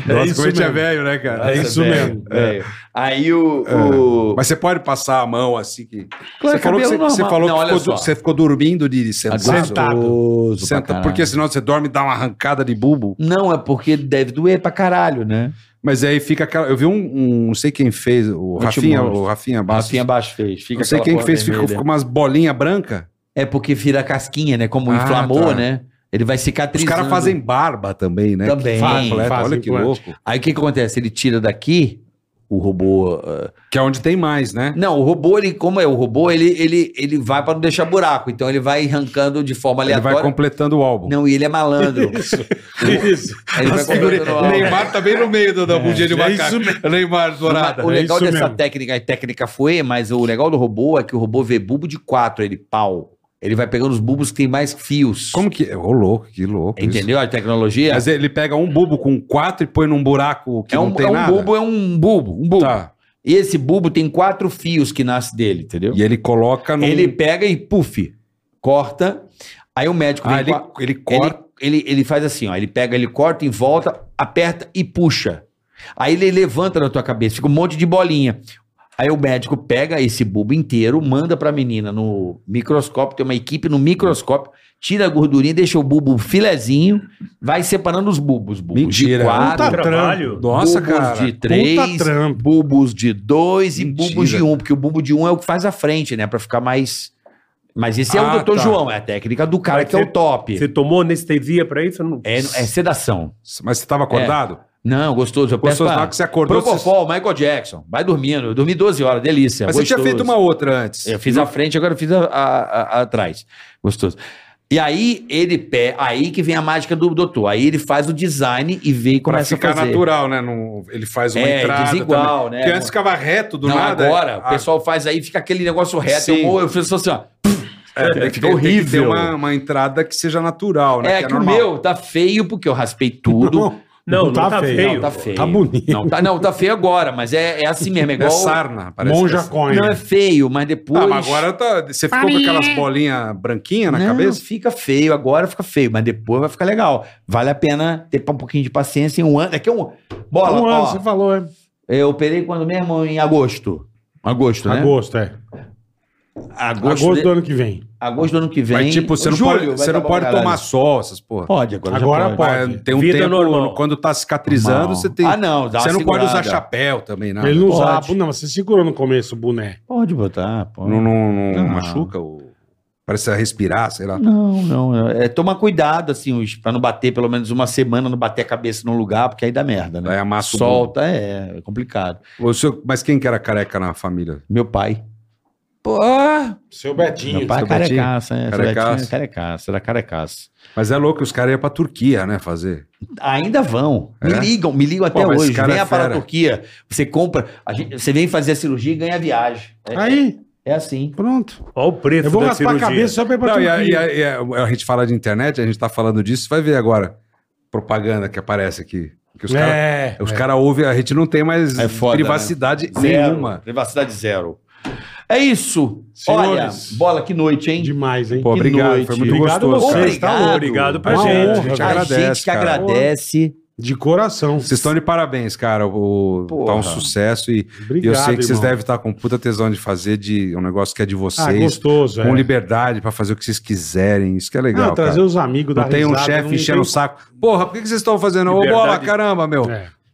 S3: Nossa,
S4: isso
S3: como a gente é
S4: mesmo.
S3: velho, né, cara?
S4: É isso
S5: velho,
S4: mesmo.
S5: velho. Aí o. o-
S3: Mas você pode passar a mão assim que.
S5: Claro, é
S3: você falou que, você,
S5: cabelo
S3: você
S5: normal.
S3: falou
S5: Não,
S3: que
S5: olha
S3: ficou,
S5: só.
S3: du- você ficou dormindo de sentado.
S4: Sentado.
S5: Gostoso pra
S3: Senta,
S5: caralho.
S3: porque senão você dorme e dá uma arrancada de bulbo.
S5: Não, é porque deve doer pra caralho, né?
S3: Mas aí fica aquela. Eu vi um. um- não sei quem fez, o
S5: te
S3: Rafinha,
S5: mostro.
S3: o Rafinha Bastos.
S5: Assim abaixo fez. Fica
S3: não sei
S5: aquela
S3: quem
S5: porra
S3: fez, ficou,
S5: vermelha.
S3: ficou umas bolinhas brancas.
S5: É porque vira casquinha, né? Como
S3: Ah,
S5: inflamou,
S3: tá.
S5: né? Ele vai
S3: Os
S5: cicatrizando.
S3: caras fazem barba também, né?
S5: Também.
S3: Que completa,
S4: Fazem,
S3: Olha que
S4: fazem.
S3: louco.
S5: Aí o que, que acontece? Ele tira daqui o robô. ah,
S3: Que é onde tem mais, né?
S5: Não, o robô, ele, como é o robô, ele, ele, ele vai pra não deixar buraco. Então ele vai arrancando de forma
S3: Ele
S5: aleatória.
S3: vai completando o álbum.
S5: Não, e ele é malandro.
S4: Isso.
S5: Ele vai completando o
S3: O
S5: álbum.
S3: Neymar tá bem no meio do, da bundinha de
S4: é isso
S3: macaco. Neymar dourada.
S5: O
S4: É
S5: legal
S4: isso
S5: dessa
S4: mesmo.
S5: técnica, a técnica foi, mas o legal do robô é que o robô vê bulbo de quatro, ele pau. Ele vai pegando os bulbos que tem mais fios.
S3: Como que. Ô, louco, que louco. isso.
S5: Entendeu a tecnologia?
S3: Mas ele pega um bulbo com quatro e põe num buraco que
S5: é um,
S3: não tem
S5: é um
S3: nada.
S5: bulbo, é um bulbo, um bulbo.
S3: Tá.
S5: E esse bulbo tem quatro fios que nasce dele, entendeu?
S3: E ele coloca no.
S5: Ele pega e puff, corta. Aí o médico
S3: Ah,
S5: vem
S3: ele,
S5: com a-
S3: ele
S5: ele,
S3: corta.
S5: ele, ele faz assim, ó. Ele pega, ele corta em volta, aperta e puxa. Aí ele levanta na tua cabeça, fica um monte de bolinha. Aí o médico pega esse bulbo inteiro, manda pra menina no microscópio, tem uma equipe no microscópio, tira a gordurinha, deixa o bulbo um filezinho, vai separando os bulbos. Bulbos
S3: Mentira.
S5: de
S6: Puta
S5: quatro,
S6: trabalho.
S3: Nossa,
S5: bulbos
S3: cara.
S5: de três,
S4: Puta trampo.
S5: bulbos de dois e
S3: Mentira.
S5: bulbos de um, porque o bulbo de um é o que faz a frente, né? Pra ficar mais... Mas esse é
S3: Ah,
S5: o doutor
S3: tá.
S5: João, é a técnica do cara
S6: Mas
S5: que é
S6: você-
S5: o top.
S6: Você tomou anestesia pra isso? Não...
S5: É, é sedação.
S3: Mas você tava acordado?
S5: É. Não, gostoso. Eu peço
S3: Gostoso, na
S5: pra...
S3: hora que você acordou. Você...
S5: Propofol, Michael Jackson. Vai dormindo. Eu dormi 12 horas, delícia.
S3: Mas você tinha
S5: gostoso.
S3: feito uma outra antes.
S5: Eu fiz a frente, agora eu fiz a, a- a- a atrás. Gostoso. E aí ele pé, aí que vem a mágica do doutor. Aí ele faz o design e vê e
S3: Pra
S5: começa a
S3: ficar
S5: fazer.
S3: natural, né? Não- Ele faz uma
S5: É,
S3: entrada.
S5: desigual,
S3: também.
S5: né?
S3: Porque antes ficava reto do
S5: Não,
S3: nada.
S5: agora o
S3: Ah,
S5: pessoal faz aí, fica aquele negócio reto.
S3: Sim.
S5: Eu, eu fiz assim,
S3: é,
S5: ó.
S3: tem que
S5: fica
S3: ter- tem que ter
S5: horrível.
S3: uma, uma entrada que seja natural, né?
S5: É, que, o
S3: normal.
S5: meu tá feio porque eu raspei tudo.
S6: Não, não,
S4: Tá
S6: tá
S4: feio,
S6: feio.
S5: Não, tá feio.
S4: Tá bonito.
S5: Não, tá, não, tá feio agora, mas é, é assim mesmo.
S3: É
S5: É igual.
S3: sarna, parece. que é
S4: Monja
S3: sarna.
S4: Coin.
S5: não é feio, mas depois.
S3: Ah, mas agora tá- você ficou com aquelas bolinhas branquinhas na
S5: é- não,
S3: cabeça?
S5: fica feio, agora fica feio, mas depois vai ficar legal. Vale a pena ter um pouquinho de paciência em um ano. Daqui a um. Bola,
S4: um ano,
S5: ó,
S4: você falou, é.
S3: Né?
S5: Eu operei quando mesmo? Em agosto. Agosto, né?
S4: Agosto, é.
S5: Agosto,
S4: Agosto
S5: de-
S4: do ano que vem.
S5: agosto do ano que vem.
S3: Mas, tipo, você não
S5: Julho,
S3: pode,
S5: vai
S3: você
S5: tá
S3: não
S5: bom,
S3: pode
S5: caralho.
S3: tomar sol, essas porra.
S5: Pode, agora,
S4: Agora
S5: já pode.
S4: pode.
S3: Mas Tem um
S6: Vida
S3: tempo,
S6: normal.
S3: quando tá cicatrizando,
S5: Não.
S3: você tem...
S5: Ah, não, dá
S3: você
S5: uma
S3: não pode usar
S5: segurada.
S3: chapéu também, nada.
S4: Ele não usava,
S5: Pode.
S4: bu- não, mas você segurou no começo o boné.
S5: Pode botar, pode.
S3: Não, não, não
S5: Não.
S3: machuca o... Parece respirar, sei lá.
S5: Não, não. É tomar cuidado, assim, os- pra não bater pelo menos uma semana, não bater a cabeça num lugar, porque aí dá merda, né?
S3: Aí amassa o
S5: Solta, é, é complicado.
S3: O seu- mas quem que era careca na família?
S5: Meu pai. Pô,
S4: Seu Betinho.
S5: meu pai é
S3: seu Betinho.
S5: carecaça, é. seu
S3: Carecaça.
S5: Betinho é Carecaça, era carecaça.
S3: Mas é louco, os caras iam pra Turquia, né, fazer.
S5: Ainda vão. Me
S3: É?
S5: ligam, me ligam até
S3: mas esse
S5: hoje.
S3: cara
S5: Venha
S3: é
S5: para a
S3: fera.
S5: Turquia. Você compra, a gente- você vem fazer a cirurgia e ganha viagem. É,
S4: Aí,
S5: é assim.
S4: pronto.
S6: Olha o preço
S4: Eu vou
S6: da
S4: raspar a
S6: cirurgia.
S4: cabeça só pra ir pra
S3: Não, e a,
S4: Turquia.
S3: e a- e a- a gente fala de internet, a gente tá falando disso, você vai ver agora propaganda que aparece aqui. Que os caras
S4: É.
S3: os cara ouvem, a gente não tem mais
S5: É foda,
S3: privacidade
S5: Zero.
S3: nenhuma.
S5: Privacidade zero. É isso.
S4: Senhores.
S5: Olha, bola, que noite, hein?
S4: Demais, hein?
S3: Pô,
S5: Que
S3: obrigado,
S5: noite.
S3: foi muito
S4: Obrigado
S3: gostoso.
S4: vocês,
S3: cara.
S5: Obrigado.
S6: Obrigado pra
S4: Uma honra,
S6: gente.
S5: A gente
S3: cara.
S5: que agradece.
S4: De coração.
S3: Vocês estão de parabéns, cara. O,
S5: Porra.
S3: tá um sucesso e e
S4: Obrigado,
S3: eu sei que vocês
S4: irmão.
S3: devem estar com puta tesão de fazer de um negócio que é de
S4: Ah,
S3: vocês,
S4: gostoso, é.
S3: com liberdade pra fazer o que vocês quiserem. Isso que é legal,
S4: Não,
S3: cara.
S4: trazer os amigos da
S3: Não tem um chefe enchendo o saco. Porra, por que que vocês estão fazendo? Ô,
S6: Liberdade.
S3: bola, caramba, meu.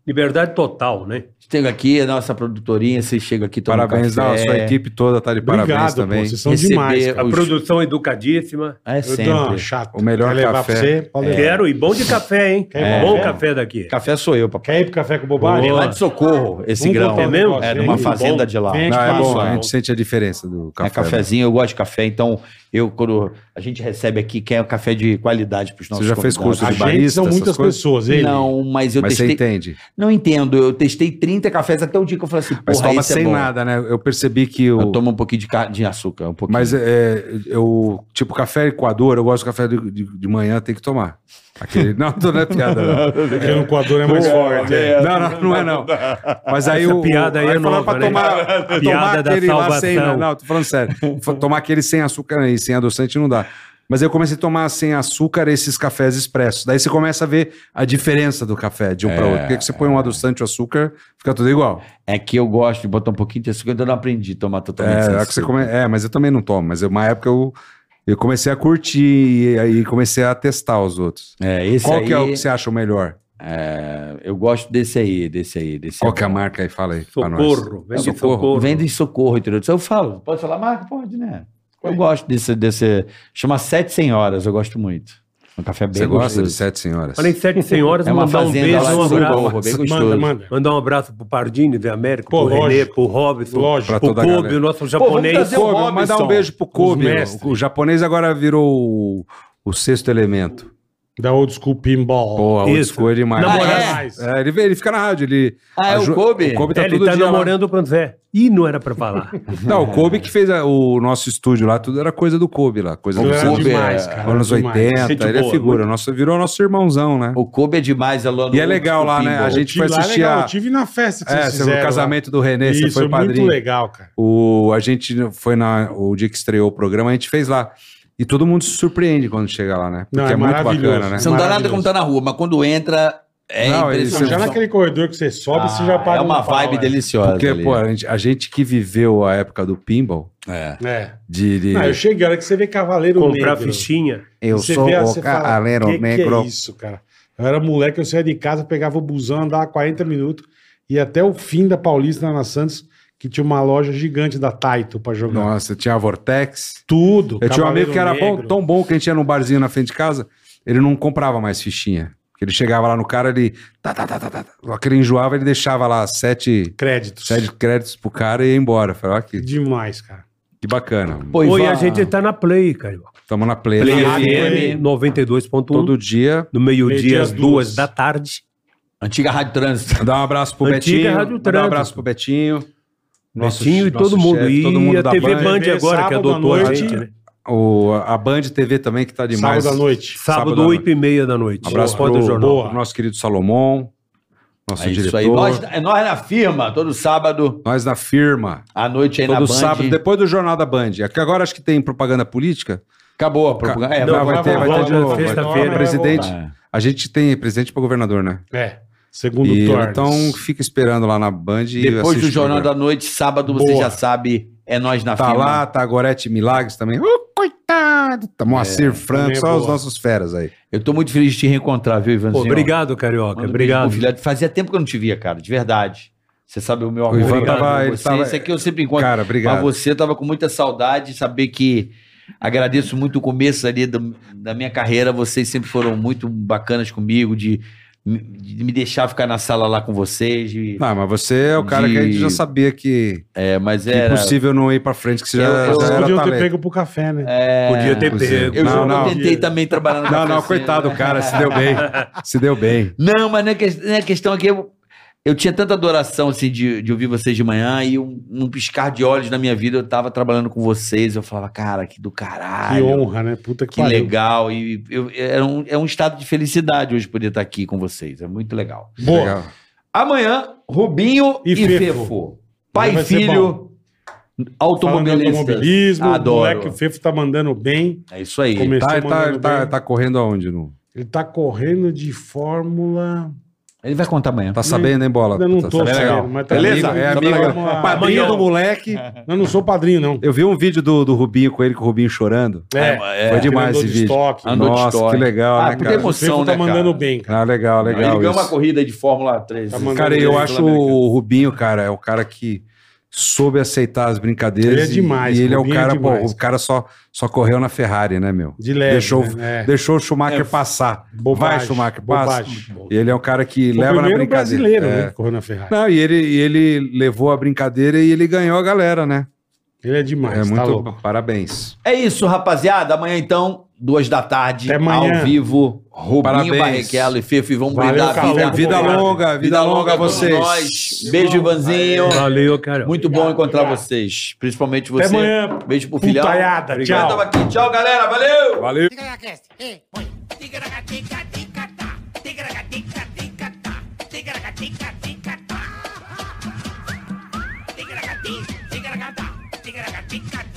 S6: Liberdade total, né?
S5: Chega aqui, a nossa produtorinha, vocês chegam aqui, toma um
S3: Parabéns, não, a
S5: café.
S3: sua equipe toda tá de parabéns
S4: Obrigado,
S3: também.
S4: pô. Vocês são
S5: Receber
S4: demais, cara.
S6: A
S5: Os-
S6: produção educadíssima.
S5: É
S4: Eu
S5: sempre.
S4: dou
S3: Então,
S4: uma chata.
S3: O melhor
S4: Quer levar
S3: café.
S4: pra você? Pode
S3: É.
S4: levar.
S6: Quero e bom de café, hein?
S4: É.
S6: Bom café daqui.
S5: Café sou eu, papai.
S4: Quer ir pro café com
S5: É
S4: bobagem?
S5: lá de Socorro, esse
S4: Vamos
S5: grão.
S4: botar um
S5: É mesmo?
S4: negócio
S5: É,
S4: aí.
S5: numa
S4: Muito
S5: fazenda
S6: bom.
S5: de lá.
S4: Vem
S5: É
S4: aqui.
S3: Não, é
S4: Faz
S3: bom,
S4: isso,
S3: a
S4: não.
S3: gente sente a diferença do café.
S5: Né,
S3: né?
S5: cafezinho, eu gosto de café, então eu, quando a gente recebe aqui, quer um café de qualidade pros nossos
S3: já fez
S5: convidados.
S3: curso
S4: A
S3: de
S4: gente
S3: barista,
S4: são
S3: essas
S4: muitas
S3: coisas?
S4: pessoas, ele.
S5: Não, mas eu
S3: Mas você
S5: testei.
S3: entende.
S5: Não entendo, eu testei 30 cafés até o dia que eu falei assim,
S3: Mas
S5: porra,
S3: toma
S5: esse é
S3: sem
S5: bom.
S3: nada, né? Eu percebi que o.
S5: Eu tomo um pouquinho de, ca- de açúcar, um pouquinho.
S3: Mas é, eu, tipo, café Equador, eu gosto de café de, de, de manhã, tem que tomar. Aquele, não, não é piada, não.
S4: Porque no coador é mais forte. é.
S3: Não, não, não é não. Mas aí
S6: Essa
S3: o.
S6: piada aí é
S3: eu falava
S6: nova,
S3: pra
S6: né?
S3: tomar,
S6: Piada
S3: tomar
S6: da
S3: aquele lá sem. Não,
S6: salvação.
S3: não, tô falando sério. Fa- Tomar aquele sem açúcar e sem adoçante não dá. Mas eu comecei a tomar sem açúcar esses cafés expressos. Daí você começa a ver a diferença do café de um para outro. Porque que você põe um adoçante e o açúcar, fica tudo igual.
S5: É que eu gosto de botar um pouquinho de açúcar, eu não aprendi a tomar totalmente
S3: É,
S5: sem
S3: é que
S5: açúcar.
S3: você come- é, mas eu também não tomo. Mas eu- uma época eu, eu comecei a curtir e aí comecei a testar os outros.
S5: É, esse
S3: Qual
S5: aí,
S3: que é o que você acha o melhor?
S5: é, eu gosto desse aí, desse aí, desse
S3: Qual que é a
S5: aí.
S3: marca aí? Fala aí. pra nós.
S6: Socorro. Vem
S5: É
S6: de
S3: Socorro.
S6: socorro.
S5: Vende em socorro, entendeu? Eu falo, pode falar marca? Pode, né? Eu gosto desse, desse, chama Sete Senhoras, eu gosto muito. Um café bem
S3: Você gosta de
S5: gostoso.
S3: sete senhoras?
S6: Falei sete senhoras,
S5: É uma
S6: mandar um
S5: fazenda lá
S6: beijo, um
S5: de
S6: abraço.
S5: Socorro, bem gostoso.
S4: Manda, manda.
S6: Mandar um abraço pro Pardini, do América,
S4: Pô,
S6: pro Renê,
S4: lógico.
S6: pro Robson,
S4: Lógico.
S3: Pra
S6: pro
S3: toda a
S6: Kobe,
S3: galera.
S6: o nosso
S5: vamos
S6: japonês.
S5: trazer o
S3: Kobe, mandar um beijo pro Kobe.
S4: os mestres.
S3: O, o japonês agora virou o, o sexto elemento.
S4: Da Old School Pinball.
S3: Pô,
S6: isso.
S3: isso ficou demais.
S6: Namorado.
S4: Ah, é?
S3: É, ele, vê- ele fica na rádio, ele...
S5: Ah, é o
S3: aju-
S5: Kobe?
S3: O Kobe tá
S6: É, ele
S3: todo
S6: tá
S3: dia lá.
S6: namorando o Panzé. Ih, não era pra falar.
S3: Não, o Kobe que fez a- o nosso estúdio lá, tudo era coisa do Kobe lá. Coisa
S4: O
S3: do
S4: Kobe era
S3: Kobe,
S4: demais, cara.
S3: anos
S4: demais.
S3: 80,
S6: Gente
S3: ele é
S6: boa,
S3: figura. Nosso, virou nosso irmãozão, né?
S5: O Kobe é demais, aluno.
S3: E é legal lá, né? A gente
S4: Tive
S3: foi
S4: lá,
S3: assistir
S4: legal,
S3: a...
S4: Eu tive na festa que
S3: É,
S4: vocês
S3: você foi
S4: fizeram.
S3: o casamento do Renê,
S4: Isso,
S3: você foi
S4: muito
S3: padrinho.
S4: legal, cara.
S3: O, a gente foi na. O dia que estreou o programa, a gente fez lá. E todo mundo se surpreende quando chega lá, né? Porque
S4: Não, é
S3: é, muito
S4: maravilhoso.
S3: bacana, né?
S5: Você não dá nada
S4: Maravilhoso.
S5: como tá na rua, mas quando entra, é
S3: Não, ele-
S4: Não,
S5: impressionante.
S4: já naquele corredor que você sobe, você já
S5: Ah,
S4: paga
S5: É uma
S4: um pau,
S5: vibe
S4: é.
S5: deliciosa.
S3: Porque,
S5: ali.
S3: pô, a gente, a gente que viveu a época do pinball,
S5: É.
S4: É.
S3: de. de-
S4: Não, eu cheguei, a hora que você vê Cavaleiro
S6: Comprar
S4: Negro.
S6: fichinha.
S13: Eu
S4: Você
S13: sou
S4: vê, ah,
S13: o
S4: você fala,
S13: Cavaleiro
S4: que que
S13: Negro.
S4: é isso, cara? Eu era moleque, eu saía de casa, pegava o busão, andava 40 minutos, ia até o fim da Paulista, na Santos, que tinha uma loja gigante da Taito pra jogar.
S3: Nossa, tinha a Vortex.
S4: Tudo.
S3: Eu tinha um
S4: Cavaleiro
S3: amigo que era bom,
S4: Negro.
S3: tão bom que a gente ia num barzinho na frente de casa, ele não comprava mais fichinha. Porque ele chegava lá no cara, ele. Tá, tá, tá, tá, tá. Aquele enjoava, ele deixava lá sete,
S4: Créditos.
S3: sete créditos pro cara e ia embora. Eu Falei, ó, que,
S4: Demais, cara.
S3: que bacana.
S5: Pô,
S6: Oi,
S5: Ivan,
S6: a gente tá na Play, cara.
S3: Tamo na é play.
S5: é
S6: Play
S4: Ah, Play.
S6: FM 92.1.
S3: Todo dia.
S6: No meio-dia,
S4: Meio-dia, às
S6: às duas
S4: duas.
S6: da tarde.
S5: Antiga Rádio Trânsito.
S3: Mandar um abraço pro
S6: Antiga
S3: Betinho.
S6: Rádio
S3: Mandar um
S6: Trânsito.
S3: abraço pro Betinho.
S6: Betinho e todo mundo.
S3: chefe,
S6: e
S3: todo mundo
S6: a
S3: da
S6: TV
S3: Band.
S6: Band,
S4: TV
S6: agora, que
S4: sábado à
S6: adotou a
S4: noite.
S6: gente, né?
S3: O, a Band TV também, que tá demais.
S4: Sábado à noite.
S3: Sábado à
S6: Sábado,
S3: noite.
S6: oito e meia da noite.
S3: Abraço
S6: Após
S3: pro,
S6: o jornal.
S3: pro nosso querido Salomão, nosso
S5: É
S3: diretor.
S5: isso aí. Nós,
S3: Nós,
S5: é nós na firma, todo sábado,
S3: na firma.
S5: à noite aí na
S3: Todo
S5: Band.
S3: sábado, depois do Jornal da Band. É que agora acho que tem propaganda política.
S5: Acabou a propaganda. É,
S3: Não,
S5: vai-
S3: vai ter, vai ter de
S6: voltar
S3: novo.
S6: sexta-feira.
S3: Vai ter presidente.
S5: É.
S3: A gente tem presidente para governador, né?
S4: É. Segundo
S3: E,
S4: Torres.
S3: então fica esperando lá na Band. e
S5: Depois
S3: assiste
S5: do
S3: o
S5: Jornal
S3: programa.
S5: da Noite, sábado, você
S4: Boa.
S5: já sabe, é nós na
S3: Tá
S5: firma.
S3: lá, tá Gorete Milagres também. Ô, coitado! Tá Moacir Franco,
S4: também é
S3: só os
S4: boa.
S3: nossos feras aí.
S5: Eu tô muito feliz de te reencontrar, viu, Ivanzinho?
S6: Pô, obrigado, Carioca.
S5: Manda um
S6: Obrigado.
S5: beijo pro filhote. Fazia tempo que eu não te via, cara, de verdade. Você sabe o meu amor.
S3: O Ivan
S5: obrigado
S3: tava-
S5: por
S3: ele
S5: você.
S3: tava-
S5: Isso aqui eu sempre encontro.
S3: Cara,
S5: Mas
S3: obrigado.
S5: você estava com muita saudade de saber que agradeço muito o começo ali do- da minha carreira. Vocês sempre foram muito bacanas comigo, de me- de me deixar ficar na sala lá com vocês. de-
S3: Não, mas você é o cara
S5: De-
S3: que a gente já sabia que
S5: é, mas
S3: é
S5: era.
S3: impossível não ir pra frente, que você já,
S5: Eu- eu-
S3: já
S4: Vocês
S3: era
S4: podiam ter
S3: talento.
S4: pego pro café, né?
S6: Podia ter
S3: inclusive.
S6: pego.
S5: é, Eu,
S3: Não,
S5: eu
S3: não.
S5: tentei também trabalhar no né?
S3: Não, não,
S5: cafezinho.
S3: coitado, cara, se deu bem. Se deu bem.
S5: Não, mas não é, que- não é questão aqui. Eu, eu tinha tanta adoração assim, de, de ouvir vocês de manhã e um, um piscar de olhos na minha vida. Eu tava trabalhando com vocês. Eu falava, cara, que do
S4: Que
S3: Ah,
S5: caralho.
S4: honra, né? Puta que,
S5: Que
S4: pariu.
S5: legal. E eu- é, um, é um estado de felicidade hoje poder estar aqui com vocês. É muito legal.
S4: Boa.
S3: Legal.
S5: Amanhã, Rubinho
S4: E
S5: e,
S4: Fefo.
S5: Fefo. Pai
S4: Vai
S5: e
S4: ser
S5: filho,
S4: Falando de
S5: automobilistas.
S4: automobilismo,
S5: Adoro.
S4: o moleque o Fefo tá mandando bem.
S5: É isso aí.
S4: Começou
S3: Tá, tá,
S4: mandando
S3: tá,
S4: bem.
S3: tá correndo aonde? No...
S4: Ele tá correndo de Fórmula...
S5: Ele vai contar amanhã.
S3: Tá sabendo, hein, bola?
S4: Ainda não tô
S3: Tá
S4: sabendo,
S3: legal.
S4: mas tá
S3: Beleza?
S4: amigo,
S3: é
S4: tá
S3: amigo.
S4: legal. Vamos lá.
S3: Padrinho
S6: Amanhã.
S3: do moleque.
S4: Eu não sou padrinho, não.
S3: Eu vi um vídeo do, do Rubinho com ele, com o Rubinho chorando.
S5: É,
S3: Foi
S5: é.
S3: demais
S4: Andou
S3: esse
S4: de
S3: vídeo.
S4: estoque.
S5: Andou de
S3: Nossa,
S5: estoque.
S3: que legal,
S5: Ah,
S3: né,
S5: puta
S3: cara?
S4: O Fefo
S5: emoção,
S4: tá
S5: né,
S4: mandando
S5: cara?
S4: bem, cara.
S3: Ah, legal,
S5: Ele
S3: legal.
S5: ganhou
S3: isso.
S5: uma corrida de Fórmula 3.
S4: Tá mandando
S3: Cara,
S4: bem.
S3: eu acho o
S4: né?
S3: Rubinho, cara, é o cara que soube aceitar as brincadeiras.
S4: Ele é
S3: e-
S4: demais,
S3: E ele é o
S4: Rubinho é
S3: cara, pô,
S4: demais.
S3: o cara só, só correu na Ferrari, né, meu?
S4: De leve.
S3: Deixou,
S4: né? É.
S3: deixou o Schumacher passar.
S4: Bobagem,
S3: Vai, Schumacher, passa.
S4: bobagem.
S3: E ele é o cara que
S4: Foi o
S3: leva na
S4: primeiro
S3: brincadeira.
S4: brasileiro,
S3: É.
S4: né? Que correu na Ferrari.
S3: Não, e ele, e ele levou a brincadeira e ele ganhou a galera, né?
S4: Ele é demais,
S3: é
S4: tá
S3: muito.
S4: louco.
S3: Parabéns.
S5: É isso, rapaziada. Amanhã, então, duas da tarde,
S4: Até amanhã.
S5: ao vivo. Rubinho
S3: Parabéns.
S5: Barrichello e Fefo. E vamos
S4: Valeu,
S5: brindar a
S4: Café
S5: vida.
S4: com
S3: Vida
S4: Obrigado.
S3: longa, vida, longa a
S5: todos
S3: vocês.
S5: nós. Beijo, Ivanzinho.
S6: Valeu, cara.
S5: é. Muito bom encontrar vocês. Principalmente você.
S4: Até amanhã.
S5: Beijo pro filhão.
S4: Putaiada,
S5: Obrigado,
S4: tchau.
S5: tava aqui. Tchau, galera. Valeu!
S3: Valeu.
S9: Tica-tica-tica-tica-tica.